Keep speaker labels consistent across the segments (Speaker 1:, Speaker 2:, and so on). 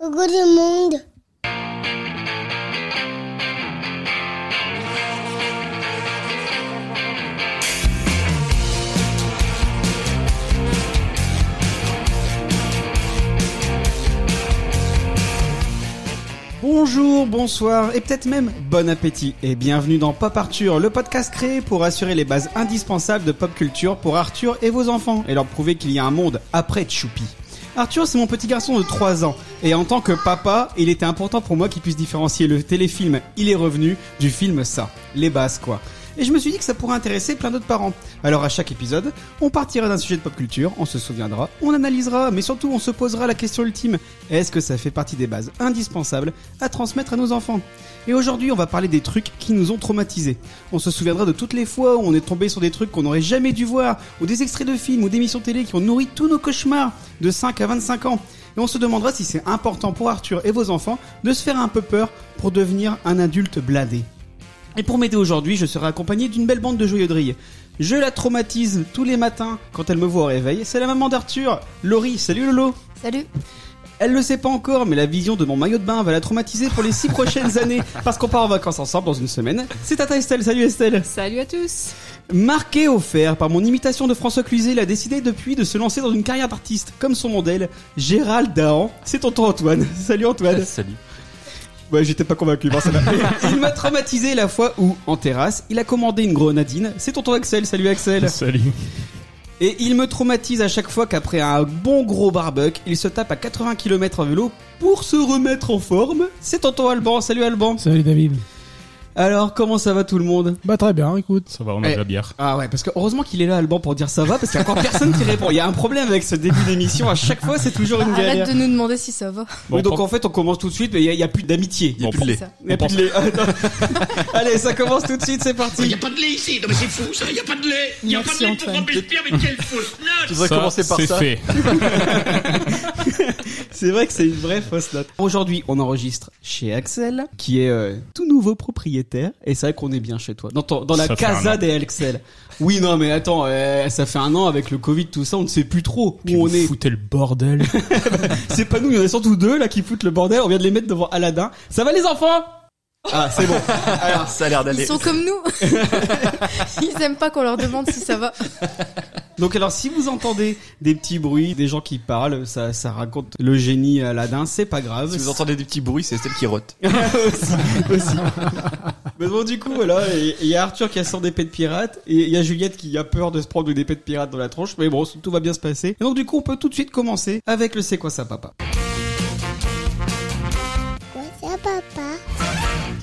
Speaker 1: Coucou le monde.
Speaker 2: Bonjour, bonsoir et peut-être même bon appétit et bienvenue dans Pop Arthur, le podcast créé pour assurer les bases indispensables de pop culture pour Arthur et vos enfants et leur prouver qu'il y a un monde après Choupi. Arthur, c'est mon petit garçon de 3 ans et en tant que papa, il était important pour moi qu'il puisse différencier le téléfilm Il est revenu du film ça, les bases quoi. Et je me suis dit que ça pourrait intéresser plein d'autres parents. Alors à chaque épisode, on partira d'un sujet de pop culture, on se souviendra, on analysera, mais surtout on se posera la question ultime. Est-ce que ça fait partie des bases indispensables à transmettre à nos enfants Et aujourd'hui, on va parler des trucs qui nous ont traumatisés. On se souviendra de toutes les fois où on est tombé sur des trucs qu'on n'aurait jamais dû voir, ou des extraits de films ou d'émissions télé qui ont nourri tous nos cauchemars de 5 à 25 ans. Et on se demandera si c'est important pour Arthur et vos enfants de se faire un peu peur pour devenir un adulte bladé. Et pour m'aider aujourd'hui, je serai accompagné d'une belle bande de joyeux Je la traumatise tous les matins quand elle me voit au réveil. C'est la maman d'Arthur, Laurie. Salut Lolo.
Speaker 3: Salut.
Speaker 2: Elle le sait pas encore, mais la vision de mon maillot de bain va la traumatiser pour les six prochaines années parce qu'on part en vacances ensemble dans une semaine. C'est Tata Estelle. Salut Estelle.
Speaker 3: Salut à tous.
Speaker 2: Marqué offert par mon imitation de François Cluzet, il a décidé depuis de se lancer dans une carrière d'artiste comme son modèle, Gérald Dahan. C'est tonton Antoine. Salut Antoine.
Speaker 4: Salut.
Speaker 2: Ouais, j'étais pas convaincu par ça. il m'a traumatisé la fois où, en terrasse, il a commandé une grenadine. C'est tonton Axel, salut Axel.
Speaker 4: Salut.
Speaker 2: Et il me traumatise à chaque fois qu'après un bon gros barbecue, il se tape à 80 km en vélo pour se remettre en forme. C'est tonton Alban, salut Alban.
Speaker 5: Salut David.
Speaker 2: Alors, comment ça va tout le monde
Speaker 5: Bah très bien, écoute.
Speaker 4: Ça va, on a
Speaker 2: Eh.
Speaker 4: de la bière.
Speaker 2: Ah ouais, parce que heureusement qu'il est là Alban pour dire ça va, parce qu'il y a encore personne qui répond. Il y a un problème avec ce début d'émission, à chaque fois c'est toujours une galère.
Speaker 3: Arrête de nous demander si ça va.
Speaker 4: Bon,
Speaker 2: oui, donc
Speaker 4: on
Speaker 2: en fait on commence tout de suite, mais il y a- il y, a plus d'amitié. Il y
Speaker 4: Bon,
Speaker 2: a plus de
Speaker 4: Lait.
Speaker 3: C'est ça.
Speaker 2: il y a plus de lait. Ah, non. Allez, ça commence tout de suite, c'est
Speaker 6: Il n'y
Speaker 2: parti.
Speaker 6: Bah, a pas de lait ici, non mais c'est fou ça, il n'y a pas de lait, il n'y a pas de
Speaker 3: Merci,
Speaker 6: lait pour
Speaker 3: Antoine.
Speaker 6: Robespierre, mais quelle fausse note
Speaker 7: Tu devrais commencer par
Speaker 4: c'est
Speaker 7: ça.
Speaker 4: fait.
Speaker 2: C'est vrai que c'est une vraie fausse note. Aujourd'hui, on enregistre chez Axel, qui est euh, tout nouveau propriétaire. Et c'est vrai qu'on est bien chez toi, dans, ton- dans la
Speaker 4: Ça fait un
Speaker 2: casa
Speaker 4: an.
Speaker 2: des Axel. Oui, non, mais attends, euh, ça fait un an avec le Covid, tout ça, on ne sait plus trop où
Speaker 4: Puis
Speaker 2: on
Speaker 4: vous
Speaker 2: est.
Speaker 4: foutez le bordel.
Speaker 2: C'est pas nous, il y en a surtout deux là qui foutent le bordel. On vient de les mettre devant Aladdin. Ça va les enfants Ah, c'est bon.
Speaker 7: Alors, ça a l'air
Speaker 3: Ils
Speaker 7: d'aller.
Speaker 3: sont comme nous. Ils aiment pas qu'on leur demande si ça va.
Speaker 2: Donc alors, si vous entendez des petits bruits, des gens qui parlent, ça, ça raconte le génie Aladdin. C'est pas grave.
Speaker 7: Si vous entendez des petits bruits, c'est Estelle qui rote.
Speaker 2: aussi. Mais bon, du coup, voilà, il y a Arthur qui a 100 d'épée de pirate, et il y a Juliette qui a peur de se prendre une épée de pirate dans la tronche, mais bon, tout va bien se passer. Et donc, du coup, on peut tout de suite commencer avec le C'est quoi ça, papa
Speaker 1: Quoi ça, papa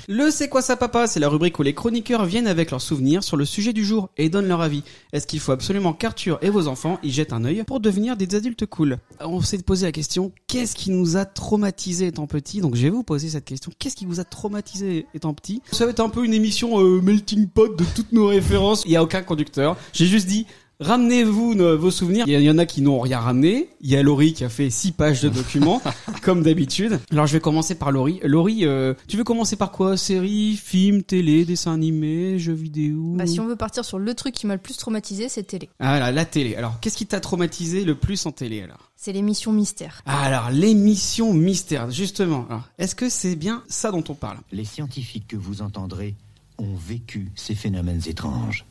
Speaker 2: Le C'est quoi ça, papa C'est la rubrique où les chroniqueurs viennent avec leurs souvenirs sur le sujet du jour et donnent leur avis. Est-ce qu'il faut absolument qu'Arthur et vos enfants y jettent un œil pour devenir des adultes cool Alors, On s'est posé la question, qu'est-ce qui nous a traumatisé étant petit Donc, je vais vous poser cette question. Qu'est-ce qui vous a traumatisé étant petit Ça va être un peu une émission euh, melting pot de toutes nos références. Il y a aucun conducteur. J'ai juste dit... Ramenez-vous nos- vos souvenirs. Il y- il y en a qui n'ont rien ramené. Il y a Laurie qui a fait six pages de documents, comme d'habitude. Alors je vais commencer par Laurie. Laurie, euh, tu veux commencer par quoi Série, film, télé, dessin animé, jeux vidéo
Speaker 3: Bah, si on veut partir sur le truc qui m'a le plus traumatisé, c'est télé.
Speaker 2: Ah là, la télé. Alors qu'est-ce qui t'a traumatisé le plus en télé alors
Speaker 3: C'est l'émission mystère.
Speaker 2: Ah, Alors l'émission mystère, justement. Alors est-ce que c'est bien ça dont on parle
Speaker 8: Les scientifiques que vous entendrez ont vécu ces phénomènes étranges.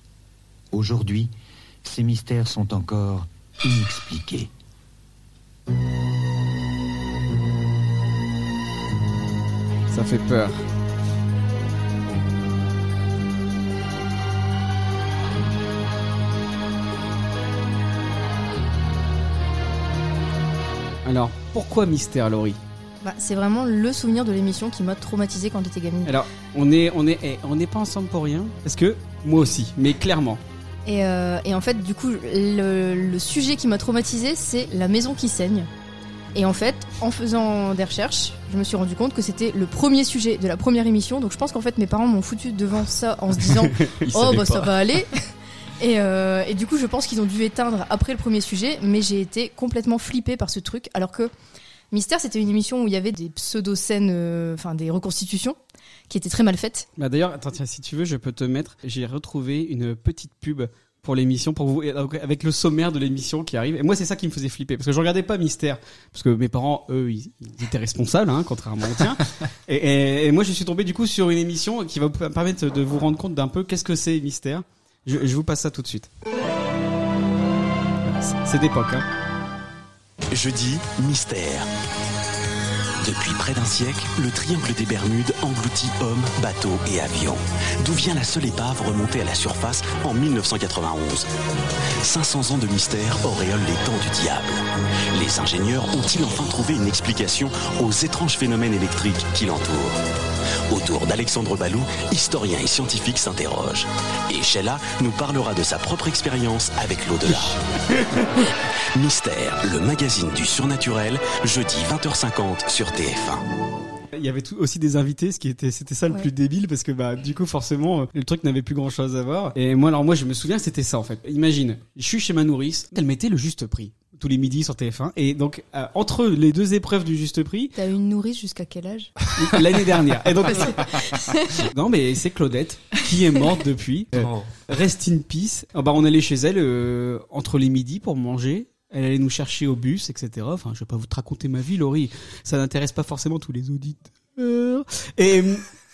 Speaker 8: Aujourd'hui, ces mystères sont encore inexpliqués.
Speaker 2: Ça fait peur. Alors, pourquoi mystère, Laurie
Speaker 3: Bah, c'est vraiment le souvenir de l'émission qui m'a traumatisé quand j'étais gamine.
Speaker 2: Alors, on est, on est, eh, on n'est pas ensemble pour rien. Parce que moi aussi, mais clairement.
Speaker 3: Et, euh, et en fait, du coup, le, le sujet qui m'a traumatisé, c'est la maison qui saigne. Et en fait, en faisant des recherches, je me suis rendu compte que c'était le premier sujet de la première émission. Donc je pense qu'en fait, mes parents m'ont foutu devant ça en se disant
Speaker 7: Ils
Speaker 3: Oh
Speaker 7: savaient
Speaker 3: bah ça
Speaker 7: pas.
Speaker 3: va aller et, euh, et du coup je pense qu'ils ont dû éteindre après le premier sujet mais j'ai été complètement flippée par ce truc alors que Mystère c'était une émission où il y avait des pseudo-scènes, euh, enfin des reconstitutions qui étaient très mal faites.
Speaker 2: Bah d'ailleurs, attends, tiens, si tu veux, je peux te mettre. J'ai retrouvé une petite pub pour l'émission, pour vous, et donc, avec le sommaire de l'émission qui arrive. Et moi, c'est ça qui me faisait flipper, parce que je regardais pas Mystère, parce que mes parents, eux, ils, ils étaient responsables, hein, contrairement au tien. et, et- et moi, je suis tombé du coup sur une émission qui va vous permettre de vous rendre compte d'un peu qu'est-ce que c'est Mystère. Je, je vous passe ça tout de suite. C'est- C'est d'époque, hein.
Speaker 4: Jeudi, mystère. Depuis près d'un siècle, le triangle des Bermudes engloutit hommes, bateaux et avions. D'où vient la seule épave remontée à la surface en 1991 500 ans de mystère auréolent les temps du diable. Les ingénieurs ont-ils enfin trouvé une explication aux étranges phénomènes électriques qui l'entourent Autour d'Alexandre Balou, historien et scientifique s'interrogent. Et Sheila nous parlera de sa propre expérience avec l'au-delà. Mystère, le magazine du surnaturel, jeudi 20h50 sur TF1.
Speaker 2: Il y avait tout- aussi des invités, ce qui était, c'était ça le
Speaker 3: Ouais.
Speaker 2: plus débile parce que bah du coup forcément euh, le truc n'avait plus grand chose à voir. Et moi alors moi je me souviens que c'était ça en fait. Imagine, je suis chez ma nourrice, elle mettait le juste prix tous les midis sur TF1 et donc euh, entre les deux épreuves du juste prix
Speaker 3: T'as eu une nourrice jusqu'à quel âge Ah,
Speaker 2: l'année dernière. Et donc non mais c'est Claudette qui est morte depuis. Euh, Rest in peace. Ah bah, on allait chez elle euh, entre les midis pour manger. Elle allait nous chercher au bus, etc. Enfin, je vais pas vous te raconter ma vie, Laurie. Ça n'intéresse pas forcément tous les auditeurs. Et,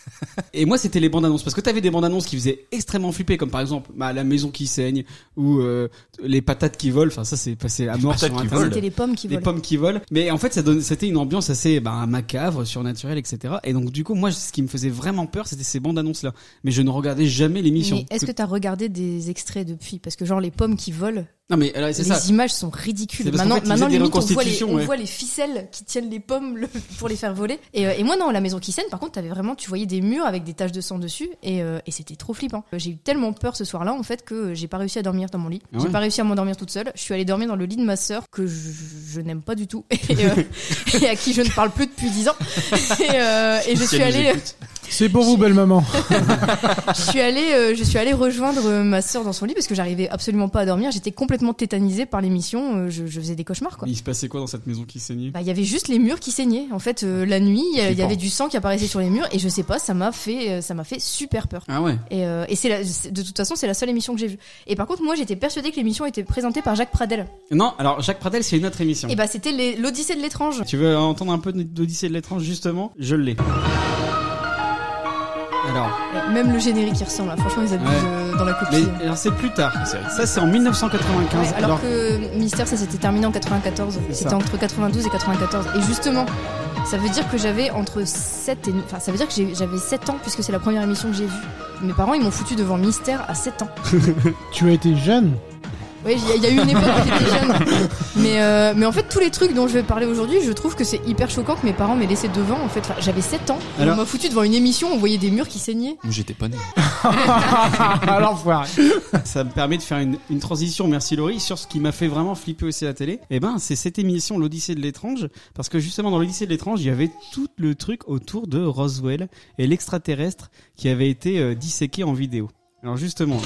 Speaker 2: et moi, c'était les bandes annonces. Parce que t'avais des bandes annonces qui faisaient extrêmement flipper, comme par exemple bah, La maison qui saigne ou euh, Les patates qui volent. Enfin, ça, c'est passé à mort
Speaker 7: patates
Speaker 2: sur
Speaker 7: qui
Speaker 2: Internet.
Speaker 7: volent.
Speaker 3: C'était les pommes qui
Speaker 2: Les
Speaker 3: volaient.
Speaker 2: pommes qui volent. Mais en fait, ça donne, c'était une ambiance assez bah, macabre, surnaturelle, etc. Et donc, du coup, moi, ce qui me faisait vraiment peur, c'était ces bandes annonces-là. Mais je ne regardais jamais l'émission.
Speaker 3: Mais est-ce que t'as regardé des extraits depuis Parce que genre les pommes qui volent,
Speaker 2: Non, mais là, c'est
Speaker 3: les
Speaker 2: ça.
Speaker 3: images sont
Speaker 2: C'est
Speaker 3: ridicules.
Speaker 2: parce qu'en
Speaker 3: Maintenant,
Speaker 2: fait, ils
Speaker 3: maintenant
Speaker 2: faisaient des
Speaker 3: limite, on, voit les,
Speaker 2: reconstitutions,
Speaker 3: on
Speaker 2: ouais.
Speaker 3: voit les ficelles qui tiennent les pommes le- pour les faire voler. Et, euh, et moi, non, la maison qui saigne, par contre, t'avais vraiment, tu voyais des murs avec des taches de sang dessus, et, euh, et c'était trop flippant. J'ai eu tellement peur ce soir-là, en fait, que j'ai pas réussi à dormir dans mon lit.
Speaker 2: Ah ouais.
Speaker 3: J'ai pas réussi à m'endormir toute seule. Je suis allée dormir dans le lit de ma sœur que je, je n'aime pas du tout et, euh, et à qui je ne parle plus depuis 10 ans. Et, euh, et je
Speaker 7: Si
Speaker 3: suis
Speaker 7: elle nous
Speaker 3: allée.
Speaker 7: écoute.
Speaker 5: C'est pour vous, belle maman.
Speaker 3: Je suis allée, euh, je suis allée rejoindre euh, ma sœur dans son lit parce que j'arrivais absolument pas à dormir. J'étais complètement tétanisée par l'émission. euh, Je, je faisais des cauchemars quoi.
Speaker 2: Il se passait quoi dans cette maison qui saignait
Speaker 3: Bah, il y avait juste les murs qui saignaient. En fait, euh, la nuit, il y a- il y
Speaker 7: Flippant.
Speaker 3: avait du sang qui apparaissait sur les murs et je sais pas, ça m'a fait, euh, ça m'a fait super peur.
Speaker 2: Ah ouais.
Speaker 3: Et, euh, et c'est la- c'est- de toute façon, c'est la seule émission que j'ai vue. Et par contre, moi, j'étais persuadée que l'émission était présentée par Jacques Pradel.
Speaker 2: Non, alors Jacques Pradel, c'est une autre émission.
Speaker 3: Et bah, c'était les- l'Odyssée de l'étrange.
Speaker 2: Tu veux entendre un peu d'Odyssée de l'étrange justement Je l'ai. Alors,
Speaker 3: Et Même le générique qui ressemble. là. Franchement, ils abusent
Speaker 2: Ouais.
Speaker 3: euh, dans la copie.
Speaker 2: mais alors c'est plus tard.
Speaker 7: C'est vrai.
Speaker 2: Ça c'est en 1995.
Speaker 3: Ouais, alors, que Mystère, ça s'était terminé en 94.
Speaker 2: C'est
Speaker 3: C'était
Speaker 2: ça.
Speaker 3: entre 92 et 94. Et justement, ça veut dire que j'avais entre 7 et. Enfin, ça veut dire que j'ai- j'avais 7 ans, puisque c'est la première émission que j'ai vue. Mes parents, ils m'ont foutu devant Mystère à 7 ans.
Speaker 5: Tu as été jeune.
Speaker 3: Oui, il y a- il y, a eu une époque où j'étais jeune. Mais, euh, mais en fait, tous les trucs dont je vais parler aujourd'hui, je trouve que c'est hyper choquant que mes parents m'aient laissé devant. En fait, Enfin, j'avais 7 ans. et
Speaker 2: Alors-
Speaker 3: On m'a foutu devant une émission, on voyait des murs qui saignaient.
Speaker 7: J'étais pas né.
Speaker 5: Ah, l'enfoiré.
Speaker 2: Ça me permet de faire une, une transition, merci Laurie, sur ce qui m'a fait vraiment flipper aussi à la télé. Eh ben, c'est cette émission, l'Odyssée de l'étrange, parce que justement dans l'Odyssée de l'étrange, il y avait tout le truc autour de Roswell et l'extraterrestre qui avait été euh, disséqué en vidéo. Alors justement,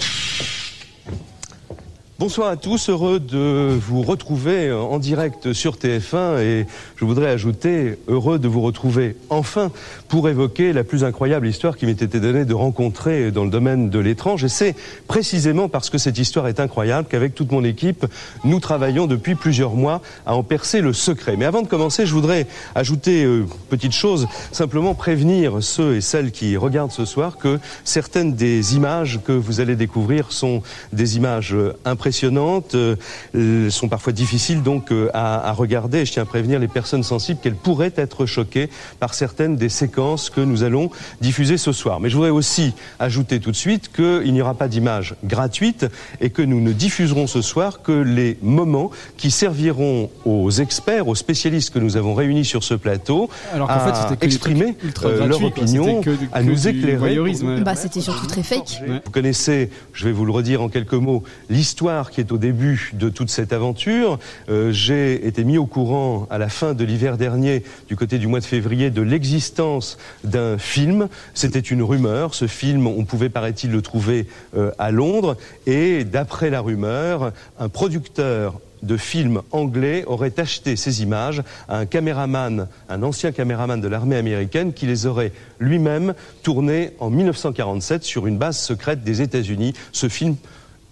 Speaker 9: Bonsoir à tous, heureux de vous retrouver euh, en direct sur TF1 et je voudrais ajouter heureux de vous retrouver enfin pour évoquer la plus incroyable histoire qui m'ait été donnée de rencontrer dans le domaine de l'étrange et c'est précisément parce que cette histoire est incroyable qu'avec toute mon équipe nous travaillons depuis plusieurs mois à en percer le secret. Mais avant de commencer, je voudrais ajouter euh, petite chose, simplement prévenir ceux et celles qui regardent ce soir que certaines des images que vous allez découvrir sont des images euh, impressionnantes, euh, euh, sont parfois difficiles donc euh, à, à regarder. Et je tiens à prévenir les personnes sensibles qu'elles pourraient être choquées par certaines des séquences que nous allons diffuser ce soir. Mais je voudrais aussi ajouter tout de suite qu'il n'y aura pas d'images gratuites et que nous ne diffuserons ce soir que les moments qui serviront aux experts, aux spécialistes que nous avons réunis sur ce plateau
Speaker 2: alors qu'en fait
Speaker 9: à
Speaker 2: c'était que des trucs
Speaker 9: exprimer
Speaker 2: ultra
Speaker 9: euh,
Speaker 2: gratuits,
Speaker 9: leur
Speaker 2: quoi. C'était
Speaker 9: opinion,
Speaker 2: que du-
Speaker 9: à
Speaker 2: que
Speaker 9: nous
Speaker 2: du
Speaker 9: éclairer.
Speaker 2: voyeurisme, ouais.
Speaker 3: Bah, c'était surtout très fake.
Speaker 2: Ouais.
Speaker 9: Vous connaissez, je vais vous le redire en quelques mots, l'histoire qui est au début de toute cette aventure. Euh, J'ai été mis au courant à la fin de l'hiver dernier, du côté du mois de février, de l'existence d'un film. C'était une rumeur. Ce film, on pouvait, paraît-il, le trouver euh, à Londres. Et d'après la rumeur, un producteur de films anglais aurait acheté ces images à un caméraman, un ancien caméraman de l'armée américaine qui les aurait lui-même tournées en 1947 sur une base secrète des États-Unis. Ce film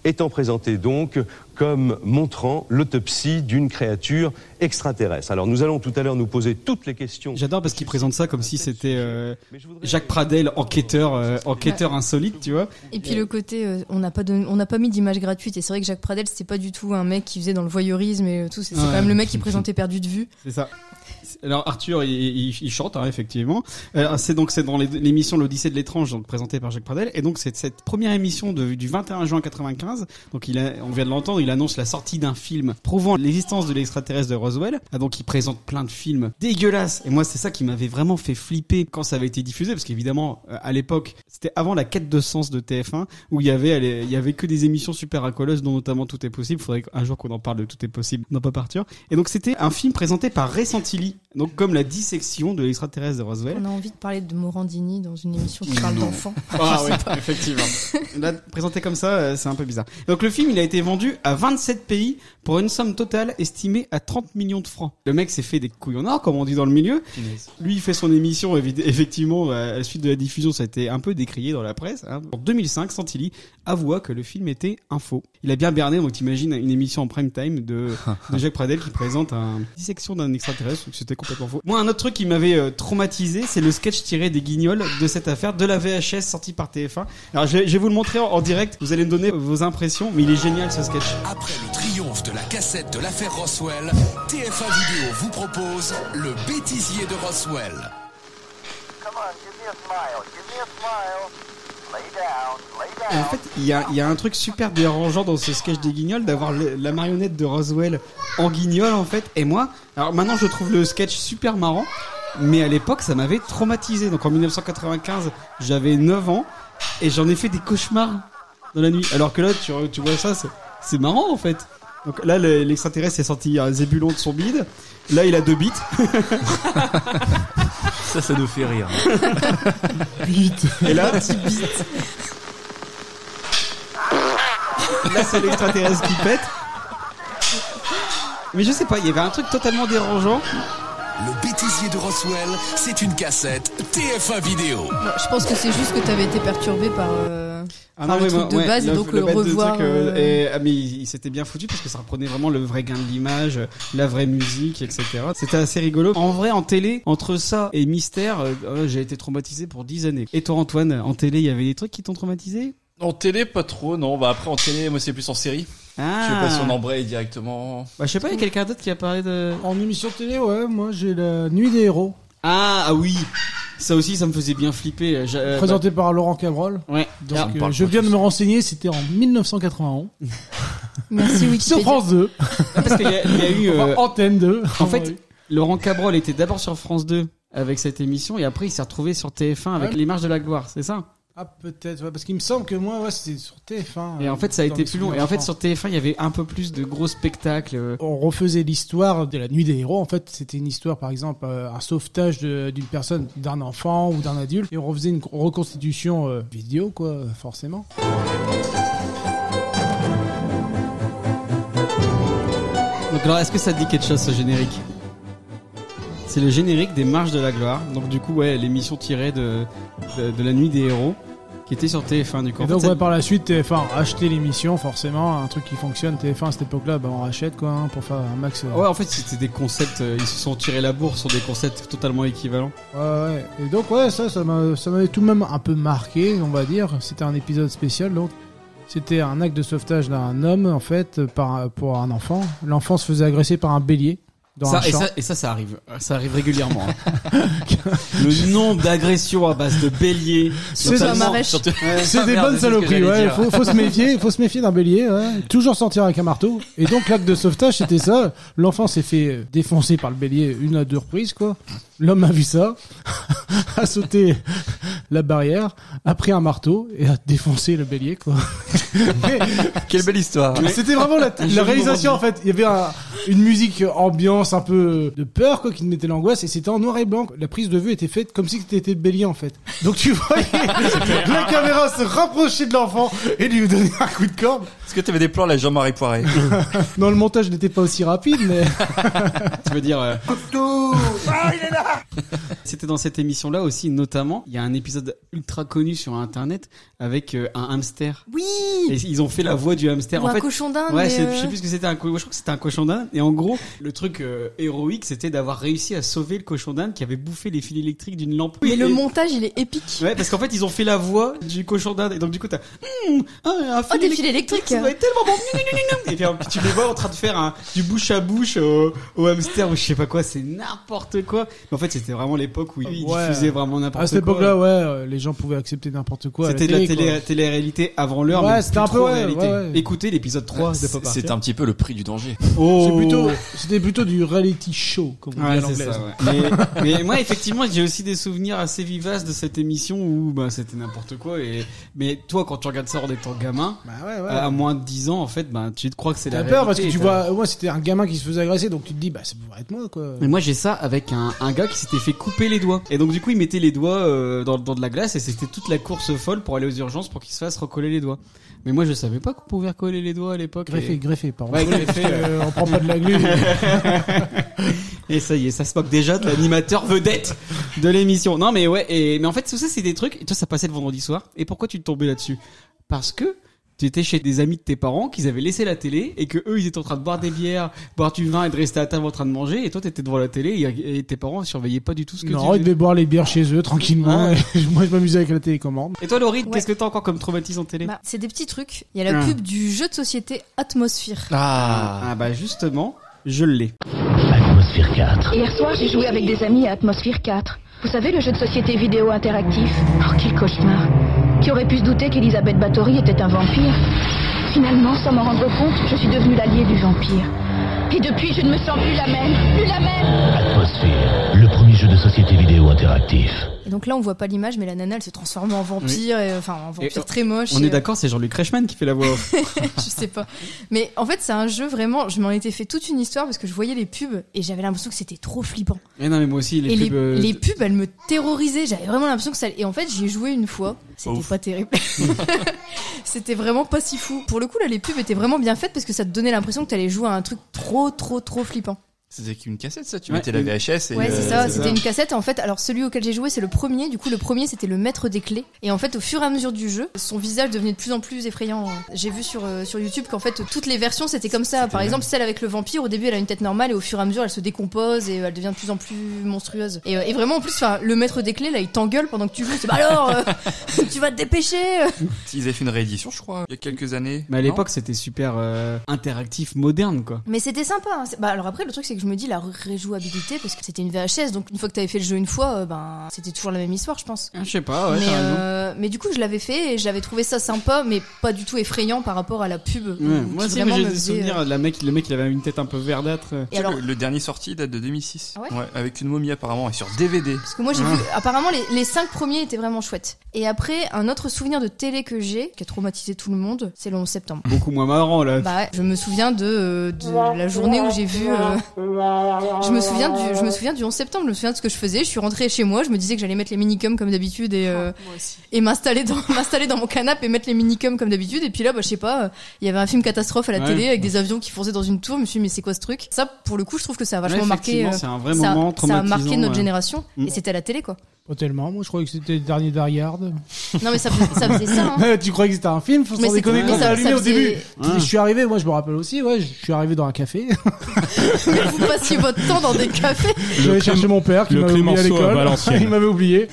Speaker 9: étant présenté donc comme montrant l'autopsie d'une créature extraterrestre. Alors nous allons tout à l'heure nous poser toutes les questions.
Speaker 2: J'adore parce qu'il présente ça comme si c'était euh,
Speaker 9: Mais je voudrais-
Speaker 2: Jacques Pradel, enquêteur, euh, enquêteur insolite, tu vois.
Speaker 3: Et puis le côté, euh, on n'a pas, donné- on n'a pas mis d'image gratuite. Et c'est vrai que Jacques Pradel, c'était pas du tout un mec qui faisait dans le voyeurisme et tout. C'est c'est
Speaker 2: Ouais.
Speaker 3: quand même le mec qui présentait perdu de vue.
Speaker 2: C'est ça. Alors Arthur, il, il- il chante hein, effectivement. Euh, c'est donc c'est dans les- l'émission l'Odyssée de l'étrange, donc présentée par Jacques Pradel, et donc c'est cette première émission de- du 21 juin 95. Donc il a, on vient de l'entendre, il annonce la sortie d'un film prouvant l'existence de l'extraterrestre de Roswell. Ah, donc il présente plein de films dégueulasses. Et moi c'est ça qui m'avait vraiment fait flipper quand ça avait été diffusé, parce qu'évidemment euh, à l'époque c'était avant la quête de sens de TF1 où il y avait elle est- il y avait que des émissions super racoleuses dont notamment Tout est possible. Faudrait un jour qu'on en parle de Tout est possible, non pas Arthur. Et donc c'était un film présenté par Ressentili, donc comme la dissection de l'extraterrestre de Roswell.
Speaker 3: On a envie de parler de Morandini dans une émission qui parle d'enfants.
Speaker 2: Ah oui, effectivement. Là, présenté comme ça, euh, c'est un peu bizarre. Donc le film, il a été vendu à 27 pays pour une somme totale estimée à 30 millions de francs. Le mec s'est fait des couilles en or, comme on dit dans le milieu. Lui, il fait son émission, évi- effectivement, euh, à la suite de la diffusion, ça a été un peu décrié dans la presse. hein. En 2005, Santilli avoua que le film était un faux. Il a bien berné, donc t'imagines une émission en prime time de, de Jacques Pradel qui présente un dissection d'un extraterrestre, donc c'était complètement faux. Moi, un autre truc qui m'avait euh, traumatisé, c'est le sketch tiré des guignols de cette affaire, de la VHS sortie par TF1. Alors, je, vais- je vais vous le montrer en, en direct, vous allez me donner vos impressions, mais il est génial ce sketch.
Speaker 4: Après le triomphe de la cassette de l'affaire Roswell, TF1 Vidéo vous propose le bêtisier de Roswell.
Speaker 2: Et en fait, il y a, il y a un truc super dérangeant dans ce sketch des guignols d'avoir le- la marionnette de Roswell en guignol en fait. Et moi, alors maintenant je trouve le sketch super marrant, mais à l'époque ça m'avait traumatisé. Donc en 1995, j'avais 9 ans et j'en ai fait des cauchemars dans la nuit. Alors que là, tu, tu vois ça, c'est- c'est marrant en fait. Donc là, le- l'extraterrestre est sorti un zébulon de son bide. Là, il a deux bites.
Speaker 7: Ça, ça nous fait rire.
Speaker 2: Et là, petit bite. Là, c'est l'extraterrestre qui pète. Mais je sais pas, il y avait un truc totalement dérangeant.
Speaker 4: Le bêtisier de Roswell, c'est une cassette TF1 Vidéo.
Speaker 3: Bon, je pense que c'est juste que t'avais été perturbé par. euh,
Speaker 2: Ah
Speaker 3: Enfin, le
Speaker 2: mais
Speaker 3: truc de base, et donc le
Speaker 2: bête de
Speaker 3: revoir,
Speaker 2: truc, euh,
Speaker 3: euh,
Speaker 2: et- ah, mais il, il s'était bien foutu parce que ça reprenait vraiment le vrai gain de l'image, euh, la vraie musique, etc. C'était assez rigolo. En vrai, en télé, entre ça et Mystère, euh, euh, j'ai été traumatisé pour 10 années. Et toi, Antoine, en télé, il y avait des trucs qui t'ont traumatisé
Speaker 7: En télé, pas trop, non. Bah après, en télé, moi, c'est plus en série.
Speaker 2: Ah,
Speaker 7: Je passe en embraye directement.
Speaker 2: Bah, je sais pas, il y a quelqu'un d'autre qui a parlé de...
Speaker 5: En émission télé, ouais, moi j'ai la Nuit des héros,
Speaker 2: Ah, ah oui Ça aussi, ça me faisait bien flipper. J'a- euh,
Speaker 5: présentée par Laurent Cabrol.
Speaker 2: bah, ouais.
Speaker 5: Donc,
Speaker 7: Ça me
Speaker 5: euh,
Speaker 7: parle
Speaker 5: je
Speaker 7: pas
Speaker 5: viens de
Speaker 7: tous.
Speaker 5: me renseigner, c'était en 1991.
Speaker 3: Merci
Speaker 5: Sur
Speaker 3: Wikipédia.
Speaker 5: France 2,
Speaker 2: Ah, Parce qu'il y, a- il y a eu... euh,
Speaker 5: enfin, Antenne 2.
Speaker 2: en fait, Laurent Cabrol était d'abord sur France 2 avec cette émission et après il s'est retrouvé sur TF1 avec
Speaker 5: Ouais.
Speaker 2: Les Marches de la Gloire, c'est ça
Speaker 5: Ah peut-être, ouais, parce qu'il me semble que moi, ouais, c'était sur TF1.
Speaker 2: Et en
Speaker 5: euh,
Speaker 2: fait ça a
Speaker 5: dans
Speaker 2: été
Speaker 5: mes
Speaker 2: plus long. Et
Speaker 5: souvenirs,
Speaker 2: en fait
Speaker 5: je
Speaker 2: sur TF1 il y avait un peu plus de gros spectacles. euh.
Speaker 5: on refaisait l'histoire de la nuit des héros. En fait, c'était une histoire, par exemple, euh, un sauvetage de- d'une personne, d'un enfant ou d'un adulte, et on refaisait une reconstitution euh, vidéo, quoi, euh, forcément.
Speaker 2: Donc alors est-ce que ça te dit quelque chose ce générique C'est le générique des Marches de la Gloire. Donc du coup ouais l'émission tirée de, de, de la nuit des héros qui était sur TF1 du coup.
Speaker 5: et
Speaker 2: En fait,
Speaker 5: donc,
Speaker 2: ça-
Speaker 5: ouais, par la suite, TF1 a acheté l'émission, forcément, un truc qui fonctionne. TF1 à cette époque-là, bah, on rachète, quoi, hein, pour faire un max. euh,
Speaker 2: Ouais, en fait, c'était des concepts, euh, ils se sont tirés la bourre sur des concepts totalement équivalents.
Speaker 5: Ouais, ouais. Et donc, ouais, ça, ça m'a- ça m'avait tout de même un peu marqué, on va dire. C'était un épisode spécial, donc. C'était un acte de sauvetage d'un homme, en fait, par, un- pour un enfant. L'enfant se faisait agresser par un bélier dans un champ.
Speaker 2: et ça, ça arrive. Ça arrive régulièrement. hein. Le nombre d'agressions à base de bélier.
Speaker 5: C'est
Speaker 3: Sur
Speaker 5: un
Speaker 3: un Marèche.
Speaker 7: Surtout-
Speaker 5: C'est
Speaker 7: Ah,
Speaker 5: des
Speaker 7: merde,
Speaker 5: bonnes
Speaker 7: c'est ce que
Speaker 5: saloperies,
Speaker 7: j'allais
Speaker 5: ouais.
Speaker 7: dire.
Speaker 5: Faut, faut se méfier, faut se méfier d'un bélier, ouais. Toujours sortir avec un marteau. Et donc l'acte de sauvetage, c'était ça. L'enfant s'est fait euh, défoncer par le bélier une à deux reprises, quoi. L'homme a vu ça, a sauté la barrière, a pris un marteau et a défoncé le bélier, quoi. Mais-
Speaker 7: Quelle belle histoire.
Speaker 5: mais C'était vraiment la, la
Speaker 2: joli
Speaker 5: réalisation en fait. Il y avait un- une musique euh, ambiance un peu de peur quoi, qui te mettait l'angoisse et c'était en noir et blanc. La prise de vue était faite comme si c'était le bélier en fait. Donc tu voyais la caméra se rapprocher de l'enfant et lui donner un coup de corde.
Speaker 7: Est-ce que t'avais des plans, là, Jean-Marie Poiré
Speaker 5: Non, le montage n'était pas aussi rapide, mais
Speaker 2: Tu veux dire. euh, C'était dans cette émission-là aussi, notamment, il y a un épisode ultra connu sur Internet avec euh, un hamster.
Speaker 3: Oui
Speaker 2: Et ils ont fait la voix du hamster.
Speaker 3: Ou
Speaker 2: en
Speaker 3: un
Speaker 2: fait,
Speaker 3: cochon d'Inde.
Speaker 2: Ouais,
Speaker 3: mais,
Speaker 2: c'est-
Speaker 3: euh,
Speaker 2: je sais plus ce que c'était un cochon. Je crois que c'était un cochon d'Inde. Et en gros, le truc euh, héroïque, c'était d'avoir réussi à sauver le cochon d'Inde qui avait bouffé les fils électriques d'une lampe.
Speaker 3: Mais le
Speaker 2: Et-
Speaker 3: montage, il est épique.
Speaker 2: Ouais, parce qu'en fait, ils ont fait la voix du cochon d'Inde. Et donc, du coup, t'as Hum, un, un
Speaker 3: Oh,
Speaker 2: fil
Speaker 3: des
Speaker 2: électrique.
Speaker 3: fils électriques
Speaker 2: Ça doit être tellement bon. et puis, puis tu les vois en train de faire un, du bouche à bouche au, au hamster ou je sais pas quoi. C'est n'importe quoi. Mais en fait, c'était vraiment l'époque où ils
Speaker 5: Ouais.
Speaker 2: diffusaient vraiment n'importe quoi.
Speaker 5: À cette époque-là, ouais, euh, les gens pouvaient accepter n'importe quoi. à
Speaker 2: C'était de la
Speaker 5: quoi.
Speaker 2: télé, télé-réalité avant l'heure,
Speaker 5: Ouais,
Speaker 2: mais
Speaker 5: c'était
Speaker 2: plus
Speaker 5: un peu,
Speaker 2: trop
Speaker 5: ouais,
Speaker 2: réalité.
Speaker 5: ouais, ouais.
Speaker 2: Écoutez l'épisode 3 de Pop
Speaker 7: C'est un petit peu le prix du danger.
Speaker 5: C'est plutôt, c'était plutôt du reality show, comme on
Speaker 2: Oh. Ouais,
Speaker 5: dit à
Speaker 2: c'est
Speaker 5: l'anglaise.
Speaker 2: ça, ouais. mais, mais moi, effectivement, j'ai aussi des souvenirs assez vivaces de cette émission où bah, c'était n'importe quoi. Et... Mais toi, quand tu regardes ça en étant gamin,
Speaker 5: Bah ouais, ouais.
Speaker 2: à à moins de 10 ans, en fait, bah, tu te crois que c'est la
Speaker 5: T'as peur parce
Speaker 2: réalité,
Speaker 5: que tu
Speaker 2: t'as-
Speaker 5: vois, moi c'était un gamin qui se faisait agresser, donc tu te dis, bah ça pourrait être moi quoi.
Speaker 2: Mais moi j'ai ça avec un, un gars qui s'était fait couper les doigts. Et donc du coup il mettait les doigts euh, dans, dans de la glace et c'était toute la course folle pour aller aux urgences pour qu'il se fasse recoller les doigts. Mais moi je savais pas qu'on pouvait recoller les doigts à l'époque.
Speaker 5: Greffé,
Speaker 2: Et...
Speaker 5: greffé, pardon.
Speaker 2: Ouais, greffé, ouais.
Speaker 5: Euh, on prend pas de la glu.
Speaker 2: Et ça y est, ça se moque déjà de l'animateur vedette de l'émission. Non, mais ouais, et, mais en fait, tout ça, c'est des trucs. Et toi, ça passait le vendredi soir. Et pourquoi tu te tombais là-dessus Parce que tu étais chez des amis de tes parents qu'ils avaient laissé la télé et que eux, ils étaient en train de boire des bières, boire du vin et de rester à table en train de manger. Et toi, t'étais devant la télé et, et tes parents surveillaient pas du tout ce que
Speaker 5: non,
Speaker 2: tu
Speaker 5: ils
Speaker 2: faisais.
Speaker 5: devaient boire les bières chez eux tranquillement.
Speaker 2: Ouais.
Speaker 5: et moi je m'amusais avec la télécommande.
Speaker 2: Et toi, Laurie,
Speaker 3: Ouais.
Speaker 2: qu'est-ce que t'as encore comme traumatisme en télé
Speaker 3: Bah, c'est des petits trucs. Il y a la
Speaker 2: Ah.
Speaker 3: pub du jeu de société Atmosphere.
Speaker 7: Ah,
Speaker 2: Ah, bah justement, je l'ai.
Speaker 4: Atmosphère 4.
Speaker 10: Hier soir, j'ai joué avec des amis à Atmosphere 4. Vous savez, le jeu de société vidéo interactif Oh, quel cauchemar Qui aurait pu se douter qu'Elisabeth Bathory était un vampire Finalement, sans m'en rendre compte, je suis devenue l'alliée du vampire. Et depuis, je ne me sens plus la même Plus la même
Speaker 4: Atmosphère, le premier jeu de société vidéo interactif.
Speaker 3: Et donc là, on voit pas l'image, mais la nana, elle se transforme en vampire, et, enfin en vampire
Speaker 2: Et on-
Speaker 3: très moche.
Speaker 2: On
Speaker 3: et, euh,
Speaker 2: est d'accord, c'est Jean-Luc Reichmann qui fait la voix off.
Speaker 3: je sais pas. Mais en fait, c'est un jeu vraiment. Je m'en étais fait toute une histoire parce que je voyais les pubs et j'avais l'impression que c'était trop flippant.
Speaker 2: Et non, mais moi aussi, les
Speaker 3: et
Speaker 2: pubs. euh,
Speaker 3: les, les pubs, elles me terrorisaient. J'avais vraiment l'impression que ça. Et en fait, j'y ai joué une fois. C'était
Speaker 7: Ouf.
Speaker 3: pas terrible. c'était vraiment pas si fou. Pour le coup, là, les pubs étaient vraiment bien faites parce que ça te donnait l'impression que t'allais jouer à un truc trop, trop, trop flippant.
Speaker 7: c'était qu'une cassette ça. Tu
Speaker 2: Ouais.
Speaker 7: mettais la VHS et.
Speaker 3: Ouais,
Speaker 7: euh,
Speaker 3: c'est ça,
Speaker 2: c'est ça.
Speaker 3: c'était une cassette. En fait, alors celui auquel j'ai joué, c'est le premier. Du coup, le premier, c'était le maître des clés. Et en fait, au fur et à mesure du jeu, son visage devenait de plus en plus effrayant. J'ai vu sur, euh, sur YouTube qu'en fait, toutes les versions, c'était comme ça. Par exemple, celle avec le vampire, au début, elle a une tête normale et au fur et à mesure, elle se décompose et elle devient de plus en plus monstrueuse. Et, euh, et vraiment, en plus, enfin, le maître des clés, là, il t'engueule pendant que tu joues. C'est bah alors, euh, tu vas te dépêcher.
Speaker 7: Ils avaient fait une réédition, je crois, il y a quelques années.
Speaker 2: Mais à
Speaker 7: Non
Speaker 2: l'époque, c'était super euh, interactif, moderne, quoi.
Speaker 3: Mais c'était sympa. hein. C'est- Bah, alors après, le truc, c'est que je me dis la réjouabilité, parce que c'était une VHS, donc une fois que t'avais fait le jeu une fois, euh, ben, c'était toujours la même histoire, je pense.
Speaker 2: Ah, Je sais pas, ouais,
Speaker 3: mais,
Speaker 2: t'as raison.
Speaker 3: euh, mais du coup, je l'avais fait et j'avais trouvé ça sympa, mais pas du tout effrayant par rapport à la pub.
Speaker 2: Ouais,
Speaker 3: qui
Speaker 2: moi aussi,
Speaker 3: Mmh. vraiment
Speaker 2: j'ai
Speaker 3: me
Speaker 2: des
Speaker 3: faisait,
Speaker 2: souvenirs
Speaker 3: euh,
Speaker 2: de la mec, le mec, il avait une tête un peu verdâtre. euh.
Speaker 7: Tu
Speaker 3: Et
Speaker 7: sais,
Speaker 3: alors,
Speaker 7: le, le dernier sorti date de 2006.
Speaker 3: Ah ouais
Speaker 7: avec une momie apparemment et sur DVD.
Speaker 3: parce que moi
Speaker 2: Hein.
Speaker 3: j'ai vu, apparemment les, les cinq premiers étaient vraiment chouettes. Et après, un autre souvenir de télé que j'ai, qui a traumatisé tout le monde, c'est le 11 septembre.
Speaker 2: Beaucoup moins marrant, là.
Speaker 3: Bah ouais, je me souviens de, euh, de la journée où j'ai vu. euh, je me souviens du, je me souviens du 11 septembre. Je me souviens de ce que je faisais. Je suis rentrée chez moi. Je me disais que j'allais mettre les minicums comme d'habitude et euh, et m'installer dans m'installer dans mon canapé et mettre les minicums comme d'habitude. Et puis là, bah je sais pas, euh, il y avait un film catastrophe à la
Speaker 2: Ouais.
Speaker 3: télé avec des avions qui fonçaient dans une tour. Je me suis dit mais c'est quoi ce truc Ça pour le coup, je trouve que ça a vachement
Speaker 2: Ouais,
Speaker 3: marqué.
Speaker 2: effectivement,
Speaker 3: euh,
Speaker 2: c'est un vrai
Speaker 3: ça, ça
Speaker 2: moment
Speaker 3: a
Speaker 2: traumatisant.
Speaker 3: marqué notre
Speaker 2: ouais.
Speaker 3: génération
Speaker 2: Mm.
Speaker 3: et c'était à la télé quoi.
Speaker 5: Pas tellement, moi je croyais que c'était le dernier d'Ariard.
Speaker 3: Non mais ça, faisait- ça faisait ça. Hein.
Speaker 5: tu croyais que c'était un film Faut
Speaker 3: Mais
Speaker 5: s'en
Speaker 3: c'est-
Speaker 5: déconner,
Speaker 3: mais
Speaker 5: quand
Speaker 3: ça-
Speaker 5: t'as allumé
Speaker 3: ça
Speaker 5: au
Speaker 3: faisait-
Speaker 5: début.
Speaker 2: Ouais.
Speaker 5: Je suis arrivé, moi je me rappelle aussi, ouais, je suis arrivé dans un café.
Speaker 3: Vous passiez votre temps dans des cafés.
Speaker 5: J'allais chercher mon père qui
Speaker 11: le
Speaker 5: m'avait oublié à
Speaker 11: Clémenceau à
Speaker 5: l'école.
Speaker 11: Valenciennes.
Speaker 5: Il m'avait oublié.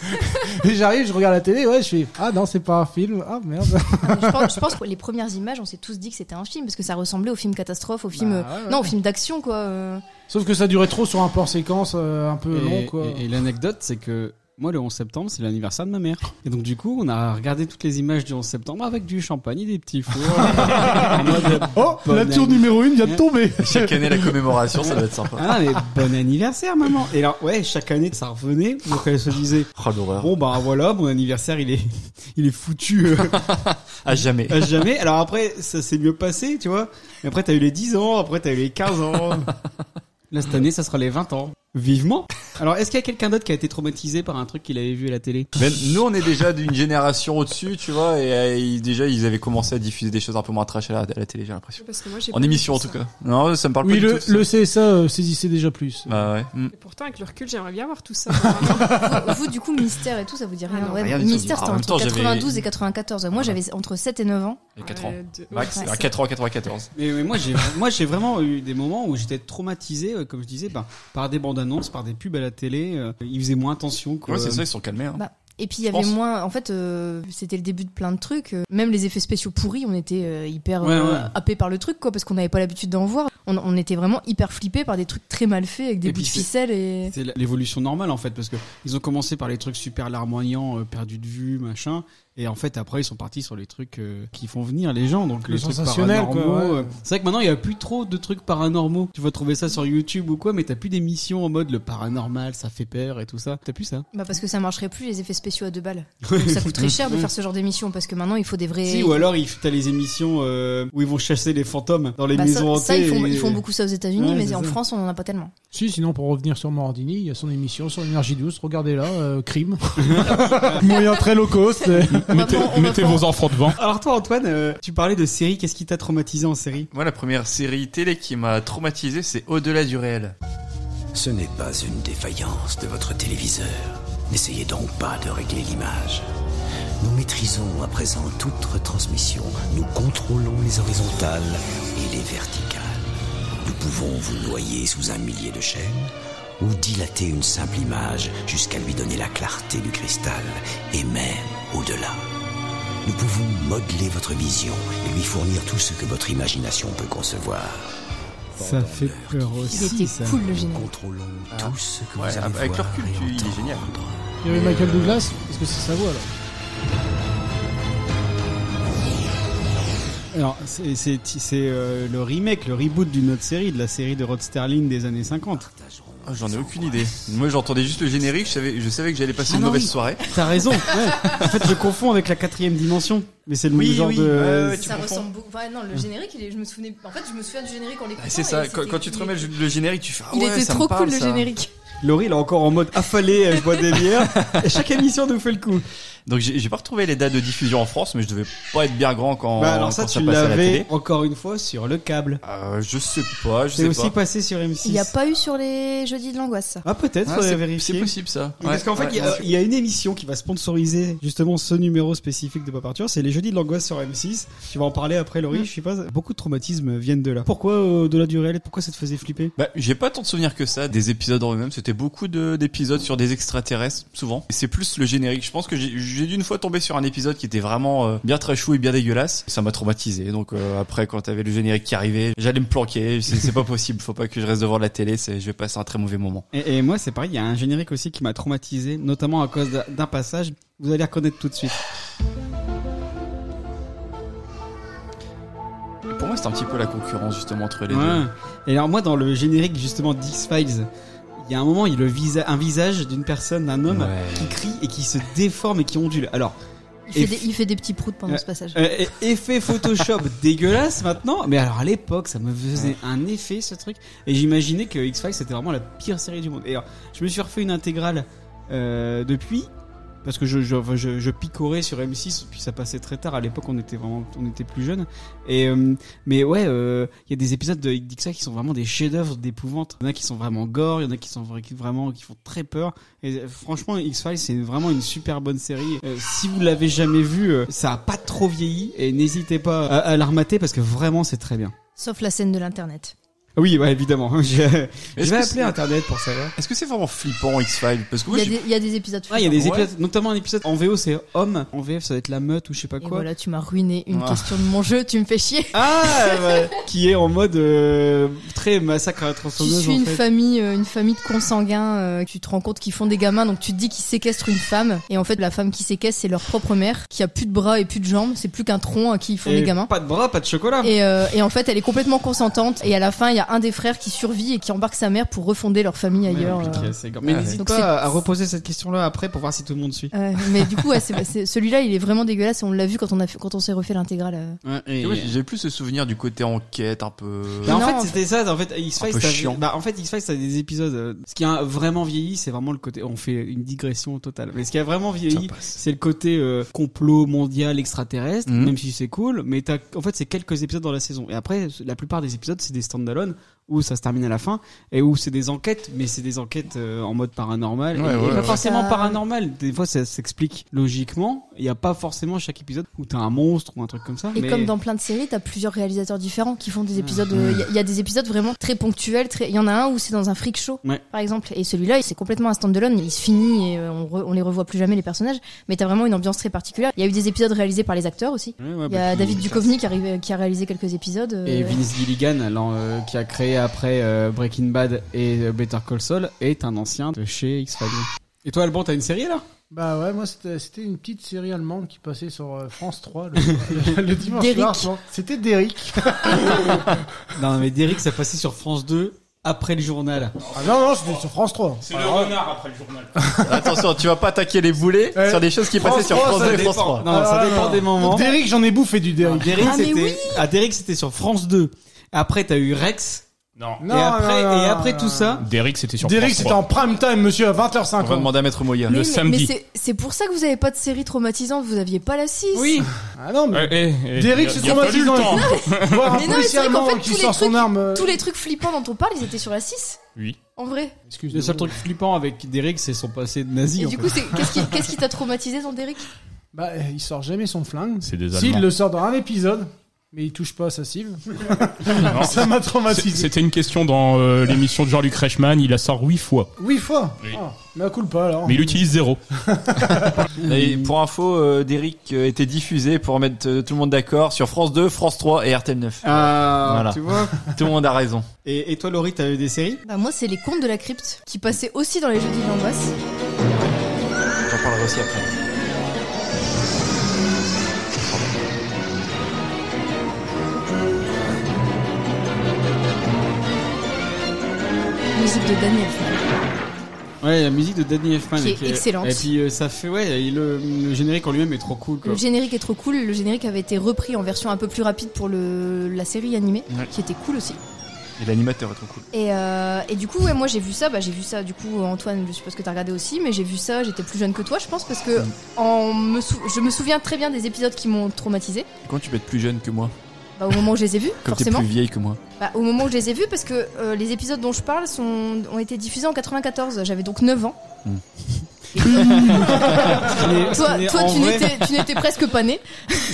Speaker 5: Et j'arrive, je regarde la télé, ouais, je fais Ah non, c'est pas un film. Ah merde.
Speaker 3: Ah, mais je, pense, je pense que les premières images, on s'est tous dit que c'était un film parce que ça ressemblait au film catastrophe, au film
Speaker 5: Bah, ouais, ouais.
Speaker 3: non, au film d'action quoi. euh.
Speaker 5: Sauf que ça durait trop sur un plan séquence euh, un peu long,
Speaker 2: Et,
Speaker 5: quoi.
Speaker 2: et- et l'anecdote, c'est que moi, le 11 septembre, c'est l'anniversaire de ma mère. Et donc, du coup, on a regardé toutes les images du 11 septembre avec du champagne et des petits fours. En mode,
Speaker 5: Oh,
Speaker 2: Bon
Speaker 5: la tour
Speaker 2: ami.
Speaker 5: numéro 1 vient de
Speaker 2: Ouais.
Speaker 5: tomber.
Speaker 7: Chaque année, la commémoration, ça doit être sympa.
Speaker 2: ah, mais bon anniversaire, maman. Et là, ouais, chaque année, ça revenait. Donc, elle se disait,
Speaker 7: Oh l'horreur.
Speaker 2: bon, bah, voilà, mon anniversaire, il est, il est foutu. euh,
Speaker 7: À jamais.
Speaker 2: À Euh, jamais. Alors après, ça s'est mieux passé, tu vois. Et après, t'as eu les 10 ans, après, t'as eu les 15 ans. Là, cette année, ça sera les 20 ans. Vivement. Alors, est-ce qu'il y a quelqu'un d'autre qui a été traumatisé par un truc qu'il avait vu à la télé
Speaker 7: Mais nous, on est déjà d'une génération au-dessus, tu vois, et euh, ils- déjà, ils avaient commencé à diffuser des choses un peu moins trash à la, à la télé, j'ai l'impression.
Speaker 11: Parce que moi, j'ai
Speaker 7: En
Speaker 11: pas
Speaker 7: émission, en
Speaker 11: vécu
Speaker 7: tout
Speaker 11: ça.
Speaker 7: cas. Non, ça me parle
Speaker 5: Oui,
Speaker 7: pas
Speaker 5: le,
Speaker 7: du tout.
Speaker 5: le CSA euh, saisissait déjà plus.
Speaker 7: Bah ouais. Mm.
Speaker 11: Et pourtant, avec le recul, j'aimerais bien avoir tout ça.
Speaker 3: Vous, du coup, mystère et tout, ça vous dit rien.
Speaker 11: Ah non.
Speaker 3: Ouais,
Speaker 7: Rien du tout.
Speaker 3: mystère,
Speaker 7: Ah,
Speaker 3: c'était
Speaker 7: en même
Speaker 3: entre
Speaker 7: temps, j'avais-
Speaker 3: 92 et 94. Moi, j'avais entre 7 et 9 ans.
Speaker 7: Il y a 4 ans.
Speaker 11: Euh, de-
Speaker 7: Max,
Speaker 3: Ouais,
Speaker 7: à
Speaker 3: c'est-
Speaker 7: 4 ans, 94.
Speaker 2: Mais, mais moi, j'ai, moi, j'ai vraiment eu des moments où j'étais traumatisé, euh, comme je disais, par, par des bandes annonces, par des pubs à la télé. euh, ils faisaient moins attention. Quoi.
Speaker 7: Ouais, c'est ça, ils se sont calmés. Hein.
Speaker 3: Bah, Et puis il y
Speaker 7: Je
Speaker 3: avait
Speaker 7: pense.
Speaker 3: moins. En fait, euh, c'était le début de plein de trucs. Euh, Même les effets spéciaux pourris, on était euh, hyper
Speaker 2: Ouais,
Speaker 3: euh,
Speaker 2: ouais.
Speaker 3: happés par le truc, quoi, parce qu'on n'avait pas l'habitude d'en voir. On, on était vraiment hyper flippés par des trucs très mal faits avec des
Speaker 2: Et
Speaker 3: bouts de
Speaker 2: puis c'est-
Speaker 3: ficelle et.
Speaker 2: C'est l'évolution normale en fait parce que ils ont commencé par les trucs super larmoyants, euh, perdus de vue, machin, et en fait après ils sont partis sur les trucs euh, qui font venir les gens, donc
Speaker 5: Le
Speaker 2: les trucs
Speaker 5: sensationnel,
Speaker 2: paranormaux.
Speaker 5: quoi, ouais.
Speaker 2: euh. C'est vrai que maintenant il y a plus trop de trucs paranormaux. Tu vas trouver ça sur YouTube ou quoi, mais t'as plus d'émissions en mode le paranormal, ça fait peur et tout ça. T'as plus ça
Speaker 3: Bah parce que ça marcherait plus les effets spéciaux à deux balles. Donc ça coûterait cher de faire ce genre d'émission parce que maintenant il faut des vrais.
Speaker 2: Si ou alors ils- t'as les émissions euh, où ils vont chasser les fantômes dans les
Speaker 3: Bah, ça,
Speaker 2: maisons
Speaker 3: ça,
Speaker 2: hantées.
Speaker 3: ils, font,
Speaker 2: et-
Speaker 3: ils font beaucoup ça aux États-Unis,
Speaker 2: Ouais,
Speaker 3: mais
Speaker 2: c'est
Speaker 3: en
Speaker 2: ça.
Speaker 3: France on en a pas tellement.
Speaker 5: Si, sinon, pour revenir sur Mordini, il y a son émission sur Énergie 12. Regardez-la, euh, crime. Moyen très low cost. euh.
Speaker 3: Mettez- on va mettez prendre-
Speaker 12: vos enfants devant.
Speaker 2: Alors toi Antoine, euh, tu parlais de séries. Qu'est-ce qui t'a traumatisé en série
Speaker 7: Moi, la première série télé qui m'a traumatisé, c'est Au-delà du réel.
Speaker 4: Ce n'est pas une défaillance de votre téléviseur. N'essayez donc pas de régler l'image. Nous maîtrisons à présent toute retransmission. Nous contrôlons les horizontales et les verticales. Nous pouvons vous noyer sous un millier de chaînes ou dilater une simple image jusqu'à lui donner la clarté du cristal et même au-delà. Nous pouvons modeler votre vision et lui fournir tout ce que votre imagination peut concevoir.
Speaker 2: Ça fait peur
Speaker 3: Il était cool le Ah. générique.
Speaker 4: Contrôlons tout ce que
Speaker 7: Ouais,
Speaker 4: vous allez
Speaker 7: avec le
Speaker 4: voir
Speaker 7: recul,
Speaker 4: et
Speaker 7: tu- il est
Speaker 4: entendre.
Speaker 7: génial.
Speaker 5: Il y avait Michael Douglas. Est-ce que c'est sa voix, là
Speaker 2: Alors, c'est c'est- c'est, euh, le remake, le reboot d'une autre série, de la série de Rod Sterling des années 50.
Speaker 7: Ah, J'en ai aucune idée. Moi, j'entendais juste le générique, je savais, je savais que j'allais passer
Speaker 2: Ah
Speaker 7: une
Speaker 2: non,
Speaker 7: mauvaise
Speaker 2: oui.
Speaker 7: soirée.
Speaker 2: T'as raison. ouais. En fait, je confonds avec la quatrième dimension. Mais c'est le
Speaker 7: Oui,
Speaker 2: même genre
Speaker 7: oui,
Speaker 2: de.
Speaker 7: ouais, ouais, Euh, tu
Speaker 3: Euh, Ça
Speaker 7: comprends.
Speaker 3: ressemble beaucoup. Enfin, non, le générique, il est- je me souvenais. En fait, je me souviens du générique
Speaker 2: Bah,
Speaker 3: en l'écoutant.
Speaker 7: Ah, C'est
Speaker 3: et
Speaker 7: ça, quand,
Speaker 3: c'était-
Speaker 7: quand tu te
Speaker 3: il
Speaker 7: remets
Speaker 3: était-
Speaker 7: le générique, tu fais Ah
Speaker 3: Il
Speaker 7: ouais,
Speaker 3: était
Speaker 7: ça me
Speaker 3: trop
Speaker 7: parle,
Speaker 3: cool le
Speaker 7: ça.
Speaker 3: générique.
Speaker 2: Laurie, il est encore en mode affalé, elle, je bois des bières. Et chaque émission nous fait le coup.
Speaker 7: Donc, j'ai j'ai pas retrouvé les dates de diffusion en France, mais je devais pas être bien grand quand,
Speaker 2: bah, alors ça,
Speaker 7: quand ça
Speaker 2: tu
Speaker 7: passait à la
Speaker 2: l'avais
Speaker 7: télé.
Speaker 2: encore une fois sur le câble.
Speaker 7: Euh, je sais pas, je
Speaker 2: C'est
Speaker 7: sais
Speaker 2: aussi
Speaker 7: pas.
Speaker 2: passé sur M6.
Speaker 3: Il n'y a pas eu sur les jeudis de l'angoisse ça.
Speaker 2: Ah peut-être,
Speaker 7: Ah,
Speaker 2: faudrait
Speaker 7: c'est-
Speaker 2: vérifier.
Speaker 7: C'est possible ça.
Speaker 2: Mais Parce
Speaker 7: Ouais,
Speaker 2: qu'en fait,
Speaker 7: ouais,
Speaker 2: il y, a- il y a une émission qui va sponsoriser justement ce numéro spécifique de Paparture, c'est les jeudis de l'angoisse sur M6. Tu vas en parler après, Laurie,
Speaker 3: Mm.
Speaker 2: je sais pas. Beaucoup de traumatismes viennent de là. Pourquoi euh, au-delà du réel Pourquoi ça te faisait flipper
Speaker 7: Bah, j'ai pas tant de souvenirs que ça des épisodes en eux-mêmes. C'était beaucoup de- d'épisodes sur des extraterrestres, souvent. Et c'est plus le générique. Je pense que j'ai j'ai dû une fois tomber sur un épisode qui était vraiment euh, bien très chou et bien dégueulasse. Ça m'a traumatisé. Donc euh, après, quand t'avais le générique qui arrivait, j'allais me planquer. C'est c'est pas possible. Faut pas que je reste devant la télé. c'est- Je vais passer un très mauvais moment.
Speaker 2: Et, et moi, c'est pareil, il y a un générique aussi qui m'a traumatisé, notamment à cause d'un- d'un passage. Vous allez reconnaître tout de suite.
Speaker 7: Pour moi, c'est un petit peu la concurrence justement entre les
Speaker 2: Ouais.
Speaker 7: deux.
Speaker 2: Et alors moi, dans le générique justement d'X-Files, il y a un moment, il y a le visa, un visage d'une personne, d'un homme,
Speaker 7: Ouais.
Speaker 2: qui crie et qui se déforme et qui ondule. Alors,
Speaker 3: Il
Speaker 2: Et
Speaker 3: fait, des,
Speaker 2: f-
Speaker 3: il fait des petits proutes pendant
Speaker 2: Ouais.
Speaker 3: ce passage.
Speaker 2: euh, e- effet Photoshop dégueulasse maintenant, mais alors à l'époque, ça me faisait un effet ce truc. Et j'imaginais que X-Files, c'était vraiment la pire série du monde. Et alors, je me suis refait une intégrale euh, depuis. Parce que je, je, enfin, je, je picorais sur M6, puis ça passait très tard. À l'époque, on était vraiment, on était plus jeunes. Et euh, mais ouais, euh, il y a des épisodes de Dixa qui sont vraiment des chefs-d'œuvre d'épouvante. Il y en a qui sont vraiment gore, il y en a qui sont vra- qui vraiment qui font très peur. Et euh, franchement, X Files c'est vraiment une super bonne série. Euh, si vous l'avez jamais vu, euh, ça a pas trop vieilli et n'hésitez pas euh, à, à la remater parce que vraiment c'est très bien.
Speaker 3: Sauf la scène de l'internet.
Speaker 2: Ah Oui, ouais, évidemment. Je, je
Speaker 7: Est-ce
Speaker 2: vais
Speaker 7: que
Speaker 2: appeler
Speaker 7: c'est-
Speaker 2: Internet pour savoir.
Speaker 7: Est-ce que c'est vraiment flippant X-Files Parce que
Speaker 3: Il
Speaker 7: moi,
Speaker 3: y, a
Speaker 7: j'ai-
Speaker 3: des- il y a des épisodes.
Speaker 2: Ah, il y a
Speaker 3: flippants.
Speaker 2: des
Speaker 7: Ouais.
Speaker 2: épisodes, notamment un épisode en VO, c'est homme. En VF, ça va être la meute ou je sais pas
Speaker 3: Et
Speaker 2: quoi.
Speaker 3: voilà, tu m'as ruiné une
Speaker 7: Ah.
Speaker 3: question de mon jeu, tu me fais chier.
Speaker 2: Ah, ouais, qui est en mode euh, très massacre à la
Speaker 3: Tu
Speaker 2: tronçonneuse.
Speaker 3: suis
Speaker 2: en
Speaker 3: une
Speaker 2: fait.
Speaker 3: famille, euh, une famille de consanguins. euh, tu te rends compte qu'ils font des gamins, donc tu te dis qu'ils séquestrent une femme. Et en fait, la femme qui séquestre, c'est leur propre mère, qui a plus de bras et plus de jambes. C'est plus qu'un tronc à qui ils font
Speaker 2: Et
Speaker 3: des gamins.
Speaker 2: Pas de bras, pas de chocolat.
Speaker 3: Et, euh, et en fait, elle est complètement consentante. Et à la fin, il y a a un des frères qui survit et qui embarque sa mère pour refonder leur famille ailleurs.
Speaker 2: Mais,
Speaker 3: euh.
Speaker 2: pitié, c'est grave. Mais
Speaker 3: Ah,
Speaker 2: n'hésite
Speaker 3: donc
Speaker 2: pas
Speaker 3: c'est-
Speaker 2: à reposer cette question-là après pour voir si tout le monde suit.
Speaker 3: Ouais, mais du coup, ouais, c'est- c'est- celui-là, il est vraiment dégueulasse. et On l'a vu quand on a fait- quand on s'est refait l'intégrale. euh.
Speaker 7: Et moi, J'ai plus ce souvenir du côté enquête un peu.
Speaker 2: Bah, en fait, c'était ça. En fait, X-Files,
Speaker 7: peu
Speaker 2: t'avais-
Speaker 7: chiant.
Speaker 2: bah, en fait, X-Files, ça a des épisodes. euh, Ce qui a vraiment vieilli, c'est vraiment le côté. On fait une digression totale. Mais ce qui a vraiment vieilli, c'est le côté euh, complot mondial extraterrestre,
Speaker 7: Mhm.
Speaker 2: même si c'est cool. Mais t'as, en fait, c'est quelques épisodes dans la saison. Et après, la plupart des épisodes, c'est des standalone où ça se termine à la fin et où c'est des enquêtes, mais c'est des enquêtes euh, en mode paranormal.
Speaker 7: Ouais,
Speaker 2: et, et
Speaker 7: ouais,
Speaker 2: pas
Speaker 7: ouais.
Speaker 2: forcément
Speaker 7: Ça-
Speaker 2: paranormal. Des fois, ça s'explique logiquement. Il n'y a pas forcément chaque épisode où t'as un monstre ou un truc comme ça.
Speaker 3: Et
Speaker 2: mais...
Speaker 3: comme dans plein de séries, t'as plusieurs réalisateurs différents qui font des épisodes. euh, Il y a- il y, a des épisodes vraiment très ponctuels. très- Il y en a un où c'est dans un freak show,
Speaker 2: Ouais.
Speaker 3: par exemple. Et celui-là, c'est complètement un stand-alone. Il se finit et euh, on, re- on les revoit plus jamais, les personnages. Mais t'as vraiment une ambiance très particulière. Il y a eu des épisodes réalisés par les acteurs aussi.
Speaker 2: Ouais, ouais,
Speaker 3: Il y a
Speaker 2: bah,
Speaker 3: David
Speaker 2: qui-
Speaker 3: Duchovny qui, arrive- qui a réalisé quelques épisodes. euh,
Speaker 2: Et Vince Gilligan, l'en- euh, qui a créé après euh, Breaking Bad et euh, Better Call Saul, est un ancien de chez X-Files. Et toi, Alban, t'as une série là
Speaker 5: Bah ouais, moi c'était c'était une petite série allemande qui passait sur euh, France 3 le, le dimanche
Speaker 2: Derrick.
Speaker 5: soir, souvent. C'était Derrick.
Speaker 2: Non, mais Derrick, ça passait sur France 2 après le journal.
Speaker 5: Ah non, non, c'était sur France Ah 3.
Speaker 12: C'est le renard après le journal.
Speaker 7: Attention, tu vas pas attaquer les boulets
Speaker 5: Eh,
Speaker 7: sur des choses qui passaient sur
Speaker 5: 3,
Speaker 7: France
Speaker 5: ça
Speaker 7: 2 et France
Speaker 5: dépend.
Speaker 7: 3.
Speaker 2: Non, ça
Speaker 5: Ah,
Speaker 2: dépend
Speaker 5: non.
Speaker 2: des moments.
Speaker 5: Derrick, j'en ai bouffé du Derrick.
Speaker 2: Derrick,
Speaker 5: Ah, mais
Speaker 2: c'était
Speaker 5: oui.
Speaker 2: ah, Derrick, c'était sur France 2. Après, t'as eu Rex.
Speaker 12: Non.
Speaker 2: et après,
Speaker 5: non, non,
Speaker 2: et après
Speaker 5: non,
Speaker 2: tout ça.
Speaker 12: Derrick, c'était sur
Speaker 5: Derrick,
Speaker 12: France
Speaker 5: c'était en prime time, monsieur, à 20h50.
Speaker 7: On va demander à Maître Moya.
Speaker 12: Le
Speaker 3: Mais- mais-
Speaker 12: samedi.
Speaker 3: Mais c'est- c'est pour ça que vous avez pas de série traumatisante. Vous aviez pas la 6.
Speaker 2: Oui.
Speaker 5: Ah non, mais.
Speaker 12: Eh, eh,
Speaker 5: Derrick,
Speaker 12: y a-
Speaker 5: c'est
Speaker 12: y a pas eu le
Speaker 5: traumatisant.
Speaker 12: temps.
Speaker 5: Voir un
Speaker 3: Mais non, mais c'est
Speaker 5: policier
Speaker 3: vrai qu'en
Speaker 5: allemand
Speaker 3: fait,
Speaker 5: qui
Speaker 3: tous les,
Speaker 5: sort son
Speaker 3: trucs,
Speaker 5: arme. euh,
Speaker 3: tous les trucs flippants dont on parle, ils étaient sur la 6.
Speaker 12: Oui.
Speaker 3: En vrai.
Speaker 2: Le seul truc flippant avec Derrick, c'est son passé de nazi.
Speaker 3: Et
Speaker 2: en
Speaker 3: du
Speaker 2: fait.
Speaker 3: coup, c'est- qu'est-ce qui- qu'est-ce qui t'a traumatisé dans Derrick
Speaker 5: Bah, euh, il sort jamais son flingue.
Speaker 12: C'est des
Speaker 5: S'il
Speaker 12: Allemands.
Speaker 5: le sort dans un épisode, mais il touche pas à sa cible.
Speaker 12: Non.
Speaker 5: ça m'a
Speaker 12: C'est-
Speaker 5: traumatisé.
Speaker 12: C'était une question dans euh, l'émission de Jean-Luc Reichmann. Il la sort huit fois,
Speaker 5: Oui, fois.
Speaker 12: Oui.
Speaker 5: Ah, mais à coup pas alors.
Speaker 12: mais il utilise zéro.
Speaker 7: Et pour info, euh, Derrick euh, était diffusé pour mettre euh, tout le monde d'accord sur France 2, France 3 et RTL 9.
Speaker 2: Ah,
Speaker 7: Voilà.
Speaker 2: tu vois.
Speaker 7: Tout le monde a raison.
Speaker 2: Et, et toi, Laurie, t'as eu des séries
Speaker 3: Bah moi c'est les contes de la crypte qui passaient aussi dans les jeudis de l'angoisse.
Speaker 7: J'en parlerai aussi après.
Speaker 3: Musique de Daniel.
Speaker 2: Ouais, la musique de Danny Elfman.
Speaker 3: Qui est
Speaker 2: et
Speaker 3: excellente.
Speaker 2: Et puis, euh, ça fait, ouais, et le, le générique en lui-même est trop cool, quoi.
Speaker 3: Le générique est trop cool, le générique avait été repris en version un peu plus rapide pour le, la série animée
Speaker 7: Ouais.
Speaker 3: qui était cool aussi.
Speaker 7: Et l'animateur est trop cool.
Speaker 3: Et, euh, et du coup ouais, moi j'ai vu ça, bah j'ai vu ça du coup Antoine je suppose que t'as regardé aussi mais j'ai vu ça, j'étais plus jeune que toi je pense parce que
Speaker 7: Mm.
Speaker 3: en me sou- je me souviens très bien des épisodes qui m'ont traumatisé
Speaker 7: Quand tu peux être plus jeune que moi,
Speaker 3: bah, au moment où je les ai vus
Speaker 7: comme t'es
Speaker 3: forcément.
Speaker 7: plus vieille que moi.
Speaker 3: Bah, au moment où je les ai vus, parce que euh, les épisodes dont je parle sont, ont été diffusés en 94. J'avais donc 9 ans.
Speaker 7: Mm.
Speaker 3: Et- toi,
Speaker 2: ce qui n'est
Speaker 3: toi,
Speaker 2: en
Speaker 3: tu
Speaker 2: vrai-
Speaker 3: n'étais- tu n'étais presque pas né.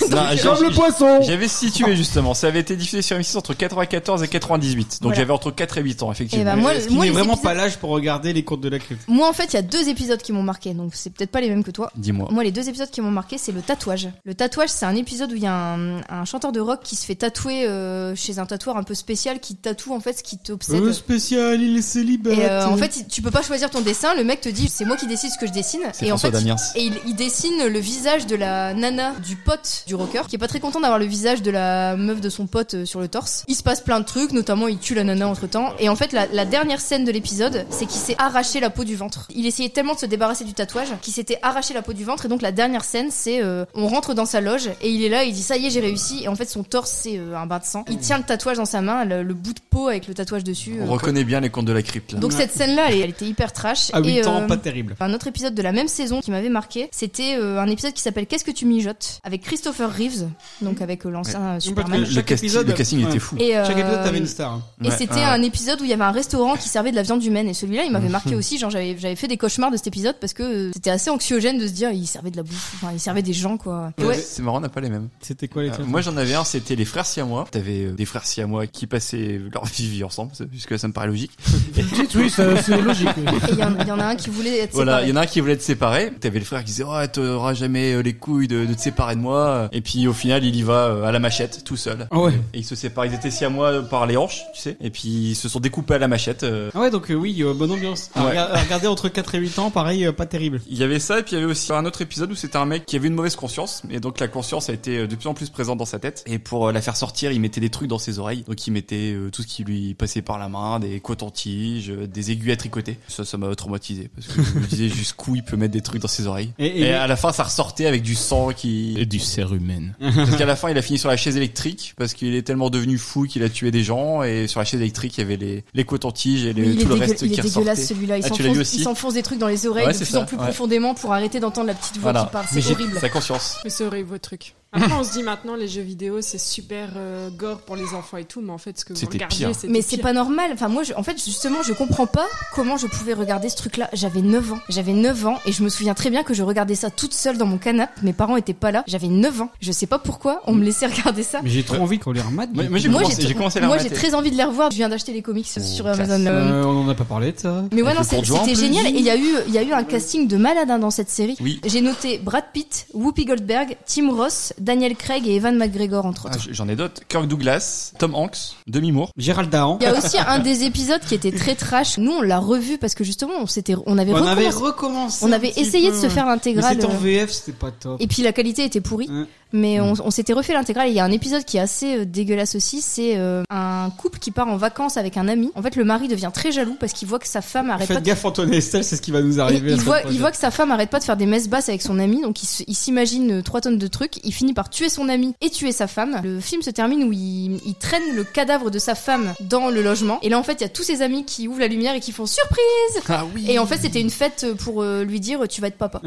Speaker 7: Non, j'ai-
Speaker 5: Comme le poisson
Speaker 7: J'avais situé justement, ça avait été diffusé sur M6 entre 94 et 98. Donc
Speaker 3: Voilà.
Speaker 7: j'avais entre 4 et 8 ans,
Speaker 3: Et
Speaker 7: effectivement.
Speaker 3: bah, moi,
Speaker 2: Ce qui
Speaker 3: moi,
Speaker 2: n'est
Speaker 3: les
Speaker 2: vraiment
Speaker 3: épisodes-
Speaker 2: pas l'âge pour regarder les contes de la crypte.
Speaker 3: moi, en fait, il y a deux épisodes qui m'ont marqué, donc c'est peut-être pas les mêmes que toi.
Speaker 7: Dis-moi.
Speaker 3: Moi, les deux épisodes qui m'ont marqué, c'est le tatouage. Le tatouage, c'est un épisode où il y a un, un chanteur de rock qui se fait tatouer euh, chez un tatoueur un peu spécial qui tatoue en fait ce qui t'obsède.
Speaker 2: Euh, spécial, il est célibataire.
Speaker 3: Et euh, en fait, il- tu peux pas choisir ton dessin. Le mec te dit, c'est moi qui décide ce que je dessine.
Speaker 7: C'est
Speaker 3: Et en
Speaker 7: François
Speaker 3: fait,
Speaker 7: Damiens.
Speaker 3: et il, il dessine le visage de la nana du pote du rocker, qui est pas très content d'avoir le visage de la meuf de son pote euh, sur le torse. Il se passe plein de trucs, notamment il tue la nana entre temps. Et en fait, la, la dernière scène de l'épisode, c'est qu'il s'est arraché la peau du ventre. Il essayait tellement de se débarrasser du tatouage qu'il s'était arraché la peau du ventre. Et donc la dernière scène, c'est euh, on rentre dans sa loge et il est là, il dit ça y est, j'ai réussi. Et en fait, son torse c'est euh, un bain de sang. Il tient le tatouage dans sa main, le, le bout de peau avec le tatouage dessus.
Speaker 7: On
Speaker 3: euh,
Speaker 7: reconnaît bien les contes de la crypte là.
Speaker 3: donc cette scène-là, elle, elle était hyper trash.
Speaker 2: à 8
Speaker 3: et,
Speaker 2: ans,
Speaker 3: euh,
Speaker 2: pas terrible.
Speaker 3: un autre épisode de la même saison qui m'avait marqué, c'était euh, un épisode qui s'appelle Qu'est-ce que tu mijotes avec Christopher Reeves, donc avec euh, l'ancien euh, Superman.
Speaker 7: le,
Speaker 2: chaque
Speaker 7: casti-
Speaker 2: épisode-
Speaker 7: le casting était
Speaker 2: ouais.
Speaker 7: fou.
Speaker 3: Et, euh,
Speaker 2: Chaque épisode, t'avais une star.
Speaker 3: et
Speaker 7: Ouais,
Speaker 3: c'était
Speaker 7: ouais.
Speaker 3: un épisode où il y avait un restaurant qui servait de la viande humaine. Et celui-là, il m'avait marqué aussi. Genre, j'avais, j'avais fait des cauchemars de cet épisode parce que euh, c'était assez anxiogène de se dire, il servait de la bouffe, enfin, il servait des gens, quoi. Et ouais.
Speaker 7: C'est marrant, on n'a pas les mêmes.
Speaker 2: C'était quoi les
Speaker 7: Euh,
Speaker 2: tiens
Speaker 7: moi j'en avais un, c'était les frères siamois. T'avais euh, des frères siamois qui passaient leur vie ensemble, puisque ça me paraît logique.
Speaker 5: Dites oui, ça- c'est logique. oui.
Speaker 3: Et il y, en- il y en a un qui voulait être
Speaker 7: Voilà,
Speaker 3: séparé.
Speaker 7: il y en a a un qui voulait te séparer. T'avais le frère qui disait, oh, t'auras jamais euh, les couilles de, de te séparer de moi. Et puis au final, il y va euh, à la machette, tout seul.
Speaker 2: Ah ouais.
Speaker 7: Et ils se séparent. Ils étaient si à moi par les hanches, tu sais. Et puis ils se sont découpés à la machette. euh.
Speaker 2: Ah ouais, donc euh, oui, euh, bonne ambiance. À
Speaker 7: Ouais.
Speaker 2: rega- à regarder entre 4 et 8 ans, pareil, euh, pas terrible.
Speaker 7: Il y avait ça, et puis il y avait aussi un autre épisode où c'était un mec qui avait une mauvaise conscience, et donc la conscience a été euh, de plus en plus présente dans sa tête. Et pour euh, la faire sortir, il mettait des trucs dans ses oreilles. Donc il mettait euh, tout ce qui lui passait par la main, des cotons-tiges, euh, des aiguilles à tricoter. Ça, ça m'a traumatisé, parce que je me disais jusqu'où il peut mettre des trucs dans ses oreilles.
Speaker 2: Et-
Speaker 7: Et,
Speaker 2: et-
Speaker 7: à la fin, ça ressortait avec du sang qui...
Speaker 12: Et du cérumen.
Speaker 7: Parce qu'à la fin, il a fini sur la chaise électrique, parce qu'il est tellement devenu fou qu'il a tué des gens, et sur la chaise électrique, il y avait les, les cotons-tiges et les-
Speaker 3: Oui, il, est
Speaker 7: Euh, tout le
Speaker 3: dégueu-
Speaker 7: reste
Speaker 3: il est
Speaker 7: qui
Speaker 3: dégueulasse
Speaker 7: ressortait.
Speaker 3: celui-là. Il
Speaker 7: Ah, tu l'as vu
Speaker 3: s'enfonce-
Speaker 7: aussi
Speaker 3: il s'enfonce des trucs dans les oreilles
Speaker 7: Ouais,
Speaker 3: de
Speaker 7: c'est
Speaker 3: plus
Speaker 7: ça,
Speaker 3: en plus
Speaker 7: ouais.
Speaker 3: profondément pour arrêter d'entendre la petite voix
Speaker 7: Voilà.
Speaker 3: qui parle.
Speaker 7: Mais
Speaker 3: C'est
Speaker 7: j'ai-
Speaker 3: horrible.
Speaker 7: Sa conscience.
Speaker 11: Mais c'est horrible votre truc. Après, on se dit maintenant, les jeux vidéo, c'est super euh, gore pour les enfants et tout, mais en fait, ce que vous
Speaker 7: C'était
Speaker 11: regardiez,
Speaker 7: pire.
Speaker 11: c'était
Speaker 3: Mais c'est
Speaker 11: pire.
Speaker 3: pas normal. Enfin, moi, je- en fait, justement, je comprends pas comment je pouvais regarder ce truc-là. J'avais 9 ans. J'avais 9 ans et je me souviens très bien que je regardais ça toute seule dans mon canapé. Mes parents étaient pas là. J'avais 9 ans. Je sais pas pourquoi on me laissait regarder ça.
Speaker 2: Mais j'ai trop envie qu'on les remate.
Speaker 7: Euh, Moi-
Speaker 2: du
Speaker 7: moi,
Speaker 2: coup.
Speaker 7: j'ai Moi, commencé- j'ai commencé à les
Speaker 3: Moi, j'ai
Speaker 7: remater.
Speaker 3: très envie de les revoir. Je viens d'acheter les
Speaker 2: Oh,
Speaker 3: comics sur Amazon. euh,
Speaker 2: Euh, on en a pas parlé de ça.
Speaker 3: Mais ouais,
Speaker 7: Avec
Speaker 3: non,
Speaker 7: le
Speaker 3: c'est-
Speaker 7: courgeois en
Speaker 3: c'était
Speaker 7: plus.
Speaker 3: génial. Et il y a eu, il y a eu un casting de malade hein, dans cette série.
Speaker 7: Oui.
Speaker 3: J'ai noté Brad Pitt, Whoopi Goldberg, Tim Ross, Daniel Craig et Evan McGregor entre
Speaker 7: Ah,
Speaker 3: autres.
Speaker 7: J'en ai d'autres. Kirk Douglas, Tom Hanks, Demi Moore.
Speaker 2: Gérald Dahan.
Speaker 3: Il y a aussi un des épisodes qui était très trash. Nous, on l'a revu parce que justement, on s'était, on avait,
Speaker 2: On avait
Speaker 3: recommencé-
Speaker 2: recommencé.
Speaker 3: on
Speaker 2: un
Speaker 3: avait
Speaker 2: petit
Speaker 3: essayé
Speaker 2: peu,
Speaker 3: de se faire
Speaker 2: Mais
Speaker 3: l'intégrale.
Speaker 2: c'était en
Speaker 3: euh,
Speaker 2: VF, c'était pas top.
Speaker 3: Et puis la qualité était pourrie,
Speaker 2: Ouais.
Speaker 3: mais on, on s'était refait l'intégrale. Il y a un épisode qui est assez euh, dégueulasse aussi, c'est euh, un couple qui part en vacances avec un ami. En fait, le mari devient très jaloux parce qu'il voit que sa femme arrête pas
Speaker 2: Faites
Speaker 3: de
Speaker 2: gaffe, Antoine et Estelle, c'est ce qui va nous
Speaker 3: Et
Speaker 2: arriver. la
Speaker 3: il,
Speaker 2: semaine
Speaker 3: voit, il
Speaker 2: prochaine.
Speaker 3: voit que sa femme arrête pas de faire des messes basses avec son ami, donc il se- il s'imagine euh, trois tonnes de trucs. Il finit par tuer son ami et tuer sa femme. Le film se termine où il, il traîne le cadavre de sa femme dans le logement. Et là, en fait, il y a tous ses amis qui ouvrent la lumière et qui font surprise.
Speaker 7: Ah oui.
Speaker 3: Et en fait, c'était une fête pour euh, lui dire tu vas être papa.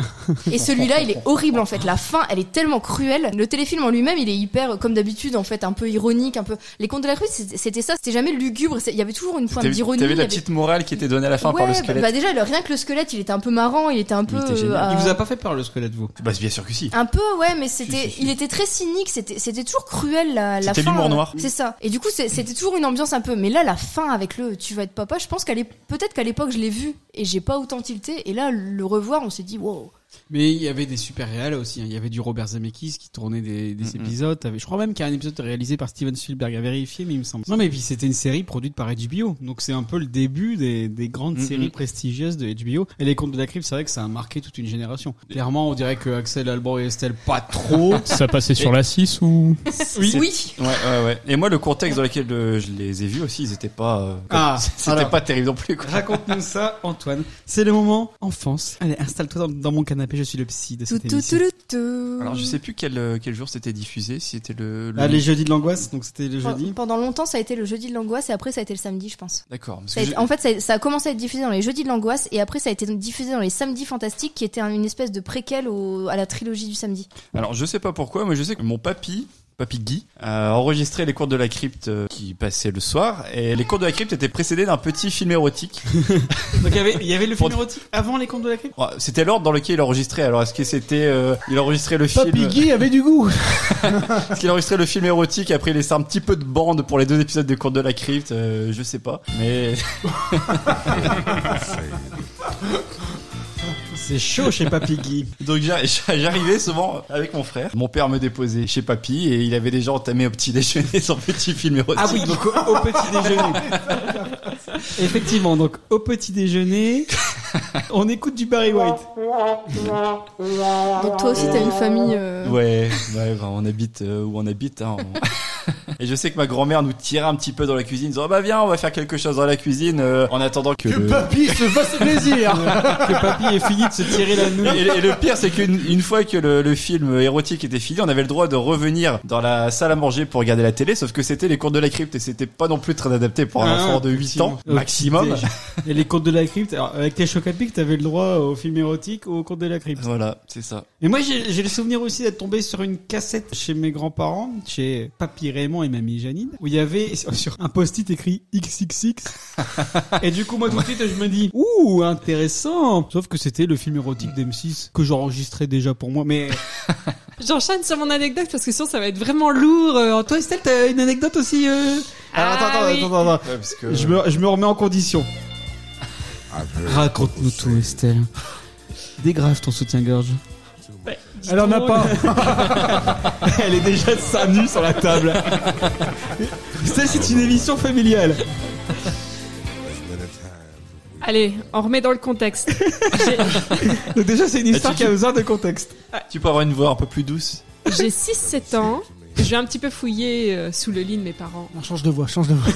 Speaker 3: et celui-là, il est horrible en fait. La fin, elle est tellement cruelle. Le téléfilm en lui-même, il est hyper, euh, comme d'habitude en fait, un peu ironique, un peu. Les contes de la rue, c'était c'était ça. C'était jamais lugubre. c'est- Il y avait toujours une pointe
Speaker 7: T'avais
Speaker 3: d'ironie.
Speaker 7: t'avais
Speaker 3: il y
Speaker 7: la
Speaker 3: avait-
Speaker 7: petite morale qui était donnée à la fin
Speaker 3: ouais,
Speaker 7: par le
Speaker 3: bah-
Speaker 7: squelette.
Speaker 3: Bah déjà, le- rien que le squelette, il était un peu marrant, il était un peu.
Speaker 7: Il était
Speaker 3: euh,
Speaker 7: génial.
Speaker 2: Il vous a pas fait peur le squelette, vous
Speaker 7: Bah, bien sûr que si.
Speaker 3: Un peu, ouais, mais c'était, il était très cynique, c'était, c'était toujours cruel la, la fin.
Speaker 7: C'était l'humour
Speaker 3: euh,
Speaker 7: noir.
Speaker 3: C'est ça. Et du coup, c'est- c'était toujours une ambiance un peu. Mais là, la fin avec le tu vas être papa, je pense qu'à l'ép- peut-être qu'à l'époque je l'ai vu et j'ai pas autant tilté. Et là, le revoir, on s'est dit wow.
Speaker 2: Mais il y avait des super réals aussi. hein. Il y avait du Robert Zemeckis qui tournait des, des épisodes. T'avais- Je crois même qu'il y a un épisode réalisé par Steven Spielberg à vérifier, mais il me semble. Non, mais puis c'était une série produite par HBO. Donc c'est un peu le début des, des grandes
Speaker 7: Mhm.
Speaker 2: séries prestigieuses de HBO. Et les contes de la crypte, c'est vrai que ça a marqué toute une génération. Clairement, on dirait que Axel, Alban et Estelle, pas trop.
Speaker 12: Ça passait sur la 6 ou
Speaker 2: Oui.
Speaker 3: Oui.
Speaker 7: Ouais, ouais, ouais. Et moi, le contexte dans lequel euh, je les ai vus aussi, ils étaient pas. euh, comme-
Speaker 2: Ah,
Speaker 7: c'était
Speaker 2: alors.
Speaker 7: pas terrible non plus. Quoi.
Speaker 2: Raconte-nous ça, Antoine. C'est le moment enfance. Allez, installe-toi dans, dans mon canapé. Je suis le psy de
Speaker 3: Tout
Speaker 2: cette
Speaker 3: tout
Speaker 2: émission.
Speaker 3: tout tout, tout.
Speaker 7: Alors, je sais plus quel euh, quel jour c'était diffusé. Si c'était le. le-
Speaker 2: Ah, les jeudis de l'angoisse. Donc c'était les
Speaker 3: Pen-
Speaker 2: jeudis.
Speaker 3: Pendant longtemps, ça a été le jeudi de l'angoisse et après ça a été le samedi, je pense.
Speaker 7: D'accord. parce
Speaker 3: Ça
Speaker 7: que
Speaker 3: a été-
Speaker 7: je-
Speaker 3: En fait, ça a, ça a commencé à être diffusé dans les jeudis de l'angoisse et après ça a été diffusé dans les samedis fantastiques, qui était un- une espèce de préquel au- à la trilogie du samedi.
Speaker 7: Alors, je sais pas pourquoi, mais je sais que mon papy. Papy Guy a enregistré les cours de la crypte euh, qui passaient le soir et les cours de la crypte étaient précédés d'un petit film érotique
Speaker 2: Donc il y avait, il y avait le film érotique avant les contes de la crypte.
Speaker 7: Ouais, Oh, C'était l'ordre dans lequel il enregistrait. Alors, est-ce que c'était, euh, il enregistrait le
Speaker 5: Papy
Speaker 7: film, euh,
Speaker 5: Guy avait du goût.
Speaker 7: est-ce qu'il enregistrait le film érotique après il laissait un petit peu de bande pour les deux épisodes de Cours de la Crypte, euh, je sais pas. Mais
Speaker 2: C'est chaud chez Papy Guy.
Speaker 7: donc j'a- j'a- j'arrivais souvent avec mon frère. Mon père me déposait chez papy et il avait déjà entamé au petit déjeuner son petit film érotique.
Speaker 2: Ah oui, donc au, au petit déjeuner. Effectivement, donc au petit déjeuner, on écoute du Barry White.
Speaker 3: Donc toi aussi, t'as une famille. euh,
Speaker 7: Ouais, ouais, ben, on habite euh, où on habite. Hein, on- Et je sais que ma grand-mère nous tirait un petit peu dans la cuisine, disant Ah bah viens, on va faire quelque chose dans la cuisine euh, en attendant que.
Speaker 5: Que
Speaker 7: le-
Speaker 5: papy se fasse plaisir.
Speaker 2: Que Papy ait fini de se tirer la
Speaker 7: Et,
Speaker 2: nouille.
Speaker 7: et le pire, c'est qu'une une fois que le, le film érotique était fini, on avait le droit de revenir dans la salle à manger pour regarder la télé, sauf que c'était les cours de la crypte et c'était pas non plus très adapté pour un
Speaker 2: Ah,
Speaker 7: enfant de 8 ans
Speaker 2: effectivement. Euh,
Speaker 7: maximum.
Speaker 2: Et les contes de la crypte, alors avec tes chocs à pic, t'avais le droit au film érotique ou aux contes de la crypte.
Speaker 7: Voilà, c'est ça.
Speaker 2: Et moi, j'ai j'ai le souvenir aussi d'être tombé sur une cassette chez mes grands-parents, chez Papy Raymond et Mamie Janine, où il y avait sur sur un post-it écrit XXX. et du coup, moi, tout de suite, je me dis, ouh, intéressant. Sauf que c'était le film érotique d'M6 que j'enregistrais déjà pour moi. Mais
Speaker 11: J'enchaîne sur mon anecdote parce que sinon, ça va être vraiment lourd. euh, Antoine,
Speaker 2: toi, Estelle, t'as une anecdote aussi euh... Alors, attends,
Speaker 11: Ah
Speaker 2: attends,
Speaker 11: oui.
Speaker 2: attends, attends, attends.
Speaker 7: Ouais, parce que... Ah,
Speaker 2: Je me, je me remets en condition. Raconte-nous tout, Estelle. Dégrave ton soutien-gorge.
Speaker 5: Elle en a pas.
Speaker 2: Elle est déjà de seins nus sur la table. Ça, c'est une émission familiale.
Speaker 11: Allez, on remet dans le contexte. J'ai-
Speaker 2: Donc déjà, c'est une
Speaker 7: Ah,
Speaker 2: histoire
Speaker 7: tu-
Speaker 2: qui a besoin de contexte.
Speaker 7: Tu peux avoir une voix un peu plus douce.
Speaker 11: J'ai 6-7 ans. Je vais un petit peu fouiller euh, sous le lit de mes parents.
Speaker 5: Non, change de voix, change de voix.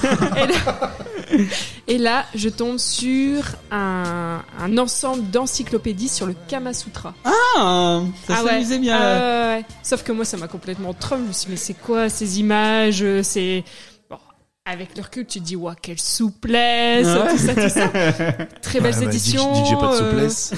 Speaker 11: Et là, je tombe sur un, un ensemble d'encyclopédies sur le Kama Sutra.
Speaker 2: Ah, ça
Speaker 11: Ah ouais.
Speaker 2: s'amusait bien.
Speaker 11: Ah
Speaker 2: là.
Speaker 11: ouais, ouais, ouais. Sauf que moi, ça m'a complètement trompe. Je me suis dit, mais c'est quoi ces images euh, C'est. Bon, avec le recul, tu te dis, waouh, quelle souplesse,
Speaker 2: Ouais.
Speaker 11: tout ça, tout ça. Très belles
Speaker 7: Ouais, bah,
Speaker 11: éditions.
Speaker 7: DJ, pas de
Speaker 11: euh,
Speaker 7: souplesse.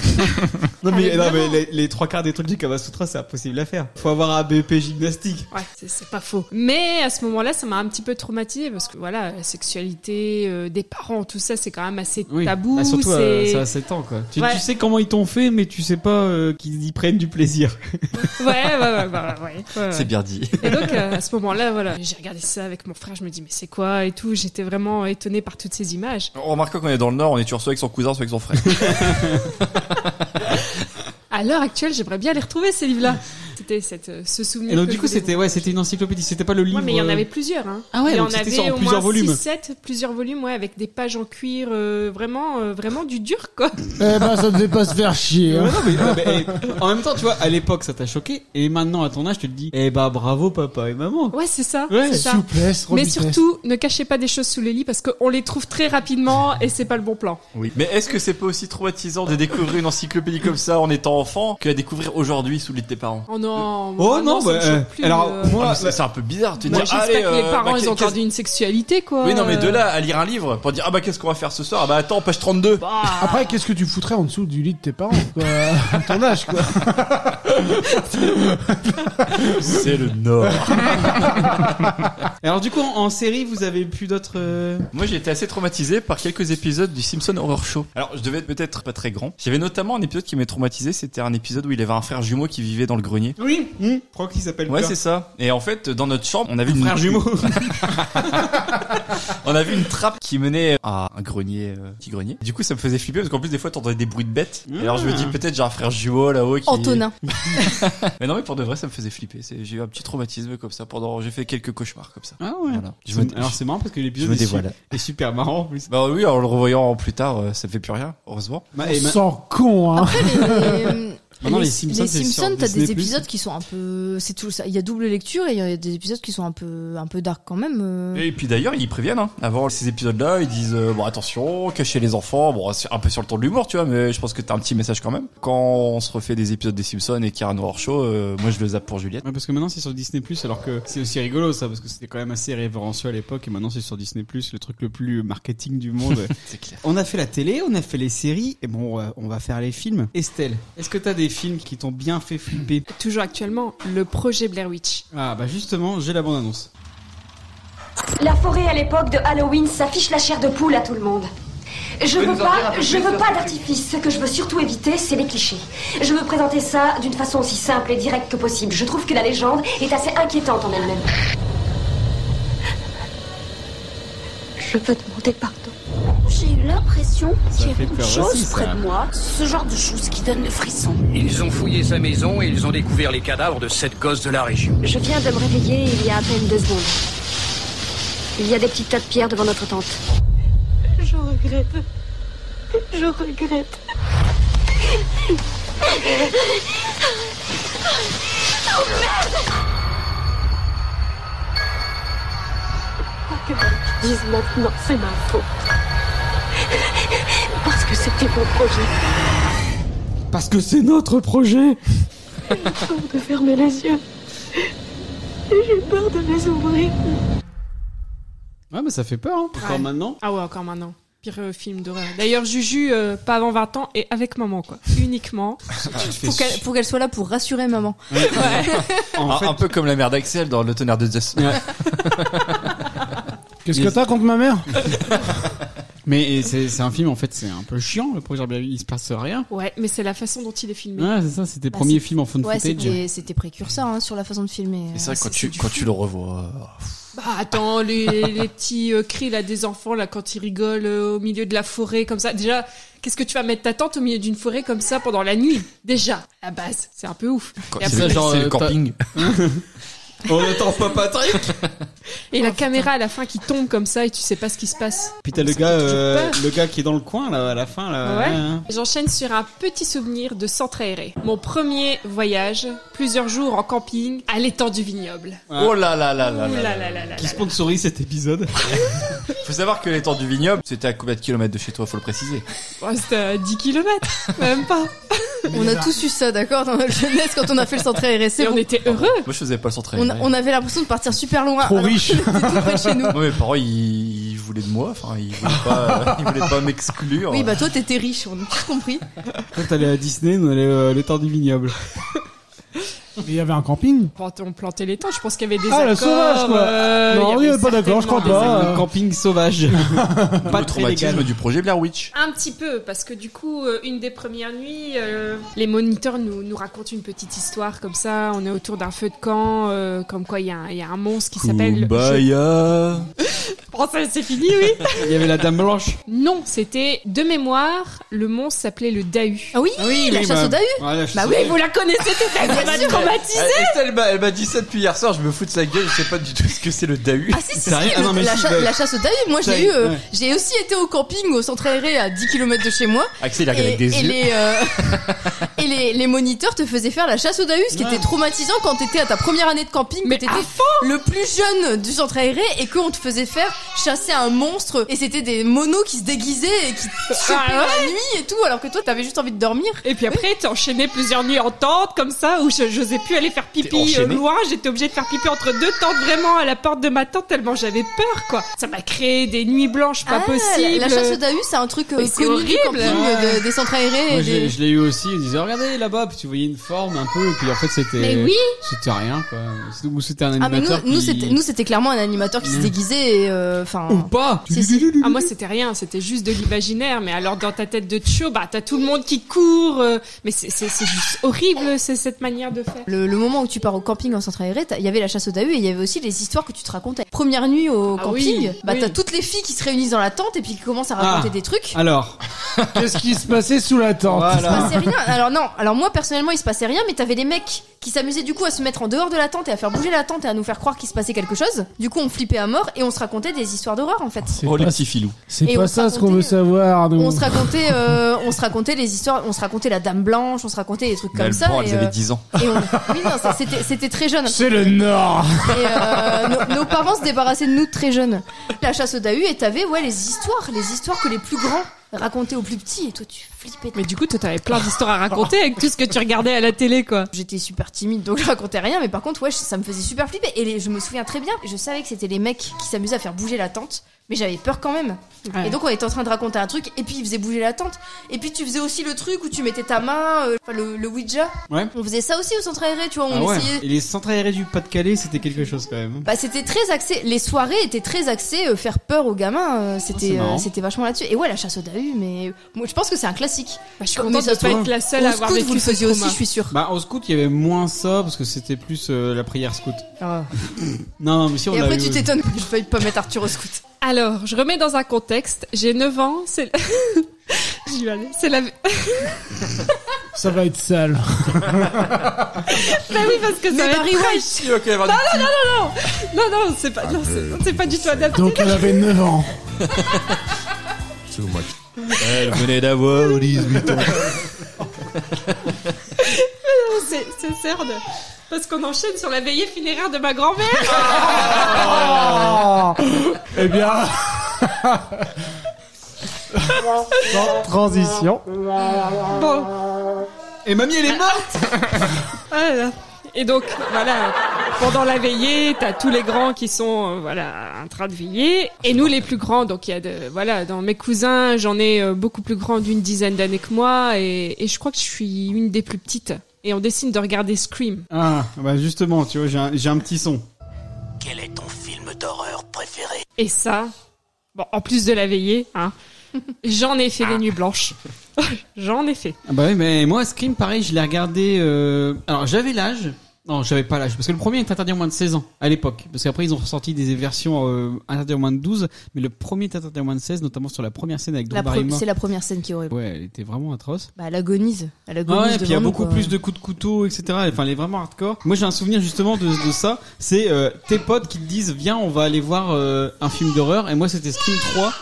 Speaker 2: Non,
Speaker 11: Ah,
Speaker 2: mais,
Speaker 11: mais
Speaker 2: non, mais
Speaker 11: vraiment.
Speaker 2: les, les trois quarts des trucs du Kama Sutra, c'est impossible à faire. Faut avoir un BP gymnastique.
Speaker 11: Ouais, c'est- c'est pas faux. Mais à ce moment-là, ça m'a un petit peu traumatisée parce que voilà, la sexualité euh, des parents, tout ça, c'est quand même assez tabou.
Speaker 2: Ah, surtout, euh,
Speaker 11: c'est-
Speaker 2: ça a 7 ans, quoi. Tu, tu
Speaker 11: Ouais.
Speaker 2: sais comment ils t'ont fait, mais tu sais pas euh, qu'ils y prennent du plaisir.
Speaker 11: Ouais, ouais, ouais, bah, ouais, ouais, ouais.
Speaker 7: C'est bien dit.
Speaker 11: Et donc euh, à ce moment-là, voilà, j'ai regardé ça avec mon frère, je me dis mais c'est quoi et tout, j'étais vraiment étonnée par toutes ces images.
Speaker 7: En remarquant qu'on est dans le Nord, on est toujours soit avec son cousin, soit avec son frère.
Speaker 11: À l'heure actuelle, j'aimerais bien les retrouver ces livres-là. C'était cette, euh, ce souvenir.
Speaker 2: Et donc,
Speaker 11: que
Speaker 2: du
Speaker 11: je
Speaker 2: coup,
Speaker 11: voulais
Speaker 2: c'était ouais, c'était une encyclopédie. C'était pas le
Speaker 11: vous-
Speaker 2: livre.
Speaker 11: Ouais, mais il y en
Speaker 2: euh,
Speaker 11: avait plusieurs. Hein.
Speaker 2: Ah ouais,
Speaker 11: il y
Speaker 2: donc
Speaker 11: en
Speaker 2: c'était
Speaker 11: avait
Speaker 2: sur
Speaker 11: au
Speaker 2: plusieurs
Speaker 11: moins
Speaker 2: volumes.
Speaker 11: 6, 7, plusieurs volumes, ouais, avec des pages en cuir, euh, vraiment, euh, vraiment du dur quoi.
Speaker 5: Eh ben, ça devait pas se faire chier.
Speaker 2: Ouais,
Speaker 5: hein.
Speaker 2: non, mais, non, mais, eh, en même temps, tu vois, à l'époque, ça t'a choqué, et maintenant, à ton âge, tu te dis, eh bah, bravo, papa et maman.
Speaker 11: Ouais, c'est ça.
Speaker 2: Ouais,
Speaker 11: c'est ça.
Speaker 5: Souplesse,
Speaker 11: Mais
Speaker 5: robustesse.
Speaker 11: surtout, ne cachez pas des choses sous les lits parce qu'on les trouve très rapidement et c'est pas le bon plan.
Speaker 7: Oui. Mais est-ce que c'est pas aussi traumatisant de découvrir une encyclopédie comme ça en étant enfant que la découvrir aujourd'hui sous le lit de tes parents
Speaker 11: Oh non.
Speaker 2: Oh
Speaker 11: vraiment,
Speaker 2: non,
Speaker 11: ça me
Speaker 2: bah,
Speaker 11: choque
Speaker 2: euh,
Speaker 11: plus,
Speaker 2: alors,
Speaker 11: euh.
Speaker 2: moi,
Speaker 7: Ah, mais c'est- C'est un peu bizarre. Tu te
Speaker 11: Moi,
Speaker 7: dis,
Speaker 11: j'espère
Speaker 7: allez,
Speaker 11: que les
Speaker 7: euh,
Speaker 11: parents,
Speaker 7: bah,
Speaker 11: ils ont
Speaker 7: qu'est-ce-
Speaker 11: encore une sexualité, quoi.
Speaker 7: Oui, non, mais de
Speaker 11: Euh,
Speaker 7: là à lire un livre pour dire, ah bah qu'est-ce qu'on va faire ce soir Ah bah attends, page 32.
Speaker 11: bah,
Speaker 3: Ah.
Speaker 5: Après, qu'est-ce que tu foutrais en dessous du lit de tes parents, quoi À ton âge, quoi.
Speaker 7: C'est le Nord.
Speaker 2: Alors, du coup, en, en série, vous avez plus d'autres. euh,
Speaker 7: Moi, j'ai été assez traumatisé par quelques épisodes du Simpson Horror Show. Alors, je devais être peut-être pas très grand. J'avais notamment un épisode qui m'est traumatisé. C'était un épisode où il avait un frère jumeau qui vivait dans le grenier.
Speaker 2: Oui, Franck qui s'appelle
Speaker 7: Ouais,
Speaker 2: Peur.
Speaker 7: c'est ça. Et en fait, dans notre chambre, on avait une
Speaker 2: Frère jumeau.
Speaker 7: On avait une trappe qui menait à un grenier, euh, petit grenier. Du coup, ça me faisait flipper parce qu'en plus des fois, t'entendais des bruits de bêtes. Et alors, je me dis
Speaker 2: Ah.
Speaker 7: peut-être j'ai un frère jumeau là-haut qui.
Speaker 3: Antonin.
Speaker 7: Mais non, mais pour de vrai, ça me faisait flipper. C'est- J'ai eu un petit traumatisme comme ça. Pendant, j'ai fait quelques cauchemars comme ça.
Speaker 2: Ah ouais.
Speaker 7: Voilà. Je me-
Speaker 2: C'est- Alors, c'est marrant parce que
Speaker 7: je
Speaker 2: l'épisode
Speaker 7: me
Speaker 2: est, su-
Speaker 7: dévoile.
Speaker 2: est super marrant en plus.
Speaker 7: Bah oui, en le revoyant plus tard, euh, ça me fait plus rien, heureusement.
Speaker 2: Ma-
Speaker 5: On
Speaker 2: Bah, et ma-
Speaker 5: sent con, hein.
Speaker 3: Après, les, euh,
Speaker 2: Maintenant, les
Speaker 3: les,
Speaker 2: Simpsons,
Speaker 3: les
Speaker 2: c'est
Speaker 3: Simpsons,
Speaker 2: sur
Speaker 3: t'as
Speaker 2: Disney+.
Speaker 3: des épisodes qui sont un peu, c'est tout ça. Il y a double lecture et il y a des épisodes qui sont un peu, un peu dark quand même. euh.
Speaker 7: Et puis d'ailleurs, ils préviennent. Hein. Avant ces épisodes-là, ils disent euh, bon attention, cachez les enfants. Bon, c'est un peu sur le ton de l'humour, tu vois, mais je pense que t'as un petit message quand même. Quand on se refait des épisodes des Simpsons et qu'il y a un horror show, euh, moi je le zappe pour Juliette.
Speaker 2: Ouais, parce que maintenant c'est sur Disney Plus, alors que c'est aussi rigolo ça, parce que c'était quand même assez révérencieux à l'époque, et maintenant c'est sur Disney Plus, le truc le plus marketing du monde.
Speaker 7: C'est clair.
Speaker 2: on a fait la télé, on a fait les séries, et bon, euh, on va faire les films. Estelle, est-ce que t'as des films qui t'ont bien fait flipper
Speaker 11: Toujours actuellement, le projet Blair Witch.
Speaker 2: Ah bah justement, j'ai la bande annonce.
Speaker 13: La forêt à l'époque de Halloween s'affiche la chair de poule à tout le monde. Je veux pas, je veux pas d'artifice. Ce que je veux surtout éviter, c'est les clichés. Je veux présenter ça d'une façon aussi simple et directe que possible. Je trouve que la légende est assez inquiétante en elle-même.
Speaker 14: Je veux demander pardon.
Speaker 1: J'ai eu l'impression
Speaker 2: Ça
Speaker 1: qu'il y
Speaker 2: fait
Speaker 1: avait une
Speaker 2: peur
Speaker 1: chose
Speaker 2: aussi, ça.
Speaker 1: près de moi, ce genre de chose qui donne le frisson.
Speaker 15: Ils ont fouillé sa maison et ils ont découvert les cadavres de sept gosses de la région.
Speaker 13: Je viens de me réveiller il y a à peine deux secondes. Il y a des petits tas de pierres devant notre tente.
Speaker 14: Je regrette. Je regrette. Quoi que je dise maintenant, c'est ma faute. Parce que c'était mon projet.
Speaker 2: Parce que c'est notre projet
Speaker 14: J'ai peur de fermer les yeux. J'ai peur de les ouvrir.
Speaker 2: Ouais, mais ça fait peur, hein. Encore
Speaker 11: Ouais.
Speaker 2: maintenant.
Speaker 11: Ah ouais, encore maintenant. Pire euh, film d'horreur. D'ailleurs, Juju, euh, pas avant 20 ans et avec maman, quoi. Uniquement.
Speaker 2: Ah,
Speaker 3: Pour qu'elle, pour qu'elle soit là pour rassurer maman.
Speaker 2: En
Speaker 7: Un,
Speaker 2: fait,
Speaker 7: un peu comme la mère d'Axel dans Le Tonnerre de Zeus.
Speaker 5: Qu'est-ce que t'as contre ma mère
Speaker 2: mais et c'est c'est un film, en fait, c'est un peu chiant, le projet, il se passe rien.
Speaker 11: Ouais, mais c'est la façon dont il est filmé.
Speaker 2: Ouais, c'est ça, c'était le
Speaker 3: Bah,
Speaker 2: premier
Speaker 3: c'est-
Speaker 2: film en fun
Speaker 3: Ouais,
Speaker 2: footage.
Speaker 3: c'était, c'était précurseur hein, sur la façon de filmer.
Speaker 7: Et c'est vrai
Speaker 3: euh,
Speaker 7: que quand tu quand tu le revois, euh, pff,
Speaker 11: Bah attends, les, les petits euh, cris là des enfants là quand ils rigolent euh, au milieu de la forêt comme ça. Déjà, qu'est-ce que tu vas mettre ta tente au milieu d'une forêt comme ça pendant la nuit Déjà, à la base, c'est un peu ouf. Et
Speaker 7: C'est
Speaker 11: après-
Speaker 7: genre, euh, pas-
Speaker 3: Oh,
Speaker 2: On attend pas Patrick
Speaker 11: Et
Speaker 5: Oh,
Speaker 11: la caméra à la fin qui tombe comme ça et tu sais pas ce qui se passe.
Speaker 2: Puis t'as le gars, euh, le gars qui est dans le coin là à la fin là.
Speaker 11: Ouais.
Speaker 2: Ouais, hein.
Speaker 11: J'enchaîne sur un petit souvenir de centre aéré. Mon premier voyage, plusieurs jours en camping à l'étang du vignoble.
Speaker 7: Oh là là là là
Speaker 11: Ouh
Speaker 7: là
Speaker 11: là là
Speaker 7: là.
Speaker 11: là là
Speaker 2: Qui
Speaker 11: là.
Speaker 2: sponsorise cet épisode
Speaker 7: Faut savoir que l'étang du vignoble, c'était à combien de kilomètres de chez toi, faut le préciser.
Speaker 11: Ouais, C'était à 10 km, même pas.
Speaker 3: On a tous eu ça, d'accord, dans notre jeunesse quand on a fait le centre aéré. c'est
Speaker 11: Et on
Speaker 3: bon.
Speaker 11: était heureux.
Speaker 7: Moi, je faisais pas le centre
Speaker 3: On,
Speaker 7: aéré.
Speaker 3: on avait l'impression de partir super loin. alors-
Speaker 7: Moi, mes parents, ils, ils voulaient de moi. Enfin, ils voulaient pas, euh, ils voulaient pas m'exclure.
Speaker 3: Oui, bah toi t'étais riche, on a tous compris.
Speaker 2: Quand t'allais à Disney, on allait euh, le temps du vignoble.
Speaker 5: Mais il y avait un camping
Speaker 11: Quand on plantait l'étang, je pense qu'il y avait des
Speaker 5: Ah, la
Speaker 11: accords,
Speaker 5: sauvage, quoi.
Speaker 11: euh,
Speaker 5: Non,
Speaker 11: il y
Speaker 5: oui,
Speaker 11: avait
Speaker 7: bah,
Speaker 5: pas d'accord, je crois
Speaker 11: certainement
Speaker 5: pas.
Speaker 11: des
Speaker 5: Euh,
Speaker 2: Un camping sauvage.
Speaker 7: pas
Speaker 2: pas
Speaker 7: le
Speaker 2: très légal.
Speaker 7: traumatisme du projet Blair Witch.
Speaker 11: Un petit peu, parce que du coup, euh, une des premières nuits, euh, les moniteurs nous, nous racontent une petite histoire comme ça. On est autour d'un feu de camp, euh, comme quoi il y, a un- il y a un monstre qui s'appelle.
Speaker 7: Kumbaya.
Speaker 11: Oh, ça, c'est fini, oui
Speaker 2: Il y avait la Dame Blanche.
Speaker 11: Non, c'était de mémoire, le monstre s'appelait le Dahu.
Speaker 3: Ah oui,
Speaker 2: oui, la oui, chasse bah- au Dahu. Ouais, la chasse
Speaker 11: Bah
Speaker 2: au
Speaker 11: oui,
Speaker 2: Dahu.
Speaker 11: vous la connaissez toute la ça m'a traumatisée.
Speaker 7: Elle- Ah, Estelle, bah, elle m'a- elle m'a dit ça depuis hier soir, je me fous de sa gueule, je sais pas du tout ce que c'est le Dahu.
Speaker 3: Ah si, si, si, le- la,
Speaker 7: bah.
Speaker 3: cha- la chasse au taille, moi j'ai
Speaker 7: Taille,
Speaker 3: eu, euh,
Speaker 7: ouais.
Speaker 3: j'ai aussi été au camping au centre aéré à 10 km de chez moi.
Speaker 7: Axel, il a regardé
Speaker 3: et,
Speaker 7: avec des
Speaker 3: et
Speaker 7: yeux.
Speaker 3: Les, euh, et les, les moniteurs te faisaient faire la chasse au dahu, ce qui était traumatisant quand t'étais à ta première année de camping, mais t'étais le plus jeune du centre aéré et qu'on te faisait faire chasser un monstre et c'était des monos qui se déguisaient et qui te
Speaker 11: Ah
Speaker 3: chopaient la nuit et tout, alors que toi t'avais juste envie de dormir.
Speaker 11: Et puis après, t'es enchaîné plusieurs nuits en tente, comme ça, où je j'osais plus aller faire pipi euh,
Speaker 7: enchaîné
Speaker 11: loin. J'étais obligée de faire pipi entre deux tentes, vraiment à la porte de ma tente, tellement j'avais peur, quoi. Ça m'a créé des nuits blanches
Speaker 3: Ah,
Speaker 11: pas possibles.
Speaker 3: La, la chasse au dahu, c'est un truc euh,
Speaker 11: Mais c'est
Speaker 3: connu du
Speaker 11: horrible.
Speaker 3: camping, euh, de- des centres aérés.
Speaker 2: Moi,
Speaker 3: et
Speaker 2: je l'ai-
Speaker 3: des-
Speaker 2: je l'ai eu aussi. Ils disaient, regardez là-bas, puis tu voyais une forme un peu, et puis en fait, c'était.
Speaker 3: Mais oui.
Speaker 2: C'était rien, quoi. C'est- Ou c'était un
Speaker 3: Ah mais nous,
Speaker 2: animateur.
Speaker 3: nous,
Speaker 2: qui-
Speaker 3: c'était, nous c'était clairement un animateur qui se déguisait et euh, enfin.
Speaker 2: Ou pas
Speaker 3: Si, si.
Speaker 11: Ah, moi, c'était rien, c'était juste de l'imaginaire. Mais alors, dans ta tête de tcho, bah, t'as tout le monde qui court. euh, mais c'est c'est- c'est juste horrible, c'est cette manière de faire.
Speaker 3: Le, le moment où tu pars au camping en centre aéré, t'as- il y avait la chasse au dahu et il y avait aussi les histoires que tu te racontais. Première nuit au
Speaker 11: Ah
Speaker 3: camping,
Speaker 11: oui,
Speaker 3: bah
Speaker 11: oui.
Speaker 3: t'as toutes les filles qui se réunissent dans la tente et puis qui commencent à raconter
Speaker 5: Ah.
Speaker 3: des trucs.
Speaker 2: Alors,
Speaker 5: qu'est-ce qui se passait sous la tente
Speaker 3: Il se passait rien. Alors non, alors moi personnellement il se passait rien, mais t'avais les mecs qui s'amusaient du coup à se mettre en dehors de la tente et à faire bouger la tente et à nous faire croire qu'il se passait quelque chose. Du coup on flippait à mort et on se racontait des histoires d'horreur en fait.
Speaker 7: Oh, les petits filous.
Speaker 5: C'est
Speaker 3: Et on
Speaker 5: pas
Speaker 3: se
Speaker 5: ça ce qu'on veut savoir, nous.
Speaker 3: On se racontait, euh, on se racontait les histoires, on se racontait la Dame Blanche, on se racontait des trucs
Speaker 7: Mais
Speaker 3: comme
Speaker 7: elles
Speaker 3: ça.
Speaker 7: prend,
Speaker 3: et,
Speaker 7: elles avaient
Speaker 3: euh,
Speaker 7: 10 ans.
Speaker 3: et on- oui, non, ça, c'était, c'était très jeune.
Speaker 5: C'est le Nord
Speaker 3: Et euh, nos, nos parents se débarrassaient de nous très jeunes. La chasse au dahu, et t'avais ouais les histoires, les histoires que les plus grands racontaient aux plus petits. Et toi, tu flippais.
Speaker 11: Mais du coup, toi, t'avais plein d'histoires à raconter avec tout ce que tu regardais à la télé, quoi.
Speaker 3: J'étais super timide, donc je racontais rien. Mais par contre, ouais, je- ça me faisait super flipper. Et les- je me souviens très bien, je savais que c'était les mecs qui s'amusaient à faire bouger la tente. Mais j'avais peur quand même.
Speaker 11: Ouais.
Speaker 3: Et donc on était en train de raconter un truc, et puis ils faisaient bouger la tente. Et puis tu faisais aussi le truc où tu mettais ta main, euh, enfin, le, le Ouija.
Speaker 2: ouais.
Speaker 3: On faisait ça aussi au centre aéré, tu vois,
Speaker 2: Ah
Speaker 3: on
Speaker 2: ouais.
Speaker 3: essayait.
Speaker 2: Et les centres aérés du Pas-de-Calais, c'était quelque chose quand même.
Speaker 3: Bah c'était très axé, les soirées étaient très axées euh, faire peur aux gamins, euh,
Speaker 2: c'est
Speaker 3: c'était
Speaker 2: marrant.
Speaker 3: euh, c'était vachement là-dessus. Et ouais la chasse au dahu, mais moi je pense que c'est un classique.
Speaker 11: Bah, je suis
Speaker 3: Comme
Speaker 11: contente
Speaker 3: des autres.
Speaker 11: de pas être la seule
Speaker 3: Au
Speaker 11: à avoir
Speaker 3: scout,
Speaker 11: vécu
Speaker 3: vous le
Speaker 11: ce
Speaker 3: faisiez aussi,
Speaker 11: trauma.
Speaker 3: je suis sûre.
Speaker 2: Bah, en scout, il y avait moins ça, parce que c'était plus euh, la prière scout.
Speaker 11: Ah.
Speaker 2: Non, non, mais si on
Speaker 3: Et
Speaker 2: l'a
Speaker 3: après
Speaker 2: eu- euh,
Speaker 3: tu t'étonnes que je veuille pas mettre Arthur au scout.
Speaker 11: Alors, je remets dans un contexte. J'ai 9 ans, c'est. J'y vais aller. C'est la.
Speaker 5: Ça va être sale.
Speaker 11: Bah oui, parce que ça va être trash.
Speaker 7: Il va quand même
Speaker 11: Non,
Speaker 7: avoir
Speaker 11: non,
Speaker 7: du cul.
Speaker 11: non, non, non, non, non, c'est pas, non, c'est- c'est pas du tout adapté.
Speaker 5: Ah, Donc elle avait 9 ans.
Speaker 7: Elle venait d'avoir 18 ans.
Speaker 11: Non, C'est c'est cerde. Parce qu'on enchaîne sur la veillée funéraire de ma grand-mère.
Speaker 5: Oh eh bien. Sans transition.
Speaker 11: Bon.
Speaker 2: Et mamie, elle est morte
Speaker 11: Voilà. Et donc, voilà, pendant la veillée, t'as tous les grands qui sont, euh, voilà, en train de veiller. Et nous, les plus grands, donc il y a de, voilà, dans mes cousins, j'en ai euh, beaucoup plus grands d'une dizaine d'années que moi, et, et je crois que je suis une des plus petites. Et on décide de regarder Scream.
Speaker 2: Ah, bah justement, tu vois, j'ai un, j'ai un petit son.
Speaker 4: Quel est ton film d'horreur préféré
Speaker 11: Et ça, bon, en plus de la veillée, hein, j'en ai
Speaker 4: Ah.
Speaker 11: fait des nuits blanches. j'en ai fait.
Speaker 2: Ah bah oui, mais moi, Scream, pareil, je l'ai regardé. euh, Alors, j'avais l'âge Non, je savais pas l'âge. Parce que le premier est interdit aux moins de 16 ans, à l'époque. Parce qu'après, ils ont ressorti des versions euh, interdites aux moins de 12, mais le premier est interdit aux moins de 16, notamment sur la première scène avec Drew
Speaker 3: La pre-
Speaker 2: Barrymore.
Speaker 3: C'est la première scène qui est horrible.
Speaker 2: Ouais, elle était vraiment atroce.
Speaker 3: Bah, elle agonise. Elle agonise.
Speaker 2: Ah ouais, puis il y a
Speaker 3: devant nous,
Speaker 2: beaucoup
Speaker 3: quoi.
Speaker 2: plus de coups de couteau, etc. Enfin, elle est vraiment hardcore. Moi, j'ai un souvenir justement de, de ça. C'est euh, tes potes qui te disent, viens, on va aller voir euh, un film d'horreur. Et moi, c'était Scream 3.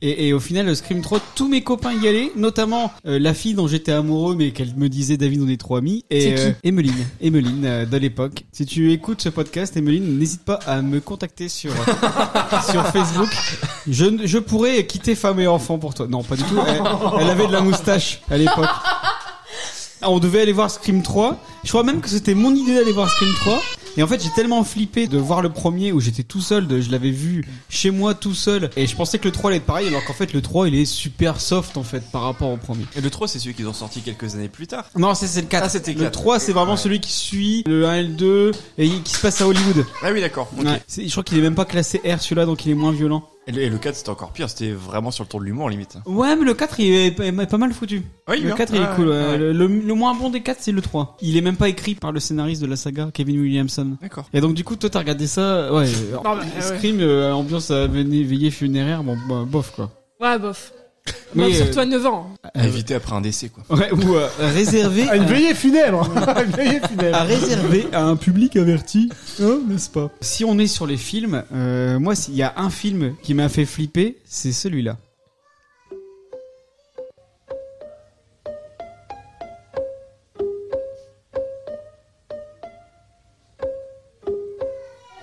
Speaker 2: Et, et au final, Scream 3, tous mes copains y allaient, notamment euh, la fille dont j'étais amoureux, mais qu'elle me disait, David, on est trop amis.
Speaker 16: C'est
Speaker 2: Et
Speaker 16: qui
Speaker 2: euh, Emeline, Emeline euh, de l'époque. Si tu écoutes ce podcast, Emeline, n'hésite pas à me contacter sur euh, sur Facebook. Je, ne- je pourrais quitter femme et enfant pour toi. Non, pas du tout. Elle, elle avait de la moustache à l'époque. Ah, On devait aller voir Scream 3. Je crois même que c'était mon idée d'aller voir Scream 3. Et en fait, j'ai tellement flippé de voir le premier où j'étais tout seul, de, je l'avais vu chez moi tout seul. Et je pensais que le 3 allait être pareil, alors qu'en fait, le 3 il est super soft en fait par rapport au premier.
Speaker 7: Et le 3, c'est celui qu'ils ont sorti quelques années plus tard.
Speaker 2: Non, c'est c'est le 4.
Speaker 7: Ah, c'était
Speaker 2: le
Speaker 7: 4.
Speaker 2: 3, c'est vraiment celui qui suit le 1 et le 2 et qui se passe à Hollywood.
Speaker 7: Ah oui, d'accord. ok.
Speaker 2: Ouais. C'est- Je crois qu'il est même pas classé R celui-là, donc il est moins violent.
Speaker 7: Et le, et le 4, c'était encore pire. C'était vraiment sur le tour de l'humour, limite.
Speaker 2: Ouais, mais le 4 il est est pas mal foutu.
Speaker 7: Oui,
Speaker 2: le
Speaker 7: hein.
Speaker 2: 4 il
Speaker 7: Ouais,
Speaker 2: est cool.
Speaker 7: ouais,
Speaker 2: ouais.
Speaker 7: ouais.
Speaker 2: Le, le- le moins bon des 4 c'est le 3. Il est même pas écrit par le scénariste de la saga, Kevin Williamson.
Speaker 7: D'accord.
Speaker 2: Et donc du coup, toi t'as regardé ça, ouais. euh,
Speaker 11: Non, bah, euh,
Speaker 2: Scream, euh, ambiance à veillée veillée funéraire, bon, bah, bof quoi.
Speaker 11: Ouais, bof.
Speaker 2: Mais,
Speaker 11: Bof, surtout
Speaker 2: euh,
Speaker 11: à 9 ans.
Speaker 7: À éviter après un décès, quoi.
Speaker 2: Ouais, ou euh, réservé.
Speaker 7: Ah,
Speaker 5: À une veillée funèbre. À une veillée funèbre.
Speaker 2: à réserver à un public averti, hein, n'est-ce pas Si on est sur les films, euh, moi s'il y a un film qui m'a fait flipper, c'est celui-là.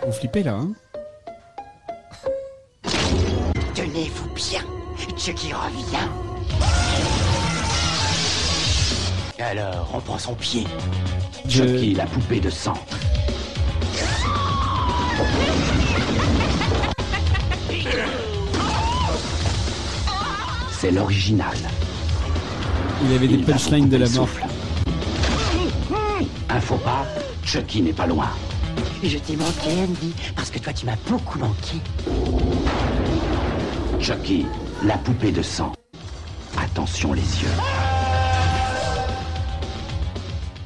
Speaker 2: Vous flippez là, hein
Speaker 17: Tenez-vous bien, Chucky revient.
Speaker 8: Alors, on prend son pied.
Speaker 17: Chucky, la poupée de sang.
Speaker 8: C'est l'original.
Speaker 2: Il avait des punchlines de la mort.
Speaker 8: Un faux pas, Chucky n'est pas loin. Je t'ai manqué, Andy, parce que toi, tu m'as beaucoup manqué.
Speaker 18: Chucky, la poupée de sang. Attention les yeux.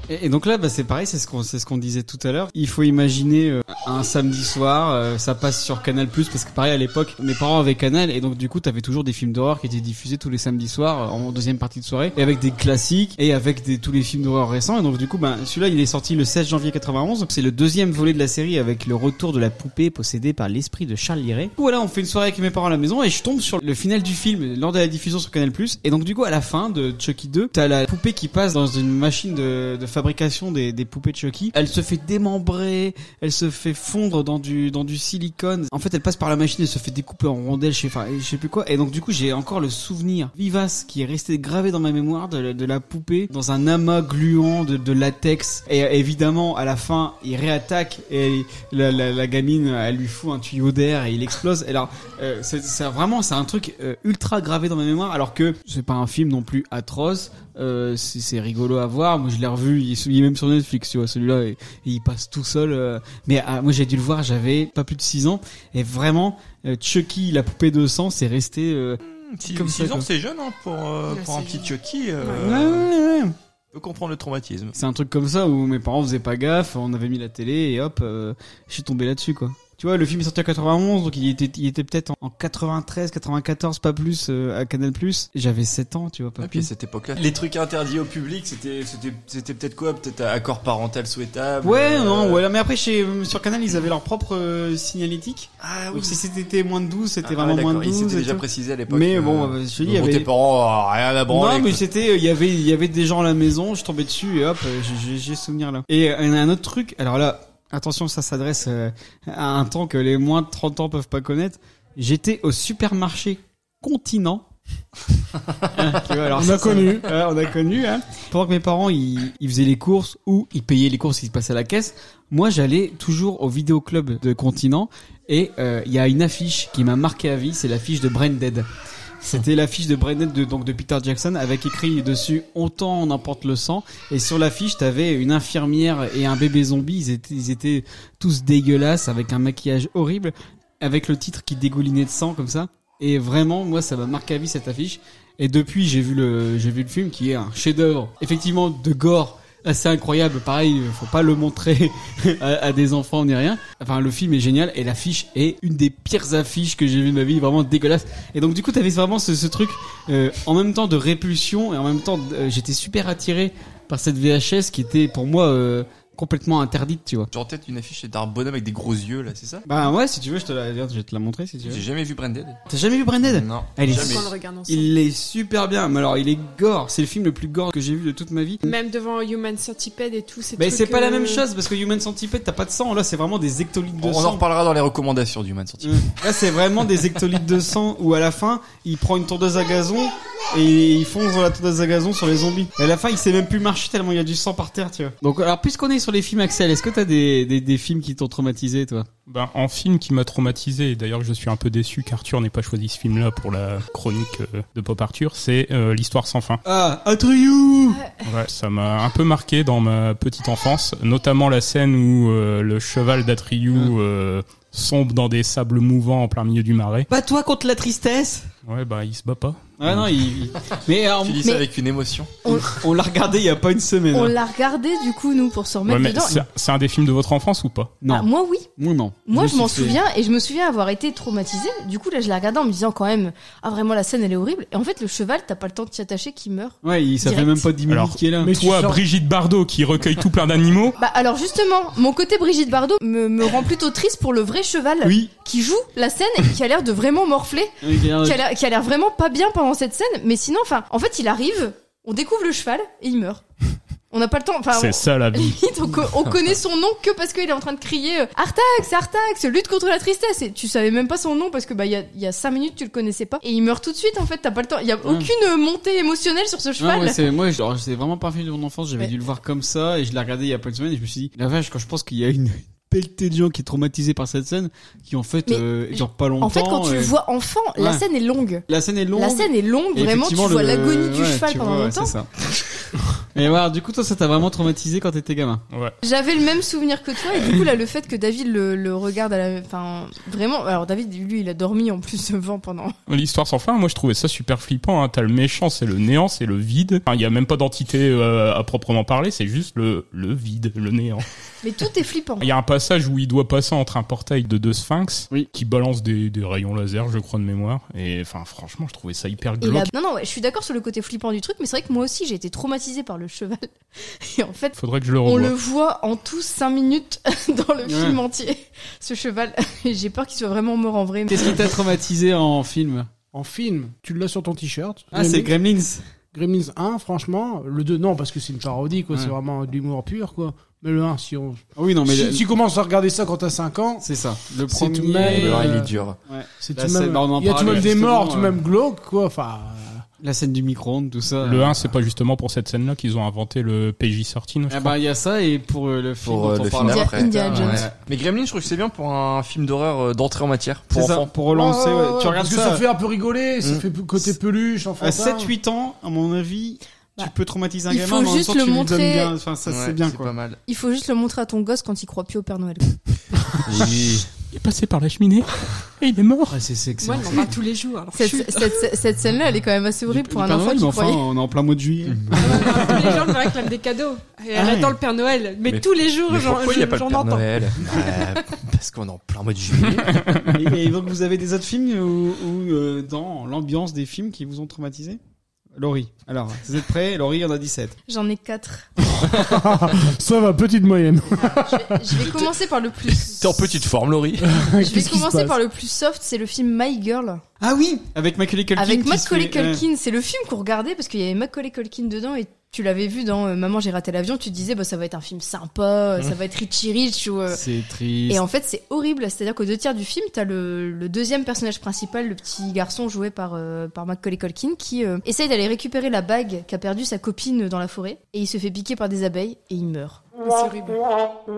Speaker 2: Et, et donc là, bah, c'est pareil, c'est ce qu'on c'est ce qu'on disait tout à l'heure. Il faut imaginer euh, un samedi soir, euh, ça passe sur Canal parce que pareil à l'époque, mes parents avaient Canal et donc du coup, t'avais toujours des films d'horreur qui étaient diffusés tous les samedis soirs euh, en deuxième partie de soirée et avec des classiques et avec des, tous les films d'horreur récents. Et donc du coup, bah, celui-là, il est sorti le 16 janvier 91. C'est le deuxième volet de la série avec le retour de la poupée possédée par l'esprit de Charles Liray. Voilà, on fait une soirée avec mes parents à la maison et je tombe sur le final du film lors de la diffusion sur Canal+. Et donc du coup, à la fin de Chucky 2, t'as la poupée qui passe dans une machine de, de fabrication des, des poupées de Chucky. Elle se fait démembrer, elle se fait fondre dans du dans du silicone. En fait, elle passe par la machine et se fait découper en rondelles, je sais, enfin, je sais plus quoi. Et donc du coup, j'ai encore le souvenir vivace qui est resté gravé dans ma mémoire de, la- de la poupée dans un amas gluant de, de latex. Et euh, évidemment, à la fin, il réattaque et la, la- la gamine, elle lui fout un tuyau d'air et il explose. Et alors, euh, c'est c'est vraiment, c'est un truc euh, ultra gravé dans ma mémoire. Alors que c'est pas un film non plus atroce. Euh, c'est c'est rigolo à voir. Moi, je l'ai revu. Il, est- il est même sur Netflix, tu vois, celui-là. Et, et il passe tout seul. euh. mais ah, moi, j'ai dû le voir. J'avais pas plus de 6 ans. Et vraiment, euh, Chucky, la poupée de sang, c'est resté euh, comme
Speaker 7: 6
Speaker 2: ça.
Speaker 7: ans,
Speaker 2: quoi.
Speaker 7: c'est jeune hein, pour, euh,
Speaker 2: Ouais,
Speaker 7: pour un
Speaker 2: c'est
Speaker 7: petit Chucky. euh,
Speaker 2: Ouais, ouais, ouais.
Speaker 7: On peut comprendre le traumatisme.
Speaker 2: C'est un truc comme ça où mes parents faisaient pas gaffe, on avait mis la télé et hop, euh, je suis tombé là-dessus quoi. Tu vois, le film est sorti en 91, donc il était, il était peut-être en- en 93, 94, pas plus, euh, à Canal+. J'avais 7 ans, tu vois, pas
Speaker 7: Et Ah, puis à
Speaker 2: plus.
Speaker 7: cette époque-là, euh, les trucs interdits au public, c'était c'était c'était peut-être quoi Peut-être accord parental souhaitable.
Speaker 2: Ouais,
Speaker 7: euh,
Speaker 2: non, ouais, mais après, chez, sur Canal, ils avaient leur propre euh, signalétique.
Speaker 7: Ah
Speaker 2: Donc si c'était moins de 12, c'était
Speaker 7: Ah,
Speaker 2: vraiment
Speaker 7: ouais,
Speaker 2: moins de
Speaker 7: d'accord, il
Speaker 2: 12.
Speaker 7: s'était
Speaker 2: et
Speaker 7: déjà
Speaker 2: tout.
Speaker 7: précisé à l'époque,
Speaker 2: Mais
Speaker 7: euh,
Speaker 2: bon, euh, je te dis, il y
Speaker 7: bon,
Speaker 2: avait...
Speaker 7: tes parents, euh, rien à branler,
Speaker 2: Non, mais
Speaker 7: quoi.
Speaker 2: c'était, euh, il y avait, il y avait des gens à la maison, je tombais dessus et hop, euh, j'ai- j'ai- j'ai souvenir là. Et euh, il y en a un autre truc, alors là, attention, ça s'adresse euh, à un temps que les moins de 30 ans peuvent pas connaître. J'étais au supermarché Continent. Ah, tu vois,
Speaker 5: On
Speaker 2: ça,
Speaker 5: a
Speaker 2: ça-
Speaker 5: connu.
Speaker 2: Ouais, on a connu. Hein. Pendant que mes parents ils, ils faisaient les courses ou ils payaient les courses, ils se passaient à la caisse. Moi, j'allais toujours au vidéoclub de Continent et euh, il y a une affiche qui m'a marqué à vie, c'est l'affiche de Branded. C'était l'affiche de Branded de, donc de Peter Jackson avec écrit dessus "Autant on emporte le sang" et sur l'affiche t'avais une infirmière et un bébé zombie. Ils étaient, ils étaient tous dégueulasses avec un maquillage horrible, avec le titre qui dégoulinait de sang comme ça. Et vraiment, moi, ça m'a marqué à vie cette affiche. Et depuis, j'ai vu le, j'ai vu le film qui est un chef-d'œuvre, effectivement, de gore, assez incroyable. Pareil, faut pas le montrer à, à des enfants ni rien. Enfin, le film est génial et l'affiche est une des pires affiches que j'ai vues de ma vie, vraiment dégueulasse. Et donc du coup, t'avais vraiment ce, ce truc euh, en même temps de répulsion et en même temps, d- euh, j'étais super attiré par cette VHS qui était pour moi euh, complètement interdite, tu vois.
Speaker 7: J'ai en tête une affiche d'un bonhomme avec des gros yeux là, c'est ça
Speaker 2: Bah ouais, si tu veux, je te la, je vais te la montrer si tu veux.
Speaker 7: J'ai jamais vu Branded.
Speaker 2: T'as jamais vu Branded
Speaker 7: Non.
Speaker 2: Elle est
Speaker 7: Jamais.
Speaker 11: On le regarde ensemble.
Speaker 2: Il est super bien, mais alors il est gore, c'est le film le plus gore que j'ai vu de toute ma vie.
Speaker 11: Même devant Human Centipede et tout, euh, c'est
Speaker 2: Mais c'est pas la même chose parce que Human Centipede t'as pas de sang, là c'est vraiment des hectolitres de
Speaker 7: On en
Speaker 2: sang.
Speaker 7: reparlera dans les recommandations du Man Sorti.
Speaker 2: Là c'est vraiment des hectolitres de sang où à la fin il prend une tondeuse à gazon et il fonce dans la tondeuse à gazon sur les zombies. Et à la fin il sait même plus marcher tellement il y a du sang par terre tu vois. Donc alors puisqu'on est sur les films Axel, est-ce que t'as des, des, des films qui t'ont traumatisé toi
Speaker 12: Ben, en film qui m'a traumatisé, et d'ailleurs je suis un peu déçu qu'Arthur n'ait pas choisi ce film-là pour la chronique euh, de Pop Arthur, c'est euh, L'Histoire sans fin.
Speaker 2: Ah, Atreyu
Speaker 12: Ouais, ça m'a un peu marqué dans ma petite enfance, notamment la scène où euh, le cheval d'Atriou euh, sombre dans des sables mouvants en plein milieu du marais.
Speaker 2: Pas toi contre la tristesse
Speaker 12: Ouais, bah il se bat pas.
Speaker 2: Ah non, il... il- Mais euh, alors,
Speaker 7: Tu dis ça avec une émotion.
Speaker 2: on, on l'a regardé il y a pas une semaine.
Speaker 3: On
Speaker 2: hein.
Speaker 3: l'a regardé du coup nous pour s'en
Speaker 12: Ouais,
Speaker 3: remettre
Speaker 12: mais
Speaker 3: dedans.
Speaker 12: c'est- c'est un des films de votre enfance ou pas
Speaker 2: Non.
Speaker 3: Ah, moi oui.
Speaker 2: Moi non.
Speaker 3: Moi,
Speaker 12: Nous,
Speaker 3: je m'en
Speaker 12: c'est-
Speaker 3: souviens et je me souviens avoir été traumatisée. Du coup, là, je la regardais en me disant quand même, ah vraiment la scène elle est horrible. Et en fait, le cheval, t'as pas le temps de t'y attacher, qui meurt.
Speaker 2: Ouais, il- ça
Speaker 3: Direct.
Speaker 2: fait même pas 10 minutes
Speaker 12: Alors,
Speaker 2: qu'il est là.
Speaker 12: Mais toi, Brigitte Bardot, qui recueille tout plein d'animaux,
Speaker 3: Bah alors justement, mon côté Brigitte Bardot me, me rend plutôt triste pour le vrai cheval
Speaker 12: Oui.
Speaker 3: qui joue la scène et qui a l'air de vraiment morfler,
Speaker 2: Oui, qui a l'air-
Speaker 3: qui a l'air- qui a l'air vraiment pas bien pendant cette scène. Mais sinon, enfin, en fait, il arrive, on découvre le cheval et il meurt. On n'a pas le temps. Enfin, on-
Speaker 12: c'est ça la vie.
Speaker 3: limite, on, co- on connaît son nom que parce qu'il est en train de crier euh, Artax, Artax, lutte contre la tristesse. Et tu savais même pas son nom parce que bah il y a, il y a cinq minutes tu le connaissais pas. Et il meurt tout de suite en fait, t'as pas le temps. Il y a aucune euh, montée émotionnelle sur ce
Speaker 2: Non,
Speaker 3: cheval.
Speaker 2: ouais, c'est- moi, genre, c'est vraiment pas un film de mon enfance. J'avais
Speaker 3: Ouais.
Speaker 2: dû le voir comme ça et je l'ai regardé il y a pas une semaine et je me suis dit, la vache, quand je pense qu'il y a une pelletée de gens qui est traumatisée par cette scène, qui en fait,
Speaker 3: Mais
Speaker 2: euh, genre pas longtemps.
Speaker 3: en fait, quand tu le
Speaker 2: et-
Speaker 3: vois enfant, la
Speaker 2: Ouais.
Speaker 3: scène est longue.
Speaker 2: La scène est longue.
Speaker 3: La scène est longue,
Speaker 2: Et
Speaker 3: vraiment, tu
Speaker 2: effectivement,
Speaker 3: vois
Speaker 2: le-
Speaker 3: l'agonie du
Speaker 2: ouais,
Speaker 3: cheval
Speaker 2: tu
Speaker 3: pendant
Speaker 2: vois, ouais,
Speaker 3: longtemps.
Speaker 2: c'est ça. Et voilà, du coup, toi, ça t'a vraiment traumatisé quand t'étais gamin.
Speaker 12: Ouais.
Speaker 3: J'avais le même souvenir que toi et du coup là le fait que David le, le regarde à la enfin vraiment alors David lui il a dormi en plus devant pendant
Speaker 12: L'histoire sans fin, moi je trouvais ça super flippant. Hein. T'as le méchant, c'est le néant, c'est le vide. Enfin, Il y a même pas d'entité euh, à proprement parler, c'est juste le, le vide, le néant.
Speaker 3: mais tout est flippant.
Speaker 12: Il y a un passage où il doit passer entre un portail de deux sphinx qui balance des, des rayons laser, je crois de mémoire. Et enfin, franchement, je trouvais ça hyper
Speaker 3: Et la-
Speaker 12: glauque.
Speaker 3: Non, non, ouais, je suis d'accord sur le côté flippant du truc, mais c'est vrai que moi aussi j'ai été traumatisée par le cheval. Et en fait,
Speaker 12: Faudrait que je le
Speaker 3: on
Speaker 12: revoie.
Speaker 3: le voit en tout 5 minutes dans le
Speaker 2: Ouais.
Speaker 3: film entier, ce cheval. Et j'ai peur qu'il soit vraiment mort en vrai.
Speaker 2: Qu'est-ce qui t'a traumatisé en film
Speaker 5: En film, tu l'as sur ton t-shirt.
Speaker 2: Ah, c'est Gremlins.
Speaker 5: Gremlins 1, franchement. Le 2, non, parce que c'est une parodie, quoi.
Speaker 2: Ouais.
Speaker 5: C'est vraiment de l'humour pur, quoi. Mais le 1, si on.
Speaker 2: Ah oui, non, mais
Speaker 5: si
Speaker 2: le-
Speaker 5: tu commences à regarder ça quand t'as 5 ans.
Speaker 2: C'est ça. Le
Speaker 5: C'est
Speaker 2: premier.
Speaker 5: tout de même,
Speaker 7: Le
Speaker 5: euh,
Speaker 7: rail est dur.
Speaker 2: Ouais.
Speaker 5: C'est
Speaker 2: La
Speaker 5: tout de
Speaker 2: scène-
Speaker 5: même.
Speaker 2: bah, on en
Speaker 5: Il y a tout de
Speaker 2: parlait
Speaker 5: même des
Speaker 2: justement,
Speaker 5: morts, tout de
Speaker 2: euh,
Speaker 5: même glauque, quoi. Enfin.
Speaker 2: La scène du micro-ondes, tout ça.
Speaker 12: Le 1, c'est pas justement pour cette scène-là qu'ils ont inventé le PJ-13, je
Speaker 2: Ah
Speaker 12: crois.
Speaker 2: bah, il y a ça et pour euh, le film.
Speaker 7: Pour euh,
Speaker 2: dont on
Speaker 7: le
Speaker 2: parle
Speaker 7: film après.
Speaker 3: Indiana Jones.
Speaker 7: Ouais. Mais Gremlin, je trouve que c'est bien pour un film d'horreur euh, d'entrée en matière. Pour
Speaker 2: C'est ça,
Speaker 7: enfants. Ah,
Speaker 2: pour relancer, ouais. Tu regardes
Speaker 5: Parce que
Speaker 2: ça.
Speaker 5: ça fait un peu rigoler, ça
Speaker 2: Mm.
Speaker 5: fait côté peluche, hein. enfantin.
Speaker 2: À 7-8 ans, à mon avis, tu peux traumatiser un
Speaker 3: Bah, il
Speaker 2: gamin,
Speaker 3: faut
Speaker 2: mais en même
Speaker 3: juste
Speaker 2: temps, tu
Speaker 3: le
Speaker 2: lui
Speaker 3: montrer-
Speaker 2: donnes bien. Enfin, ça, c'est
Speaker 7: Ouais,
Speaker 2: bien,
Speaker 7: c'est
Speaker 2: quoi.
Speaker 7: pas mal.
Speaker 3: Il faut juste le montrer à ton gosse quand il croit plus au Père Noël.
Speaker 12: Il est passé par la cheminée et il est mort.
Speaker 2: Ah, c'est
Speaker 11: Moi, je m'en bats tous les jours. Alors,
Speaker 3: Cette,
Speaker 11: chut.
Speaker 3: cette- cette scène-là, elle est quand même assez horrible pour
Speaker 2: Le
Speaker 3: un
Speaker 2: Père
Speaker 3: enfant
Speaker 2: Noël,
Speaker 3: qui
Speaker 2: mais enfin, euh,
Speaker 3: croyait.
Speaker 2: on est en plein mois de juillet.
Speaker 11: tous les gens me réclament des cadeaux. Et
Speaker 2: Ah ouais.
Speaker 11: arrêtant le Père Noël. Mais,
Speaker 7: Mais-
Speaker 11: tous les jours,
Speaker 7: Mais
Speaker 11: j'en
Speaker 7: pourquoi il n'y a
Speaker 11: j'en-
Speaker 7: pas le
Speaker 11: j'en
Speaker 7: Père
Speaker 11: entends.
Speaker 7: Noël Bah, Parce qu'on est en plein mois de juillet.
Speaker 2: et, et donc, vous avez des autres films ou ou, euh, dans l'ambiance des films qui vous ont traumatisé Laurie, alors, vous êtes prêts Laurie, il y en a 17.
Speaker 3: J'en ai quatre.
Speaker 5: Ça va, petite moyenne.
Speaker 3: Je vais commencer par le plus.
Speaker 7: T'es en petite forme, Laurie.
Speaker 3: Je vais
Speaker 5: Qu'est-ce qui se
Speaker 3: commencer
Speaker 5: passe
Speaker 3: par le plus soft, c'est le film My Girl.
Speaker 2: Ah oui Avec Macaulay Culkin.
Speaker 3: Avec
Speaker 2: qui se
Speaker 3: Macaulay
Speaker 2: fait- ouais.
Speaker 3: Culkin, c'est le film qu'on regardait parce qu'il y avait Macaulay Culkin dedans et tu l'avais vu dans euh, Maman j'ai raté l'avion, tu te disais bah ça va être un film sympa, euh, ça va être Richie Rich ou euh,
Speaker 2: C'est triste.
Speaker 3: et en fait c'est horrible, c'est-à-dire qu'aux deux tiers du film t'as le, le deuxième personnage principal, le petit garçon joué par euh, par Macaulay Culkin qui euh, essaye d'aller récupérer la bague qu'a perdue sa copine dans la forêt et il se fait piquer par des abeilles et il meurt.
Speaker 11: C'est horrible.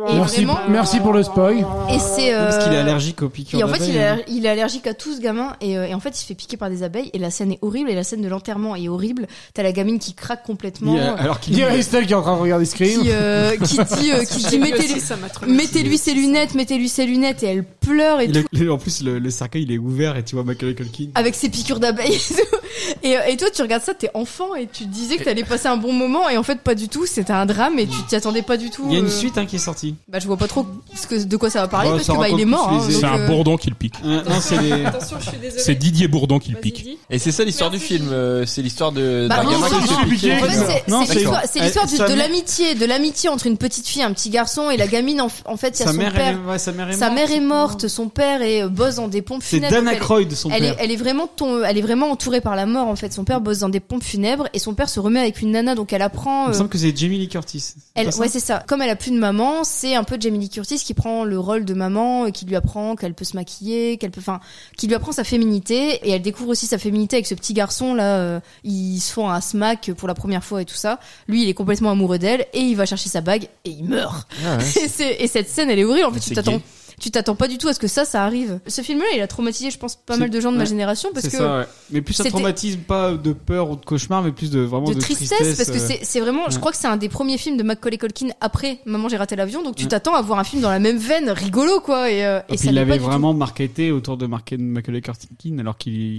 Speaker 3: Et
Speaker 5: Merci,
Speaker 3: vraiment-
Speaker 5: merci pour le
Speaker 11: Oh.
Speaker 5: spoil.
Speaker 3: Et c'est euh,
Speaker 2: Parce qu'il est allergique aux piqûres
Speaker 3: et en fait,
Speaker 2: d'abeilles,
Speaker 3: il est,
Speaker 2: hein.
Speaker 3: aller- il est allergique à tout ce gamin et, euh, et en fait, il se fait piquer par des abeilles et la scène est horrible et la scène de l'enterrement est horrible. T'as la gamine qui craque complètement,
Speaker 2: Il est- euh, Alors
Speaker 5: Il
Speaker 2: qu'il
Speaker 5: y a Estelle qui est en train de regarder Scream.
Speaker 3: qui, euh, qui dit, euh, qui
Speaker 11: J'ai
Speaker 3: dit
Speaker 11: vu
Speaker 3: mettez-lui,
Speaker 11: aussi, ça m'a traumatisé.
Speaker 3: mettez-lui ses lunettes, mettez-lui ses lunettes et elle pleure et
Speaker 2: Il
Speaker 3: tout
Speaker 2: est- en plus, le, le cercueil, il est ouvert et tu vois Macaulay Culkin.
Speaker 3: avec ses piqûres d'abeilles. et tout. Et, euh, et toi, tu regardes ça, t'es enfant et tu te disais que t'allais passer un bon moment et en fait, pas du tout. C'était un drame et tu t'y attendais pas du tout.
Speaker 19: Il y a une
Speaker 3: euh.
Speaker 19: suite hein, qui est sortie.
Speaker 3: Bah, je vois pas trop ce que, de quoi ça va parler
Speaker 19: Bon,
Speaker 3: parce
Speaker 19: ça
Speaker 3: que bah, il
Speaker 19: raconte
Speaker 3: est mort.
Speaker 19: tous
Speaker 3: hein,
Speaker 19: les-
Speaker 3: donc,
Speaker 12: C'est un
Speaker 3: euh,
Speaker 12: bourdon qui le pique.
Speaker 19: Euh, non, c'est les-
Speaker 11: Attention, je suis désolée.
Speaker 12: C'est Didier Bourdon qui le
Speaker 11: Vas-y,
Speaker 12: pique.
Speaker 11: dis.
Speaker 7: Et c'est ça l'histoire du film, euh, c'est l'histoire de
Speaker 3: Bah
Speaker 7: d'un
Speaker 3: non,
Speaker 7: gamin
Speaker 3: non,
Speaker 7: qui se
Speaker 3: non,
Speaker 7: fait piquer.
Speaker 3: en fait, c'est-
Speaker 7: Non,
Speaker 3: c'est l'histoire-
Speaker 7: d'accord.
Speaker 3: c'est l'histoire
Speaker 19: Elle-
Speaker 3: du-
Speaker 19: sa
Speaker 3: de
Speaker 19: mère-
Speaker 3: l'amitié, de l'amitié entre une petite fille, un petit garçon et la gamine. En, f- en fait, il y a
Speaker 19: Sa
Speaker 3: son
Speaker 19: mère,
Speaker 3: père.
Speaker 19: elle est- ouais, sa mère est
Speaker 3: Sa
Speaker 19: morte,
Speaker 3: mère est morte, son père est euh, bosse dans des pompes
Speaker 19: C'est
Speaker 3: funèbres.
Speaker 19: Dan
Speaker 3: donc elle est-
Speaker 19: Aykroyd, son
Speaker 3: elle
Speaker 19: père.
Speaker 3: Est, elle est vraiment ton- elle est vraiment entourée par la mort en fait. Son père bosse dans des pompes funèbres et son père se remet avec une nana donc elle apprend.
Speaker 19: Il me
Speaker 3: euh,
Speaker 19: semble que c'est Jamie Lee Curtis.
Speaker 3: elle,
Speaker 19: pas ça
Speaker 3: ouais, c'est ça. Comme elle a plus de maman, c'est un peu Jamie Lee Curtis qui prend le rôle de maman et qui lui apprend qu'elle peut se maquiller, qu'elle peut, enfin, qui lui apprend sa féminité et elle découvre aussi sa féminité avec ce petit garçon là. euh, ils se font un smack pour la première fois et tout ça. Lui, il est complètement amoureux d'elle et il va chercher sa bague et il meurt.
Speaker 14: Ah ouais.
Speaker 3: et, c'est- et cette scène, elle est horrible. En fait,
Speaker 14: C'est
Speaker 3: tu t'attends.
Speaker 14: gay.
Speaker 3: Tu t'attends pas du tout à ce que ça, ça arrive. Ce film-là, il a traumatisé, je pense, pas mal de gens de ma
Speaker 19: Ouais.
Speaker 3: génération parce
Speaker 19: C'est
Speaker 3: que
Speaker 19: ça, ouais. Mais plus ça
Speaker 3: c'était-
Speaker 19: traumatisme, pas de peur ou de cauchemar, mais plus de vraiment de,
Speaker 3: de tristesse, parce que
Speaker 19: euh.
Speaker 3: c'est- c'est vraiment, je
Speaker 19: Ouais.
Speaker 3: crois que c'est un des premiers films de Macaulay Culkin après Maman j'ai raté l'avion, donc tu
Speaker 19: Ouais.
Speaker 3: t'attends à voir un film dans la même veine, rigolo quoi, et, euh, et
Speaker 19: Et Ah, puis
Speaker 3: ça
Speaker 19: il
Speaker 3: l'est pas
Speaker 19: l'avait
Speaker 3: du
Speaker 19: vraiment marketé autour de Mark- Macaulay Culkin, alors qu'il,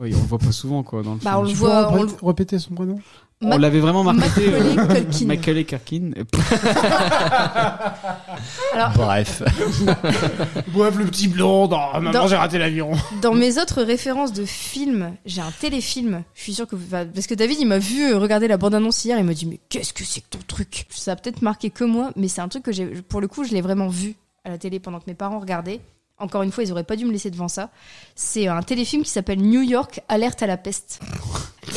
Speaker 19: ouais, on le voit pas souvent quoi dans le
Speaker 3: Bah,
Speaker 19: film.
Speaker 3: on le
Speaker 5: Tu
Speaker 3: voit,
Speaker 5: peux
Speaker 3: on
Speaker 5: répé- répéter son prénom
Speaker 3: Ma-
Speaker 19: On l'avait vraiment marketé.
Speaker 3: Macaulay
Speaker 19: euh,
Speaker 3: Culkin.
Speaker 19: Macaulay Culkin.
Speaker 3: tout. Alors,
Speaker 7: Bref.
Speaker 5: Bref, le petit blond. Oh, maman,
Speaker 3: Dans-
Speaker 5: j'ai raté l'avion.
Speaker 3: dans mes autres références de films, j'ai un téléfilm. Je suis sûre que vous- bah, parce que David il m'a vu euh, regarder la bande annonce hier, il m'a dit mais qu'est-ce que c'est que ton truc Ça a peut-être marqué que moi, mais c'est un truc que j'ai pour le coup je l'ai vraiment vu à la télé pendant que mes parents regardaient. Encore une fois, ils auraient pas dû me laisser devant ça. C'est un téléfilm qui s'appelle New York Alerte à la peste.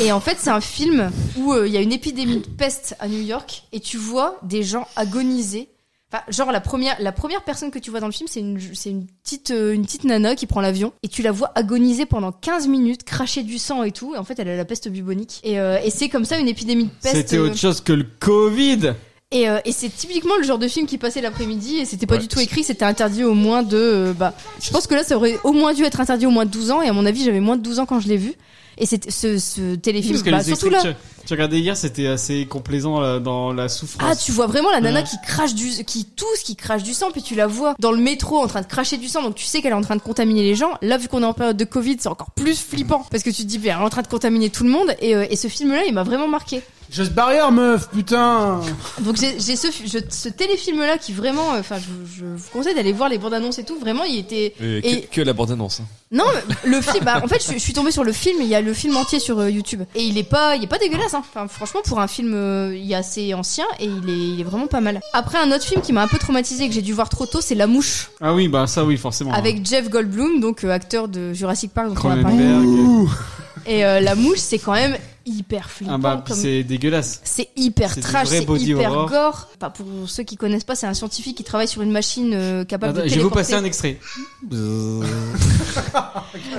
Speaker 3: Et en fait, c'est un film où euh, il y a une épidémie de peste à New York et tu vois des gens agoniser. Enfin, genre la première, la première personne que tu vois dans le film, c'est une, c'est une petite, euh, une petite nana qui prend l'avion et tu la vois agoniser pendant 15 minutes, cracher du sang et tout. Et en fait, elle a la peste bubonique. Et, euh, et c'est comme ça une épidémie de peste.
Speaker 19: C'était
Speaker 3: euh,
Speaker 19: autre chose que le Covid.
Speaker 3: et, euh, et c'est typiquement le genre de film qui passait l'après-midi et c'était pas
Speaker 19: Ouais.
Speaker 3: du tout écrit, c'était interdit au moins de. euh, bah, je pense que là, ça aurait au moins dû être interdit au moins de 12 ans et à mon avis, j'avais moins de 12 ans quand je l'ai vu. Et c'est ce, ce téléfilm,
Speaker 19: Parce que
Speaker 3: bah,
Speaker 19: les
Speaker 3: surtout
Speaker 19: extraits
Speaker 3: là.
Speaker 19: que tu- tu regardais hier, c'était assez complaisant là, dans la souffrance.
Speaker 3: Ah, tu vois vraiment la nana
Speaker 19: Ouais.
Speaker 3: qui crache du, qui tousse, qui crache du sang, puis tu la vois dans le métro en train de cracher du sang, donc tu sais qu'elle est en train de contaminer les gens. Là, vu qu'on est en période de Covid, c'est encore plus flippant parce que tu te dis, mais elle est en train de contaminer tout le monde. Et, euh, et ce film-là, il m'a vraiment marqué.
Speaker 5: Juste barrière, meuf, putain.
Speaker 3: Donc j'ai j'ai ce, fi- je- ce téléfilm-là qui vraiment, euh, enfin, je, je vous conseille d'aller voir les bandes annonces et tout. Vraiment, il était.
Speaker 7: Euh,
Speaker 3: et-
Speaker 7: que, que la bande annonce.
Speaker 3: non, mais le film. Bah, en fait, je, je suis tombée sur le film. Il y a le film entier sur euh, YouTube et il est pas, il est pas dégueulasse. Hein. Enfin, franchement, pour un film, euh, il est assez ancien et il est, il est vraiment pas mal. Après, un autre film qui m'a un peu traumatisé que j'ai dû voir trop tôt, c'est La Mouche
Speaker 19: Ah oui, bah ça oui, forcément. hein.
Speaker 3: avec Jeff Goldblum, donc euh, acteur de Jurassic Park dont on a parlé.
Speaker 19: Cronenberg.
Speaker 3: Et euh, La Mouche, c'est quand même hyper flippant.
Speaker 19: Ah bah puis
Speaker 3: comme-
Speaker 19: c'est dégueulasse.
Speaker 3: C'est hyper
Speaker 19: C'est du
Speaker 3: trash,
Speaker 19: vrai
Speaker 3: c'est
Speaker 19: body
Speaker 3: hyper
Speaker 19: horror.
Speaker 3: gore. Pas pour ceux qui connaissent pas, c'est un scientifique qui travaille sur une machine euh, capable
Speaker 19: Attends,
Speaker 3: de
Speaker 19: je vais vous
Speaker 3: téléporter.
Speaker 19: passer un extrait.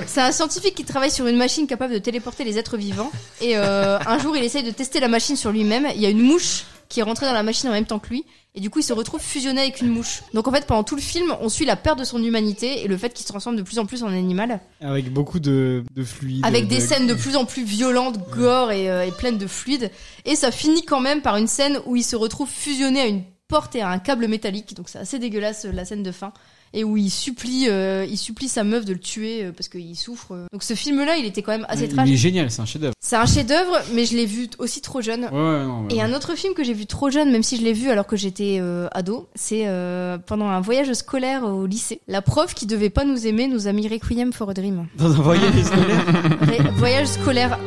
Speaker 3: C'est un scientifique qui travaille sur une machine capable de téléporter les êtres vivants. Et euh, un jour, il essaye de tester la machine sur lui-même. Il y a une mouche qui est rentrée dans la machine en même temps que lui. Et du coup, il se retrouve fusionné avec une mouche. Donc en fait, pendant tout le film, on suit la perte de son humanité et le fait qu'il se transforme de plus en plus en animal.
Speaker 19: Avec beaucoup de, de fluide.
Speaker 3: Avec des scènes de plus en plus violentes, gore et, euh, et pleines de fluides. Et ça finit quand même par une scène où il se retrouve fusionné à une porte et à un câble métallique. Donc c'est assez dégueulasse euh, la scène de fin. Et où il supplie, euh, il supplie sa meuf de le tuer euh, parce qu'il souffre. euh. Donc ce film-là, il était quand même assez trash.
Speaker 19: Il est génial, c'est un chef-d'œuvre.
Speaker 3: C'est un chef-d'œuvre, mais je l'ai vu t- aussi trop jeune.
Speaker 19: Ouais, ouais, non, mais
Speaker 3: Et
Speaker 19: ouais.
Speaker 3: un autre film que j'ai vu trop jeune, même si je l'ai vu alors que j'étais euh, ado, c'est euh, pendant un voyage scolaire au lycée. La prof qui devait pas nous aimer nous a mis Requiem for a Dream.
Speaker 19: Dans un voyage scolaire.
Speaker 3: Ré- voyage scolaire.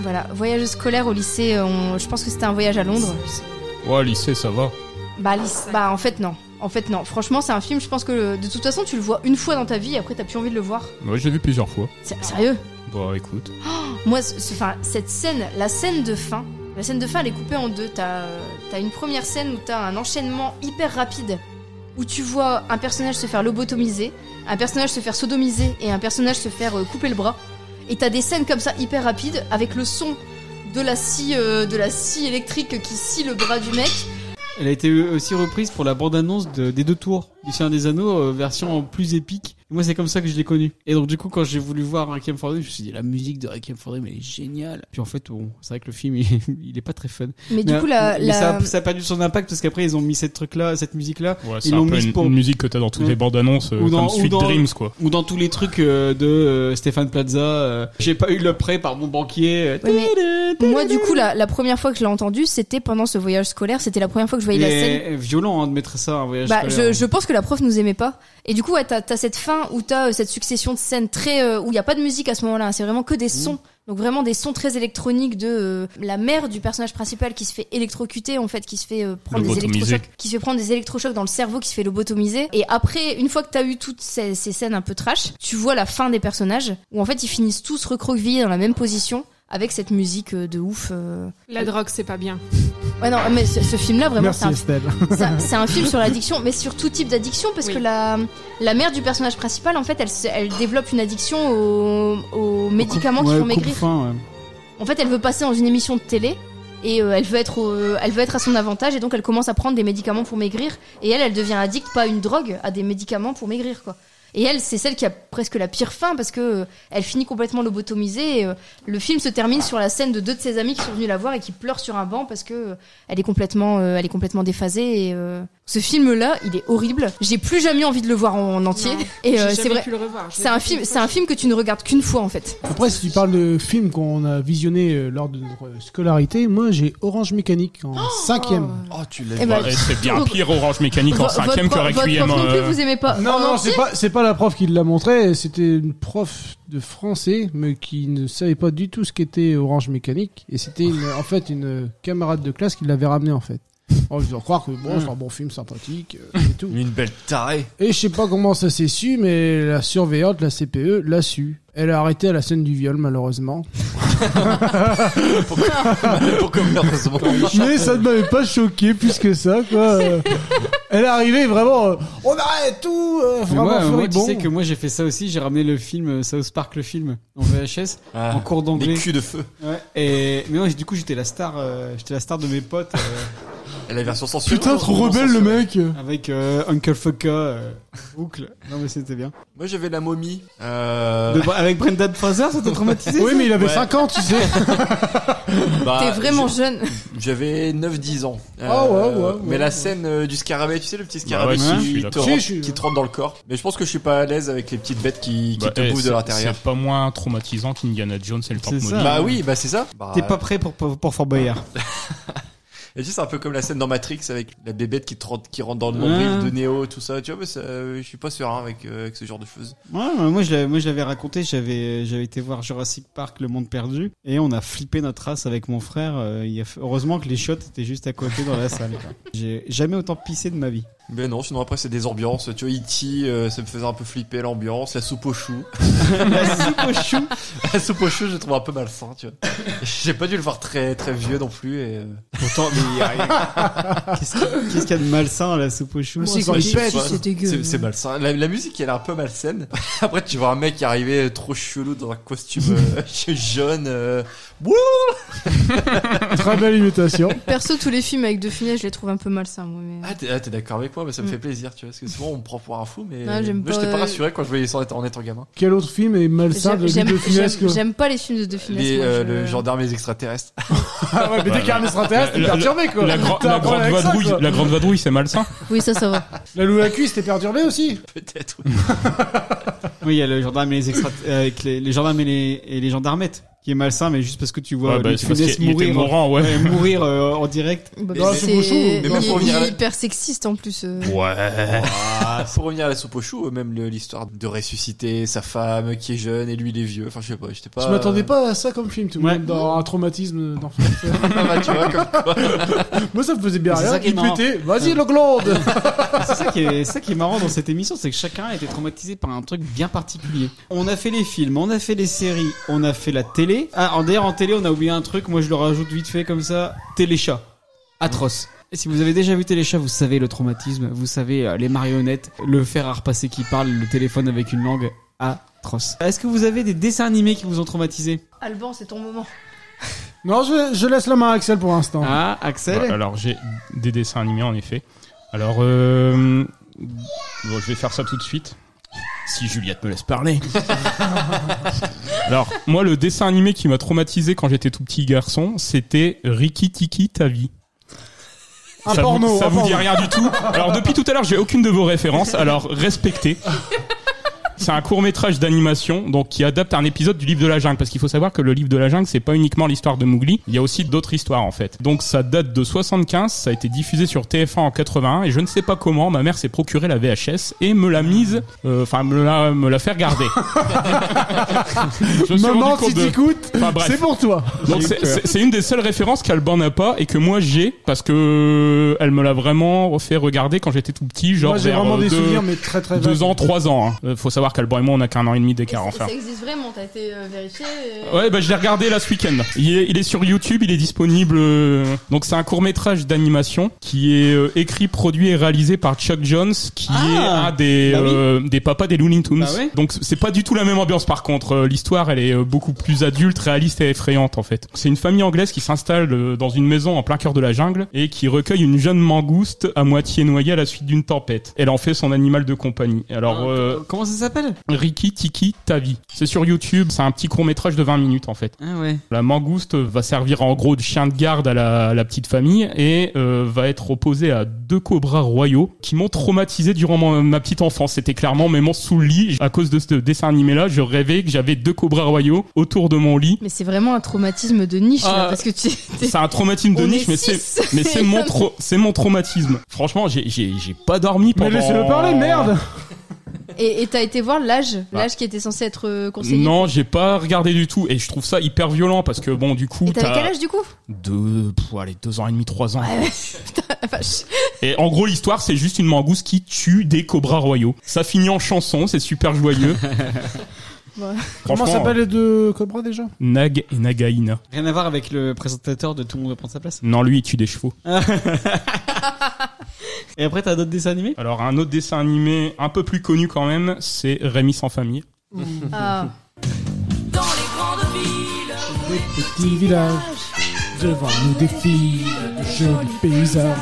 Speaker 3: Voilà, voyage scolaire au lycée. euh, on- Je pense que c'était un voyage à Londres.
Speaker 12: Ouais, lycée, Oh, eh, ça va.
Speaker 3: Bah, lyc- bah, en fait non. En fait non. Franchement, c'est un film. Je pense que le- de toute façon, tu le vois une fois dans ta vie. Et après, t'as plus envie de le voir.
Speaker 12: Moi, je l'ai vu plusieurs fois.
Speaker 3: S- Sérieux
Speaker 12: Bah, écoute.
Speaker 3: Oh, Moi, ce- ce- enfin, cette scène, la scène de fin, la scène de fin, elle est coupée en deux. T'as euh, t'as une première scène où t'as un enchaînement hyper rapide, où tu vois un personnage se faire lobotomiser, un personnage se faire sodomiser et un personnage se faire euh, couper le bras. Et t'as des scènes comme ça hyper rapides avec le son de la scie, euh, de la scie électrique qui scie le bras du mec.
Speaker 19: Elle a été aussi reprise pour la bande-annonce de- des deux tours du Seigneur des Anneaux, euh, version plus épique,
Speaker 2: Moi, c'est comme ça que je l'ai connu. Et donc, du coup, quand j'ai voulu voir Requiem for Dream, je me suis dit, la musique de Requiem for Dream, elle est géniale. Puis en fait, bon, c'est vrai que le film, il, il est pas très fun.
Speaker 3: Mais du coup, la-
Speaker 2: mais
Speaker 3: la-
Speaker 2: Ça, a, ça a perdu son impact parce qu'après, ils ont mis cette truc-là, cette musique-là.
Speaker 12: Ouais, c'est
Speaker 2: ils
Speaker 12: un
Speaker 2: l'ont
Speaker 12: peu
Speaker 2: mise
Speaker 12: une,
Speaker 2: pour.
Speaker 12: une musique que t'as dans toutes
Speaker 2: Ouais.
Speaker 12: les bandes annonces, euh,
Speaker 2: Ou dans-
Speaker 12: comme Sweet
Speaker 2: ou dans-
Speaker 12: Dreams, quoi.
Speaker 2: Ou dans tous les trucs euh, de euh, Stéphane Plaza. euh, j'ai pas eu le prêt par mon banquier. euh,
Speaker 3: Ouais, mais moi, du coup, la, la première fois que je l'ai entendu, c'était pendant ce voyage scolaire. C'était la première fois que je voyais la
Speaker 2: mais,
Speaker 3: scène
Speaker 2: euh, violent hein, de mettre ça à un voyage.
Speaker 3: Bah, je,
Speaker 2: scolaire. hein.
Speaker 3: je pense que la prof nous aimait pas. Et du coup, ouais, t'as, t'as cette fin où t'as euh, cette succession de scènes très euh, où il y a pas de musique à ce moment-là. hein, c'est vraiment que des
Speaker 2: Mmh.
Speaker 3: sons. Donc vraiment des sons très électroniques de euh, la mère du personnage principal qui se fait électrocuter en fait, qui se fait euh, prendre des
Speaker 17: Lobotomiser.
Speaker 3: électrochocs, qui se fait prendre des électrochocs dans le cerveau, qui se fait lobotomiser. Et après, une fois que t'as eu toutes ces, ces scènes un peu trash, tu vois la fin des personnages où en fait ils finissent tous recroquevillés dans la même position avec cette musique euh, de ouf. euh.
Speaker 11: La drogue, c'est pas bien.
Speaker 3: Ouais non, mais ce, ce film-là vraiment
Speaker 5: Merci
Speaker 3: c'est un
Speaker 5: Estelle.
Speaker 3: c'est un- c'est un film sur l'addiction, mais sur tout type d'addiction, parce que la, la mère du personnage principal, en fait, elle, se- elle développe une addiction aux, aux médicaments qui
Speaker 2: Ouais,
Speaker 3: font maigrir.
Speaker 2: coupe-faim, ouais.
Speaker 3: En fait, elle veut passer dans une émission de télé et euh, elle veut être au- elle veut être à son avantage et donc elle commence à prendre des médicaments pour maigrir et elle elle devient addict pas à une drogue à des médicaments pour maigrir quoi. Et elle c'est celle qui a presque la pire fin parce que euh, elle finit complètement lobotomisée et, euh, le film se termine sur la scène de deux de ses amis qui sont venus la voir et qui pleurent sur un banc parce que euh, elle est complètement euh, elle est complètement déphasée et euh, ce film là, il est horrible. J'ai plus jamais envie de le voir en, en entier
Speaker 11: Non,
Speaker 3: et euh,
Speaker 11: j'ai
Speaker 3: c'est
Speaker 11: jamais
Speaker 3: vrai.
Speaker 11: pu le revoir. Je l'ai
Speaker 3: C'est un
Speaker 11: vu
Speaker 3: film
Speaker 11: une
Speaker 3: c'est un film que tu ne regardes qu'une fois en fait.
Speaker 5: Après, si tu parles de films qu'on a visionnés euh, lors de notre euh, scolarité, moi j'ai Orange Mécanique en cinquième.
Speaker 7: Oh, tu
Speaker 3: Eh ben,
Speaker 12: Ouais, c'est bien pire Orange Mécanique en
Speaker 3: Vo- votre
Speaker 12: cinquième que
Speaker 3: prof- votre
Speaker 12: Requiem.
Speaker 3: prof non plus,
Speaker 12: euh,
Speaker 3: vous aimez pas.
Speaker 5: Non,
Speaker 3: En
Speaker 5: non,
Speaker 3: entier
Speaker 5: c'est pas, c'est pas la prof qui l'a montré, c'était une prof de français, mais qui ne savait pas du tout ce qu'était Orange Mécanique. Et c'était une- en fait une camarade de classe qui l'avait ramené en fait. Oh, je dois croire que bon, c'est un bon film sympathique. euh, et tout.
Speaker 7: Une belle tarée.
Speaker 5: Et je sais pas comment ça s'est su, mais la surveillante, la CPE, l'a su. Elle a arrêté à la scène du viol, malheureusement.
Speaker 7: Pourquoi malheureusement
Speaker 5: Mais ça ne m'avait pas choqué plus que ça, quoi. Euh, Elle est arrivée vraiment. euh, On arrête tout euh,
Speaker 2: Mais
Speaker 5: Vraiment
Speaker 2: moi, moi, tu
Speaker 5: furibond.
Speaker 2: sais que moi j'ai fait ça aussi, j'ai ramené le film euh, South Park le film en VHS
Speaker 7: Ah,
Speaker 2: en cours
Speaker 7: des
Speaker 2: d'anglais.
Speaker 7: culs de feu.
Speaker 2: Ouais. Et mais moi du coup j'étais la star, euh, j'étais la star de mes potes. euh,
Speaker 7: Et la version hein, censurée.
Speaker 5: Putain, trop rebelle le mec
Speaker 2: Avec euh, Uncle Fucka, euh, boucle. Non mais c'était bien.
Speaker 7: Moi j'avais la momie. Euh...
Speaker 2: De- avec Brendan Fraser, ça t'a traumatisé
Speaker 5: Oui,
Speaker 2: ça
Speaker 5: mais il avait
Speaker 7: Ouais.
Speaker 5: 5 ans, tu sais.
Speaker 7: Bah,
Speaker 3: T'es vraiment
Speaker 7: j'ai-
Speaker 3: jeune.
Speaker 7: J'avais 9-10 ans.
Speaker 5: Ah ouais, ouais, ouais,
Speaker 7: mais
Speaker 5: ouais.
Speaker 7: la scène euh, du scarabée, tu sais, le petit scarabée
Speaker 12: ouais, si, je
Speaker 7: qui,
Speaker 12: suis
Speaker 7: te
Speaker 12: d'accord.
Speaker 7: rentre-
Speaker 12: Si, je suis-
Speaker 7: qui te rentre dans le corps. Mais je pense que je suis pas à l'aise avec les petites bêtes qui, qui
Speaker 12: bah, eh,
Speaker 7: te bouffent de
Speaker 12: c'est-
Speaker 7: l'intérieur.
Speaker 12: C'est pas moins traumatisant qu'Indiana Jones et le Temple
Speaker 2: ça,
Speaker 12: Maudit.
Speaker 7: Bah oui, bah c'est ça.
Speaker 2: T'es pas prêt pour pour, pour Fort Boyard.
Speaker 7: Et tu sais, c'est un peu comme la scène dans Matrix avec la bébête qui, te rentre, qui rentre dans le nombril de
Speaker 2: Ouais.
Speaker 7: Neo, tout ça. Tu vois, mais ça, euh, je suis pas serein avec, euh, avec ce genre de choses.
Speaker 2: Ouais, mais moi je l'avais, moi je l'avais raconté, j'avais, euh, j'avais été voir Jurassic Park, Le Monde Perdu, et on a flippé notre race avec mon frère. euh, il y a- heureusement que les chiottes étaient juste à côté dans la salle. quoi. J'ai jamais autant pissé de ma vie.
Speaker 7: Mais non, sinon après c'est des ambiances. Tu vois, E.T., euh, ça me faisait un peu flipper l'ambiance, la soupe aux choux.
Speaker 2: la soupe aux choux
Speaker 7: La soupe aux choux, je le trouve un peu malsain, tu vois. J'ai pas dû le voir très très vieux non plus. Et... euh,
Speaker 2: Pourtant, mais il y a rien. Qu'est-ce qu'il qu'est-ce qu'il y a de malsain à la soupe aux choux
Speaker 7: Moi,
Speaker 2: C'est-
Speaker 7: c'est-
Speaker 2: c'est-
Speaker 7: c'est- C'est c'est malsain. La, la musique, elle est un peu malsaine. Après, tu vois un mec arriver trop chelou dans un costume euh, jaune. euh, wouh
Speaker 5: Très belle imitation.
Speaker 3: Perso, tous les films avec deux Funès, je les trouve un peu malsains. Moi, mais... euh,
Speaker 7: Ah, t'es ah, t'es d'accord avec moi, mais ça me
Speaker 3: Mm.
Speaker 7: fait plaisir, tu vois. Parce que souvent, on me prend pour un fou, mais
Speaker 3: Non, j'aime
Speaker 7: moi,
Speaker 3: pas,
Speaker 7: j'étais pas
Speaker 3: euh,
Speaker 7: rassuré quand je voyais ça en étant, en étant gamin.
Speaker 5: Quel autre film est malsain
Speaker 3: J'aime-
Speaker 5: de
Speaker 3: J'aime
Speaker 5: Luc de Funès
Speaker 3: j'aime-
Speaker 5: que-
Speaker 3: j'aime pas les films de De Funès.
Speaker 7: Les,
Speaker 3: moi,
Speaker 7: euh,
Speaker 3: je-
Speaker 7: le gendarme et les extraterrestres.
Speaker 5: Ah ouais, mais dès
Speaker 12: Voilà.
Speaker 5: qu'il y a un extraterrestre, t'es
Speaker 12: La- la-
Speaker 5: perturbé, quoi.
Speaker 12: La, gra-
Speaker 5: T'as un
Speaker 12: la
Speaker 5: problème
Speaker 12: grande
Speaker 5: avec ça,
Speaker 12: vadrouille,
Speaker 5: quoi.
Speaker 12: la grande vadrouille, c'est malsain.
Speaker 3: Oui, ça, ça va.
Speaker 5: La loue à cuisse, t'es perturbé aussi
Speaker 7: Peut-être.
Speaker 2: Oui, il y a le gendarme et les extra- euh, avec les, les gendarmes et les, et les gendarmettes qui est malsain, mais juste parce que tu vois
Speaker 12: Ouais, bah,
Speaker 2: Luc
Speaker 12: c'est parce
Speaker 2: Funès
Speaker 12: qu'il- il était
Speaker 2: mourir,
Speaker 12: mourant, ouais.
Speaker 2: mourir euh, en direct.
Speaker 3: Bah,
Speaker 7: Non,
Speaker 3: mais
Speaker 7: c'est
Speaker 3: c'est-
Speaker 7: beau chou, mais
Speaker 3: il-
Speaker 7: même
Speaker 3: il
Speaker 7: pour venir à la-
Speaker 3: est hyper sexiste en plus. euh.
Speaker 12: Ouais.
Speaker 7: Ah, pour revenir à la soupe au chou, même le- l'histoire de ressusciter sa femme qui est jeune et lui il est vieux. Enfin, je sais pas, j'étais pas. euh,
Speaker 5: Je m'attendais pas à ça comme film, tout de
Speaker 2: Ouais.
Speaker 5: même, dans un traumatisme d'enfant.
Speaker 12: Ah
Speaker 7: bah, tu vois, comme quoi.
Speaker 5: Moi, ça me faisait bien
Speaker 2: C'est
Speaker 5: rien.
Speaker 2: ça qui est
Speaker 5: Il
Speaker 2: marrant.
Speaker 5: pétait, vas-y, le glande
Speaker 2: C'est ça, qui est- c'est ça qui est marrant dans cette émission, c'est que chacun a été traumatisé par un truc bien particulier. On a fait les films, on a fait les séries, on a fait la télé. Ah, en d'ailleurs, en télé, on a oublié un truc, moi je le rajoute vite fait comme ça Téléchat. Atroce. Et si vous avez déjà vu Téléchat, vous savez le traumatisme, vous savez euh, les marionnettes, le fer à repasser qui parle, le téléphone avec une langue atroce. Est-ce que vous avez des dessins animés qui vous ont traumatisé
Speaker 3: Alban, c'est ton moment.
Speaker 5: Non, je, je laisse la main à Axel pour l'instant.
Speaker 2: Ah, Axel
Speaker 12: Ouais, Bah, alors j'ai des dessins animés en effet. Alors euh, bon, je vais faire ça tout de suite.
Speaker 17: Si Juliette me laisse parler.
Speaker 12: Alors, moi, le dessin animé qui m'a traumatisé quand j'étais tout petit garçon, c'était Riki Tiki Tavi.
Speaker 5: Un
Speaker 12: ça
Speaker 5: porno,
Speaker 12: vous, ça
Speaker 5: un
Speaker 12: vous dit
Speaker 5: porno.
Speaker 12: rien du tout. Alors depuis tout à l'heure, j'ai aucune de vos références. Alors respectez. C'est un court métrage d'animation, donc qui adapte un épisode du livre de la jungle, parce qu'il faut savoir que le livre de la jungle, c'est pas uniquement l'histoire de Mowgli, il y a aussi d'autres histoires en fait. Donc ça date de 75, ça a été diffusé sur TF1 en 81, et je ne sais pas comment, ma mère s'est procuré la VHS et me l'a mise, euh, enfin me l'a me l'a fait regarder. Ah, Je me suis
Speaker 5: Maman,
Speaker 12: rendu compte
Speaker 5: si
Speaker 12: de-
Speaker 5: t'écoutes,
Speaker 12: Enfin, bref.
Speaker 5: c'est pour toi.
Speaker 12: Donc c'est- c'est c'est une des seules références qu'Alban n'a pas et que moi j'ai parce que euh, elle me l'a vraiment fait regarder quand j'étais tout petit, genre
Speaker 5: Moi, j'ai
Speaker 12: vers,
Speaker 5: vraiment
Speaker 12: euh,
Speaker 5: des
Speaker 12: deux-
Speaker 5: souvenirs, mais très, très
Speaker 12: deux
Speaker 5: vagues.
Speaker 12: ans, trois ans. hein. Euh, Faut savoir qu'Alban et moi on a qu'un an et demi d'écart
Speaker 3: Ça
Speaker 12: enfin.
Speaker 3: existe vraiment, t'as été euh, vérifié euh,
Speaker 12: Ouais, bah je l'ai regardé là ce week-end. Il est, il est sur YouTube, il est disponible. euh, Donc c'est un court métrage d'animation qui est euh, écrit, produit et réalisé par Chuck Jones, qui
Speaker 5: Ah
Speaker 12: est un des
Speaker 19: Bah oui.
Speaker 12: euh, des papas des Looney Tunes.
Speaker 19: Bah ouais.
Speaker 12: Donc c'est pas du tout la même ambiance. Par contre, Euh, l'histoire elle est euh, beaucoup plus adulte, réaliste et effrayante en fait. C'est une famille anglaise qui s'installe euh, dans une maison en plein cœur de la jungle et qui recueille une jeune mangouste à moitié noyée à la suite d'une tempête. Elle en fait son animal de compagnie. Alors
Speaker 19: Ah, comment ça s'appelle
Speaker 12: Ricky Tiki Tavi. C'est sur YouTube, c'est un petit court métrage de 20 minutes en fait.
Speaker 19: Ah ouais.
Speaker 12: La mangouste va servir en gros de chien de garde à la, à la petite famille et euh, va être opposée à deux cobras royaux qui m'ont traumatisé durant ma, ma petite enfance. C'était clairement mes monstres sous le lit. À cause de ce dessin animé là, je rêvais que j'avais deux cobras royaux autour de mon lit.
Speaker 3: Mais c'est vraiment un traumatisme de niche,
Speaker 5: Ah.
Speaker 3: là, parce que tu...
Speaker 12: Ah, C'est un traumatisme de
Speaker 3: On
Speaker 12: niche,
Speaker 3: est
Speaker 12: mais
Speaker 3: six.
Speaker 12: c'est mais c'est mon trau- c'est mon traumatisme. Franchement, j'ai j'ai j'ai pas dormi
Speaker 5: Mais
Speaker 12: pendant.
Speaker 5: laissez-le parler, merde
Speaker 3: Et et t'as été voir l'âge,
Speaker 12: Bah.
Speaker 3: l'âge qui était censé être euh, conseillé
Speaker 12: Non, j'ai pas regardé du tout et je trouve ça hyper violent parce que bon, du coup,
Speaker 3: Et t'avais
Speaker 12: t'as-
Speaker 3: quel âge du coup
Speaker 12: deux, pff, allez, deux ans et demi, trois ans.
Speaker 3: La vache.
Speaker 12: Et en gros, l'histoire, c'est juste une mangouste qui tue des cobras royaux. Ça finit en chanson, c'est super joyeux.
Speaker 3: Ouais.
Speaker 12: Franchement, euh,
Speaker 5: Comment s'appellent les deux cobras déjà
Speaker 12: Nag et Nagaina.
Speaker 19: Rien à voir avec le présentateur de Tout le monde prendre sa place.
Speaker 12: Non, lui, il tue des chevaux.
Speaker 19: Et après, t'as d'autres dessins animés
Speaker 12: Alors, un autre dessin animé un peu plus connu quand même, c'est Rémi sans famille.
Speaker 3: Ah.
Speaker 5: Des petits villages, devant nous des filles, de jolis paysages.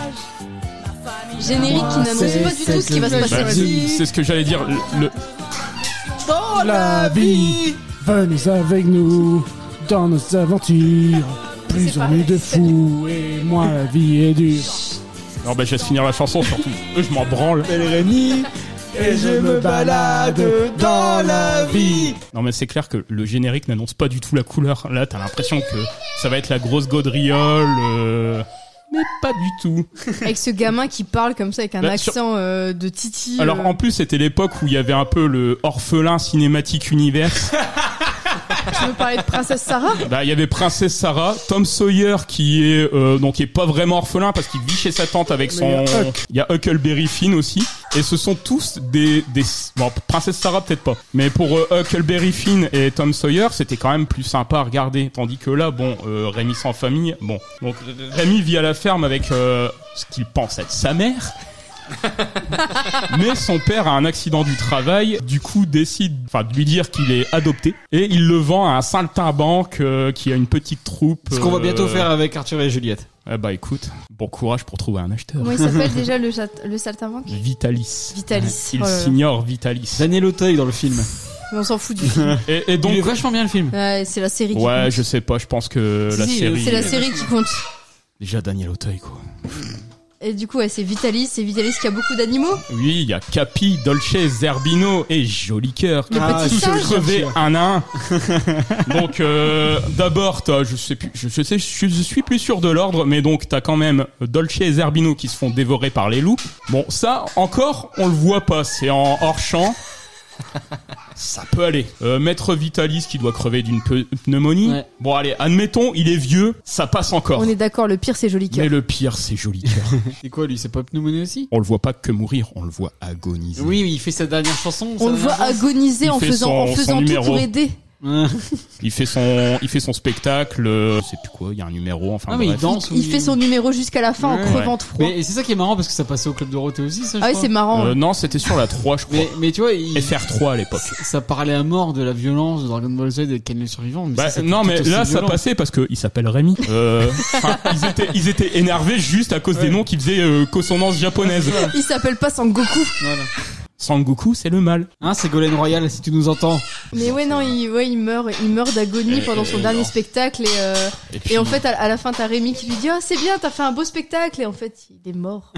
Speaker 3: Générique qui n'annonce pas du tout ce qui va se passer.
Speaker 12: Bah, c'est ce que j'allais dire. Le, le-
Speaker 5: Dans la vie, venez avec nous dans nos aventures. Plus on est de fous et moins la vie est dure.
Speaker 12: Non, bah, je vais finir la chanson surtout. Eux, je m'en branle.
Speaker 5: Rémi et je me balade dans la vie.
Speaker 12: Non mais c'est clair que le générique n'annonce pas du tout la couleur. Là, t'as l'impression que ça va être la grosse gaudriole. euh, Mais pas du tout.
Speaker 3: Avec ce gamin qui parle comme ça, avec un
Speaker 12: Bah, sur-
Speaker 3: accent euh, de Titi.
Speaker 12: Alors
Speaker 3: euh,
Speaker 12: en plus, c'était l'époque où il y avait un peu le orphelin cinématique univers.
Speaker 3: Tu veux parler de Princesse Sarah
Speaker 12: Bah, il y avait Princesse Sarah, Tom Sawyer qui est euh, donc qui est pas vraiment orphelin parce qu'il vit chez sa tante avec son.
Speaker 5: Mais il y a Huck.
Speaker 12: Il y a Huckleberry Finn aussi, et ce sont tous des des bon Princesse Sarah peut-être pas, mais pour euh, Huckleberry Finn et Tom Sawyer c'était quand même plus sympa à regarder, tandis que là bon euh, Rémi sans famille bon donc Rémi vit à la ferme avec euh, ce qu'il pense être sa mère. Mais son père a un accident du travail, du coup décide enfin de lui dire qu'il est adopté et il le vend à un saltimbanque euh, qui a une petite troupe.
Speaker 19: Ce qu'on va
Speaker 12: euh,
Speaker 19: bientôt faire avec Arthur et Juliette.
Speaker 12: Eh bah écoute, bon courage pour trouver un acheteur.
Speaker 3: Comment il s'appelle déjà le, chat- le saltimbanque
Speaker 12: Vitalis.
Speaker 3: Vitalis.
Speaker 12: Il
Speaker 3: Oh là là.
Speaker 12: s'ignore Vitalis.
Speaker 19: Daniel Auteuil dans le film.
Speaker 3: Mais on s'en fout du film.
Speaker 12: Et, et donc
Speaker 19: Il est vachement bien le film.
Speaker 3: Ouais, c'est la série qui
Speaker 12: Ouais,
Speaker 3: compte.
Speaker 12: je sais pas, je pense que la
Speaker 3: Si, si,
Speaker 12: série euh,
Speaker 3: C'est la série qui compte.
Speaker 12: Déjà Daniel Auteuil quoi.
Speaker 3: Et du coup, ouais, c'est Vitalis, c'est Vitalis qui a beaucoup d'animaux.
Speaker 12: Oui, il y a Capi, Dolce, Zerbino et Joli Cœur.
Speaker 3: Le Ah, petit
Speaker 12: tous
Speaker 3: singe.
Speaker 12: crevés un à un. donc euh, d'abord, t'as- je sais plus, je, je sais, je, je suis plus sûr de l'ordre, mais donc t'as quand même Dolce et Zerbino qui se font dévorer par les loups. Bon, ça encore, on le voit pas, c'est en hors champ. Ça peut aller. Euh, Maître Vitalis qui doit crever d'une pe- pneumonie. Bon allez, admettons, il est vieux, ça passe encore.
Speaker 3: On est d'accord, le pire, c'est Joli Cœur.
Speaker 12: Mais le pire, c'est Joli Cœur.
Speaker 19: C'est quoi lui C'est pas pneumonie aussi
Speaker 12: On le voit pas que mourir, on le voit agoniser.
Speaker 19: Oui, mais il fait sa dernière chanson. sa
Speaker 3: On le voit
Speaker 19: dernière chanson.
Speaker 3: agoniser
Speaker 12: Il
Speaker 3: en
Speaker 12: fait
Speaker 3: faisant,
Speaker 12: son-
Speaker 3: en
Speaker 12: son
Speaker 3: faisant tout
Speaker 12: numéro.
Speaker 3: pour aider.
Speaker 12: il fait son, il fait son spectacle. euh, Je sais plus quoi. Il y a un numéro. Enfin
Speaker 19: Ah, mais il
Speaker 12: bref.
Speaker 19: danse.
Speaker 3: Il fait son numéro jusqu'à la fin
Speaker 19: Ouais.
Speaker 3: en crevant de froid.
Speaker 19: Mais et c'est ça qui est marrant parce que ça passait au club Dorothée aussi. Ça, je
Speaker 3: Ah oui,
Speaker 19: crois.
Speaker 3: c'est marrant.
Speaker 12: Euh, non, c'était sur la 3 je crois.
Speaker 19: Mais, mais tu vois, il-
Speaker 12: FR3 à l'époque.
Speaker 19: ça parlait à mort de la violence de Dragon Ball Z et de Ken le survivant. Mais
Speaker 12: Bah,
Speaker 19: ça, c'était
Speaker 12: non
Speaker 19: tout
Speaker 12: mais
Speaker 19: aussi
Speaker 12: là ça
Speaker 19: violent.
Speaker 12: passait parce que il s'appelle Rémi. Euh, enfin, ils étaient ils étaient énervés juste à cause des noms qui faisaient euh, consonance japonaise.
Speaker 3: Il s'appelle pas Sangoku.
Speaker 12: Sangoku, c'est le mal.
Speaker 2: Hein, c'est Golden Royal, si tu nous entends.
Speaker 3: Mais ouais, non, il, ouais, il meurt, il meurt d'agonie
Speaker 12: Euh,
Speaker 3: pendant son
Speaker 12: euh,
Speaker 3: dernier
Speaker 12: non.
Speaker 3: spectacle et, euh,
Speaker 12: Et
Speaker 3: et,
Speaker 12: puis-
Speaker 3: en fait, à, à la fin, t'as Rémi qui lui dit, ah, c'est bien, t'as fait un beau spectacle et en fait, il est mort.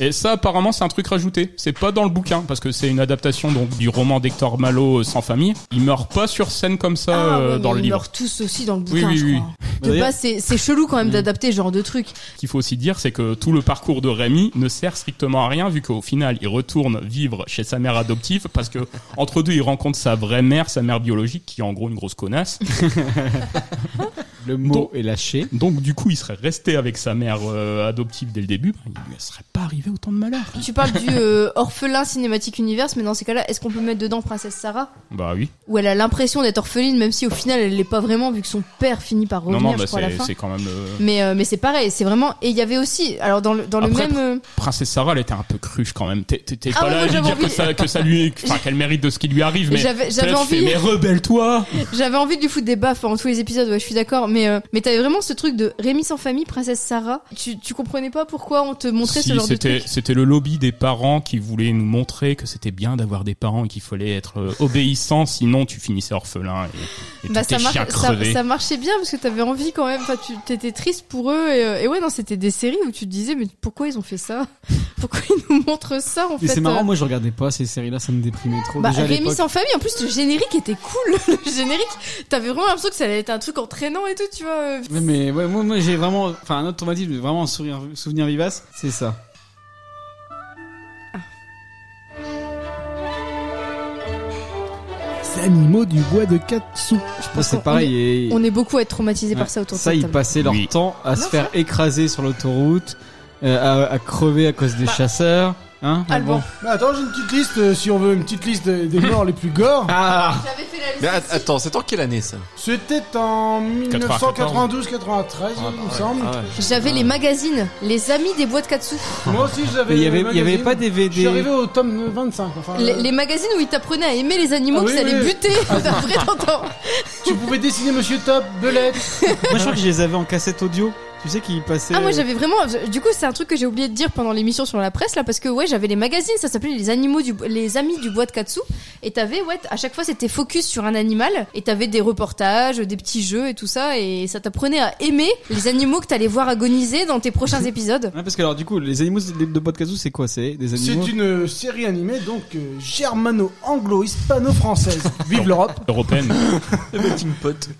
Speaker 12: Et ça, apparemment, c'est un truc rajouté. C'est pas dans le bouquin, parce que c'est une adaptation donc, du roman d'Hector Malo, euh, Sans famille. Il meurt pas sur scène comme ça
Speaker 3: Ah,
Speaker 12: euh,
Speaker 3: ouais,
Speaker 12: dans
Speaker 3: mais
Speaker 12: le
Speaker 3: ils
Speaker 12: livre.
Speaker 3: meurent tous aussi dans le
Speaker 12: Oui,
Speaker 3: bouquin,
Speaker 12: oui,
Speaker 3: je
Speaker 12: oui.
Speaker 3: crois. De base, c'est c'est chelou
Speaker 12: Mm.
Speaker 3: quand même d'adapter ce genre de truc.
Speaker 12: Ce qu'il faut aussi dire, c'est que tout le parcours de Rémi ne sert strictement à rien, vu qu'au final, il retourne vivre chez sa mère adoptive, parce que entre deux, il rencontre sa vraie mère, sa mère biologique, qui est en gros une grosse connasse.
Speaker 2: le mot est lâché.
Speaker 12: Donc, du coup, il serait resté avec sa mère euh, adoptive dès le début. Ben, Il ne serait pas arrivé autant de malheur.
Speaker 3: Tu parles du euh, orphelin cinématique universe, mais dans ces cas-là, est-ce qu'on peut mettre dedans Princesse Sarah
Speaker 12: Bah oui.
Speaker 3: où elle a l'impression d'être orpheline, même si au final elle l'est pas vraiment, vu que son père finit par revenir,
Speaker 12: non, non, bah,
Speaker 3: je crois, à la
Speaker 12: c'est
Speaker 3: fin.
Speaker 12: c'est quand même. euh,
Speaker 3: Mais, euh, mais c'est pareil, c'est vraiment. Et il y avait aussi, alors dans le, dans le
Speaker 12: Après,
Speaker 3: même. euh,
Speaker 12: Princesse Sarah, elle était un peu cruche quand même. T'es t'es- t'es
Speaker 3: Ah
Speaker 12: pas
Speaker 3: ouais,
Speaker 12: là
Speaker 3: moi,
Speaker 12: à lui
Speaker 3: j'avais
Speaker 12: dire que
Speaker 3: envie-
Speaker 12: ça, que ça lui, enfin, qu'elle mérite de ce qui lui arrive, mais
Speaker 3: J'avais-
Speaker 12: t'es
Speaker 3: j'avais
Speaker 12: là, tu fais,
Speaker 3: envie-
Speaker 12: mais rebelle-toi.
Speaker 3: J'avais envie de lui foutre des baffes pendant tous les épisodes, ouais, je suis d'accord, mais, euh, mais t'avais vraiment ce truc de Rémi sans famille, Princesse Sarah. Tu, tu comprenais pas pourquoi on te montrait
Speaker 12: Si,
Speaker 3: ce genre de
Speaker 12: c'était,
Speaker 3: truc
Speaker 12: c'était le lobby des parents qui voulait nous montrer que c'était bien d'avoir des parents et qu'il fallait être euh, obéissant, sinon tu finissais orphelin et, et tous tes
Speaker 3: Bah, ça, marche-
Speaker 12: chiens
Speaker 3: ça,
Speaker 12: crevés.
Speaker 3: ça marchait bien parce que t'avais envie quand même, enfin, tu t'étais triste pour eux et, euh, et ouais non c'était des séries où tu te disais mais pourquoi ils ont fait ça Pourquoi ils nous montrent ça en
Speaker 2: Et
Speaker 3: fait
Speaker 2: c'est
Speaker 3: euh,
Speaker 2: marrant, moi je regardais pas ces séries-là, ça me déprimait trop.
Speaker 3: Bah,
Speaker 2: déjà à
Speaker 3: Rémi
Speaker 2: l'époque.
Speaker 3: sans famille, en plus le générique était cool. Le générique, t'avais vraiment l'impression que ça allait être un truc entraînant et tout, tu vois. euh,
Speaker 2: Mais, mais ouais, moi, moi j'ai vraiment, enfin un autre traumatisme, mais vraiment un sourire- souvenir vivace, c'est ça.
Speaker 5: Animaux du bois de Katsu.
Speaker 2: Ça, c'est pareil. et-
Speaker 3: On est beaucoup à être traumatisés
Speaker 2: Ouais.
Speaker 3: par ça autour de
Speaker 2: Ça,
Speaker 3: cette
Speaker 2: ils
Speaker 3: table.
Speaker 2: passaient leur temps à se faire écraser sur l'autoroute, euh, à, à crever à cause
Speaker 3: Bah.
Speaker 2: des chasseurs. Hein Ah bon.
Speaker 5: Bah, attends, j'ai une petite liste, euh, si on veut, une petite liste des, des morts les plus gore.
Speaker 2: Ah
Speaker 7: Mais at- attends, c'est en quelle année ça
Speaker 5: C'était en 1992-93,
Speaker 7: 1992,
Speaker 5: il me semble.
Speaker 2: Ah
Speaker 3: J'avais les magazines, les amis des bois de Katsu.
Speaker 5: Moi aussi, j'avais.
Speaker 2: Mais il y avait-
Speaker 5: le
Speaker 2: il y avait
Speaker 5: magazine.
Speaker 2: pas des VD.
Speaker 5: Je suis arrivé au tome 25. Enfin,
Speaker 3: Les,
Speaker 5: euh,
Speaker 3: les magazines où ils t'apprenaient à aimer les animaux
Speaker 5: Ah
Speaker 3: que
Speaker 5: oui,
Speaker 3: ça allait
Speaker 5: oui.
Speaker 3: buter après t'entends.
Speaker 5: Tu pouvais dessiner Monsieur Top, Belette.
Speaker 2: Moi, je crois que je les avais en cassette audio. Tu sais qu'ils passaient.
Speaker 3: Ah moi j'avais vraiment du coup c'est un truc que j'ai oublié de dire pendant l'émission sur la presse là parce que ouais j'avais les magazines ça s'appelait les animaux du les amis du bois de Katsu et t'avais ouais t- à chaque fois c'était focus sur un animal et t'avais des reportages des petits jeux et tout ça et ça t'apprenait à aimer les animaux que t'allais voir agoniser dans tes prochains épisodes
Speaker 2: euh, Ouais, parce que alors du coup, les animaux de de Podcastou, c'est quoi C'est des animaux.
Speaker 5: C'est une euh, série animée donc euh, germano-anglo-hispano-française. Vive l'Europe.
Speaker 12: Européenne.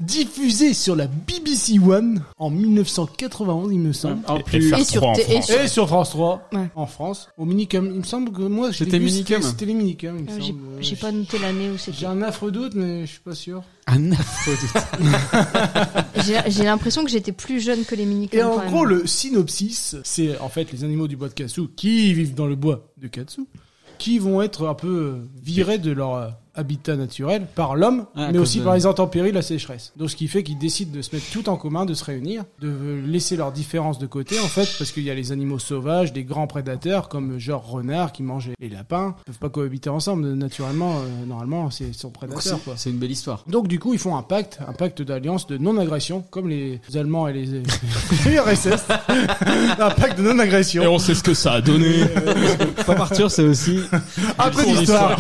Speaker 5: Diffusée sur la BBC One en 1991, il me semble.
Speaker 12: Et- et plus-
Speaker 5: Et
Speaker 12: faire
Speaker 5: sur,
Speaker 12: trois en France.
Speaker 5: et sur France 3 en France, au Minicum. Il me semble que moi, je l'ai
Speaker 2: C'était
Speaker 5: vu,
Speaker 2: Minicum.
Speaker 5: C'était c'était les Minicum. il me
Speaker 3: Euh, j'ai-
Speaker 5: semble.
Speaker 3: j'ai pas noté l'année où c'était
Speaker 5: J'ai un affreux doute, mais je suis pas sûr.
Speaker 2: Un affreux doute.
Speaker 3: j'ai j'ai l'impression que j'étais plus jeune que les mini
Speaker 5: Et en gros, le synopsis, c'est en fait les animaux du bois de Katsu qui vivent dans le bois de Katsu, qui vont être un peu euh, virés de leur euh, habitat naturel par l'homme,
Speaker 2: Ah, à
Speaker 5: mais
Speaker 2: cause
Speaker 5: aussi
Speaker 2: de-
Speaker 5: par les intempéries, la sécheresse. Donc ce qui fait qu'ils décident de se mettre tout en commun, de se réunir, de laisser leurs différences de côté en fait, parce qu'il y a les animaux sauvages, des grands prédateurs comme euh, genre renard qui mange les lapins, ils peuvent pas cohabiter ensemble euh, naturellement, euh, normalement c'est son prédateur quoi.
Speaker 2: C'est une belle histoire.
Speaker 5: Donc du coup, ils font un pacte, un pacte d'alliance de non-agression, comme les Allemands et les les URSS. un pacte de non-agression.
Speaker 12: Et on sait ce que ça a donné.
Speaker 2: Euh, Pas partir, c'est aussi.
Speaker 5: Après l'histoire.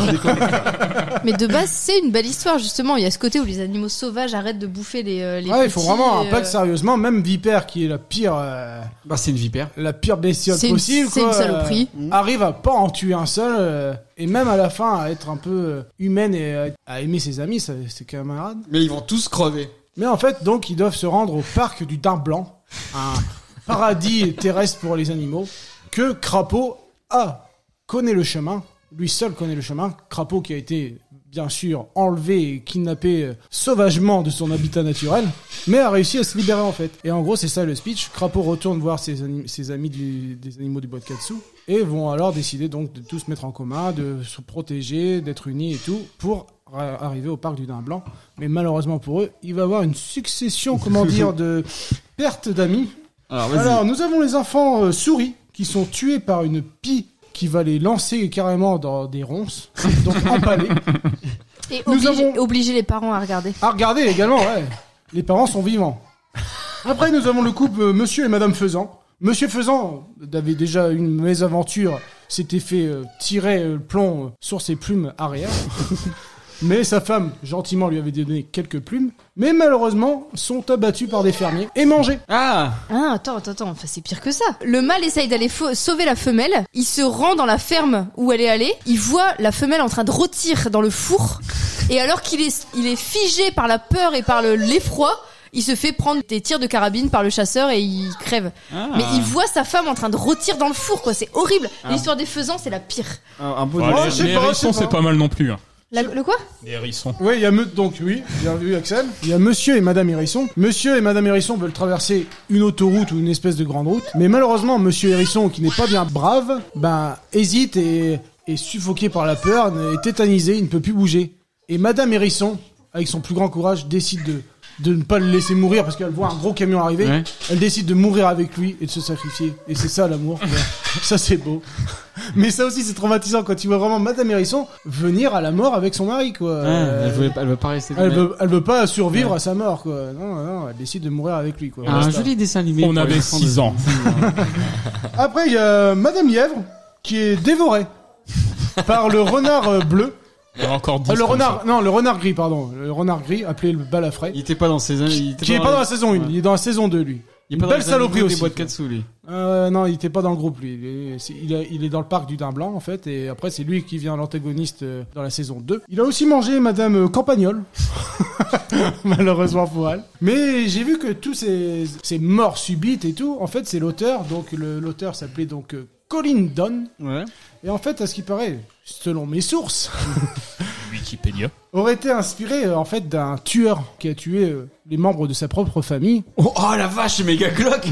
Speaker 3: mais de base c'est une belle histoire justement il y a ce côté où les animaux sauvages arrêtent de bouffer les euh, les
Speaker 5: Ouais, il faut
Speaker 3: petits,
Speaker 5: vraiment un
Speaker 3: euh,
Speaker 5: pacte sérieusement, même Vipère qui est la pire euh,
Speaker 2: Bah, c'est une Mmh. vipère.
Speaker 5: la pire bestiole
Speaker 3: C'est une-
Speaker 5: possible
Speaker 3: c'est
Speaker 5: quoi,
Speaker 3: une saloperie.
Speaker 5: euh, arrive à pas en tuer un seul euh, et même à la fin à être un peu euh, humaine et euh, à aimer ses amis, ça- c'est quand même camarades.
Speaker 2: Mais ils vont tous crever.
Speaker 5: Mais en fait, donc, ils doivent se rendre au parc du Dain Blanc, un paradis terrestre pour les animaux, que Crapaud A connaît le chemin. Lui seul connaît le chemin. Crapaud qui a été, bien sûr, enlevé et kidnappé euh, sauvagement de son habitat naturel, mais a réussi à se libérer en fait. Et en gros, c'est ça le speech. Crapaud retourne voir ses, ani- ses amis du- des animaux du bois de Katsu et vont alors décider donc de tous se mettre en commun, de se protéger, d'être unis et tout pour ra- arriver au parc du Dain Blanc. Mais malheureusement pour eux, il va y avoir une succession, comment dire, de pertes d'amis.
Speaker 2: Alors, Ah, vas-y.
Speaker 5: Alors, nous avons les enfants euh, souris qui sont tués par une pie qui va les lancer carrément dans des ronces, donc empalées.
Speaker 3: et
Speaker 5: Nous
Speaker 3: obliger,
Speaker 5: avons-
Speaker 3: obliger les parents à regarder
Speaker 5: À regarder également, ouais. Les parents sont vivants. Après, euh, nous avons le couple euh, Monsieur et Madame Faisan. Monsieur Faisan avait déjà une mésaventure s'était fait euh, tirer euh, le plomb euh, sur ses plumes arrière. Mais sa femme, gentiment, lui avait donné quelques plumes. Mais malheureusement, sont abattus par des fermiers et mangés.
Speaker 2: Ah
Speaker 3: Ah, attends, attends, attends, enfin, c'est pire que ça. Le mâle essaye d'aller fau- sauver la femelle, il se rend dans la ferme où elle est allée, il voit la femelle en train de rôtir dans le four, et alors qu'il est, il est figé par la peur et par le- l'effroi, il se fait prendre des tirs de carabine par le chasseur et il crève.
Speaker 2: Ah.
Speaker 3: Mais il voit sa femme en train de rôtir dans le four, quoi, c'est horrible.
Speaker 12: Ah.
Speaker 3: L'histoire des faisans, c'est la pire.
Speaker 2: Un, un beau
Speaker 12: Ouais,
Speaker 5: Oh,
Speaker 12: les-
Speaker 5: je sais
Speaker 12: les
Speaker 5: pas, je
Speaker 12: hérissons,
Speaker 5: sais
Speaker 12: c'est
Speaker 5: pas.
Speaker 12: pas mal non plus. hein.
Speaker 3: La- le quoi
Speaker 12: Les hérissons.
Speaker 5: Oui, il y a me- donc oui, bien vu Axel. Il y a Monsieur et Madame Hérisson. Monsieur et Madame Hérisson veulent traverser une autoroute ou une espèce de grande route, mais malheureusement Monsieur Hérisson, qui n'est pas bien brave, ben hésite et est suffoqué par la peur, est tétanisé, il ne peut plus bouger. Et Madame Hérisson, avec son plus grand courage, décide de de ne pas le laisser mourir parce qu'elle voit un gros camion arriver.
Speaker 2: Ouais.
Speaker 5: Elle décide de mourir avec lui et de se sacrifier. Et c'est ça l'amour. tu vois. ça c'est beau. Mais ça aussi c'est traumatisant quand tu vois vraiment Madame Hérisson venir à la mort avec son mari quoi.
Speaker 2: Ouais,
Speaker 5: Euh,
Speaker 2: Ah, elle, veut, elle veut pas rester
Speaker 5: elle
Speaker 2: comme
Speaker 5: veut, elle veut pas survivre
Speaker 2: Ouais.
Speaker 5: à sa mort, quoi. Non, non, elle décide de mourir avec lui, quoi.
Speaker 2: Ah,
Speaker 5: Basta.
Speaker 2: un joli dessin animé.
Speaker 12: On
Speaker 2: pour
Speaker 12: avait
Speaker 2: les enfants de-
Speaker 12: 6 ans.
Speaker 5: Après, il y a Madame Lièvre qui est dévorée par le renard euh, bleu.
Speaker 12: Il y en a encore 10.
Speaker 5: Euh, le renard, non, le renard gris, pardon. Le renard gris, appelé le balafré.
Speaker 2: Il était pas dans ses. Il était
Speaker 5: Qui est pas dans la saison 1,
Speaker 2: Ouais.
Speaker 5: il est dans la saison 2, lui.
Speaker 2: Il est
Speaker 5: Une
Speaker 2: pas dans
Speaker 5: belle
Speaker 2: les
Speaker 5: saloperie
Speaker 2: animaux des
Speaker 5: aussi.
Speaker 2: boîtes Katsu, lui.
Speaker 5: Euh, non, il était pas dans le groupe, lui. Il est, c'est- il est- il est dans le parc du Dain Blanc, en fait, et après, c'est lui qui vient l'antagoniste euh, dans la saison 2. Il a aussi mangé Madame euh, Campagnol, malheureusement pour elle. Mais j'ai vu que tous ces, ces morts subites et tout, en fait, c'est l'auteur, donc le- l'auteur s'appelait donc euh, Colin Dunn.
Speaker 2: Ouais.
Speaker 5: Et en fait, à ce qui paraît, selon mes sources,
Speaker 12: Wikipédia.
Speaker 5: aurait été inspiré euh, en fait d'un tueur qui a tué euh, les membres de sa propre famille.
Speaker 2: Oh, oh, la vache, c'est méga cloque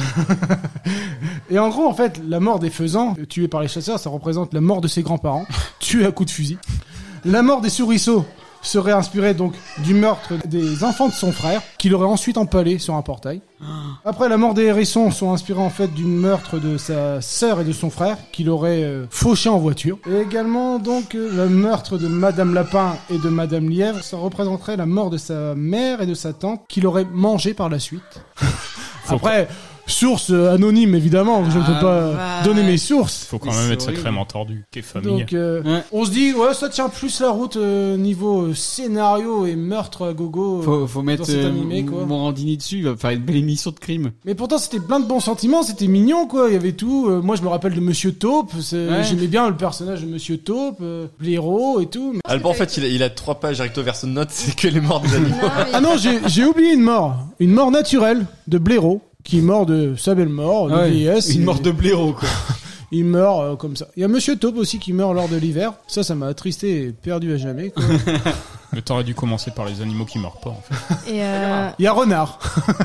Speaker 5: Et en gros, en fait, la mort des faisans, euh, tués par les chasseurs, ça représente la mort de ses grands-parents, tués à coups de fusil. La mort des souriceaux serait inspirée donc du meurtre des enfants de son frère, qu'il aurait ensuite empalé sur un portail. Après, la mort des hérissons sont inspirés en fait du meurtre de sa sœur et de son frère, qu'il aurait euh, fauché en voiture. Et également, donc, euh, le meurtre de Madame Lapin et de Madame Lièvre, ça représenterait la mort de sa mère et de sa tante, qu'il aurait mangé par la suite. Après, source euh, anonyme, évidemment, je ne peux
Speaker 12: Ah,
Speaker 5: pas
Speaker 12: vache.
Speaker 5: donner mes sources.
Speaker 12: Faut quand même être sacrément tordu. T'es famille.
Speaker 5: Donc, euh, on se dit, ouais, ça tient plus la route euh, niveau euh, scénario et meurtre à gogo. euh,
Speaker 2: Faut, faut mettre
Speaker 5: dans cet
Speaker 2: euh,
Speaker 5: animé, quoi.
Speaker 2: Morandini dessus, il va faire une belle émission de crime.
Speaker 5: Mais pourtant, c'était plein de bons sentiments, c'était mignon, quoi. Il y avait tout. Euh, moi, je me rappelle de Monsieur Taupe. c'est-
Speaker 2: Ouais.
Speaker 5: J'aimais bien le personnage de Monsieur Taupe, euh, l'héros et tout. Mais-
Speaker 7: Alban, en fait, il a, il a trois pages recto verso de notes, c'est que les morts des animaux.
Speaker 5: Ah non, j'ai j'ai oublié une mort. Une mort naturelle de Blaireau, qui est mort de sa belle mort, de
Speaker 2: Ouais,
Speaker 5: vieillesse.
Speaker 2: une
Speaker 5: Il-
Speaker 2: mort de blaireau, quoi.
Speaker 5: Il meurt euh, comme ça. Il y a Monsieur Taupe aussi qui meurt lors de l'hiver. Ça, ça m'a attristé et perdu à jamais. quoi.
Speaker 12: Mais t'aurais dû commencer par les animaux qui meurent pas, en fait.
Speaker 3: Et euh,
Speaker 5: Il y a Renard,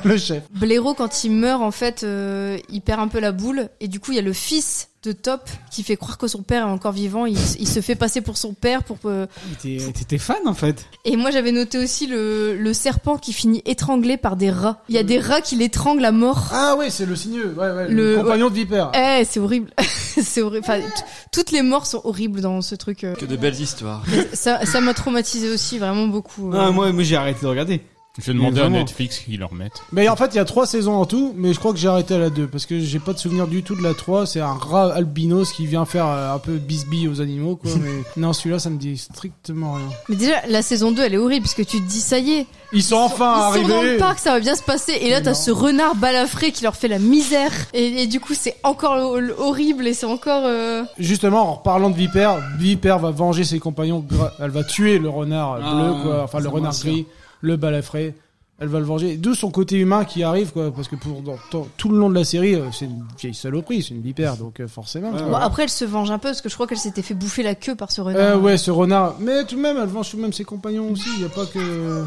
Speaker 5: le chef.
Speaker 3: Blaireau, quand il meurt, en fait, euh, il perd un peu la boule. Et du coup, il y a le fils de Top qui fait croire que son père est encore vivant. Il, il se fait passer pour son père. pour. euh,
Speaker 2: T'es- T'étais fan en fait.
Speaker 3: Et moi, j'avais noté aussi le, le serpent qui finit étranglé par des rats. Il y a des rats qui l'étranglent à mort.
Speaker 5: Euh. Ah oui, c'est le signeux. Ouais, ouais, le,
Speaker 3: Le-
Speaker 5: compagnon de Vipère.
Speaker 3: Eh, c'est horrible. c'est horrible. Enfin, t- toutes les morts sont horribles dans ce truc. euh.
Speaker 7: Que de belles histoires.
Speaker 3: Et Ça ça m'a traumatisé aussi, vraiment beaucoup. euh.
Speaker 2: Ah, moi, moi j'ai arrêté de regarder.
Speaker 12: J'ai demandé à
Speaker 2: vraiment.
Speaker 12: Netflix qu'ils leur remettent.
Speaker 5: Mais en fait, il y a trois saisons en tout, mais je crois que j'ai arrêté à la 2 parce que j'ai pas de souvenir du tout de la 3. C'est un rat albinos qui vient faire euh, un peu bisbille aux animaux, quoi. mais non, celui-là, ça me dit strictement rien.
Speaker 3: Mais déjà, la saison 2, elle est horrible parce que tu te dis, ça y est,
Speaker 5: Ils sont enfin
Speaker 3: Ils sont dans le
Speaker 5: arrivés.
Speaker 3: parc, ça va bien se passer. Et là, t'as ce renard balafré qui leur fait la misère. Et, et du coup, c'est encore le- le- horrible et c'est encore. euh,
Speaker 5: Justement, en parlant de Vipère, Vipère va venger ses compagnons. gra- Elle va tuer le renard euh,
Speaker 2: Ah,
Speaker 5: bleu, quoi. Enfin, le
Speaker 2: ça
Speaker 5: renard
Speaker 2: m'assure.
Speaker 5: gris, le balafré. Elle va le venger. D'où son côté humain qui arrive, quoi. Parce que pour, dans- dans- tout le long de la série, euh, c'est une vieille saloperie, c'est une vipère, donc euh, forcément.
Speaker 3: Bon, après, elle se venge un peu parce que je crois qu'elle s'était fait bouffer la queue par ce renard.
Speaker 5: Euh, ouais, ce renard. Mais tout de même, elle venge tout de même ses compagnons aussi. Il n'y a pas que.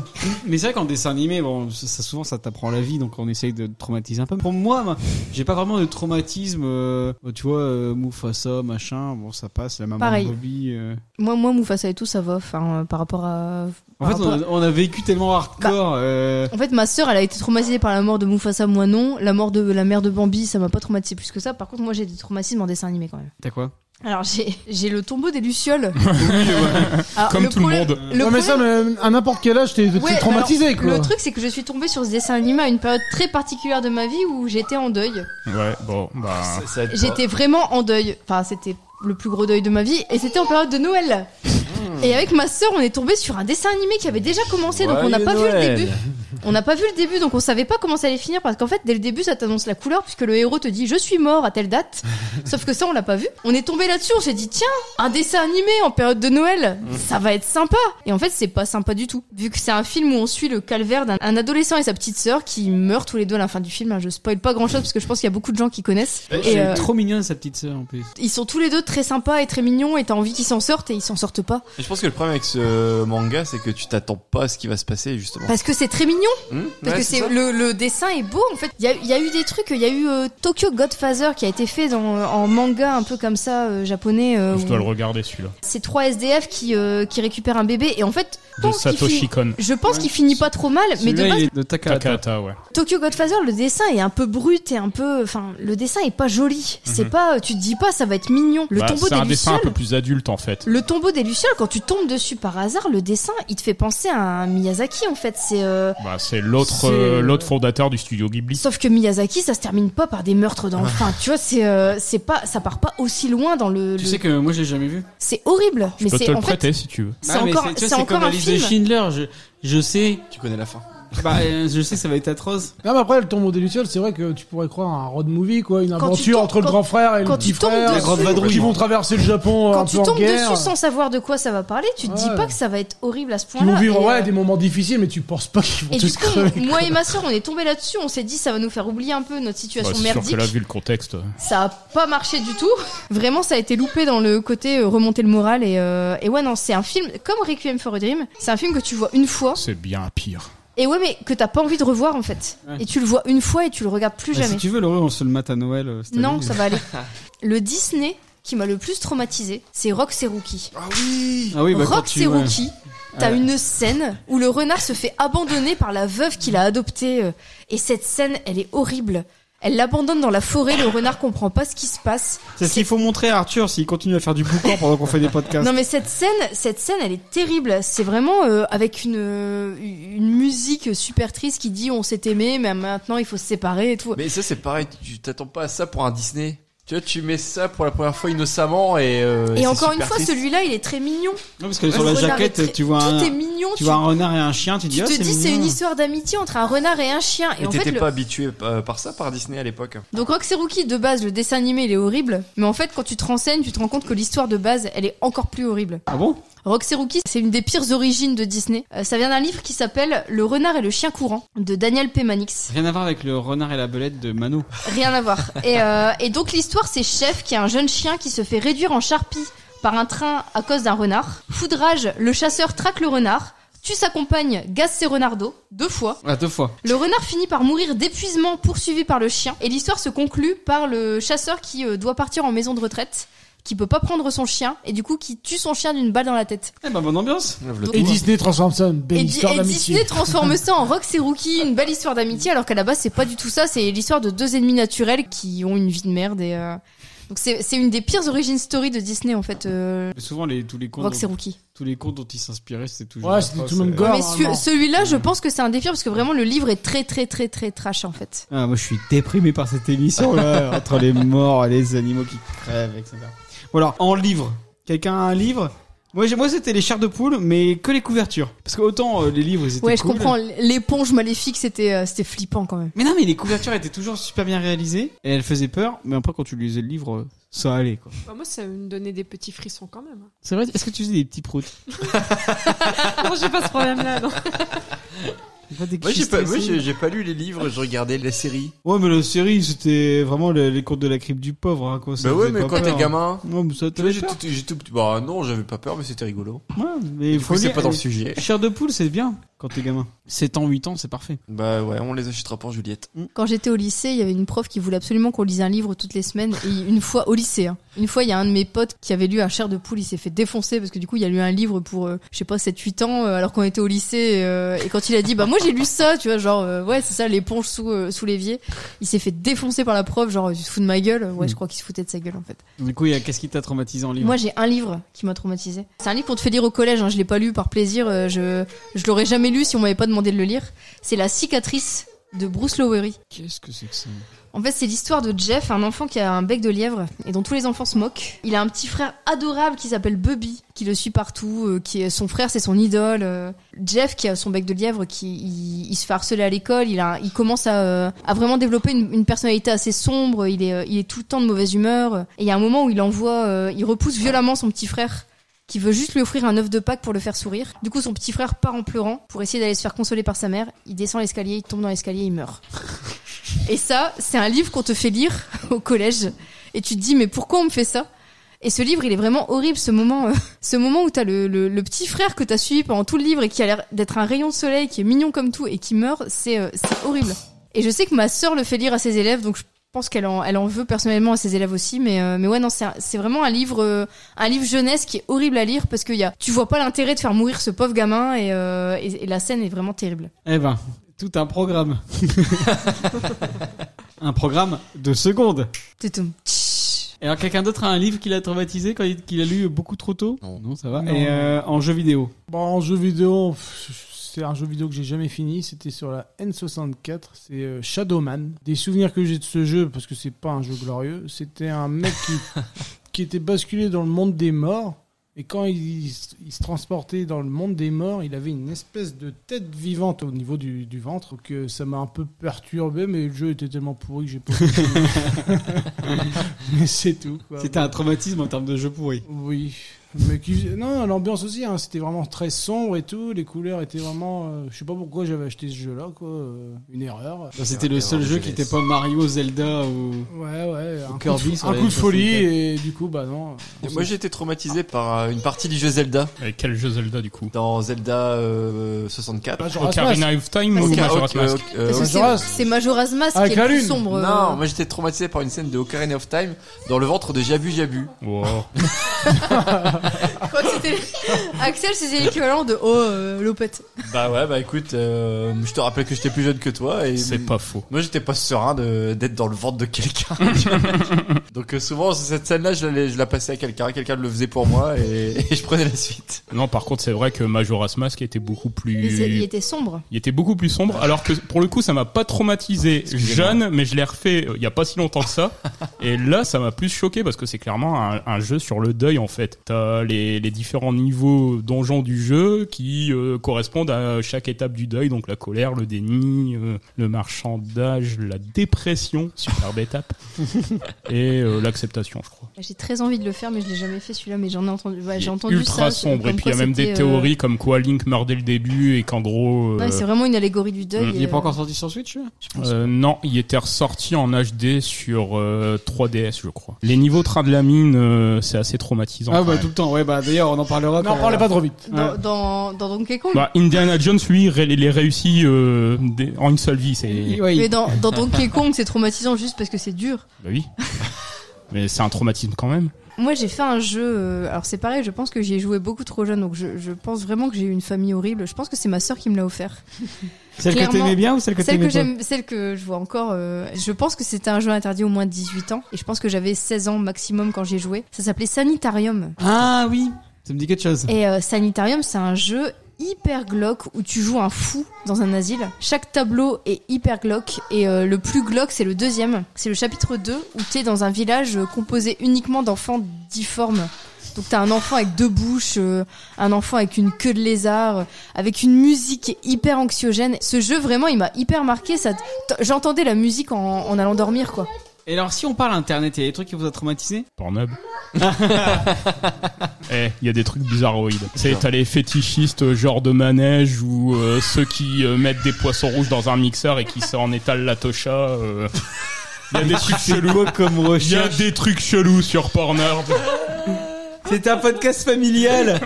Speaker 2: Mais c'est vrai qu'en dessin animé, bon, ça, ça, souvent ça t'apprend la vie, donc on essaye de te traumatiser un peu. Pour moi, moi, j'ai pas vraiment de traumatisme, euh, tu vois, euh, Mufasa, machin, bon ça passe, la maman
Speaker 3: Pareil.
Speaker 2: de Bobby. euh.
Speaker 3: Moi, moi, Mufasa et tout, ça va. Enfin, euh, par rapport à.
Speaker 2: En
Speaker 3: par
Speaker 2: fait, on
Speaker 3: rapport
Speaker 2: a, on a vécu tellement hardcore. euh,
Speaker 3: à- En fait, ma sœur, elle a été traumatisée par la mort de Mufasa, moi non. La mort de la mère de Bambi, ça m'a pas traumatisée plus que ça. Par contre, moi, j'ai des traumatismes en dessin animé quand même.
Speaker 2: T'as quoi
Speaker 3: Alors, j'ai j'ai le tombeau des lucioles. Alors,
Speaker 12: Comme
Speaker 3: Ah, le
Speaker 12: tout le
Speaker 3: problème-
Speaker 12: monde.
Speaker 3: Le
Speaker 5: non mais ça, mais à n'importe quel âge, t'es t'es
Speaker 3: Ouais,
Speaker 5: traumatisé
Speaker 3: bah alors,
Speaker 5: quoi.
Speaker 3: Le truc, c'est que je suis tombée sur ce dessin animé à une période très particulière de ma vie où j'étais en deuil.
Speaker 12: Ouais, bon, bah.
Speaker 7: Ça- ça aide pas.
Speaker 3: J'étais vraiment en deuil. Enfin, c'était le plus gros deuil de ma vie et c'était en période de Noël. Et avec ma sœur, on est tombé sur un dessin animé qui avait déjà commencé, donc on n'a
Speaker 17: Joyeux
Speaker 3: pas vu le
Speaker 17: Noël.
Speaker 3: début. On n'a pas vu le début, donc on savait pas comment ça allait finir parce qu'en fait, dès le début, ça t'annonce la couleur puisque le héros te dit je suis mort à telle date. Sauf que ça, on l'a pas vu. On est tombé là-dessus, on s'est dit tiens, un dessin animé en période de Noël, ça va être sympa. Et en fait, c'est pas sympa du tout. Vu que c'est un film où on suit le calvaire d'un un adolescent et sa petite sœur qui meurent tous les deux à la fin du film. hein. Je spoil pas grand-chose parce que je pense qu'il y a beaucoup de gens qui connaissent.
Speaker 2: Eh,
Speaker 19: Elle
Speaker 3: euh,
Speaker 19: est trop mignonne sa petite sœur en plus.
Speaker 3: ils sont tous les deux très sympas et très mignons et t'as envie qu'ils s'en sortent et ils s'en sortent pas.
Speaker 7: Et je pense que le problème avec ce manga, c'est que tu t'attends pas à ce qui va se passer, justement.
Speaker 3: Parce que c'est très mignon.
Speaker 7: Hmm
Speaker 3: Parce
Speaker 7: Ouais,
Speaker 3: que c'est
Speaker 7: ça.
Speaker 3: le, le dessin est beau en fait. Il y a, il y a eu des trucs, il y a eu euh, Tokyo Godfather qui a été fait dans, euh, en manga un peu comme ça euh, japonais. euh,
Speaker 12: Je
Speaker 3: où
Speaker 12: dois le regarder celui-là.
Speaker 3: C'est trois SDF qui euh, qui récupèrent un bébé et en fait je
Speaker 12: De
Speaker 3: pense qu'il
Speaker 12: Satoshi
Speaker 3: finit-
Speaker 12: Kon.
Speaker 3: Je pense qu'il finit pas trop mal, mais de
Speaker 12: Celui-là,
Speaker 3: base
Speaker 12: il est de Takahata. ouais.
Speaker 3: Tokyo Godfather, le dessin est un peu brut et un peu, enfin le dessin est pas joli. C'est
Speaker 12: Mhm.
Speaker 3: pas, tu te dis pas ça va être mignon. Le
Speaker 12: Bah,
Speaker 3: tombeau
Speaker 12: c'est
Speaker 3: des
Speaker 12: un dessin un
Speaker 3: lucioles.
Speaker 12: peu plus adulte en fait.
Speaker 3: Le tombeau des lucioles, quand tu tombes dessus par hasard, le dessin, il te fait penser à un Miyazaki en fait. C'est euh,
Speaker 12: Bah, c'est l'autre
Speaker 3: C'est-
Speaker 12: euh, l'autre fondateur du studio Ghibli.
Speaker 3: Sauf que Miyazaki, ça se termine pas par des meurtres dans le
Speaker 12: Ah.
Speaker 3: fin. Tu vois, c'est euh, c'est pas, ça part pas aussi loin dans le.
Speaker 19: Tu
Speaker 3: le-
Speaker 19: sais que moi je l'ai jamais vu.
Speaker 3: C'est horrible.
Speaker 12: Je
Speaker 3: mais
Speaker 12: peux
Speaker 3: c'est
Speaker 12: te le
Speaker 3: en fait-
Speaker 12: prêter si tu veux.
Speaker 3: C'est
Speaker 19: Ah, mais
Speaker 3: encore,
Speaker 19: tu vois,
Speaker 3: c'est encore
Speaker 19: comme
Speaker 3: un
Speaker 19: la liste de
Speaker 3: film.
Speaker 19: Schindler, je, je sais.
Speaker 7: Tu connais la fin.
Speaker 19: Bah, euh, je sais que ça va être atroce.
Speaker 5: Non, mais après, le tombeau des Lucioles, c'est vrai que tu pourrais croire à un road movie, quoi, une
Speaker 3: tu
Speaker 5: aventure
Speaker 3: tombes-
Speaker 5: entre le
Speaker 3: quand-
Speaker 5: grand frère et
Speaker 3: quand
Speaker 5: le petit
Speaker 3: tu tombes
Speaker 5: frère,
Speaker 3: dessus- La grande vadrouille.
Speaker 5: qui vont traverser le Japon un
Speaker 3: Quand
Speaker 5: peu
Speaker 3: tu
Speaker 5: en
Speaker 3: tombes
Speaker 5: guerre,
Speaker 3: dessus sans savoir de quoi ça va parler, tu te dis pas que ça va être horrible à ce
Speaker 5: qui vont
Speaker 3: point-là.
Speaker 5: vivre
Speaker 3: Et,
Speaker 5: ouais,
Speaker 3: euh,
Speaker 5: des moments difficiles, mais tu penses pas qu'ils vont
Speaker 3: et
Speaker 5: tous
Speaker 3: du coup,
Speaker 5: crever. quoi.
Speaker 3: moi et ma soeur, on est tombés là-dessus. On s'est dit, ça va nous faire oublier un peu notre
Speaker 12: Bah,
Speaker 3: situation
Speaker 12: c'est sûr
Speaker 3: merdique.
Speaker 12: que là, vu le contexte. euh,
Speaker 3: Ça a pas marché du tout. Vraiment, ça a été loupé dans le côté euh, remonter le moral et, euh, et ouais non, c'est un film comme Requiem for a Dream. C'est un film que tu vois une fois
Speaker 12: C'est bien pire.
Speaker 3: et ouais mais que t'as pas envie de revoir en fait.
Speaker 19: Ouais.
Speaker 3: Et tu le vois une fois et tu le regardes plus
Speaker 19: Bah,
Speaker 3: jamais.
Speaker 19: si tu veux, l'heureux, on se le mate à Noël. euh, cette
Speaker 3: Non,
Speaker 19: année.
Speaker 3: ça va aller. Le Disney qui m'a le plus traumatisé, c'est Rock c'est Rookie. Ah oui
Speaker 19: Ah oui, bah, quand
Speaker 3: Rock
Speaker 19: tu-
Speaker 3: c'est
Speaker 19: ouais.
Speaker 3: Rookie. T'as
Speaker 19: Ouais.
Speaker 3: une scène où le renard se fait abandonner par la veuve qu'il a adoptée. euh, Et cette scène, elle est horrible. Elle l'abandonne dans la forêt, le renard comprend pas ce qui se passe.
Speaker 2: C'est ce qu'il faut montrer à Arthur s'il continue à faire du boucan pendant qu'on fait des podcasts.
Speaker 3: Non mais cette scène, cette scène, elle est terrible. C'est vraiment euh, avec une euh, une musique super triste qui dit on s'est aimé, mais maintenant il faut se séparer et tout.
Speaker 7: Mais ça, c'est pareil, tu t'attends pas à ça pour un Disney. Tu vois, tu mets ça pour la première fois innocemment et. euh,
Speaker 3: et
Speaker 7: c'est
Speaker 3: encore une
Speaker 7: super
Speaker 3: fois,
Speaker 7: triste.
Speaker 3: celui-là, il est très mignon.
Speaker 19: Non, parce que sur la
Speaker 3: Le renard est
Speaker 19: jaquette,
Speaker 3: très-
Speaker 19: tu vois
Speaker 3: tout
Speaker 19: un,
Speaker 3: est mignon.
Speaker 19: tu vois un renard et un chien, tu dis
Speaker 3: Tu
Speaker 19: ah,
Speaker 3: te dis c'est une
Speaker 19: mignon.
Speaker 3: histoire d'amitié entre un renard et un chien. Et
Speaker 7: Mais
Speaker 3: en fait,
Speaker 7: t'étais
Speaker 3: le-
Speaker 7: pas habitué euh, par ça, par Disney à l'époque.
Speaker 3: donc Rock c'est Rookie de base, le dessin animé il est horrible, mais en fait quand tu te renseignes, tu te rends compte que l'histoire de base elle est encore plus horrible.
Speaker 19: Ah bon
Speaker 3: Rock c'est Rookie, c'est une des pires origines de Disney. Euh, ça vient d'un livre qui s'appelle Le renard et le chien courant de Daniel P. Manix.
Speaker 19: Rien à voir avec le renard et la belette de Mano.
Speaker 3: Rien à voir. Et, euh, et donc l'histoire, c'est Chef qui est un jeune chien qui se fait réduire en charpie par un train à cause d'un renard. Foudrage, le chasseur traque le renard, tue sa compagne, gasse ses renardos, deux fois.
Speaker 19: Ah, deux fois.
Speaker 3: Le renard finit par mourir d'épuisement poursuivi par le chien et l'histoire se conclut par le chasseur qui euh, doit partir en maison de retraite, qui peut pas prendre son chien et du coup qui tue son chien d'une balle dans la tête.
Speaker 19: Eh ben, bonne ambiance.
Speaker 5: Et Disney transforme ça en une belle
Speaker 3: Et, Di-
Speaker 5: histoire
Speaker 3: et
Speaker 5: d'amitié.
Speaker 3: Disney transforme ça en Rock c'est Rookie, une belle histoire d'amitié, alors qu'à la base c'est pas du tout ça, c'est l'histoire de deux ennemis naturels qui ont une vie de merde et euh, donc c'est c'est une des pires origin story de Disney en fait. euh,
Speaker 19: Mais souvent, les, tous les contes.
Speaker 3: Rock, c'est
Speaker 19: dont-
Speaker 3: Rookie.
Speaker 19: Tous les contes dont ils s'inspiraient, c'était toujours.
Speaker 5: Ouais, c'était
Speaker 19: atroce,
Speaker 5: tout le même
Speaker 19: euh.
Speaker 5: gore,
Speaker 3: Mais ce- celui-là, je pense que c'est un des pires parce que vraiment le livre est très très très très trash en fait.
Speaker 19: Ah, moi, je suis déprimé par cette émission là, entre les morts, les animaux qui crèvent, etc. Bon alors, en livre, quelqu'un a un livre Moi, j'ai- moi, c'était les chairs de poule, mais que les couvertures, parce que autant euh, les livres, ils étaient
Speaker 3: Ouais, je
Speaker 19: cool.
Speaker 3: comprends. L'éponge maléfique, c'était euh, c'était flippant quand même.
Speaker 19: Mais non, mais les couvertures étaient toujours super bien réalisées et elles faisaient peur, mais après quand tu lisais le livre, euh, ça allait quoi.
Speaker 11: Bah, moi, ça me donnait des petits frissons quand même. hein.
Speaker 19: C'est vrai Est-ce que tu faisais des petits proutes
Speaker 11: non, j'ai pas ce problème-là. non.
Speaker 7: Moi, j'ai pas, moi, j'ai- j'ai pas lu les livres, je regardais les séries.
Speaker 19: Ouais, mais la série, c'était vraiment les, les contes de la crypte du pauvre, hein, quoi. ça
Speaker 7: bah ouais,
Speaker 19: faisait
Speaker 7: mais
Speaker 19: pas
Speaker 7: quand t'es
Speaker 19: peur.
Speaker 7: gamin.
Speaker 19: Non, mais ça
Speaker 7: tu vois, j'ai tout, j'ai tout- Bah non, j'avais pas peur, mais c'était rigolo.
Speaker 19: Ouais, mais
Speaker 7: Du
Speaker 19: faut
Speaker 7: coup, c'est
Speaker 19: lire.
Speaker 7: pas dans le sujet.
Speaker 19: Chair de poule, c'est bien quand t'es gamin. 7 ans, 8 ans, c'est parfait.
Speaker 7: Bah ouais, on les achètera pour Juliette.
Speaker 3: Quand j'étais au lycée, il y avait une prof qui voulait absolument qu'on lise un livre toutes les semaines. Et une fois au lycée, hein. une fois, il y a un de mes potes qui avait lu un chair de poule, il s'est fait défoncer parce que du coup, il y a lu un livre pour, euh, je sais pas, 7-8 ans, euh, alors qu'on était au lycée. euh, et quand il a dit, bah moi j'ai lu ça, tu vois, genre, euh, ouais, c'est ça, l'éponge sous, euh, sous l'évier, il s'est fait défoncer par la prof, genre, tu te fous de ma gueule. Ouais, je crois qu'il se foutait de sa gueule en fait.
Speaker 19: Du coup, il y a- qu'est-ce qui t'a traumatisé en livre
Speaker 3: Moi, j'ai un livre qui m'a traumatisé. C'est un livre qu'on te fait lire au collège. Hein. Je l'ai pas lu par plaisir. euh, je je l'aurais jamais lu si on m'avait pas demandé de le lire. C'est La cicatrice de Bruce Lowery.
Speaker 19: Qu'est-ce que c'est que ça
Speaker 3: En fait, c'est l'histoire de Jeff, un enfant qui a un bec de lièvre et dont tous les enfants se moquent. Il a un petit frère adorable qui s'appelle Bubby, qui le suit partout, euh, qui est son frère, c'est son idole. euh. Jeff, qui a son bec de lièvre, qui il, il se fait harceler à l'école, il, a, il commence à, euh, à vraiment développer une, une personnalité assez sombre. Il est, euh, il est tout le temps de mauvaise humeur. Et il y a un moment où il envoie, euh, il repousse violemment son petit frère qui veut juste lui offrir un œuf de Pâques pour le faire sourire. Du coup, son petit frère part en pleurant pour essayer d'aller se faire consoler par sa mère. Il descend l'escalier, il tombe dans l'escalier, il meurt. Et ça, c'est un livre qu'on te fait lire au collège. Et tu te dis, mais pourquoi on me fait ça Et ce livre, il est vraiment horrible, ce moment, euh, ce moment où t'as le, le, le petit frère que t'as suivi pendant tout le livre et qui a l'air d'être un rayon de soleil, qui est mignon comme tout et qui meurt, c'est euh, c'est horrible. Et je sais que ma sœur le fait lire à ses élèves, donc je pense qu'elle en, elle en veut personnellement à ses élèves aussi, mais, euh, mais ouais, non, c'est un- c'est vraiment un livre, euh, un livre jeunesse qui est horrible à lire parce que y a, tu vois pas l'intérêt de faire mourir ce pauvre gamin et, euh, et- et la scène est vraiment terrible.
Speaker 19: Eh ben, tout un programme. un programme de secondes.
Speaker 3: Toutoum.
Speaker 19: Et Alors quelqu'un d'autre a un livre qu'il a traumatisé quand il, qu'il a lu beaucoup trop tôt Non, ça va.
Speaker 5: Non.
Speaker 19: Et euh, en jeu vidéo.
Speaker 5: Bon, en jeu vidéo, pff, c'est un jeu vidéo que j'ai jamais fini. C'était sur la N64. C'est euh, Shadowman. Des souvenirs que j'ai de ce jeu, parce que c'est pas un jeu glorieux. C'était un mec qui, qui était basculé dans le monde des morts. Et quand il, s- il se transportait dans le monde des morts, il avait une espèce de tête vivante au niveau du, du ventre que ça m'a un peu perturbé, mais le jeu était tellement pourri que j'ai pas. mais c'est tout. quoi.
Speaker 19: C'était un traumatisme en termes de jeu pourri.
Speaker 5: Oui. Mais qui- Non, l'ambiance aussi, hein, c'était vraiment très sombre et tout. Les couleurs étaient vraiment. euh, je sais pas pourquoi j'avais acheté ce jeu-là, quoi. euh, une erreur.
Speaker 19: Bah, C'était le seul jeu qui n'était pas Mario, Zelda ou.
Speaker 5: Ouais, ouais.
Speaker 19: ou
Speaker 5: Un coup
Speaker 19: Kirby
Speaker 5: de,
Speaker 19: sur
Speaker 5: un
Speaker 19: la
Speaker 5: coup de folie
Speaker 19: N64.
Speaker 5: et du coup, bah non.
Speaker 7: Et Moi j'ai été traumatisé par euh, une partie du jeu Zelda.
Speaker 12: Et quel jeu Zelda du coup
Speaker 7: Dans Zelda euh, 64.
Speaker 12: Majora's Ocarina Mask. of Time ou
Speaker 7: Oca-
Speaker 12: Majora's
Speaker 7: Oca-
Speaker 12: Mask Ah,
Speaker 7: Oca- euh,
Speaker 12: Parce que
Speaker 7: ouais.
Speaker 12: c'est- Majora's.
Speaker 3: C'est Majora's Mask qui est le plus sombre. euh,
Speaker 7: Non, moi j'étais traumatisé par une scène de Ocarina of Time dans le ventre de Jabu Jabu.
Speaker 3: Quand c'était- Axel, c'était l'équivalent de Oh, euh, Lopette.
Speaker 7: bah ouais, bah écoute, euh, je te rappelle que j'étais plus jeune que toi et
Speaker 12: C'est pas faux.
Speaker 7: Moi j'étais pas serein de- d'être dans le ventre de quelqu'un. Donc euh, souvent cette scène-là, je, l'allais- je la passais à quelqu'un, quelqu'un le faisait pour moi et, et je prenais la suite.
Speaker 12: Non, par contre, c'est vrai que Majora's Mask était beaucoup plus.
Speaker 3: Il, s'est- il était sombre.
Speaker 12: Il était beaucoup plus sombre, alors que pour le coup, ça m'a pas traumatisé jeune, mais je l'ai refait euh, il y a pas si longtemps que ça. Et là, ça m'a plus choqué parce que c'est clairement un, un jeu sur le deuil en fait. T'as les, les différents niveaux donjons du jeu qui euh, correspondent à chaque étape du deuil, donc la colère, le déni, euh, le marchandage, la dépression, superbe étape, et euh, l'acceptation, je crois.
Speaker 3: J'ai très envie de le faire, mais je l'ai jamais fait celui-là. Mais j'en ai entendu, ouais, j'ai entendu ça.
Speaker 12: Ultra sombre,
Speaker 3: comme
Speaker 12: et puis il y a
Speaker 3: quoi
Speaker 12: même des
Speaker 3: c'était, euh,
Speaker 12: théories comme quoi Link meurt dès le début et qu'en gros. euh,
Speaker 3: Ouais, c'est vraiment une allégorie du deuil.
Speaker 12: Mm. Il est
Speaker 3: euh,
Speaker 12: pas encore
Speaker 19: sorti sur Switch
Speaker 12: Euh, non, il était ressorti en HD sur euh, 3DS, je crois. Les niveaux train de la mine, euh, c'est assez traumatisant.
Speaker 19: Ah
Speaker 12: quand
Speaker 19: bah
Speaker 12: même.
Speaker 19: tout le temps. Ouais bah d'ailleurs on en parlera. quand-
Speaker 5: parlez pas trop vite.
Speaker 12: Hein.
Speaker 3: Dans, dans, dans Donkey Kong.
Speaker 12: Bah, Indiana Jones, lui, ré- les, les réussit euh, des- en une seule vie. C'est.
Speaker 3: Mais dans, dans Donkey Kong, c'est traumatisant juste parce que c'est dur.
Speaker 12: Bah oui. Mais c'est un traumatisme quand même.
Speaker 3: Moi, j'ai fait un jeu. euh, Alors, c'est pareil, je pense que j'y ai joué beaucoup trop jeune. Donc, je, je pense vraiment que j'ai eu une famille horrible. Je pense que c'est ma sœur qui me l'a offert.
Speaker 19: Celle que
Speaker 3: Clairement,
Speaker 19: t'aimais bien ou celle que t'aimais pas
Speaker 3: j'aime- Celle que je vois encore. euh, Je pense que c'était un jeu interdit au moins de 18 ans. Et je pense que j'avais 16 ans maximum quand j'y ai joué. Ça s'appelait Sanitarium.
Speaker 19: Ah oui, ça me dit quelque chose.
Speaker 3: Et euh, Sanitarium, c'est un jeu hyper glauque où tu joues un fou dans un asile. Chaque tableau est hyper glauque et euh, le plus glauque, c'est le deuxième. C'est le chapitre 2 où t'es dans un village euh, composé uniquement d'enfants difformes. Donc t'as un enfant avec deux bouches, euh, un enfant avec une queue de lézard, euh, avec une musique hyper anxiogène. Ce jeu vraiment, il m'a hyper marqué. Ça, t- j'entendais la musique en, en allant dormir, quoi.
Speaker 19: Et alors si on parle internet, il y a des trucs qui vous a traumatisé
Speaker 12: Pornhub. Eh, il y a des trucs bizarroïdes. C'est t'as les fétichistes euh, genre de manège ou euh, ceux qui euh, mettent des poissons rouges dans un mixeur et qui s'en étalent la tocha. euh. Il y a des trucs chelous.
Speaker 19: comme
Speaker 12: Il y a des trucs chelous sur Pornhub.
Speaker 19: C'est un podcast familial.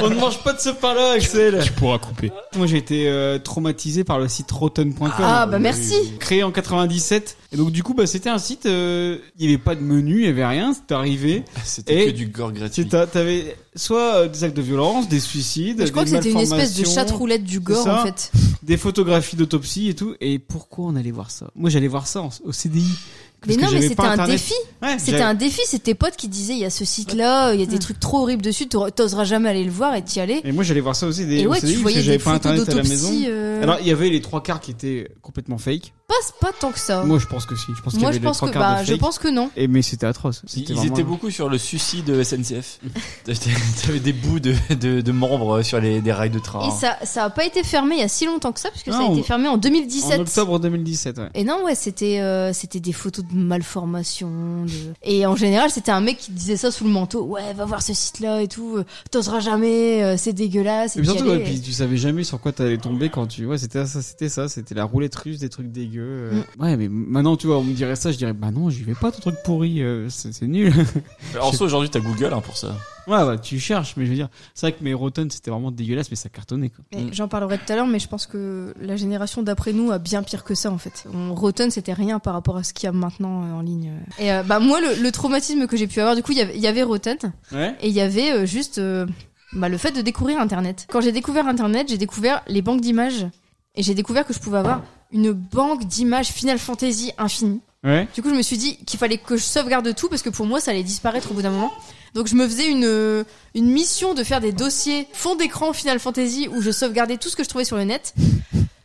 Speaker 19: on ne mange pas de ce pain-là, Axel. Tu
Speaker 12: pourras couper.
Speaker 19: Moi, j'ai été euh, traumatisé par le site rotten.com.
Speaker 3: Ah, bah, merci.
Speaker 19: Créé en 97. Et donc du coup, bah c'était un site. euh, Il y avait pas de menu, il y avait rien. C'était arrivé.
Speaker 7: C'était
Speaker 19: Et
Speaker 7: que du gore gratuit.
Speaker 19: c'est- t'as- T'avais soit euh, des actes de violence, des suicides.
Speaker 3: Mais je crois
Speaker 19: des
Speaker 3: que c'était une espèce de
Speaker 19: malformations.
Speaker 3: chatroulette du
Speaker 19: C'est
Speaker 3: gore,
Speaker 19: ça.
Speaker 3: en fait.
Speaker 19: Des photographies d'autopsie et tout. Et pourquoi on allait voir ça Moi, j'allais voir ça en- au CDI.
Speaker 3: Mais
Speaker 19: parce que
Speaker 3: non, mais
Speaker 19: j'avais
Speaker 3: c'était
Speaker 19: pas
Speaker 3: un
Speaker 19: Internet.
Speaker 3: défi.
Speaker 19: Ouais,
Speaker 3: c'était
Speaker 19: j'avais-
Speaker 3: un défi. C'est tes potes qui disaient il y a ce site-là, il y a des trucs trop horribles dessus, t'auras- t'oseras jamais aller le voir et t'y aller.
Speaker 19: Et moi, j'allais voir ça aussi des
Speaker 3: Et
Speaker 19: au
Speaker 3: ouais,
Speaker 19: CDI, parce
Speaker 3: tu
Speaker 19: que
Speaker 3: voyais
Speaker 19: j'avais
Speaker 3: des
Speaker 19: pas
Speaker 3: photos
Speaker 19: internet à la maison.
Speaker 3: d'autopsie. euh, euh,
Speaker 2: Alors, il y avait les trois quarts qui étaient complètement fake.
Speaker 3: passe pas tant que ça.
Speaker 2: Moi, je pense que si. Je pense qu'il y
Speaker 3: Moi,
Speaker 2: avait
Speaker 3: je
Speaker 2: les
Speaker 3: pense
Speaker 2: trois
Speaker 3: que-
Speaker 2: quarts de
Speaker 3: bah, je
Speaker 2: fake.
Speaker 3: pense que non.
Speaker 2: Et mais c'était atroce.
Speaker 7: Ils
Speaker 2: C'était vraiment-
Speaker 7: étaient beaucoup sur le suicide SNCF. T'avais t'avais des bouts de, de, de membres sur les des rails de train.
Speaker 3: Et ça, ça a pas été fermé il y a si longtemps que ça, parce que ça a
Speaker 2: Ah. Non,
Speaker 3: été fermé en 2017.
Speaker 2: En octobre 2017, ouais.
Speaker 3: Et non, ouais, c'était euh, c'était des photos de malformations. de- Et en général, c'était un mec qui disait ça sous le manteau. Ouais, va voir ce site-là et tout. euh, T'oseras jamais, euh, c'est dégueulasse.
Speaker 2: Et
Speaker 3: puis
Speaker 2: puis surtout,
Speaker 3: allez,
Speaker 2: ouais, puis tu savais jamais sur quoi t'allais tomber quand tu. Ouais, c'était ça, c'était ça, c'était la roulette russe des trucs dégueux. euh.
Speaker 3: Mm.
Speaker 2: Ouais, mais maintenant, tu vois, on me dirait ça, je dirais, bah non, j'y vais pas, ton truc pourri, euh, c'est c'est nul.
Speaker 7: Alors,
Speaker 2: Je-
Speaker 7: ça, aujourd'hui, t'as Google hein, pour ça.
Speaker 2: Ouais, bah, tu cherches, mais je veux dire, c'est vrai que mes Rotten, c'était vraiment dégueulasse, mais ça cartonnait, quoi.
Speaker 3: Mais J'en parlerai tout à l'heure, mais je pense que la génération d'après nous a bien pire que ça en fait. On, Rotten, c'était rien par rapport à ce qu'il y a maintenant euh, en ligne. euh. Et euh, bah moi, le, le traumatisme que j'ai pu avoir, du coup, il y avait- il y avait Rotten,
Speaker 2: Ouais.
Speaker 3: et il y avait euh, juste euh, bah, le fait de découvrir Internet. Quand j'ai découvert Internet, j'ai découvert les banques d'images, et j'ai découvert que je pouvais avoir une banque d'images Final Fantasy infinie.
Speaker 2: Ouais.
Speaker 3: Du coup, je me suis dit qu'il fallait que je sauvegarde tout parce que pour moi, ça allait disparaître au bout d'un moment. Donc, je me faisais une, euh, une mission de faire des dossiers fond d'écran Final Fantasy où je sauvegardais tout ce que je trouvais sur le net.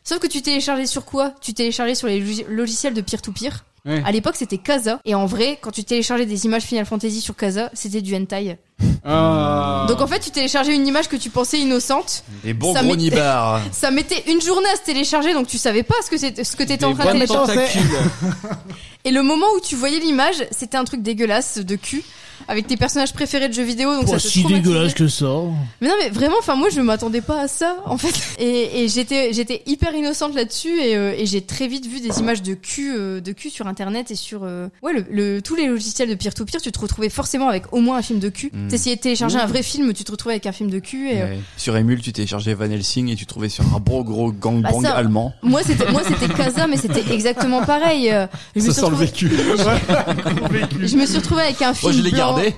Speaker 3: Sauf que tu téléchargeais sur quoi Tu téléchargeais sur les logi- logiciels de peer-to-peer.
Speaker 2: Ouais.
Speaker 3: À l'époque, c'était Casa. Et en vrai, quand tu téléchargeais des images Final Fantasy sur Casa, c'était du hentai.
Speaker 2: Ah.
Speaker 3: Donc en fait, tu téléchargeais une image que tu pensais innocente.
Speaker 7: Des bons
Speaker 3: Ça
Speaker 7: gros
Speaker 3: m'était-
Speaker 7: nibards.
Speaker 3: Ça mettait une journée à se télécharger, donc tu savais pas ce que c'était, ce que t'étais en train de télécharger. Et le moment où tu voyais l'image, c'était un truc dégueulasse de cul avec tes personnages préférés de jeux vidéo. Donc ça te traumatisait.
Speaker 5: que ça.
Speaker 3: Mais non, mais vraiment, enfin moi je m'attendais pas à ça en fait. Et, et j'étais j'étais hyper innocente là-dessus et, euh, et j'ai très vite vu des images de cul euh, de cul sur internet et sur euh, ouais le, le- tous les logiciels de peer to peer. Tu te retrouvais forcément avec au moins un film de cul.
Speaker 7: Mm.
Speaker 3: T'essayais de télécharger un
Speaker 7: Mm.
Speaker 3: vrai film, tu te retrouvais avec un film de cul. Et, euh,
Speaker 7: Ouais. Sur Emule, tu téléchargeais Van Helsing et tu trouvais sur un gros gros
Speaker 3: bah,
Speaker 7: gangbang
Speaker 3: ça,
Speaker 7: allemand.
Speaker 3: Moi c'était moi c'était Casa mais c'était exactement pareil. Euh, Je me, suis retrouvée,
Speaker 7: vécu.
Speaker 3: je me suis retrouvée avec un film
Speaker 7: Moi, je l'ai
Speaker 3: blanc.
Speaker 7: gardé.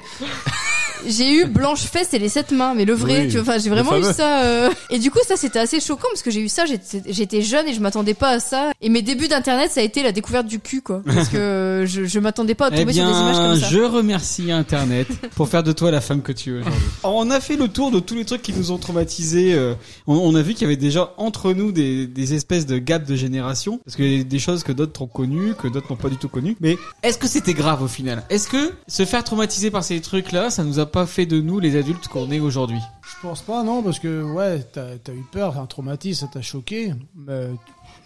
Speaker 3: J'ai eu Blanche Fesse et les sept mains, mais le vrai,
Speaker 7: Oui,
Speaker 3: tu vois, enfin, j'ai
Speaker 7: le
Speaker 3: vraiment eu
Speaker 7: fameux.
Speaker 3: ça. euh, Et du coup, ça, c'était assez choquant parce que j'ai eu ça, j'étais j'étais jeune et je m'attendais pas à ça. Et mes débuts d'internet, ça a été la découverte du cul, quoi. Parce que euh, je, je m'attendais pas à tomber
Speaker 2: Eh bien,
Speaker 3: sur des images comme ça.
Speaker 2: je remercie Internet pour faire de toi la femme que tu es aujourd'hui. on a fait le tour de tous les trucs qui nous ont traumatisés. euh, On, on a vu qu'il y avait déjà entre nous des, des espèces de gaps de génération. Parce que y a des choses que d'autres ont connues, que d'autres n'ont pas du tout connues. Mais est-ce que c'était grave au final Est-ce que se faire traumatiser par ces trucs-là, ça nous a pas fait de nous les adultes qu'on est aujourd'hui
Speaker 5: Je pense pas, non, parce que ouais, t'as t'as eu peur, un traumatisme, ça t'a choqué, mais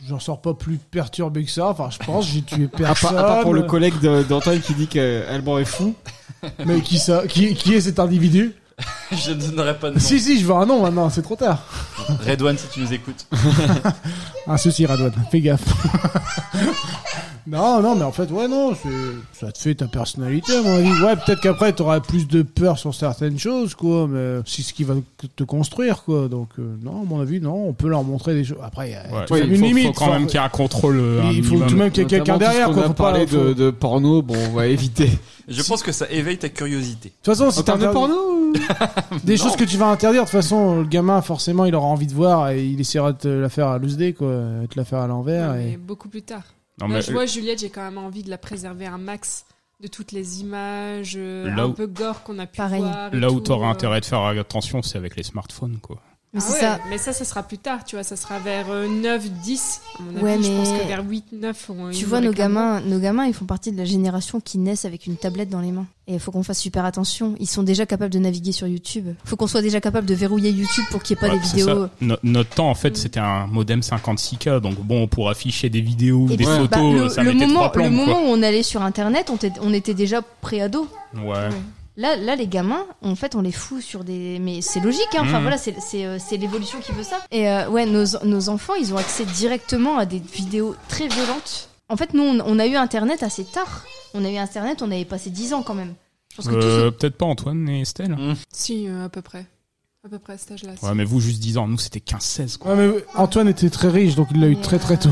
Speaker 5: j'en sors pas plus perturbé que ça. Enfin, je pense, j'ai tué
Speaker 2: à part,
Speaker 5: personne.
Speaker 2: à part pour le collègue de- d'Antoine qui dit qu'Alban est fou.
Speaker 5: Mais qui ça qui, qui est cet individu
Speaker 7: je ne donnerai pas de nom.
Speaker 5: Si, si, je veux un nom maintenant, c'est trop tard.
Speaker 7: Redouane, si tu nous écoutes.
Speaker 5: Ah, ceci, Radouane, fais gaffe. non, non, mais en fait, ouais, non, c'est- ça te fait ta personnalité, à mon avis. Ouais, peut-être qu'après, t'auras plus de peur sur certaines choses, quoi, mais c'est ce qui va te construire, quoi. Donc, euh, non, à mon avis, non, on peut leur montrer des choses. Après, il y a
Speaker 12: Ouais,
Speaker 5: tout de
Speaker 12: il
Speaker 5: même
Speaker 12: faut-
Speaker 5: une
Speaker 12: faut
Speaker 5: limite.
Speaker 12: quand même qu'il y ait un contrôle, euh, un
Speaker 5: Il faut
Speaker 12: minimum.
Speaker 5: tout de même qu'il y ait quelqu'un
Speaker 12: Notamment tout ce
Speaker 5: derrière,
Speaker 12: qu'on
Speaker 5: quoi.
Speaker 12: a
Speaker 5: Faut pas.
Speaker 12: parlé
Speaker 5: faut-
Speaker 12: de-
Speaker 2: De porno, bon, on va éviter.
Speaker 7: Je pense que ça éveille ta curiosité.
Speaker 5: De toute façon, si
Speaker 7: Encore
Speaker 5: t'interdis-
Speaker 7: de porno
Speaker 5: Des choses que tu vas interdire, de toute façon, le gamin, forcément, il aura envie de voir et il essaiera de te la faire à l'usdé, quoi, de te la faire à l'envers.
Speaker 11: mais
Speaker 5: et...
Speaker 11: beaucoup plus tard.
Speaker 5: Non,
Speaker 11: Là,
Speaker 5: mais-
Speaker 11: je vois Juliette, j'ai quand même envie de la préserver un max de toutes les images euh,
Speaker 12: Là
Speaker 11: un
Speaker 12: où-
Speaker 11: peu gore qu'on a pu voir. et
Speaker 12: Là où
Speaker 11: tout,
Speaker 12: t'auras
Speaker 11: euh.
Speaker 12: intérêt de faire attention, c'est avec les smartphones, quoi.
Speaker 11: Ah
Speaker 3: c'est
Speaker 11: ouais,
Speaker 3: ça.
Speaker 11: Mais ça, ça sera plus tard, tu vois, ça sera vers euh, 9, 10. à mon avis,
Speaker 3: Ouais,
Speaker 11: Je
Speaker 3: mais-
Speaker 11: pense que vers 8, 9, on,
Speaker 3: Tu
Speaker 11: ils
Speaker 3: vois,
Speaker 11: nous
Speaker 3: nos
Speaker 11: réclament.
Speaker 3: gamins, nos gamins, ils font partie de la génération qui naissent avec une tablette dans les mains. Et il faut qu'on fasse super attention. Ils sont déjà capables de naviguer sur YouTube. faut qu'on soit déjà capable de verrouiller YouTube pour qu'il n'y ait pas
Speaker 12: Ouais,
Speaker 3: des
Speaker 12: c'est
Speaker 3: vidéos.
Speaker 12: ça. No- notre temps, en fait, c'était un modem 56K, donc bon, pour afficher des vidéos ou
Speaker 3: Et puis,
Speaker 12: des photos, euh,
Speaker 3: bah, le,
Speaker 12: ça
Speaker 3: le
Speaker 12: mettait
Speaker 3: moment,
Speaker 12: trois plombes,
Speaker 3: le moment
Speaker 12: quoi.
Speaker 3: où on allait sur Internet, on, t'est- on était déjà pré-ado.
Speaker 12: Ouais.
Speaker 3: Là, là, les gamins, en fait, on les fout sur des. Mais c'est logique, hein. Enfin,
Speaker 12: Mhm.
Speaker 3: voilà, c'est- c'est euh, c'est l'évolution qui veut ça. Et euh, ouais, nos, nos enfants, ils ont accès directement à des vidéos très violentes. En fait, nous, on, on a eu Internet assez tard. On a eu Internet, on avait passé 10 ans quand même. Je pense que tous
Speaker 12: Euh,
Speaker 3: ceux-
Speaker 12: Peut-être pas Antoine et Estelle.
Speaker 11: Si, euh, à peu près. À peu près à cet âge-là.
Speaker 12: Ouais, mais vous, juste 10 ans, nous, c'était 15-16, quoi.
Speaker 5: Ouais, mais Antoine était très riche, donc il l'a eu très très tôt.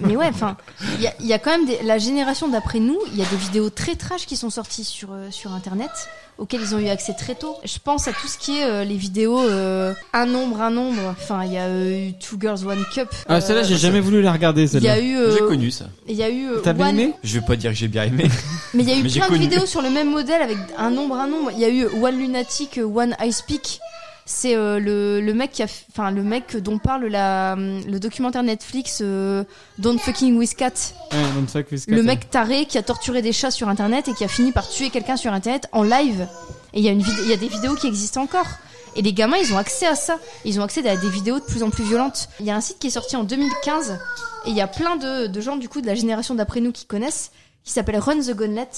Speaker 3: Mais ouais, enfin, il y a, il y a quand même des- la génération d'après nous, il y a des vidéos très trash qui sont sorties sur, euh, sur internet auxquelles ils ont eu accès très tôt. Je pense à tout ce qui est euh, les vidéos euh, un nombre, un nombre. Enfin, il y a euh, eu Two Girls One Cup.
Speaker 2: Ah, celle-là,
Speaker 3: Euh,
Speaker 2: j'ai jamais voulu la regarder,
Speaker 3: Il y
Speaker 2: celle-là.
Speaker 3: a eu. euh,
Speaker 7: J'ai connu ça.
Speaker 3: Il y a eu. euh,
Speaker 2: T'as bien
Speaker 3: One-
Speaker 2: aimé
Speaker 7: Je vais pas dire que j'ai bien aimé.
Speaker 3: Mais il y a eu
Speaker 7: j'ai
Speaker 3: plein de
Speaker 7: connu.
Speaker 3: vidéos sur le même modèle avec un nombre, un nombre. Il y a eu One Lunatic, euh, One Ice Peak. C'est euh, le, le mec qui a, f- enfin le mec dont parle la, hum, le documentaire Netflix euh, Don't Fucking With Cat.
Speaker 19: Ouais, donc ça, Quiz Cat,
Speaker 3: Le
Speaker 19: ouais.
Speaker 3: mec taré qui a torturé des chats sur internet et qui a fini par tuer quelqu'un sur internet en live. Et il y, a une vid- il y a des vidéos qui existent encore. Et les gamins, ils ont accès à ça. Ils ont accès à des vidéos de plus en plus violentes. Il y a un site qui est sorti en 2015 et il y a plein de, de gens du coup de la génération d'après nous qui connaissent, qui s'appelle Run the Gauntlet.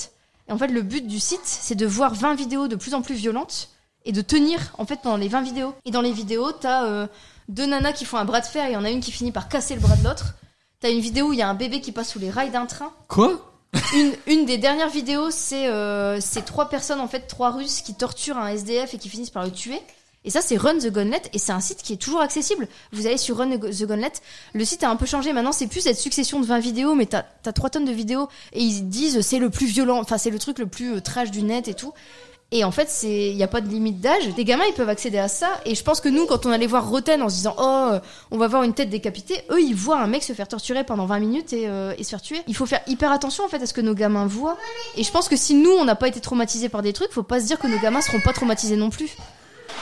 Speaker 3: Et en fait, le but du site, c'est de voir 20 vidéos de plus en plus violentes et de tenir en fait pendant les 20 vidéos. Et dans les vidéos, t'as euh, deux nanas qui font un bras de fer et il y en a une qui finit par casser le bras de l'autre. T'as une vidéo où il y a un bébé qui passe sous les rails d'un train
Speaker 19: Quoi
Speaker 3: une, une des dernières vidéos, c'est euh, ces trois personnes, en fait, trois Russes qui torturent un SDF et qui finissent par le tuer. Et ça, c'est Run the Gauntlet, et c'est un site qui est toujours accessible. Vous allez sur Run the Gauntlet, le site a un peu changé. Maintenant, c'est plus cette succession de 20 vidéos, mais t'as as 3 tonnes de vidéos, et ils disent c'est le plus violent, enfin, c'est le truc le plus euh, trash du net et tout. Et en fait, c'est il n'y a pas de limite d'âge. Les gamins, ils peuvent accéder à ça. Et je pense que nous, quand on allait voir Roten en se disant Oh, euh, on va voir une tête décapitée, eux, ils voient un mec se faire torturer pendant 20 minutes et, euh, et se faire tuer. Il faut faire hyper attention en fait à ce que nos gamins voient. Et je pense que si nous, on n'a pas été traumatisés par des trucs, faut pas se dire que nos gamins seront pas traumatisés non plus.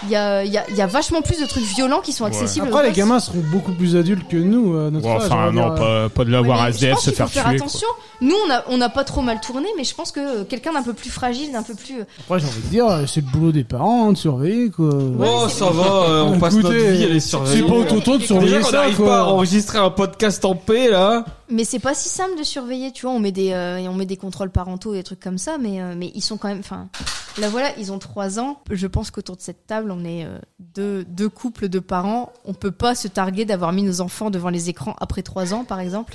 Speaker 3: Il y a, il y a- il y a vachement plus de trucs violents qui sont accessibles.
Speaker 5: Après, les
Speaker 3: aux gosses.
Speaker 5: gamins seront beaucoup plus adultes que nous, euh, notre
Speaker 12: Ouais,
Speaker 5: âge, on
Speaker 12: enfin,
Speaker 5: va
Speaker 12: non,
Speaker 5: dire, euh.
Speaker 12: pas, pas de l'avoir à SDF se
Speaker 3: Il faut
Speaker 12: faire,
Speaker 3: faire
Speaker 12: tuer. quoi.
Speaker 3: attention. Nous, on a- on n'a pas trop mal tourné, mais je pense que euh, quelqu'un d'un peu plus fragile, d'un peu plus.
Speaker 5: Après, j'ai envie de dire, euh, c'est le boulot des parents hein, de surveiller, quoi.
Speaker 19: Oh, ça va, euh, on passe notre vie à les surveiller.
Speaker 5: C'est pas au tonton de
Speaker 19: Déjà
Speaker 5: surveiller
Speaker 19: qu'on
Speaker 5: ça,
Speaker 19: n'arrive
Speaker 5: quoi.
Speaker 19: pas à enregistrer un podcast en paix, là.
Speaker 3: Mais c'est pas si simple de surveiller, tu vois. On met des, euh, et on met des contrôles parentaux et des trucs comme ça, mais, euh, mais ils sont quand même. Enfin, là voilà, ils ont 3 ans. Je pense qu'autour de cette table, on est euh, deux, deux couples de parents. On peut pas se targuer d'avoir mis nos enfants devant les écrans après 3 ans, par exemple.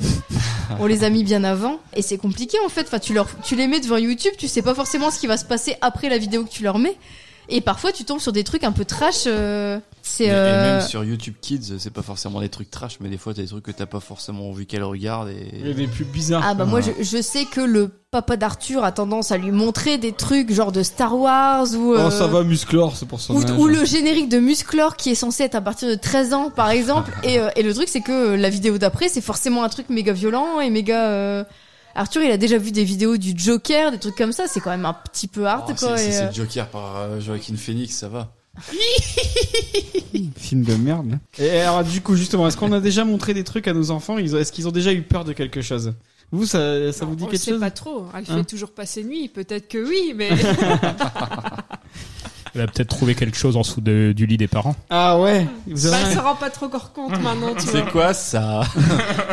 Speaker 19: Ah.
Speaker 3: on les a mis bien avant. Et c'est compliqué, en fait. Enfin, tu, leur, tu les mets devant YouTube, tu sais pas forcément ce qui va se passer après la vidéo que tu leur mets. Et parfois, tu tombes sur des trucs un peu trash. euh, c'est.
Speaker 7: Et, et
Speaker 3: euh,
Speaker 7: même sur YouTube Kids, c'est pas forcément des trucs trash, mais des fois t'as des trucs que t'as pas forcément vu qu'elle regarde. Et...
Speaker 19: Il y a des pubs bizarres.
Speaker 3: Ah bah moi je,
Speaker 7: Ouais.
Speaker 3: je sais que le papa d'Arthur a tendance à lui montrer des trucs genre de Star Wars ou, euh,
Speaker 19: Oh, ça va, Musclor, ce personnage.
Speaker 3: ou, ou le générique de Musclor qui est censé être à partir de 13 ans par exemple et, euh, et le truc c'est que euh, la vidéo d'après c'est forcément un truc méga violent et méga euh, Arthur il a déjà vu des vidéos du Joker des trucs comme ça c'est quand même un petit peu hard
Speaker 7: Oh, c'est-
Speaker 3: quoi
Speaker 7: c'est
Speaker 3: et,
Speaker 7: c'est
Speaker 3: euh,
Speaker 7: le Joker par euh, Joaquin Phoenix, ça va.
Speaker 2: Film de merde. là.
Speaker 19: Et alors, du coup, justement, est-ce qu'on a déjà montré des trucs à nos enfants Ils ont- Est-ce qu'ils ont déjà eu peur de quelque chose Vous, ça, ça vous dit
Speaker 11: On le
Speaker 19: quelque
Speaker 11: sait
Speaker 19: chose
Speaker 11: pas trop. Elle
Speaker 19: Hein
Speaker 11: fait toujours passer nuit. Peut-être que oui, mais.
Speaker 12: Elle a peut-être trouvé quelque chose en dessous de- du lit des parents.
Speaker 19: Ah ouais
Speaker 12: Vous
Speaker 11: Bah,
Speaker 12: avez-
Speaker 11: elle se rend pas trop encore compte maintenant, tu
Speaker 7: C'est
Speaker 11: vois.
Speaker 7: quoi ça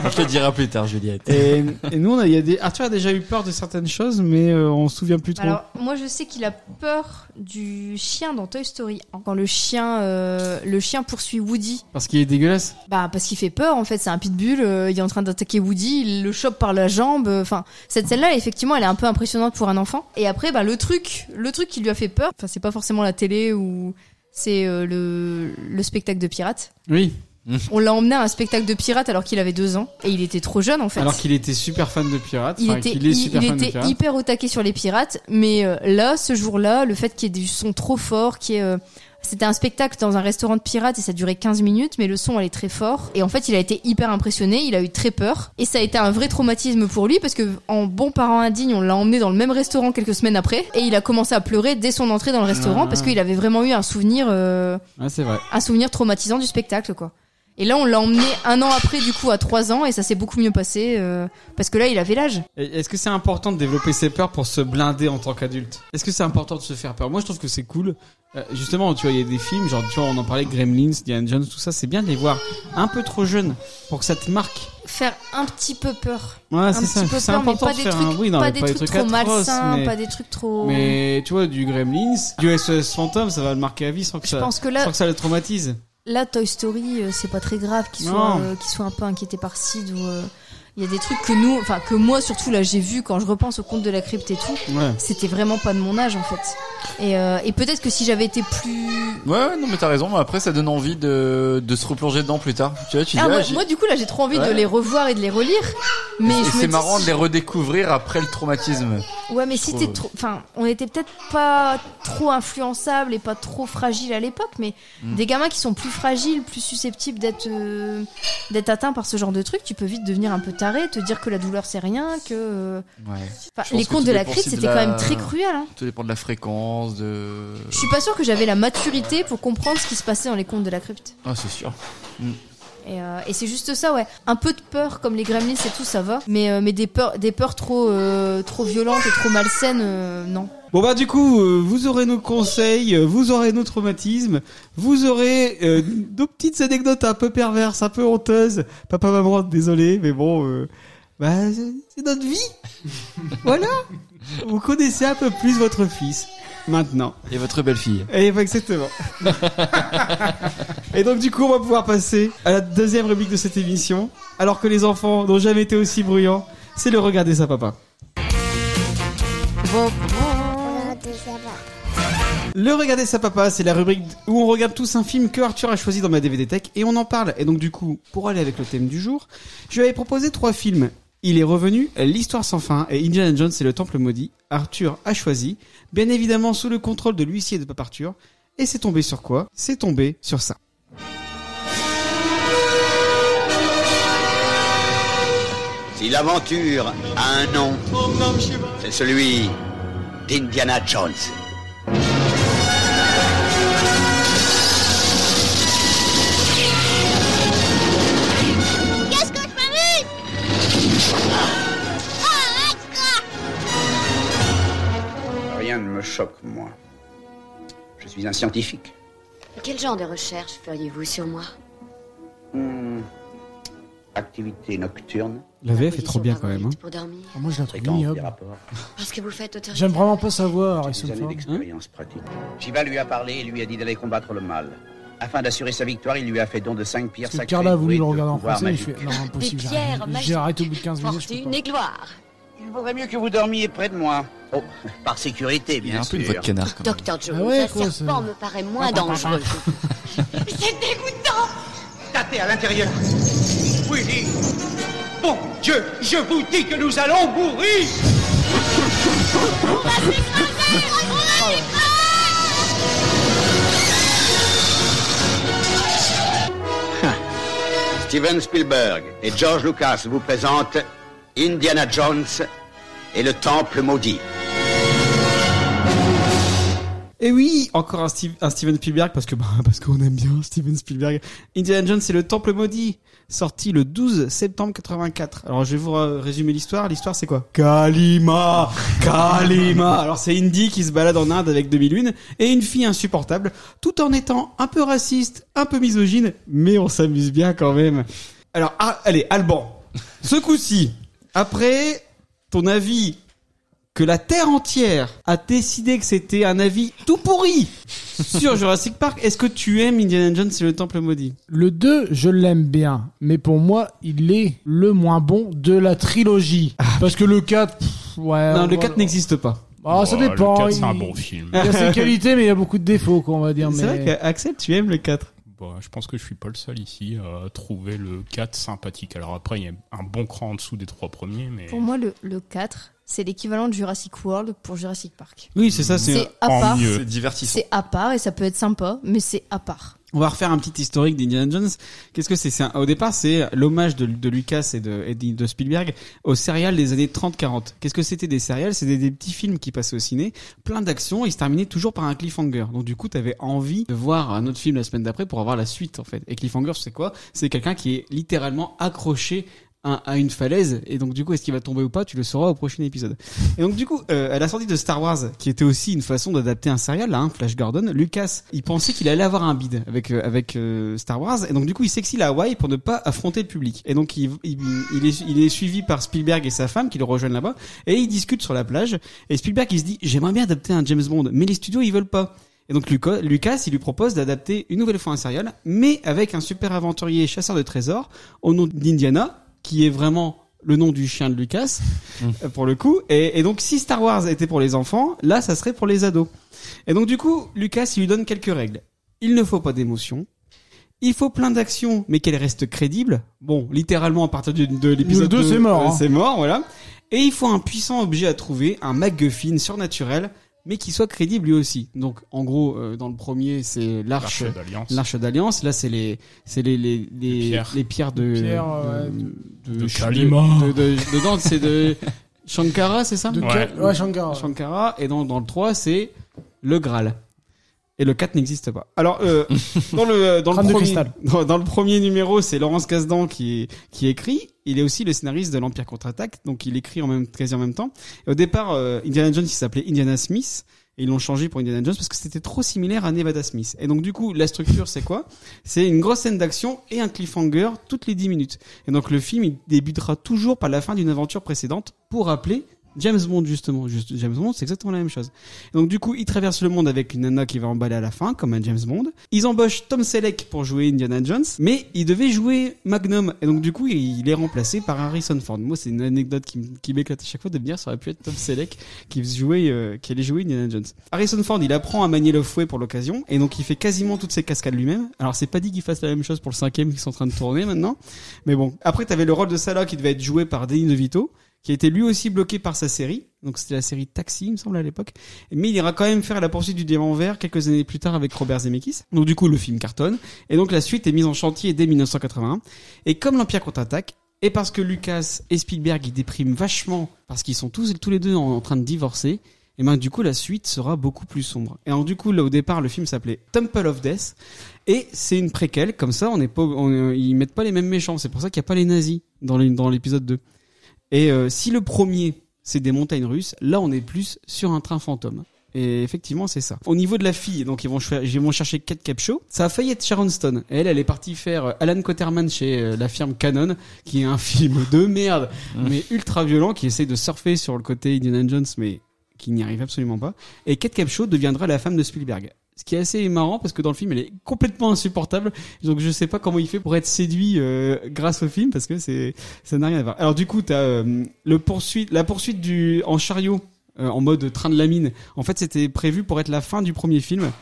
Speaker 7: On te le dira plus tard, Juliette.
Speaker 19: Et, et nous, on a, il y a des... Arthur a déjà eu peur de certaines choses, mais euh, on se souvient plus trop.
Speaker 3: Alors, moi, je sais qu'il a peur du chien dans Toy Story 1. Quand le chien, euh, le chien poursuit Woody.
Speaker 19: Parce qu'il est dégueulasse.
Speaker 3: Bah, parce qu'il fait peur, en fait. C'est un pitbull, euh, il est en train d'attaquer Woody, il le chope par la jambe. euh, Enfin, cette scène-là, effectivement, elle est un peu impressionnante pour un enfant. Et après, bah, le truc, le truc qui lui a fait peur, enfin, c'est pas forcément la télé ou c'est euh, le, le spectacle de pirates.
Speaker 19: Oui.
Speaker 3: On l'a emmené à un spectacle de pirates alors qu'il avait deux ans. Et il était trop jeune, en fait.
Speaker 19: Alors qu'il était super fan de pirates.
Speaker 3: Il
Speaker 19: enfin,
Speaker 3: était,
Speaker 19: qu'il est
Speaker 3: il-
Speaker 19: super
Speaker 3: il
Speaker 19: fan de
Speaker 3: était
Speaker 19: pirates.
Speaker 3: hyper au taquet sur les pirates, mais euh, là, ce jour-là, le fait qu'il y ait du son trop fort, qui est euh, c'était un spectacle dans un restaurant de pirates et ça durait 15 minutes, mais le son allait très fort. Et en fait, il a été hyper impressionné, il a eu très peur. Et ça a été un vrai traumatisme pour lui parce que, en bon parent indigne, on l'a emmené dans le même restaurant quelques semaines après. Et il a commencé à pleurer dès son entrée dans le restaurant
Speaker 19: Ah.
Speaker 3: parce qu'il avait vraiment eu un souvenir. euh,
Speaker 19: Ouais, c'est vrai.
Speaker 3: un souvenir traumatisant du spectacle, quoi. Et là, on l'a emmené un an après, du coup, à trois ans, et ça s'est beaucoup mieux passé, euh, parce que là, il avait l'âge.
Speaker 19: Et Est-ce que c'est important de développer ses peurs pour se blinder en tant qu'adulte Est-ce que c'est important de se faire peur Moi, je trouve que c'est cool. Euh, justement, tu vois, il y a des films, genre, tu vois, on en parlait, Gremlins, Diane Jones, tout ça, c'est bien de les voir un peu trop jeunes pour que ça te marque.
Speaker 3: Faire un petit peu peur.
Speaker 19: Ouais,
Speaker 3: un
Speaker 19: c'est
Speaker 3: petit
Speaker 19: ça.
Speaker 3: peu
Speaker 19: C'est
Speaker 3: peur, mais
Speaker 19: important
Speaker 3: pas
Speaker 19: de
Speaker 3: des
Speaker 19: faire
Speaker 3: trucs,
Speaker 19: un- oui, non,
Speaker 3: pas
Speaker 19: mais
Speaker 3: des
Speaker 19: pas des
Speaker 3: trucs
Speaker 19: trucs
Speaker 3: trop
Speaker 19: atroces,
Speaker 3: malsains,
Speaker 19: mais-
Speaker 3: pas des trucs trop.
Speaker 19: Mais tu vois, du Gremlins, du SOS Fantôme, ça va le marquer à vie sans que, ça,
Speaker 3: pense que là-
Speaker 19: sans que ça le traumatise.
Speaker 3: Là, Toy Story, euh, c'est pas très grave qu'ils soient,
Speaker 19: Non.
Speaker 3: euh, qu'ils soient un peu inquiétés par Sid ou. euh, Il y a des trucs que nous, enfin que moi surtout là j'ai vu quand je repense au conte de la crypte et tout,
Speaker 7: Ouais.
Speaker 3: c'était vraiment pas de mon âge en fait. Et, euh, et peut-être que si j'avais été plus
Speaker 7: Ouais, ouais, non, mais t'as raison. mais Après, ça donne envie de, de se replonger dedans plus tard. Tu vois, tu dis,
Speaker 3: Ah,
Speaker 7: ah,
Speaker 3: moi,
Speaker 7: j'ai-
Speaker 3: moi, du coup là j'ai trop envie
Speaker 7: Ouais.
Speaker 3: de les revoir et de les relire Mais
Speaker 7: Et
Speaker 3: je me
Speaker 7: c'est
Speaker 3: dis-
Speaker 7: marrant de les redécouvrir après le traumatisme.
Speaker 3: Ouais, mais
Speaker 7: Je
Speaker 3: si
Speaker 7: trouve. euh,
Speaker 3: t'es trop. Enfin, on était peut-être pas trop influençable et pas trop fragile à l'époque, mais
Speaker 7: Mm.
Speaker 3: des gamins qui sont plus fragiles, plus susceptibles d'être euh, d'être atteints par ce genre de truc, tu peux vite devenir un peu taré, te dire que la douleur c'est rien, que. euh,
Speaker 7: Ouais.
Speaker 3: enfin,
Speaker 7: Je pense
Speaker 3: les
Speaker 7: que
Speaker 3: contes
Speaker 7: tout
Speaker 3: de la
Speaker 7: dépend
Speaker 3: crise,
Speaker 7: si
Speaker 3: c'était quand même très cruel. Hein.
Speaker 7: Tout dépend de la fréquence, de.
Speaker 3: Je suis pas sûre que j'avais la maturité pour comprendre ce qui se passait dans les contes de la crypte.
Speaker 7: Ah, c'est sûr. Mm.
Speaker 3: Et, euh, et c'est juste ça, ouais. Un peu de peur, comme les gremlins et tout, ça va. Mais, euh, mais des peurs, des peurs trop, euh, trop violentes et trop malsaines, euh, non.
Speaker 2: Bon bah du coup, euh, vous aurez nos conseils, euh, vous aurez nos traumatismes, vous aurez euh, nos petites anecdotes un peu perverses, un peu honteuses. Papa, maman, désolé, mais bon, euh, bah, c'est- c'est notre vie. voilà. Vous connaissez un peu plus votre fils maintenant.
Speaker 7: Et votre belle-fille.
Speaker 2: Et bah, exactement. Et donc du coup, on va pouvoir passer à la deuxième rubrique de cette émission. Alors que les enfants n'ont jamais été aussi bruyants, c'est le regarder ça, papa. Le Regarder sa papa, c'est la rubrique où on regarde tous un film que Arthur a choisi dans ma DVD Tech et on en parle. Et donc du coup, pour aller avec le thème du jour, je lui avais proposé trois films. Il est revenu, L'histoire sans fin et Indiana Jones et le temple maudit. Arthur a choisi, bien évidemment sous le contrôle de l'huissier de Papa Arthur. Et c'est tombé sur quoi C'est tombé sur ça.
Speaker 6: Si l'aventure a un nom, c'est celui d'Indiana Jones.
Speaker 14: Qu'est-ce que je m'amuse
Speaker 6: Rien ne me choque, moi. Je suis un scientifique.
Speaker 17: Quel genre de recherche feriez-vous sur moi
Speaker 6: Hmm. Activité nocturne.
Speaker 2: La VF est trop bien quand même.
Speaker 17: pour dormir
Speaker 5: Ah, Moi, je la trouve
Speaker 6: Fréquence
Speaker 5: ignoble.
Speaker 6: des rapports.
Speaker 17: Parce que vous faites autorité.
Speaker 5: J'aime vraiment pas savoir, Harrison
Speaker 6: Des années
Speaker 5: Ford.
Speaker 6: d'expérience pratique. Shiva lui a parlé et lui a dit d'aller combattre le mal. Afin d'assurer sa victoire, il lui a fait don de cinq pierres
Speaker 5: Parce que
Speaker 6: sacrées.
Speaker 5: Carla a voulu
Speaker 6: douées
Speaker 5: le
Speaker 6: de
Speaker 5: regarder en
Speaker 6: pouvoirs
Speaker 5: français et je
Speaker 6: magiques.
Speaker 5: fais non, impossible.
Speaker 17: Des
Speaker 5: j'arrête.
Speaker 17: pierres
Speaker 5: J'ai arrêté au bout de 15 minutes. je peux
Speaker 17: Fortune et gloire.
Speaker 6: Il vaudrait mieux que vous dormiez près de moi. Oh, par sécurité, bien
Speaker 7: Il y a un
Speaker 6: sûr.
Speaker 7: peu une voix de canard, quand même.
Speaker 17: Docteur Jones,
Speaker 6: Ah ouais,
Speaker 17: un
Speaker 6: quoi,
Speaker 17: serpent
Speaker 6: c'est-
Speaker 17: me paraît moins dangereux. C'est dégoûtant
Speaker 6: Tâtez à l'intérieur. Willy. Bon Dieu, je vous dis que nous allons mourir. Steven Spielberg et George Lucas vous présentent Indiana Jones et le Temple maudit.
Speaker 2: Et Eh oui, encore un, Steve- un Steven Spielberg parce que bah, parce qu'on aime bien Steven Spielberg. Indiana Jones c'est le Temple maudit, sorti le 12 septembre 84. Alors je vais vous euh, résumer l'histoire. L'histoire c'est quoi Kalima, Kalima. Alors c'est Indy qui se balade en Inde avec 2001 et une fille insupportable, tout en étant un peu raciste, un peu misogyne, mais on s'amuse bien quand même. Alors ah, allez, Alban, ce coup-ci, après ton avis que la Terre entière a décidé que c'était un avis tout pourri sur Jurassic Park. Est-ce que tu aimes Indiana Jones et le Temple Maudit
Speaker 5: Le 2, je l'aime bien, mais pour moi, il est le moins bon de la trilogie. Parce que le 4, pff, ouais.
Speaker 2: Ah. Non, le
Speaker 5: voilà.
Speaker 2: 4 n'existe pas.
Speaker 5: Ah, ça
Speaker 2: Oh, le
Speaker 5: dépend.
Speaker 2: 4, c'est
Speaker 5: il-
Speaker 2: un bon film.
Speaker 5: Il a ses qualités, mais il y a beaucoup de défauts, quoi, on va dire.
Speaker 2: C'est
Speaker 5: mais-
Speaker 2: vrai qu'Axel, tu aimes le 4.
Speaker 12: Bah, je pense que je suis pas le seul ici à trouver le 4 sympathique. Alors après, il y a un bon cran en dessous des trois premiers, mais
Speaker 3: Pour moi, le, le 4, c'est l'équivalent de Jurassic World pour Jurassic Park.
Speaker 2: Oui, c'est ça,
Speaker 3: C'est
Speaker 2: c'est
Speaker 3: à part.
Speaker 7: C'est divertissant.
Speaker 3: C'est à part et ça peut être sympa, mais c'est à part.
Speaker 2: On va refaire un petit historique d'Indiana Jones. Qu'est-ce que c'est C'est un- Au départ, c'est l'hommage de, de Lucas et de, et de Spielberg aux céréales des années 30-40. Qu'est-ce que c'était des céréales C'était des petits films qui passaient au ciné, plein d'actions, et ils se terminaient toujours par un cliffhanger. Donc du coup, t'avais envie de voir un autre film la semaine d'après pour avoir la suite, en fait. Et cliffhanger, c'est quoi C'est quelqu'un qui est littéralement accroché un- à une falaise et donc du coup est-ce qu'il va tomber ou pas tu le sauras au prochain épisode et donc du coup euh, à la sortie de Star Wars qui était aussi une façon d'adapter un serial là hein, Flash Gordon Lucas il pensait qu'il allait avoir un bide avec euh, avec euh, Star Wars et donc du coup il s'exile à Hawaï pour ne pas affronter le public et donc il, il, il est, il est suivi par Spielberg et sa femme qui le rejoignent là-bas et ils discutent sur la plage et Spielberg il se dit j'aimerais bien adapter un James Bond mais les studios ils veulent pas et donc Luca- Lucas, il lui propose d'adapter une nouvelle fois un serial, mais avec un super aventurier chasseur de trésors au nom d'Indiana, qui est vraiment le nom du chien de Lucas,
Speaker 5: Hum.
Speaker 2: euh, pour le coup. Et, et donc si Star Wars était pour les enfants, là, ça serait pour les ados. Et donc du coup, Lucas, il lui donne quelques règles. Il ne faut pas d'émotion. Il faut plein d'actions, mais qu'elles restent crédibles. Bon, littéralement, à partir du- de l'épisode
Speaker 5: Le deux,
Speaker 2: deux,
Speaker 5: c'est mort,
Speaker 2: euh,
Speaker 5: hein.
Speaker 2: C'est mort, voilà. Et il faut un puissant objet à trouver, un MacGuffin surnaturel, mais qui soit crédible lui aussi. Donc, en gros, euh, dans le premier, c'est l'arche
Speaker 12: L'arche d'alliance.
Speaker 2: L'arche d'alliance. Là, c'est les, c'est les, les, les, les pierres.
Speaker 5: Pierres,
Speaker 2: de, de-
Speaker 5: ouais,
Speaker 2: Euh, de,
Speaker 12: de Kalima.
Speaker 2: de- de- de- dedans, c'est de Shankara, c'est ça
Speaker 5: De Ouais. quel- ouais, Shankara.
Speaker 2: Shankara. Et dans, dans le 3, c'est le Graal. Et le 4 n'existe pas. Alors, euh, dans, le, euh, dans, le
Speaker 5: Crâne de
Speaker 2: premier,
Speaker 5: cristal.
Speaker 2: dans, dans le premier numéro, c'est Laurence Kasdan qui, qui écrit. Il est aussi le scénariste de l'Empire contre-attaque, donc il écrit en même, quasi en même temps. Et au départ, euh, Indiana Jones, il s'appelait Indiana Smith. Et ils l'ont changé pour Indiana Jones parce que c'était trop similaire à Nevada Smith. Et donc, du coup, la structure, c'est quoi C'est une grosse scène d'action et un cliffhanger toutes les 10 minutes. Et donc, le film, il débutera toujours par la fin d'une aventure précédente pour rappeler James Bond justement, Juste- James Bond, c'est exactement la même chose. Donc du coup, ils traversent le monde avec une nana qui va emballer à la fin, comme un James Bond. Ils embauchent Tom Selleck pour jouer Indiana Jones, mais il devait jouer Magnum, et donc du coup, il est remplacé par Harrison Ford. Moi, c'est une anecdote qui, m- qui m'éclate à chaque fois de me dire, ça aurait pu être Tom Selleck qui jouait, euh, qui allait jouer Indiana Jones. Harrison Ford, il apprend à manier le fouet pour l'occasion, et donc il fait quasiment toutes ses cascades lui-même. Alors c'est pas dit qu'il fasse la même chose pour le cinquième qui sont en train de tourner maintenant, mais bon. Après, t'avais le rôle de Salah qui devait être joué par Danny DeVito qui a été lui aussi bloqué par sa série. Donc c'était la série Taxi, il me semble, à l'époque. Mais il ira quand même faire la poursuite du diamant vert quelques années plus tard avec Robert Zemeckis. Donc du coup, le film cartonne. Et donc la suite est mise en chantier dès 1981. Et comme l'Empire contre-attaque, et parce que Lucas et Spielberg, ils dépriment vachement, parce qu'ils sont tous, tous les deux en, en train de divorcer, et ben du coup, la suite sera beaucoup plus sombre. Et alors du coup, là au départ, le film s'appelait Temple of Death. Et c'est une préquelle, comme ça, on n'est pas, on- ils mettent pas les mêmes méchants. C'est pour ça qu'il n'y a pas les nazis dans les- dans l'épisode 2. Et euh, si le premier, c'est des montagnes russes, là, on est plus sur un train fantôme. Et effectivement, c'est ça. Au niveau de la fille, donc ils vont, choi- ils vont chercher Kate Capshaw. Ça a failli être Sharon Stone. Elle, elle est partie faire euh, Alan Quaterman chez euh, la firme Canon, qui est un film de merde, mais ultra violent, qui essaie de surfer sur le côté Indiana Jones, mais qui n'y arrive absolument pas. Et Kate Capshaw deviendra la femme de Spielberg. Ce qui est assez marrant parce que dans le film, elle est complètement insupportable. Donc je sais pas comment il fait pour être séduit euh, grâce au film parce que c'est ça n'a rien à voir. Alors du coup, t'as euh, le poursuite, la poursuite du en chariot euh, en mode train de la mine. En fait, c'était prévu pour être la fin du premier film.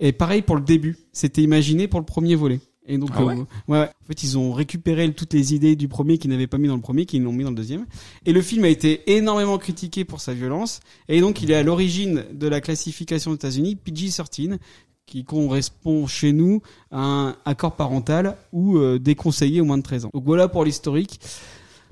Speaker 2: Et pareil pour le début, c'était imaginé pour le premier volet. Et donc,
Speaker 7: Ah ouais
Speaker 2: euh, ouais, ouais. en fait, ils ont récupéré toutes les idées du premier qu'ils n'avaient pas mis dans le premier, qu'ils l'ont mis dans le deuxième. Et le film a été énormément critiqué pour sa violence. Et donc, il est à l'origine de la classification aux États-Unis PG-13, qui correspond chez nous à un accord parental ou euh, déconseillé aux moins de 13 ans. Donc voilà pour l'historique.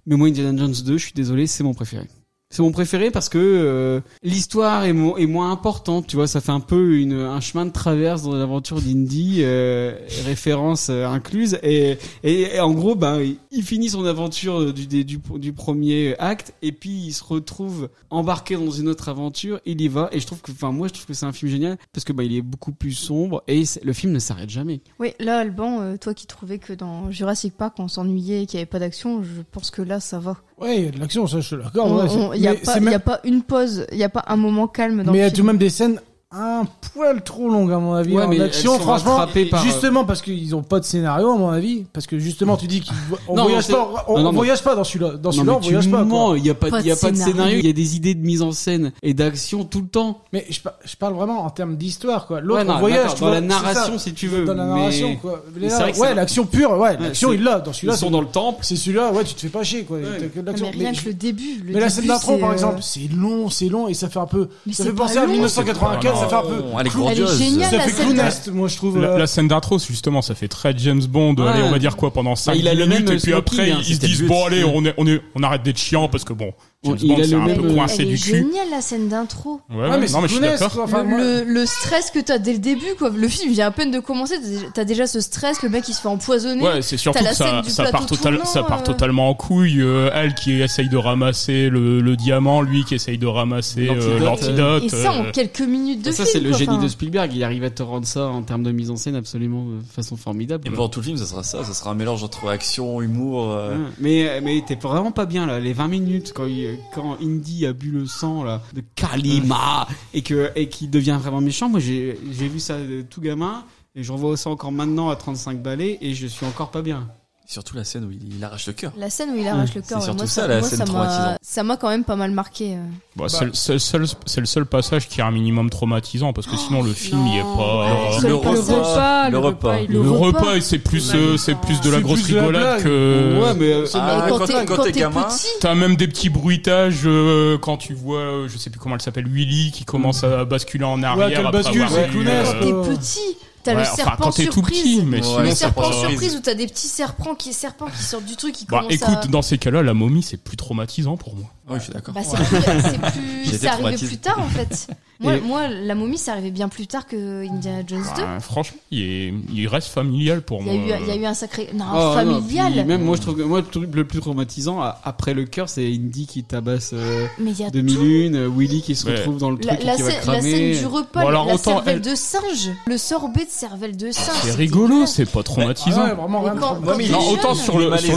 Speaker 2: Mais moi, Indiana Jones 2, je suis désolé, c'est mon préféré. C'est mon préféré parce que euh, l'histoire est, mo- est moins importante, tu vois, ça fait un peu une, un chemin de traverse dans l'aventure d'Indy, euh, référence euh, incluse, et, et, et en gros, ben, il- il finit son aventure du, du, du- du premier acte, et puis il se retrouve embarqué dans une autre aventure, il y va, et je trouve que, enfin, moi, je trouve que c'est un film génial parce que ben, il est beaucoup plus sombre et c'est- le film ne s'arrête jamais.
Speaker 3: Oui, là, Alban, euh, toi qui trouvais que dans Jurassic Park, on s'ennuyait et qu'il n'y avait pas d'action, je pense que là, ça va.
Speaker 5: Ouais, il y a de l'action, ça, je te l'accorde. ouais, c'est-
Speaker 3: Il n'y a,
Speaker 5: mais
Speaker 3: pas-
Speaker 5: c'est
Speaker 3: y
Speaker 5: même-
Speaker 3: a pas une pause, il n'y a pas un moment calme dans
Speaker 5: Mais il y
Speaker 3: le
Speaker 5: a
Speaker 3: film.
Speaker 5: tout de même des scènes un poil trop longues, à mon avis,
Speaker 2: Ouais,
Speaker 5: en
Speaker 2: mais elles
Speaker 5: action,
Speaker 2: sont
Speaker 5: franchement.
Speaker 2: rattrapées par, euh,
Speaker 5: Justement, parce qu'ils ont pas de scénario, à mon avis. Parce que justement, tu dis qu'on
Speaker 2: Non,
Speaker 5: voyage
Speaker 2: c'est-
Speaker 5: pas, on,
Speaker 2: Non, non,
Speaker 5: on
Speaker 2: mais-
Speaker 5: voyage pas dans celui-là. Dans
Speaker 2: Non,
Speaker 5: celui-là,
Speaker 2: mais
Speaker 5: on
Speaker 2: tu
Speaker 5: voyage pas.
Speaker 2: mens,
Speaker 5: quoi.
Speaker 2: Il y a pas, il y a pas de scénario, il y a des idées de mise en scène et d'action tout le temps.
Speaker 5: Mais je, par- je parle vraiment en termes d'histoire, quoi. L'autre
Speaker 2: Ouais, non,
Speaker 5: on voyage,
Speaker 2: d'accord,
Speaker 5: tu
Speaker 2: dans
Speaker 5: vois,
Speaker 2: la
Speaker 5: c'est
Speaker 2: narration,
Speaker 5: ça.
Speaker 2: si tu veux,
Speaker 5: Dans la
Speaker 2: mais-
Speaker 5: narration, quoi.
Speaker 2: Mais
Speaker 5: Là,
Speaker 2: c'est vrai que ça-
Speaker 5: ouais, l'action pure, ouais,
Speaker 2: Ouais,
Speaker 5: l'action
Speaker 2: c'est-
Speaker 5: il l'a dans celui-là.
Speaker 2: Ils sont
Speaker 5: c'est-
Speaker 2: dans le temple.
Speaker 5: C'est celui-là, ouais, tu te fais pas chier, quoi. T'as que de l'action.
Speaker 3: Mais rien
Speaker 5: Mais
Speaker 3: que
Speaker 5: je-
Speaker 3: le début. Le
Speaker 5: mais la
Speaker 3: début,
Speaker 5: scène d'intro,
Speaker 3: c'est,
Speaker 5: par
Speaker 3: euh,
Speaker 5: exemple, c'est long, c'est long, et ça fait un peu. ça
Speaker 3: c'est
Speaker 5: fait penser
Speaker 3: pas
Speaker 5: à
Speaker 3: long.
Speaker 5: 1984, ça fait un peu.
Speaker 12: Elle est
Speaker 5: clou-
Speaker 12: grandiose.
Speaker 3: Elle est géniale,
Speaker 5: Ça
Speaker 3: la
Speaker 5: fait
Speaker 3: scène
Speaker 5: clowneste, moi je trouve.
Speaker 12: La,
Speaker 5: euh,
Speaker 12: la scène d'intro, c'est justement, ça fait très James Bond.
Speaker 5: Ouais.
Speaker 12: allez, on va dire quoi pendant 5
Speaker 5: il a
Speaker 12: minutes,
Speaker 5: le même
Speaker 2: euh,
Speaker 12: et puis
Speaker 5: smoking,
Speaker 12: après,
Speaker 5: hein,
Speaker 12: ils se
Speaker 5: c'était le
Speaker 12: disent
Speaker 5: but.
Speaker 12: bon, allez, on, est, on, est, on arrête d'être chiant parce que bon, James
Speaker 2: Il
Speaker 12: Bond,
Speaker 2: a
Speaker 12: c'est
Speaker 2: le
Speaker 12: un peu
Speaker 2: même- euh,
Speaker 12: coincé
Speaker 3: Elle est
Speaker 12: du cul.
Speaker 3: géniale la scène d'intro.
Speaker 12: Ouais, Ouais, ouais, mais non, c'est mais je suis clownesque, d'accord. quoi. Enfin,
Speaker 3: le,
Speaker 12: moi-
Speaker 3: le- le stress que t'as dès le début, quoi. Le film vient à peine de commencer, t'as déjà- t'as déjà ce stress, le mec il se fait empoisonner.
Speaker 12: Ouais, c'est surtout
Speaker 3: T'as la
Speaker 12: que ça,
Speaker 3: scène du
Speaker 12: ça,
Speaker 3: plateau
Speaker 12: part total-
Speaker 3: tournant,
Speaker 12: ça part
Speaker 3: euh.
Speaker 12: totalement en couille. euh, elle qui essaye de ramasser le, le diamant, lui qui essaye de ramasser euh, l'antidote.
Speaker 3: Et ça en
Speaker 12: euh,
Speaker 3: quelques minutes de
Speaker 2: ça,
Speaker 3: film.
Speaker 2: c'est le
Speaker 3: quoi,
Speaker 2: génie
Speaker 3: enfin.
Speaker 2: de Spielberg. Il arrive à te rendre ça en termes de mise en scène absolument euh, de façon formidable.
Speaker 7: Et
Speaker 2: quoi.
Speaker 7: pendant tout le film, ça sera ça. Ça sera un mélange entre action, humour.
Speaker 19: Mm.
Speaker 7: euh,
Speaker 19: Hein,
Speaker 2: Ouais. Mais, mais t'es vraiment pas bien là, les 20 minutes quand, il- quand Indy a bu le sang là, de Kalima et que et qu'il devient vraiment méchant. Moi j'ai j'ai vu ça de tout gamin et je revois ça encore maintenant à 35 balais et je suis encore pas bien.
Speaker 7: Surtout la scène où il, il arrache le cœur.
Speaker 3: La scène où il arrache
Speaker 7: Mmh.
Speaker 3: le
Speaker 7: C'est
Speaker 3: corps,
Speaker 7: surtout
Speaker 3: moi,
Speaker 7: ça, la
Speaker 3: moi,
Speaker 7: scène
Speaker 3: ça m'a,
Speaker 7: traumatisante.
Speaker 3: ça m'a quand même pas mal marqué. euh.
Speaker 12: Bah, c'est le seul, seul- c'est le seul passage qui est un minimum traumatisant parce que sinon le film il est pas.
Speaker 7: ouais, Le le repas, repas, le repas, il-
Speaker 12: Le
Speaker 7: le
Speaker 12: repas,
Speaker 7: repas,
Speaker 12: et c'est plus, euh, c'est plus de la grosse rigolade que.
Speaker 7: Ouais, mais, euh, Ah, quand quand t'es- t'es- quand quand t'es t'es gamin. petit.
Speaker 12: T'as même des petits bruitages euh, quand tu vois, euh, je sais plus comment elle s'appelle, Willy qui commence à basculer en arrière.
Speaker 5: qu'elle
Speaker 12: après
Speaker 5: bascule,
Speaker 12: avoir
Speaker 5: c'est
Speaker 12: eu,
Speaker 5: clownesque,
Speaker 12: euh,
Speaker 3: T'es petit, t'as
Speaker 12: ouais,
Speaker 3: le
Speaker 12: enfin,
Speaker 3: serpent
Speaker 12: quand t'es tout
Speaker 3: surprise.
Speaker 12: petit, mais
Speaker 3: le
Speaker 12: sinon, ça
Speaker 3: serpent
Speaker 12: passe.
Speaker 3: surprise où t'as des petits serpents qui, serpents qui sortent du truc, qui
Speaker 12: Bah
Speaker 3: commencent
Speaker 12: écoute,
Speaker 3: à...
Speaker 12: dans ces cas-là, la momie c'est plus traumatisant pour moi.
Speaker 7: Oui, je suis d'accord.
Speaker 3: Bah, c'est plus, c'est plus-
Speaker 12: J'ai été
Speaker 3: c'est arrivé
Speaker 12: traumatisé.
Speaker 3: plus tard en fait. Moi,
Speaker 12: Et-
Speaker 3: moi, la momie, c'est arrivé bien plus tard que Indiana Jones 2.
Speaker 12: Bah, franchement, il, est- il reste familial pour
Speaker 3: Il y,
Speaker 12: moi.
Speaker 3: a eu, il y a eu un sacré. Non,
Speaker 19: Oh, non,
Speaker 3: familial
Speaker 19: puis même moi je trouve que moi le truc le plus traumatisant a- après le cœur c'est Indy qui tabasse euh,
Speaker 3: Mais il y a
Speaker 19: demi-lune, euh, Willy qui se
Speaker 12: Ouais.
Speaker 19: retrouve dans le
Speaker 3: La,
Speaker 19: truc et
Speaker 3: la
Speaker 19: qui va
Speaker 3: scè- la
Speaker 19: cramer.
Speaker 3: scène du repas,
Speaker 12: Bon, alors,
Speaker 3: la
Speaker 12: autant
Speaker 3: cervelle
Speaker 12: elle-
Speaker 3: de singe, le sorbet de cervelle de singe.
Speaker 12: C'est
Speaker 3: c'était
Speaker 12: rigolo, c'est pas traumatisant.
Speaker 3: Ah ouais, vraiment, rien de traumatisant.
Speaker 12: Non, mais non, autant sur le. Sur le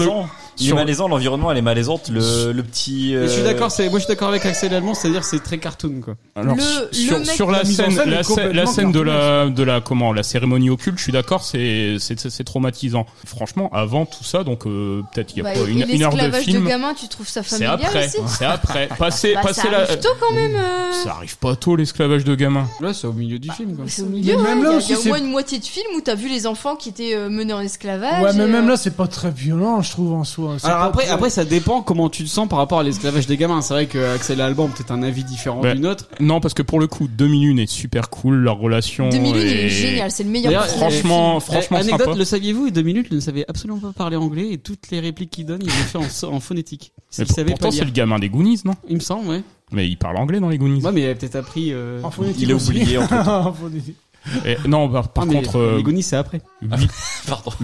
Speaker 7: il est
Speaker 12: sur le-
Speaker 7: malaisant, l'environnement, elle est malaisante, le, le petit.
Speaker 19: Et je suis
Speaker 7: euh,
Speaker 19: d'accord, c'est moi je suis d'accord avec Axel Allemand, c'est-à-dire c'est très cartoon quoi.
Speaker 12: Alors, sur, sur la scène, la, scène- la scène de la, de la, comment, la cérémonie occulte, je suis d'accord, c'est, c'est, c'est- c'est traumatisant. Franchement, avant tout ça, donc euh, peut-être il y a
Speaker 3: Bah,
Speaker 12: pas
Speaker 3: et
Speaker 12: une, une heure de
Speaker 3: l'esclavage
Speaker 12: film.
Speaker 3: de gamin, tu trouves ça
Speaker 12: c'est
Speaker 3: familial
Speaker 12: après,
Speaker 3: aussi
Speaker 12: c'est après. Passer,
Speaker 3: Bah,
Speaker 12: passer
Speaker 3: ça
Speaker 12: la.
Speaker 3: arrive tôt quand même. euh.
Speaker 12: Ça arrive pas tôt l'esclavage de gamin.
Speaker 19: Là, c'est au milieu du film. Quoi.
Speaker 3: Bah, C'est au milieu,
Speaker 5: Mais
Speaker 3: ouais,
Speaker 5: même
Speaker 3: il y
Speaker 5: là
Speaker 3: a-
Speaker 5: aussi,
Speaker 3: il y a au
Speaker 5: c'est-
Speaker 3: moins une moitié de film où t'as vu les enfants qui étaient euh, menés en esclavage.
Speaker 5: Ouais, mais
Speaker 3: et,
Speaker 5: même
Speaker 3: euh,
Speaker 5: là, c'est pas très violent, je trouve, en soi. C'est
Speaker 19: Alors
Speaker 5: pas
Speaker 19: après,
Speaker 5: très-
Speaker 19: après ça dépend comment tu te sens par rapport à l'esclavage des gamins. C'est vrai que Axel Alban peut-être un avis différent
Speaker 12: Ouais.
Speaker 19: d'une autre.
Speaker 12: Non, parce que pour le coup, 2001 est super cool, leur relation.
Speaker 3: 2001, il
Speaker 12: est-
Speaker 3: est génial, c'est le meilleur
Speaker 19: D'ailleurs, euh,
Speaker 3: film.
Speaker 12: Franchement, franchement,
Speaker 19: anecdote,
Speaker 12: sympa.
Speaker 19: le saviez-vous Deux minutes, il ne savait absolument pas parler anglais et toutes les répliques qu'il donne, il les fait en, en phonétique.
Speaker 12: Mais
Speaker 19: Il
Speaker 12: pour-
Speaker 19: savait
Speaker 12: pourtant,
Speaker 19: pas
Speaker 12: c'est
Speaker 19: lire.
Speaker 12: le gamin des Goonies, non
Speaker 19: Il me semble, ouais.
Speaker 12: Mais il parle anglais dans les Goonies.
Speaker 19: Ouais, mais il a peut-être appris. euh,
Speaker 7: Il a oublié en
Speaker 5: En phonétique.
Speaker 12: Eh, non, bah, par
Speaker 19: Ah, mais
Speaker 12: contre. euh,
Speaker 19: les Goonies, c'est après.
Speaker 12: Wi-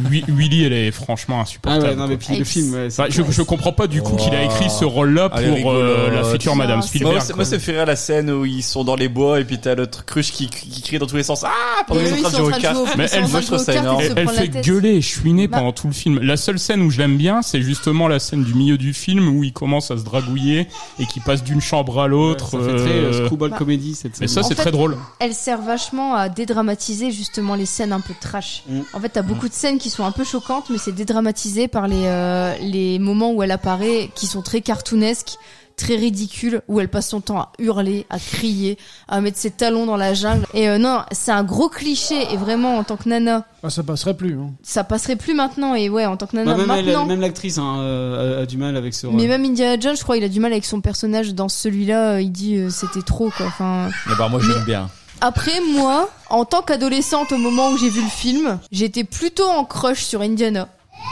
Speaker 12: Wi- Willy, elle est franchement insupportable.
Speaker 19: Ah ouais, non, mais
Speaker 12: quoi.
Speaker 19: puis le film, ouais, c'est-
Speaker 12: Bah, je, je comprends pas du coup qu'il a écrit ce rôle-là
Speaker 7: Elle est
Speaker 12: pour euh,
Speaker 7: rigolote.
Speaker 12: la future Madame Spielberg.
Speaker 7: Moi, c'est- moi, ça me fait rire la scène où ils sont dans les bois et puis t'as l'autre cruche qui, qui crie dans tous les sens. Ah! Pendant
Speaker 12: Et
Speaker 7: qu'ils
Speaker 12: eux,
Speaker 7: sont en
Speaker 12: ils
Speaker 7: train de
Speaker 12: sont en
Speaker 7: jouer aux
Speaker 12: train de
Speaker 7: cartes.
Speaker 12: jouer-
Speaker 7: Mais
Speaker 12: ils sont en
Speaker 7: elle,
Speaker 12: train
Speaker 7: moi,
Speaker 12: de
Speaker 7: je trouve ça
Speaker 12: jouer aux
Speaker 7: énorme.
Speaker 12: cartes, Elle, elle
Speaker 3: prendre la
Speaker 12: fait
Speaker 3: tête.
Speaker 12: gueuler, chouiner
Speaker 3: Bah.
Speaker 12: pendant tout le film. La seule scène où je l'aime bien, c'est justement la scène du milieu du film où il commence à se dragouiller et qui passe d'une chambre à l'autre.
Speaker 19: Ouais, ça fait très, euh,
Speaker 12: euh,
Speaker 19: screwball
Speaker 3: Bah.
Speaker 19: comedy, cette scène.
Speaker 12: Mais ça,
Speaker 3: En
Speaker 12: c'est
Speaker 3: fait,
Speaker 12: très drôle.
Speaker 3: Elle sert vachement à dédramatiser justement les scènes un peu trash.
Speaker 19: Mm.
Speaker 3: En fait, t'as beaucoup de scènes qui sont un peu choquantes, mais c'est dédramatisé par les, euh, les moments où elle apparaît, qui sont très cartoonesques, très ridicules, où elle passe son temps à hurler, à crier, à mettre ses talons dans la jungle. Et euh, non, c'est un gros cliché, et vraiment, en tant que nana,
Speaker 5: Ah, ça passerait plus. hein.
Speaker 3: ça passerait plus maintenant, et ouais, en tant que nana,
Speaker 19: Bah, même elle-
Speaker 3: maintenant...
Speaker 19: même l'actrice hein, euh, a, a du mal avec ce.
Speaker 3: Mais même euh, Indiana Jones, je crois, il a du mal avec son personnage dans celui-là. euh, Il dit euh, c'était trop quoi. Enfin,
Speaker 7: Eh ben, moi, j'aime bien.
Speaker 3: Après, moi, en tant qu'adolescente, au moment où j'ai vu le film, j'étais plutôt en crush sur Indiana.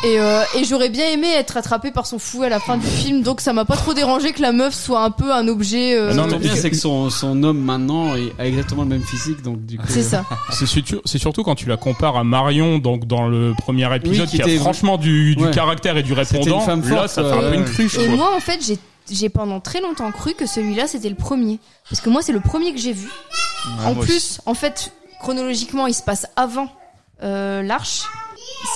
Speaker 3: Et, euh, et j'aurais bien aimé être attrapée par son fou à la fin du film, donc ça m'a pas trop dérangé que la meuf soit un peu un objet. euh,
Speaker 19: Ce qui est Ah bien, c'est que son, son homme maintenant est- a exactement le même physique, donc du coup. euh,
Speaker 3: C'est ça.
Speaker 12: C'est surtout, c'est surtout quand tu la compares à Marion, donc dans le premier épisode,
Speaker 19: qui
Speaker 12: qui,
Speaker 19: était-
Speaker 12: a franchement du, du
Speaker 19: Ouais.
Speaker 12: caractère et du
Speaker 19: C'était
Speaker 12: répondant.
Speaker 19: une femme
Speaker 12: là,
Speaker 19: forte,
Speaker 12: ça fait
Speaker 19: quoi.
Speaker 12: un peu une
Speaker 19: Ouais.
Speaker 12: cruche.
Speaker 3: Et
Speaker 12: quoi.
Speaker 3: moi, en fait, j'ai j'ai pendant très longtemps cru que celui-là c'était le premier, parce que moi c'est le premier que j'ai vu.
Speaker 7: Ouais,
Speaker 3: en
Speaker 7: moi
Speaker 3: plus,
Speaker 7: aussi.
Speaker 3: en fait, chronologiquement, il se passe avant euh, l'arche.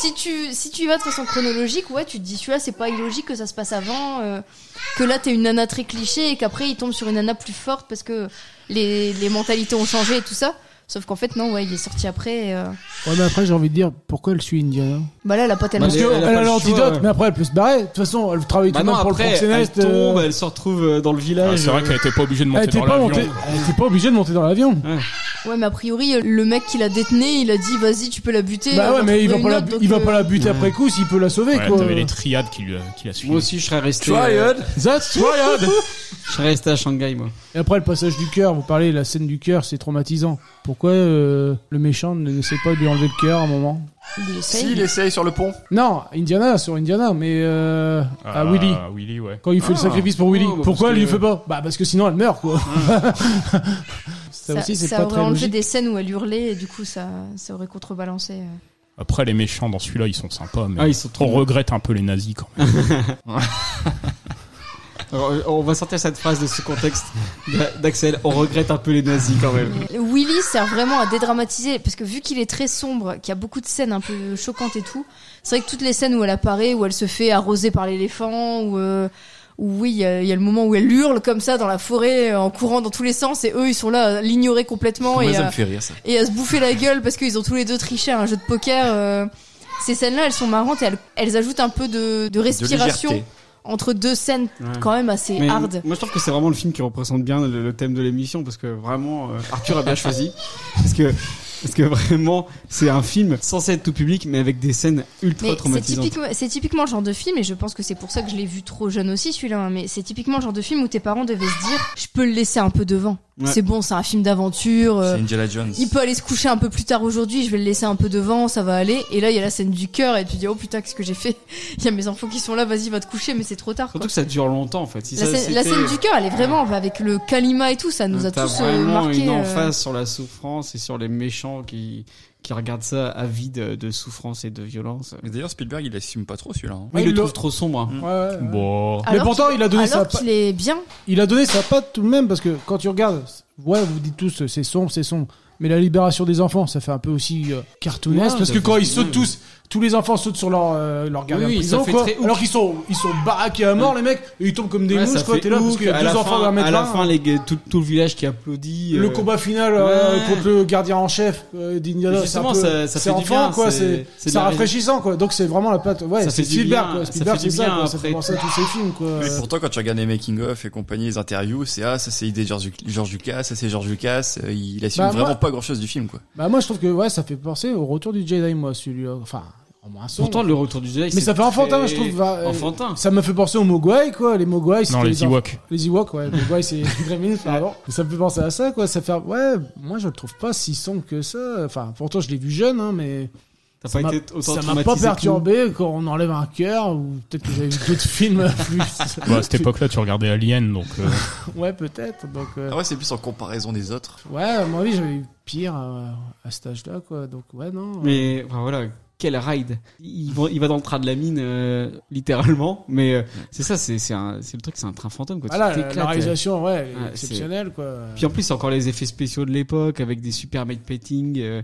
Speaker 3: Si tu si tu y vas de façon chronologique, ouais, tu te dis celui-là c'est pas illogique que ça se passe avant, euh, que là t'es une nana très cliché et qu'après il tombe sur une nana plus forte parce que les les mentalités ont changé et tout ça. Sauf qu'en fait non, ouais, il est sorti après. et, euh,
Speaker 5: Ouais, mais après, j'ai envie de dire pourquoi elle suit Indiana
Speaker 3: Bah là, elle a pas tellement.
Speaker 5: Parce
Speaker 3: de-
Speaker 5: qu'elle
Speaker 19: pas
Speaker 5: a
Speaker 19: le
Speaker 5: l'antidote,
Speaker 19: choix.
Speaker 5: mais après, elle peut se barrer. De toute façon, elle travaille tout
Speaker 19: Bah
Speaker 5: le
Speaker 19: non,
Speaker 5: temps pour le
Speaker 19: après, elle
Speaker 5: proxénète.
Speaker 19: tombe,
Speaker 5: euh,
Speaker 19: elle se retrouve euh, dans le village.
Speaker 12: Ah, c'est vrai
Speaker 19: euh,
Speaker 12: qu'elle était pas obligée de
Speaker 5: Elle
Speaker 12: monter
Speaker 5: était
Speaker 12: dans
Speaker 5: pas,
Speaker 12: l'avion.
Speaker 5: montée- elle était pas obligée de monter dans l'avion.
Speaker 3: Ouais, mais a priori, euh, le mec qui l'a détenue, il a dit vas-y, tu peux la buter.
Speaker 5: Bah
Speaker 3: on
Speaker 5: ouais,
Speaker 3: va
Speaker 5: mais il va,
Speaker 3: trouver
Speaker 5: pas
Speaker 3: une
Speaker 5: la,
Speaker 3: autre,
Speaker 5: bu-
Speaker 3: donc,
Speaker 5: il va
Speaker 3: euh,
Speaker 5: pas la buter après coup s'il peut la sauver
Speaker 12: Ouais,
Speaker 5: quoi.
Speaker 2: Euh,
Speaker 12: t'avais les triades qui, lui- euh, qui la suivaient.
Speaker 19: Moi aussi, je serais resté.
Speaker 7: Triad.
Speaker 19: euh,
Speaker 5: That's
Speaker 7: Triad.
Speaker 19: Je serais resté à Shanghai, moi.
Speaker 5: Et après le passage du cœur, vous parlez la scène du cœur, c'est traumatisant. Pourquoi euh, le méchant ne sait pas de lui enlever le cœur à un moment
Speaker 3: Il
Speaker 7: Si, il essaye sur le pont.
Speaker 5: Non, Indiana sur Indiana, mais euh, à Willy.
Speaker 12: Ah, Willy, ouais.
Speaker 5: Quand il fait le
Speaker 7: Ah.
Speaker 5: sacrifice pour Willy,
Speaker 2: Oh,
Speaker 7: Ah, bah,
Speaker 5: pourquoi
Speaker 7: parce
Speaker 5: elle lui
Speaker 7: que-
Speaker 5: fait pas Bah parce que sinon elle meurt
Speaker 2: Mm.
Speaker 5: quoi. ça,
Speaker 3: Ça,
Speaker 5: aussi c'est
Speaker 3: ça
Speaker 5: pas
Speaker 3: aurait
Speaker 5: très
Speaker 3: enlevé
Speaker 5: logique.
Speaker 3: des scènes où elle hurlait et du coup ça, ça aurait contrebalancé. euh.
Speaker 12: Après, les méchants dans celui-là, ils sont sympas, mais
Speaker 19: Ah, ils sont trop
Speaker 12: on
Speaker 19: bien.
Speaker 12: regrette un peu les nazis quand même.
Speaker 19: Alors, euh, on va sortir cette phrase de ce contexte d'a- d'Axel. On regrette un peu les nazis quand même.
Speaker 3: Willy sert vraiment à dédramatiser parce que vu qu'il est très sombre, qu'il y a beaucoup de scènes un peu choquantes et tout, c'est vrai que toutes les scènes où elle apparaît, où elle se fait arroser par l'éléphant, où, euh, où oui, il y, a- il y a le moment où elle hurle comme ça dans la forêt euh, en courant dans tous les sens et eux ils sont là à l'ignorer complètement
Speaker 7: Moi,
Speaker 3: et
Speaker 7: ça
Speaker 3: à-
Speaker 7: me fait rire, ça.
Speaker 3: et à se bouffer la gueule parce qu'ils ont tous les deux triché à un jeu de poker. euh, ces scènes-là, elles sont marrantes et elles, elles ajoutent un peu de, de respiration
Speaker 2: légèreté.
Speaker 3: entre deux scènes
Speaker 2: Ouais.
Speaker 3: quand même assez
Speaker 2: Mais
Speaker 3: hard.
Speaker 2: Moi, je trouve que c'est vraiment le film qui représente bien le, le thème de l'émission parce que vraiment, euh, Arthur a bien choisi. Parce que, parce que vraiment, c'est un film censé être tout public, mais avec des scènes ultra
Speaker 3: Mais c'est
Speaker 2: traumatisantes.
Speaker 3: typiquement, c'est typiquement le genre de film, et je pense que c'est pour ça que je l'ai vu trop jeune aussi celui-là, hein, mais c'est typiquement le genre de film où tes parents devaient se dire je peux le laisser un peu devant.
Speaker 7: Ouais.
Speaker 3: C'est bon, c'est un film d'aventure. euh,
Speaker 7: C'est Indiana Jones.
Speaker 3: Il peut aller se coucher un peu plus tard aujourd'hui, je vais le laisser un peu devant, ça va aller. Et là, il y a la scène du cœur, et tu dis oh putain, qu'est-ce que j'ai fait Il y a mes enfants qui sont là, vas-y, va te coucher, mais c'est trop tard. quoi.
Speaker 2: Surtout que ça dure longtemps en fait. Si
Speaker 3: La
Speaker 2: ça,
Speaker 3: scène, la
Speaker 2: c'était-
Speaker 3: scène du cœur, elle est vraiment avec le kalima et tout, ça nous a
Speaker 2: T'as
Speaker 3: tous euh,
Speaker 2: vraiment
Speaker 3: marqué.
Speaker 2: une
Speaker 3: euh,
Speaker 2: emphase sur la souffrance et sur les méchants qui, qui regardent ça avide de souffrance et de violence.
Speaker 7: Mais d'ailleurs, Spielberg, il assume pas trop celui-là. hein.
Speaker 2: Oui, il le trouve trop sombre.
Speaker 7: Mm.
Speaker 2: Bon.
Speaker 5: Mais pourtant, il a donné
Speaker 3: alors
Speaker 5: sa
Speaker 3: qu'il est bien.
Speaker 5: Il a donné sa patte tout de même parce que quand tu regardes, ouais, vous dites tous euh, c'est sombre, c'est sombre. Mais la libération des enfants, ça fait un peu aussi euh, cartoonesque
Speaker 2: Ouais,
Speaker 5: parce que
Speaker 2: ça
Speaker 5: quand
Speaker 2: fait-
Speaker 5: ils sautent
Speaker 2: oui.
Speaker 5: tous, tous les enfants sautent sur leur euh, leur gardien
Speaker 2: Oui,
Speaker 5: de
Speaker 2: oui,
Speaker 5: prison
Speaker 2: ça fait
Speaker 5: quoi.
Speaker 2: très hook.
Speaker 5: Alors qu'ils sont ils sont baraqués à mort les mecs, et ils tombent comme des
Speaker 2: Ouais, ça
Speaker 5: mouches quoi.
Speaker 2: fait
Speaker 5: T'es là parce
Speaker 2: hook,
Speaker 5: qu'il y
Speaker 2: à
Speaker 5: a
Speaker 2: la
Speaker 5: deux enfants
Speaker 2: fin-
Speaker 5: d'un mètre
Speaker 2: À la
Speaker 5: vingt. hein.
Speaker 2: fin, les, gars- tout, tout le village qui applaudit.
Speaker 5: Le
Speaker 2: euh,
Speaker 5: combat final euh,
Speaker 2: ouais.
Speaker 5: contre le gardien en chef euh, d'Indiana,
Speaker 2: Mais
Speaker 5: c'est un
Speaker 2: justement,
Speaker 5: peu-
Speaker 2: ça- ça
Speaker 5: c'est
Speaker 2: fait du
Speaker 5: enfant
Speaker 2: bien,
Speaker 5: quoi,
Speaker 2: c'est-
Speaker 5: c'est
Speaker 2: c'est de
Speaker 5: c'est
Speaker 2: la
Speaker 5: rafraîchissant quoi. Donc c'est vraiment la patte. Ouais,
Speaker 2: Ça
Speaker 5: c'est
Speaker 2: fait du
Speaker 5: Spielberg
Speaker 2: bien,
Speaker 5: quoi.
Speaker 2: ça
Speaker 5: Spielberg
Speaker 2: fait du
Speaker 5: c'est ça
Speaker 2: bien
Speaker 5: quoi. Ça fait
Speaker 2: après.
Speaker 5: penser à tous ces films quoi.
Speaker 7: Mais pourtant, quand tu regardes les making-of et compagnie, les interviews, c'est ah, ça c'est idée de George, George Lucas, ça c'est George Lucas. euh, Il assume
Speaker 5: Bah, moi-
Speaker 7: vraiment pas grand-chose du film, quoi.
Speaker 5: Bah moi je trouve que ouais ça fait penser au retour du Jedi moi celui-là. Enfin en moins sombre.
Speaker 2: Pourtant, le retour du Jedi.
Speaker 5: Mais
Speaker 2: c'est
Speaker 5: ça fait
Speaker 2: très
Speaker 5: enfantin je trouve. va- euh,
Speaker 2: Enfantin.
Speaker 5: Ça m'a fait penser aux Mogwai quoi. Les Mogwai c'est
Speaker 12: Non, les
Speaker 5: enf-
Speaker 12: Ewoks.
Speaker 5: Les Ewoks ouais. Les Mogwai c'est les Gremlins pardon. Mais ça me fait penser à ça quoi. Ça fait ouais moi je le trouve pas si sombre que ça. Enfin pourtant je l'ai vu jeune hein mais.
Speaker 2: T'as
Speaker 5: ça
Speaker 2: pas
Speaker 5: m'a-
Speaker 2: été autant
Speaker 5: ça m'a pas
Speaker 2: traumatisé que nous.
Speaker 5: perturbé quand on enlève un cœur ou peut-être que j'avais vu d'autres films plus.
Speaker 12: Bah, à cette époque-là, tu regardais Alien, donc. euh,
Speaker 5: Ouais peut-être donc. euh,
Speaker 7: Ah ouais, c'est plus en comparaison des autres.
Speaker 5: Ouais, moi oui, j'avais eu pire euh, à cet âge-là, quoi. Donc, ouais, non.
Speaker 2: Mais enfin, voilà, quel ride il va, il va dans le train de la mine, euh, littéralement. Mais euh, c'est ça, c'est c'est un- c'est le truc, c'est un train fantôme. Quoi. Tu
Speaker 5: Voilà, la-
Speaker 2: t'éclates, Ah,
Speaker 5: la réalisation, ouais, elle est
Speaker 2: c'est-
Speaker 5: exceptionnelle, quoi.
Speaker 2: Puis en plus, c'est encore les effets spéciaux de l'époque, avec des super made petting, euh,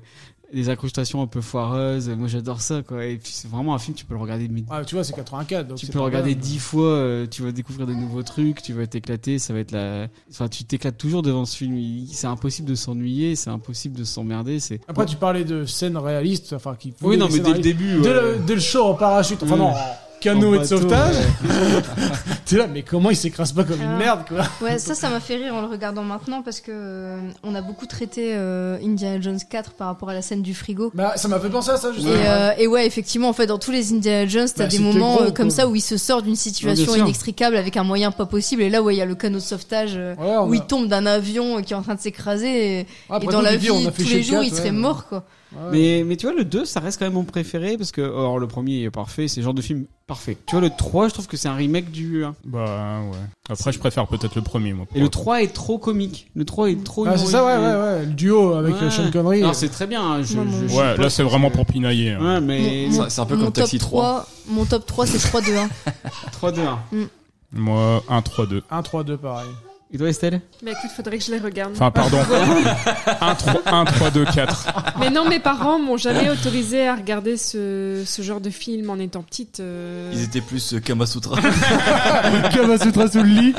Speaker 2: des incrustations un peu foireuses. Moi, j'adore ça, quoi. Et puis, c'est vraiment un film, tu peux le regarder mille
Speaker 5: Ouais, tu vois, c'est 84. Donc
Speaker 2: tu
Speaker 5: c'est
Speaker 2: peux
Speaker 5: pas
Speaker 2: regarder
Speaker 5: mal.
Speaker 2: dix fois, euh, tu vas découvrir des nouveaux trucs, tu vas t'éclater, ça va être la. Enfin, tu t'éclates toujours devant ce film. Il- C'est impossible de s'ennuyer, c'est impossible de s'emmerder. C'est.
Speaker 5: Après, tu parlais de scènes réalistes, enfin, qui.
Speaker 2: Oui, non, mais dès le
Speaker 5: scénaristes.
Speaker 2: début,
Speaker 5: Dès,
Speaker 2: ouais.
Speaker 5: le, dès le show en parachute, enfin,
Speaker 2: Mm.
Speaker 5: non, en
Speaker 2: En
Speaker 5: canot et de
Speaker 2: bateau,
Speaker 5: sauvetage.
Speaker 2: ouais.
Speaker 5: T'es là, mais comment il s'écrase pas comme une
Speaker 3: Ah.
Speaker 5: merde, quoi.
Speaker 3: Ouais, ça, ça m'a fait rire en le regardant maintenant parce que euh, on a beaucoup traité euh, Indiana Jones 4 par rapport à la scène du frigo.
Speaker 5: Bah, ça m'a fait penser à ça,
Speaker 3: Et,
Speaker 5: justement.
Speaker 3: euh, et ouais, effectivement, en fait, dans tous les Indiana Jones, t'as
Speaker 5: Bah,
Speaker 3: des
Speaker 5: c'était
Speaker 3: moments
Speaker 5: gros,
Speaker 3: euh, comme
Speaker 5: quoi.
Speaker 3: ça où il se sort d'une situation
Speaker 5: Ouais, bien sûr.
Speaker 3: inextricable avec un moyen pas possible. Et là, ouais, il y a le canot de sauvetage euh,
Speaker 5: on
Speaker 3: où
Speaker 5: a- Ah,
Speaker 3: il tombe d'un avion euh, qui est en train de s'écraser. Et,
Speaker 5: Après
Speaker 3: et dans
Speaker 5: tout,
Speaker 3: la
Speaker 5: tu
Speaker 3: vie,
Speaker 5: dis, on a fait
Speaker 3: tous
Speaker 5: chez
Speaker 3: les
Speaker 5: le
Speaker 3: jours,
Speaker 5: quatre,
Speaker 3: il serait
Speaker 5: ouais.
Speaker 3: mort, quoi.
Speaker 2: Mais, mais tu vois, le 2, ça reste quand même mon préféré parce que, alors, le premier est parfait, c'est le genre de film parfait. Tu vois, le 3, je trouve que c'est un remake du 1.
Speaker 5: Ah,
Speaker 12: Bah ouais. Après, je préfère peut-être le premier, moi. pour
Speaker 2: Et le
Speaker 12: le coup.
Speaker 2: 3 est trop comique. Le 3 est trop.
Speaker 5: Ah, c'est ça, ouais, ouais, ouais. Le duo avec euh, Sean Connery.
Speaker 2: Non, c'est très bien. hein, je- je- je
Speaker 12: Ouais,
Speaker 2: sais pas
Speaker 12: là, c'est
Speaker 2: si-
Speaker 12: vraiment pour pinailler. hein.
Speaker 2: Ouais, mais.
Speaker 3: Mon- mon top 3, Mon top 3, c'est 3-2-1.
Speaker 2: 3, 2, 1.
Speaker 12: Moi, 1, 3, 2.
Speaker 5: 1, 3, 2, pareil.
Speaker 2: Et toi, Estelle
Speaker 11: Mais écoute, faudrait que je les regarde.
Speaker 12: Enfin, pardon. 1, 3, 1, 3, 2, 4.
Speaker 11: Mais non, mes parents m'ont jamais autorisé à regarder ce, ce genre de film en étant petite. euh.
Speaker 7: Ils étaient plus euh, Kamasutra.
Speaker 5: Kamasutra sous le lit.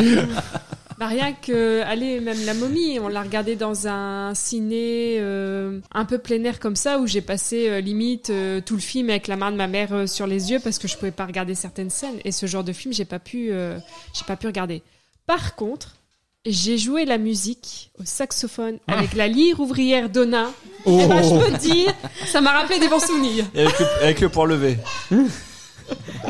Speaker 11: Bah, rien que, allez, même la momie, on l'a regardé dans un ciné euh, un peu plein air comme ça, où j'ai passé euh, limite euh, tout le film avec la main de ma mère euh, sur les yeux parce que je pouvais pas regarder certaines scènes. Et ce genre de film, j'ai pas pu, euh, j'ai pas pu regarder. Par contre, j'ai joué la musique au saxophone avec la lyre ouvrière d'Ona. Et ben, je peux te dire, ça m'a rappelé des bons souvenirs.
Speaker 7: Et avec, le, avec le poing levé.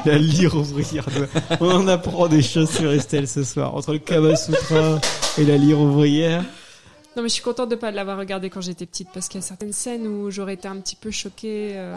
Speaker 2: La lyre ouvrière. de- On en apprend des choses sur Estelle ce soir. Entre le Kamasutra et la lyre ouvrière.
Speaker 11: Non, mais je suis contente de ne pas l'avoir regardé quand j'étais petite parce qu'il y a certaines scènes où j'aurais été un petit peu choquée. euh,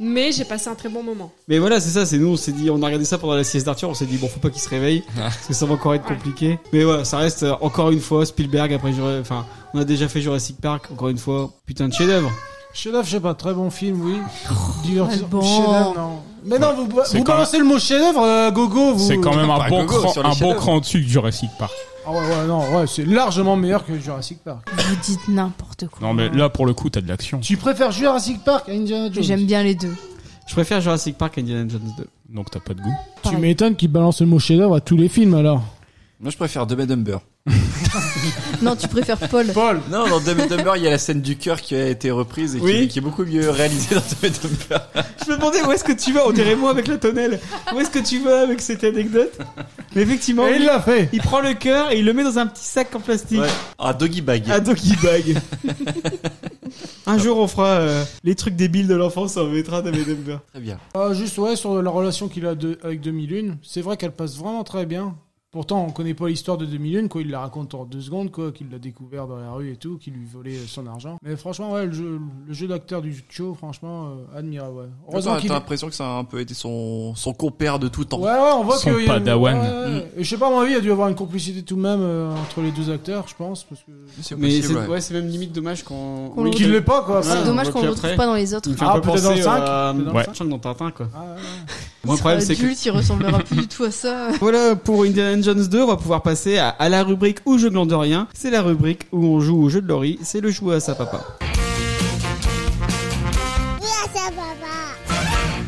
Speaker 11: Mais j'ai passé un très bon moment.
Speaker 2: Mais voilà, c'est ça, c'est nous, on s'est dit, on a regardé ça pendant la sieste d'Arthur, on s'est dit, bon, faut pas qu'il se réveille, parce que ça va encore être compliqué. Mais voilà, ça reste euh, encore une fois Spielberg, après, Jura- enfin, on a déjà fait Jurassic Park, encore une fois, putain de chef-d'œuvre.
Speaker 5: Chef d'œuvre, je sais pas, très bon film, oui.
Speaker 3: Oh,
Speaker 5: Divertissant.
Speaker 3: Alban.
Speaker 5: Chef d'œuvre, non. Mais non, vous,
Speaker 12: C'est
Speaker 5: Bah, vous
Speaker 12: quand
Speaker 5: balancez le mot chef d'œuvre, euh, gogo, vous.
Speaker 12: C'est quand
Speaker 2: Ah,
Speaker 12: même un bon cran, un bon
Speaker 5: chefs-d'œuvre.
Speaker 12: cran au-dessus de Jurassic Park.
Speaker 5: Ah ouais, ouais, non, ouais, c'est largement meilleur que Jurassic Park.
Speaker 3: Vous dites n'importe quoi.
Speaker 12: Non, mais là, pour le coup, t'as de l'action.
Speaker 5: Tu préfères Jurassic Park à Indiana Jones
Speaker 3: J'aime bien les deux.
Speaker 2: Je préfère Jurassic Park à Indiana Jones 2.
Speaker 12: Donc t'as pas de goût.
Speaker 5: Tu m'étonnes qu'il balance le mot chef d'œuvre à tous les films alors.
Speaker 7: Moi, je préfère Dumb and Dumber.
Speaker 3: Non, tu préfères Paul.
Speaker 5: Paul.
Speaker 7: Non, dans Dumb and Dumber, il y a la scène du cœur qui a été reprise et qui,
Speaker 2: Oui.
Speaker 7: qui est beaucoup mieux réalisée dans Dumb and Dumber.
Speaker 2: Je me demandais où est-ce que tu vas, on dirait moi avec la tonnelle. Où est-ce que tu vas avec cette anecdote Mais effectivement,
Speaker 5: Et il
Speaker 2: oui,
Speaker 5: l'a fait.
Speaker 2: Il prend le cœur et il le met dans un petit sac en plastique.
Speaker 7: Ouais. Ah, Doggy Bag.
Speaker 2: Un doggy bag. un jour, on fera euh, les trucs débiles de l'enfance, on mettra Dumb and Dumber.
Speaker 7: Très bien.
Speaker 5: Ah, juste, ouais, sur la relation qu'il a de- avec 2001, c'est vrai qu'elle passe vraiment très bien. Pourtant, on connaît pas l'histoire de 2001, quoi. Il la raconte en deux secondes, quoi. Qu'il l'a découvert dans la rue et tout, qu'il lui volait euh, son argent. Mais franchement, ouais, le jeu, le jeu d'acteur du show, franchement, euh, admirable, ouais. Heureusement
Speaker 7: T'as
Speaker 5: qu'il. est-
Speaker 7: l'impression que ça a un peu été son, son compère de tout temps. Mm.
Speaker 5: Ouais, ouais, on voit que. il y a-
Speaker 12: padawan.
Speaker 5: ouais, ouais,
Speaker 2: Mm.
Speaker 5: ouais. Et Je sais pas, à mon avis, il y a dû avoir une complicité tout de même euh, entre les deux acteurs, je pense. Parce que...
Speaker 2: Mais c'est ouais, c'est même limite dommage qu'on.
Speaker 5: Qu'on le Qu'il l'ait pas, quoi.
Speaker 3: C'est dommage qu'on le retrouve pas dans les autres. Ah,
Speaker 2: Il me fait
Speaker 5: Ah,
Speaker 2: un peu
Speaker 5: peut-être dans
Speaker 2: penser
Speaker 5: le cinq,
Speaker 2: à-
Speaker 5: peut-être dans
Speaker 12: le
Speaker 2: je crois que dans Tintin, quoi.
Speaker 3: Moi,
Speaker 2: Mon problème, c'est que.
Speaker 3: Adulte, il ressemblera plus du tout à ça.
Speaker 2: Voilà, pour Indiana Jones 2, on va pouvoir passer à, à la rubrique où je glande rien. C'est la rubrique où on joue au jeu de Laurie, c'est le jouet à sa papa.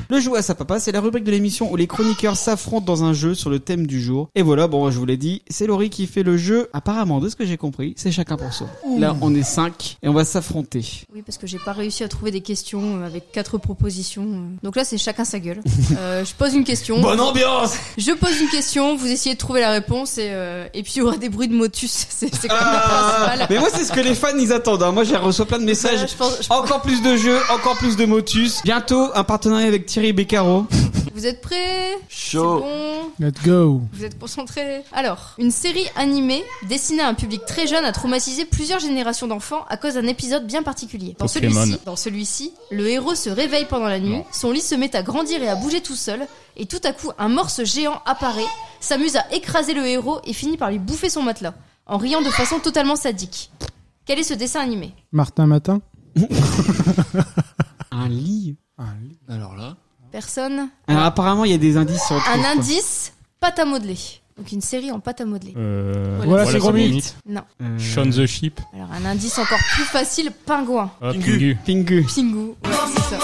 Speaker 2: Le jouet à sa papa, c'est la rubrique de l'émission où les chroniqueurs s'affrontent dans un jeu sur le thème du jour. Et voilà, bon, je vous l'ai dit, c'est Laurie qui fait le jeu. Apparemment, de ce que j'ai compris, c'est chacun pour soi. Là, on est 5 et on va s'affronter.
Speaker 3: Oui, parce que j'ai pas réussi à trouver des questions euh, avec quatre propositions. euh. Donc là, c'est chacun sa gueule. Euh, je pose une question.
Speaker 2: Bonne ambiance
Speaker 3: Je pose une question, vous essayez de trouver la réponse et, euh, et puis il y aura des bruits de motus. C'est c'est quand même Ah. la principale.
Speaker 2: Ah. Mais moi, c'est ce que les fans ils attendent. hein. Moi, j'ai reçu plein de messages. Encore plus de jeux, encore plus de motus. Bientôt, un partenariat avec Thierry Beccaro.
Speaker 3: Vous êtes prêts
Speaker 2: Chaud.
Speaker 3: C'est bon
Speaker 5: Let's go.
Speaker 3: Vous êtes concentrés Alors, une série animée destinée à un public très jeune a traumatisé plusieurs générations d'enfants à cause d'un épisode bien particulier. Dans
Speaker 12: Pokémon.
Speaker 3: celui-ci, dans celui-ci, le héros se réveille pendant la nuit, son lit se met à grandir et à bouger tout seul, et tout à coup, un morse géant apparaît, s'amuse à écraser le héros et finit par lui bouffer son matelas, en riant de façon totalement sadique. Quel est ce dessin animé
Speaker 5: Martin Matin.
Speaker 2: Un lit.
Speaker 7: Alors là.
Speaker 3: Personne
Speaker 2: Alors, apparemment, il y a des indices sur le
Speaker 3: Un
Speaker 2: truc, quoi.
Speaker 3: indice Pâte à modeler. Donc une série en pâte à modeler.
Speaker 12: Euh,
Speaker 3: Voilà,
Speaker 12: voilà,
Speaker 3: c'est
Speaker 12: c'est
Speaker 3: gros
Speaker 12: gros
Speaker 3: mythe.
Speaker 12: mythe.
Speaker 3: Non.
Speaker 2: Euh,
Speaker 12: Shaun the Sheep.
Speaker 3: Alors un indice encore plus facile, pingouin.
Speaker 12: Ah, Pingu.
Speaker 2: Pingu.
Speaker 3: Pingu, ouais, c'est ça.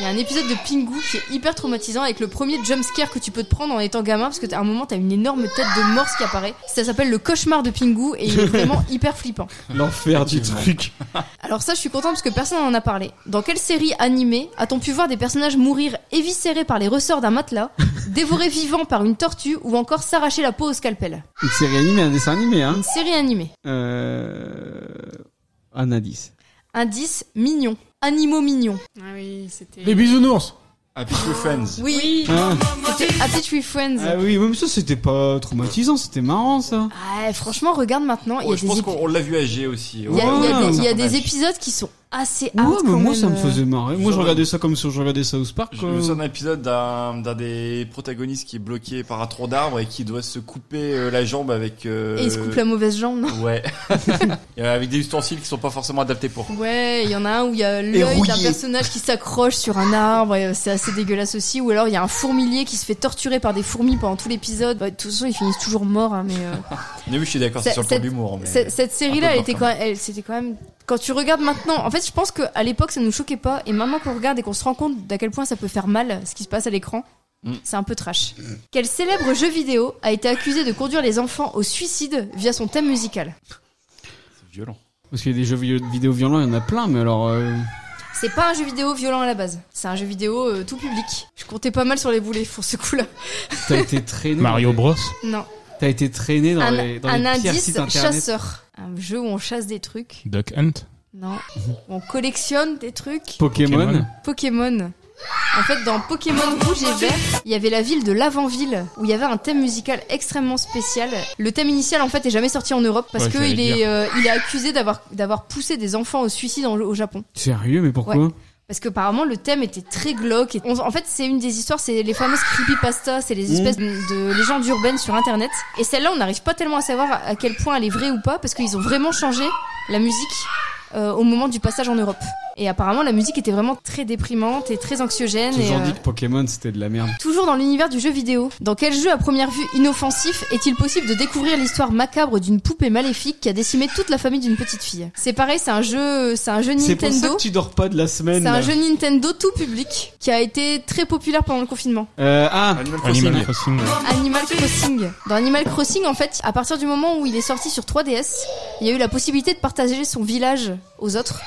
Speaker 3: Il y a un épisode de Pingu qui est hyper traumatisant avec le premier jumpscare que tu peux te prendre en étant gamin parce que t'as- à un moment t'as une énorme tête de morse qui apparaît. Ça s'appelle le cauchemar de Pingu et il est vraiment hyper flippant.
Speaker 2: L'enfer du truc.
Speaker 3: Alors ça je suis contente parce que personne n'en a parlé. Dans quelle série animée a-t-on pu voir des personnages mourir éviscérés par les ressorts d'un matelas, dévorés vivants par une tortue ou encore s'arracher la peau au scalpel
Speaker 2: Une série animée, un dessin animé, hein.
Speaker 3: Une série animée.
Speaker 2: Euh... Un indice.
Speaker 3: Indice mignon. Animaux mignons.
Speaker 20: Ah oui, c'était.
Speaker 5: Les bisounours.
Speaker 7: Happy Tree Ah, Friends.
Speaker 3: Oui.
Speaker 2: Ah.
Speaker 3: C'était Happy Tree Friends.
Speaker 2: Ah oui, même ça, c'était pas traumatisant, c'était marrant, ça.
Speaker 3: Ah, franchement, regarde maintenant, il y a
Speaker 7: je
Speaker 3: des,
Speaker 7: pense
Speaker 3: épi-
Speaker 7: qu'on on l'a vu âgé aussi.
Speaker 3: il y a- il y a
Speaker 7: Ouais,
Speaker 3: des- il y a
Speaker 7: ouais,
Speaker 3: des
Speaker 7: ouais.
Speaker 3: épisodes qui sont assez
Speaker 2: Ouais,
Speaker 3: hard
Speaker 2: mais
Speaker 3: quand
Speaker 2: moi,
Speaker 3: même,
Speaker 2: ça me
Speaker 3: euh.
Speaker 2: faisait marrer. Moi, je
Speaker 7: Ouais.
Speaker 2: regardais ça euh, comme si je regardais South Park,
Speaker 7: Je
Speaker 2: quoi.
Speaker 7: me souviens d'un épisode d'un d'un des protagonistes qui est bloqué par un tronc d'arbre et qui doit se couper euh, la jambe avec. euh,
Speaker 3: Et il se coupe la mauvaise jambe, non
Speaker 7: Ouais. Et avec des ustensiles qui sont pas forcément adaptés pour.
Speaker 3: Ouais, il y en a un où il y a l'œil d'un
Speaker 7: rouillé.
Speaker 3: personnage qui s'accroche sur un arbre, et euh, c'est assez dégueulasse aussi. Ou alors il y a un fourmilier qui se fait torturer par des fourmis pendant tout l'épisode. Bah, de toute façon, ils finissent toujours morts, hein, mais. euh,
Speaker 7: Mais oui, je suis d'accord,
Speaker 3: Cette-
Speaker 7: c'est sur le plan de l'humour. mais-
Speaker 3: cette, cette
Speaker 7: Un
Speaker 3: série-là,
Speaker 7: peu
Speaker 3: elle
Speaker 7: gore
Speaker 3: était
Speaker 7: quand
Speaker 3: quand même, elle- c'était quand même. Quand tu regardes maintenant, en fait, je pense qu'à l'époque, ça nous choquait pas, et maintenant qu'on regarde et qu'on se rend compte d'à quel point ça peut faire mal ce qui se passe à l'écran,
Speaker 7: Mm.
Speaker 3: c'est un peu trash. Quel célèbre jeu vidéo a été accusé de conduire les enfants au suicide via son thème musical
Speaker 7: Violent.
Speaker 2: Parce qu'il y a des jeux vidéo, vidéo violents, il y en a plein, mais alors. euh,
Speaker 3: C'est pas un jeu vidéo violent à la base, c'est un jeu vidéo euh, tout public. Je comptais pas mal sur les boulets pour ce coup-là.
Speaker 2: T'as été traîné.
Speaker 12: Mario Bros.
Speaker 3: Non.
Speaker 2: T'as été traîné dans
Speaker 3: un
Speaker 2: les, dans
Speaker 3: un
Speaker 2: les pires
Speaker 3: indice
Speaker 2: sites internet.
Speaker 3: chasseur. Un jeu où on chasse des trucs.
Speaker 12: Duck Hunt.
Speaker 3: Non. on collectionne des trucs.
Speaker 2: Pokémon.
Speaker 3: Pokémon. En fait, dans Pokémon Rouge et Vert, il y avait la ville de l'avant-ville où il y avait un thème musical extrêmement spécial. Le thème initial, en fait, est jamais sorti en Europe parce
Speaker 2: Ouais,
Speaker 3: que
Speaker 2: j'allais
Speaker 3: il est,
Speaker 2: dire.
Speaker 3: euh, il est accusé d'avoir d'avoir poussé des enfants au suicide en- au Japon.
Speaker 2: Sérieux, mais pourquoi
Speaker 3: Ouais. Parce que apparemment le thème était très glauque. Et on- en fait, c'est une des histoires, c'est les fameuses creepypastas, c'est
Speaker 19: Mmh.
Speaker 3: les
Speaker 2: Mm.
Speaker 3: espèces de, de légendes urbaines sur Internet. Et celle-là, on n'arrive pas tellement à savoir à quel point elle est vraie ou pas, parce qu'ils ont vraiment changé la musique euh, au moment du passage en Europe. Et apparemment, la musique était vraiment très déprimante et très anxiogène. et,
Speaker 19: Toujours
Speaker 3: euh,
Speaker 19: dit que Pokémon c'était de la merde.
Speaker 3: Toujours dans l'univers du jeu vidéo. Dans quel jeu à première vue inoffensif est-il possible de découvrir l'histoire macabre d'une poupée maléfique qui a décimé toute la famille d'une petite fille C'est pareil, c'est un jeu, c'est un jeu
Speaker 19: C'est pour ça
Speaker 3: Nintendo.
Speaker 19: que tu dors pas de la semaine.
Speaker 3: C'est un
Speaker 19: là.
Speaker 3: jeu Nintendo tout public qui a été très populaire pendant le confinement.
Speaker 19: Euh, ah,
Speaker 12: Animal Crossing.
Speaker 3: Animal Crossing. Dans Animal Crossing, en fait, à partir du moment où il est sorti sur 3DS, il y a eu la possibilité de partager son village aux autres.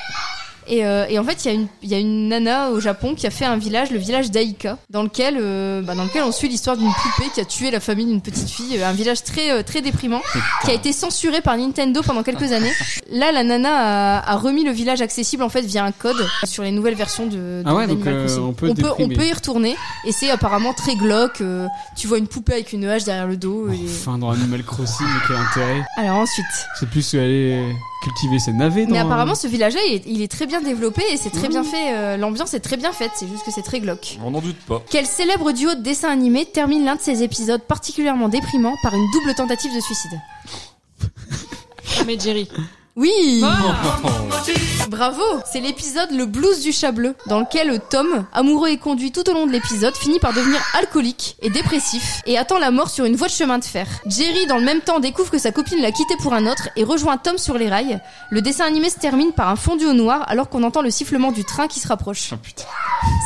Speaker 3: Et, euh, et en fait, il y, a une, il y a une nana au Japon qui a fait un village, le village d'Aika, dans lequel, euh, bah, dans lequel on suit l'histoire d'une poupée qui a tué la famille d'une petite fille. euh, Un village très euh, très déprimant, qui a été censuré par Nintendo pendant quelques années. Là, la nana a, a remis le village accessible en fait via un code sur les nouvelles versions de. de-
Speaker 19: Ah ouais, donc,
Speaker 3: d'Animal
Speaker 19: euh,
Speaker 3: Crossing.
Speaker 19: on peut
Speaker 3: on peut on
Speaker 19: déprimer.
Speaker 3: peut y retourner. Et c'est apparemment très glauque. euh, tu vois une poupée avec une hache derrière le dos. et-
Speaker 19: Enfin, dans Animal Crossing, mais quel intérêt
Speaker 3: Alors ensuite.
Speaker 19: C'est plus euh, aller cultiver ses navets.
Speaker 3: Mais
Speaker 19: dans-
Speaker 3: apparemment, ce village-là, il est, il est très bien développé et c'est très bien fait. euh, L'ambiance est très bien faite, c'est juste que c'est très glauque.
Speaker 7: On n'en doute pas.
Speaker 3: Quel célèbre duo de dessins animés termine l'un de ses épisodes particulièrement déprimant par une double tentative de suicide
Speaker 11: Mais Jerry.
Speaker 3: Oui
Speaker 11: Ah
Speaker 3: Bravo C'est l'épisode Le blues du chat bleu, dans lequel Tom, amoureux et conduit tout au long de l'épisode, finit par devenir alcoolique et dépressif et attend la mort sur une voie de chemin de fer. Jerry, dans le même temps, découvre que sa copine l'a quitté pour un autre et rejoint Tom sur les rails. Le dessin animé se termine par un fondu au noir alors qu'on entend le sifflement du train qui se rapproche.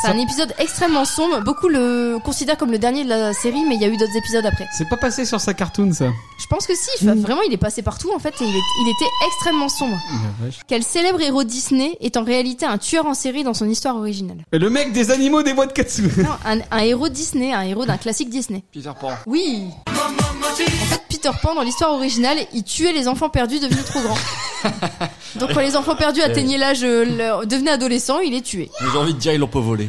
Speaker 3: C'est un épisode extrêmement sombre, beaucoup le considèrent comme le dernier de la série, mais il y a eu d'autres épisodes après.
Speaker 19: C'est pas passé sur sa cartoon ça.
Speaker 3: Je pense que si, enfin, vraiment il est passé partout en fait et il, est- il était extrêmement sombre.
Speaker 2: Mm.
Speaker 3: Quel célèbre héros Disney est en réalité un tueur en série dans son histoire originale
Speaker 19: Et Le mec des animaux des boîtes Katsu.
Speaker 3: Non, un, un héros Disney, un héros d'un classique Disney.
Speaker 7: Peter Pan.
Speaker 3: Oui En fait, Peter Pan, dans l'histoire originale, il tuait les enfants perdus devenus trop grands. Donc quand les enfants perdus atteignaient l'âge, euh, leur- devenaient adolescents, il les tuait.
Speaker 7: Mais J'ai envie de dire, ils l'ont pas volé.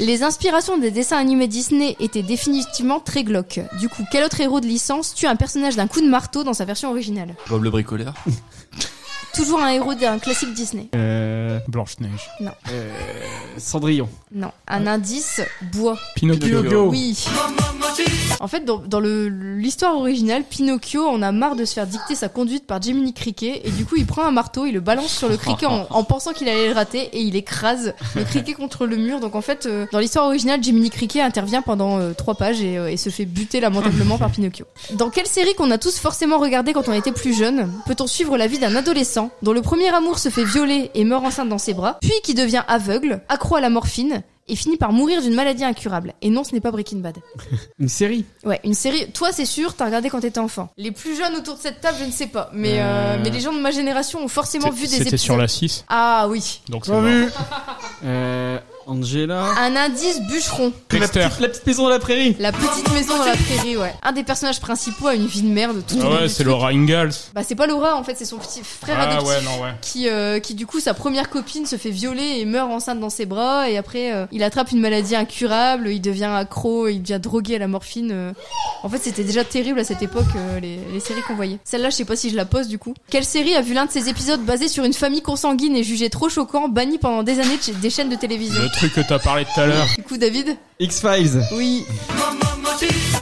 Speaker 3: Les inspirations des dessins animés Disney étaient définitivement très glauques. Du coup, quel autre héros de licence tue un personnage d'un coup de marteau dans sa version originale
Speaker 7: Bob le bricoleur.
Speaker 3: Toujours un héros d'un classique Disney.
Speaker 12: Euh, Blanche-Neige.
Speaker 3: Non.
Speaker 19: Cendrillon.
Speaker 3: Non, un indice bois.
Speaker 12: Pinocchio.
Speaker 3: Oui. En fait, dans, dans le- l'histoire originale, Pinocchio en a marre de se faire dicter sa conduite par Jiminy Cricket et du coup, il prend un marteau, il le balance sur le cricket en, en pensant qu'il allait le rater et il écrase le cricket contre le mur. Donc en fait, euh, dans l'histoire originale, Jiminy Cricket intervient pendant euh, trois pages et, euh, et se fait buter lamentablement par Pinocchio. Dans quelle série qu'on a tous forcément regardé quand on était plus jeune, peut-on suivre la vie d'un adolescent dont le premier amour se fait violer et meurt enceinte dans ses bras, puis qui devient aveugle, accro à la morphine et finit par mourir d'une maladie incurable. Et non, ce n'est pas Breaking Bad.
Speaker 19: Une série.
Speaker 3: Ouais, une série. Toi, c'est sûr, t'as regardé quand t'étais enfant. Les plus jeunes autour de cette table, je ne sais pas. Mais, euh,
Speaker 12: Euh,
Speaker 3: mais les gens de ma génération ont forcément vu des épisodes.
Speaker 12: C'était sur la 6.
Speaker 3: Ah oui.
Speaker 12: Donc c'est bon.
Speaker 19: Euh, Angela.
Speaker 3: Un indice bûcheron.
Speaker 12: Dexter.
Speaker 19: La petite maison de la prairie.
Speaker 3: La petite maison dans la prairie, ouais. Un des personnages principaux a une vie de merde tout au
Speaker 12: Ah
Speaker 3: long
Speaker 12: ouais,
Speaker 3: du
Speaker 12: c'est Laura Ingalls.
Speaker 3: Bah c'est pas Laura en fait, c'est son petit frère
Speaker 12: Ah
Speaker 3: adoptif
Speaker 12: ouais, non, ouais.
Speaker 3: qui euh, qui du coup sa première copine se fait violer et meurt enceinte dans ses bras et après euh, il attrape une maladie incurable, il devient accro, il devient drogué à la morphine. euh. En fait c'était déjà terrible à cette époque euh, les, les séries qu'on voyait. Celle-là je sais pas si je la pose du coup. Quelle série a vu l'un de ces épisodes basé sur une famille consanguine et jugé trop choquant, banni pendant des années de chez- des chaînes de télévision
Speaker 12: Le truc que t'as parlé tout à l'heure.
Speaker 3: Du coup David
Speaker 19: X-Files.
Speaker 3: Oui.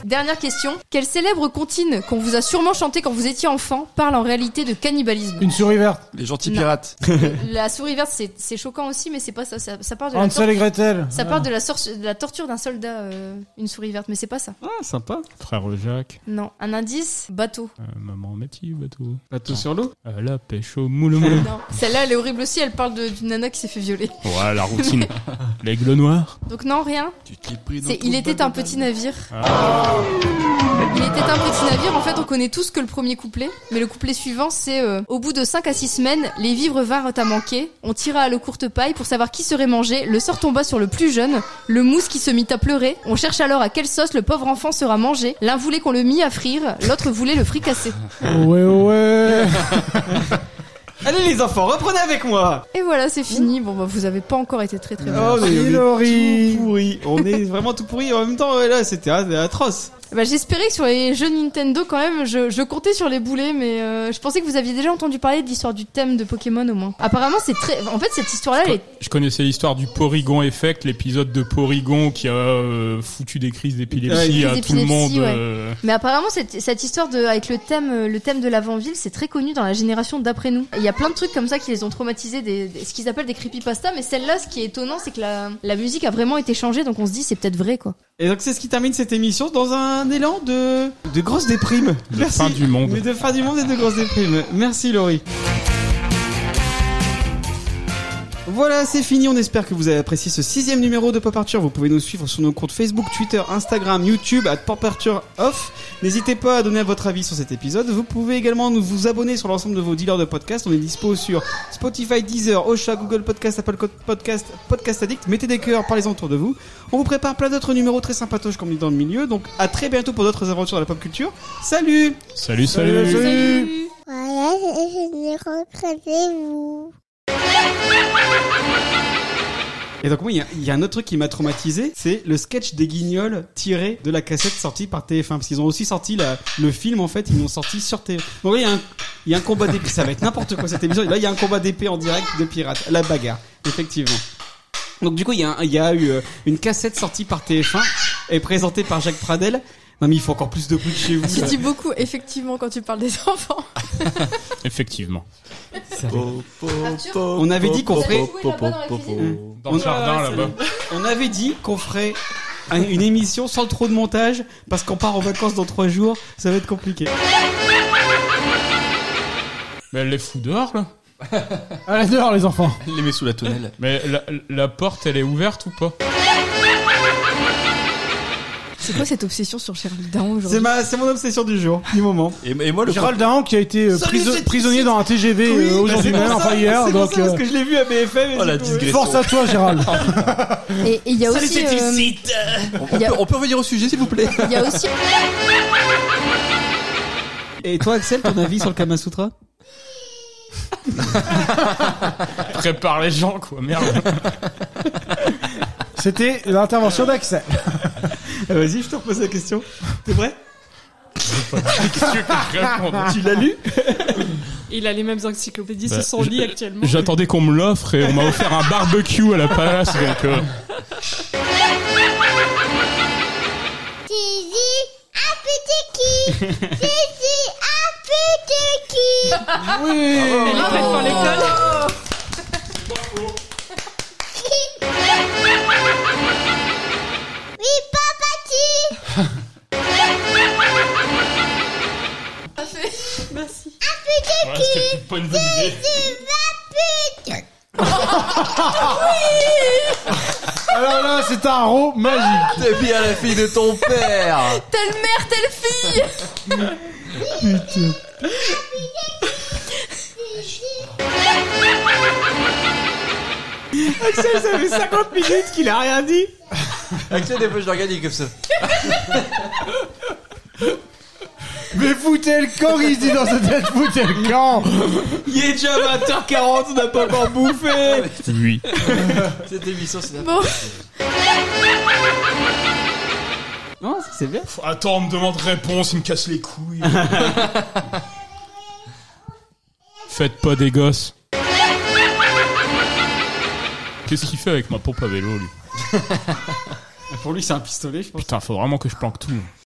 Speaker 3: Dernière question. Quelle célèbre comptine qu'on vous a sûrement chantée quand vous étiez enfant parle en réalité de cannibalisme
Speaker 5: Une souris verte.
Speaker 7: Les gentils pirates.
Speaker 3: La souris verte, c'est c'est choquant aussi, mais c'est pas ça. Ça, ça part de la
Speaker 5: Hansel et
Speaker 3: torture-
Speaker 5: Gretel.
Speaker 3: Ça part de la, sorce- de la torture d'un soldat, euh, une souris verte, mais c'est pas ça.
Speaker 19: Ah, sympa.
Speaker 12: Frère Jacques.
Speaker 3: Non, un indice, bateau.
Speaker 12: Euh, maman Mathilde, bateau.
Speaker 19: Bateau sur l'eau
Speaker 12: La pêche au moule moule.
Speaker 3: Non, celle-là, elle est horrible aussi, elle parle de- d'une nana qui s'est fait violer.
Speaker 12: Ouais, la routine. L'aigle noir.
Speaker 3: Donc non, rien. C'est Il était un petit navire.
Speaker 12: Ah.
Speaker 3: Il était un petit navire, en fait on connaît tous que le premier couplet, mais le couplet suivant c'est euh, Au bout de 5 à 6 semaines, les vivres vinrent à manquer, on tira à l'eau courte paille pour savoir qui serait mangé, le sort tomba sur le plus jeune, le mousse qui se mit à pleurer, on cherche alors à quelle sauce le pauvre enfant sera mangé, l'un voulait qu'on le mit à frire, l'autre voulait le fricasser.
Speaker 5: Ouais, ouais.
Speaker 19: Allez les enfants, reprenez avec moi.
Speaker 3: Et voilà c'est fini, bon bah vous avez pas encore été très très bon.
Speaker 19: Oh, mais on est tout pourri. On est vraiment tout pourri. En même temps, ouais, là, c'était a- atroce.
Speaker 3: Bah, J'espérais que sur les jeux Nintendo, quand même, je, je comptais sur les boulets, mais euh, je pensais que vous aviez déjà entendu parler de l'histoire du thème de Pokémon au moins. Apparemment, c'est très. En fait, cette histoire-là, elle est
Speaker 12: Je connaissais l'histoire du Porygon Effect, l'épisode de Porygon qui a euh, foutu des crises d'épilepsie
Speaker 3: Des
Speaker 12: à tout le
Speaker 3: épilepsies,
Speaker 12: monde.
Speaker 3: ouais.
Speaker 12: euh,
Speaker 3: Mais apparemment, cette, cette histoire de, avec le thème, euh, le thème de l'avant-ville, c'est très connu dans la génération d'après nous. Il y a plein de trucs comme ça qui les ont traumatisés, des, des- ce qu'ils appellent des creepypastas. Mais celle-là, ce qui est étonnant, c'est que la, la musique a vraiment été changée, donc on se dit c'est peut-être vrai, quoi.
Speaker 2: Et donc c'est ce qui termine cette émission dans un élan de de grosse déprime. De Merci.
Speaker 12: fin du monde.
Speaker 2: Mais de fin du monde et de grosse déprime. Merci Laurie. Voilà, c'est fini. On espère que vous avez apprécié ce sixième numéro de Pop Arthur. Vous pouvez nous suivre sur nos comptes Facebook, Twitter, Instagram, YouTube, à Pop Arthur Off. N'hésitez pas à donner votre avis sur cet épisode. Vous pouvez également nous vous abonner sur l'ensemble de vos dealers de podcasts. On est dispo sur Spotify, Deezer, Ocha, Google Podcast, Apple Co- Podcast, Podcast Addict. Mettez des cœurs, parlez-en autour de vous. On vous prépare plein d'autres numéros très sympatoches comme dit dans le milieu. Donc à très bientôt pour d'autres aventures de la pop culture. Salut
Speaker 12: Salut, salut.
Speaker 2: Salut, salut.
Speaker 17: Voilà, je l'ai rencontré, vous.
Speaker 2: Et donc, moi, il y a- il y, a un autre truc qui m'a traumatisé, c'est le sketch des guignols tiré de la cassette sortie par TF1. Parce qu'ils ont aussi sorti la- le film, en fait, ils l'ont sorti sur TF1. Donc là, il y a un- il y, a un combat d'épées, ça va être n'importe quoi cette émission. Là, il y a un combat d'épées en direct de pirates, la bagarre, effectivement. Donc, du coup, il y, a un- il y a eu euh, une cassette sortie par TF1 et présentée par Jacques Pradel. Non, mais il faut encore plus de bruit de chez vous.
Speaker 3: Tu
Speaker 2: là.
Speaker 3: dis beaucoup, effectivement, quand tu parles des enfants.
Speaker 12: Effectivement.
Speaker 2: On avait dit qu'on
Speaker 12: Vous
Speaker 2: ferait.
Speaker 12: allez jouer là-bas dans la cuisine
Speaker 2: Hein.
Speaker 12: Dans le
Speaker 2: On-
Speaker 12: jardin,
Speaker 2: ouais, ouais,
Speaker 12: là-bas.
Speaker 2: c'est- On avait dit qu'on ferait un- une émission sans trop de montage parce qu'on part en vacances dans trois jours, ça va être compliqué.
Speaker 12: Mais elle les fout dehors, là
Speaker 5: Allez dehors, les enfants.
Speaker 7: Elle les met sous la tonnelle.
Speaker 12: Mais la, la porte, elle est ouverte ou pas
Speaker 3: C'est quoi cette obsession sur Charlie Down aujourd'hui
Speaker 2: C'est ma, c'est mon obsession du jour, du moment.
Speaker 7: Et, moi,
Speaker 5: le Gérald Dahan qui a été euh,
Speaker 2: Salut,
Speaker 5: priso-
Speaker 2: c'est-
Speaker 5: prisonnier dans un TGV
Speaker 2: Oui,
Speaker 5: euh,
Speaker 2: bah,
Speaker 5: aujourd'hui
Speaker 2: c'est pour
Speaker 5: même,
Speaker 2: ça,
Speaker 5: enfin hier.
Speaker 2: c'est pour
Speaker 5: Donc,
Speaker 2: ça, parce
Speaker 5: euh,
Speaker 2: que je l'ai vu à BFM. et
Speaker 5: Oh, la
Speaker 2: j'ai trouvé-
Speaker 5: digression. Force à toi, Gérald.
Speaker 3: Et il y a
Speaker 7: Salut,
Speaker 3: aussi.
Speaker 7: c'est
Speaker 3: euh,
Speaker 7: Ixit. On, on
Speaker 3: il y a-
Speaker 7: peut, on peut revenir au sujet, s'il vous plaît
Speaker 3: Il y a aussi.
Speaker 2: Et toi, Axel, ton avis sur le Kama Sutra
Speaker 12: Prépare les gens, quoi, merde.
Speaker 5: C'était l'intervention d'Axel.
Speaker 2: Ah, Vas-y, je te repose la question. T'es prêt
Speaker 12: Tu
Speaker 2: l'as lu
Speaker 11: Il a les mêmes encyclopédies
Speaker 12: Bah,
Speaker 11: sur son lit
Speaker 12: je-
Speaker 11: actuellement.
Speaker 12: J'attendais qu'on me l'offre et on m'a offert un barbecue à la palace. Donc, euh,
Speaker 17: Tizi, un petit qui Tizi, un petit qui
Speaker 5: Oui
Speaker 3: Ah,
Speaker 17: Elle est prête pour l'école Oui, papa qui Parfait, merci. Un
Speaker 12: voilà,
Speaker 17: petit
Speaker 12: c'était
Speaker 17: qui
Speaker 12: pas une bonne idée.
Speaker 17: Tizi, va pute Oh.
Speaker 5: Alors là, c'est un rot magique.
Speaker 7: T'es bien la fille de ton père.
Speaker 3: Telle mère, telle fille
Speaker 5: Putain.
Speaker 2: Axel, ça fait 50 minutes qu'il a rien dit.
Speaker 7: Axel, des fois, je l'organise comme ça.
Speaker 5: Mais foutez le camp, il se dit dans sa tête, foutez le camp
Speaker 2: Il est déjà 20h40, on n'a pas encore bouffé.
Speaker 12: Oui.
Speaker 7: Cette émission, c'est
Speaker 3: Bon.
Speaker 2: Non, c'est bien.
Speaker 12: Pff, Attends, on me demande réponse, il me casse les couilles. Faites pas des gosses. Qu'est-ce qu'il fait avec ma pompe à vélo, lui
Speaker 2: Pour lui, c'est un pistolet, je pense.
Speaker 12: Putain, faut vraiment que je planque tout.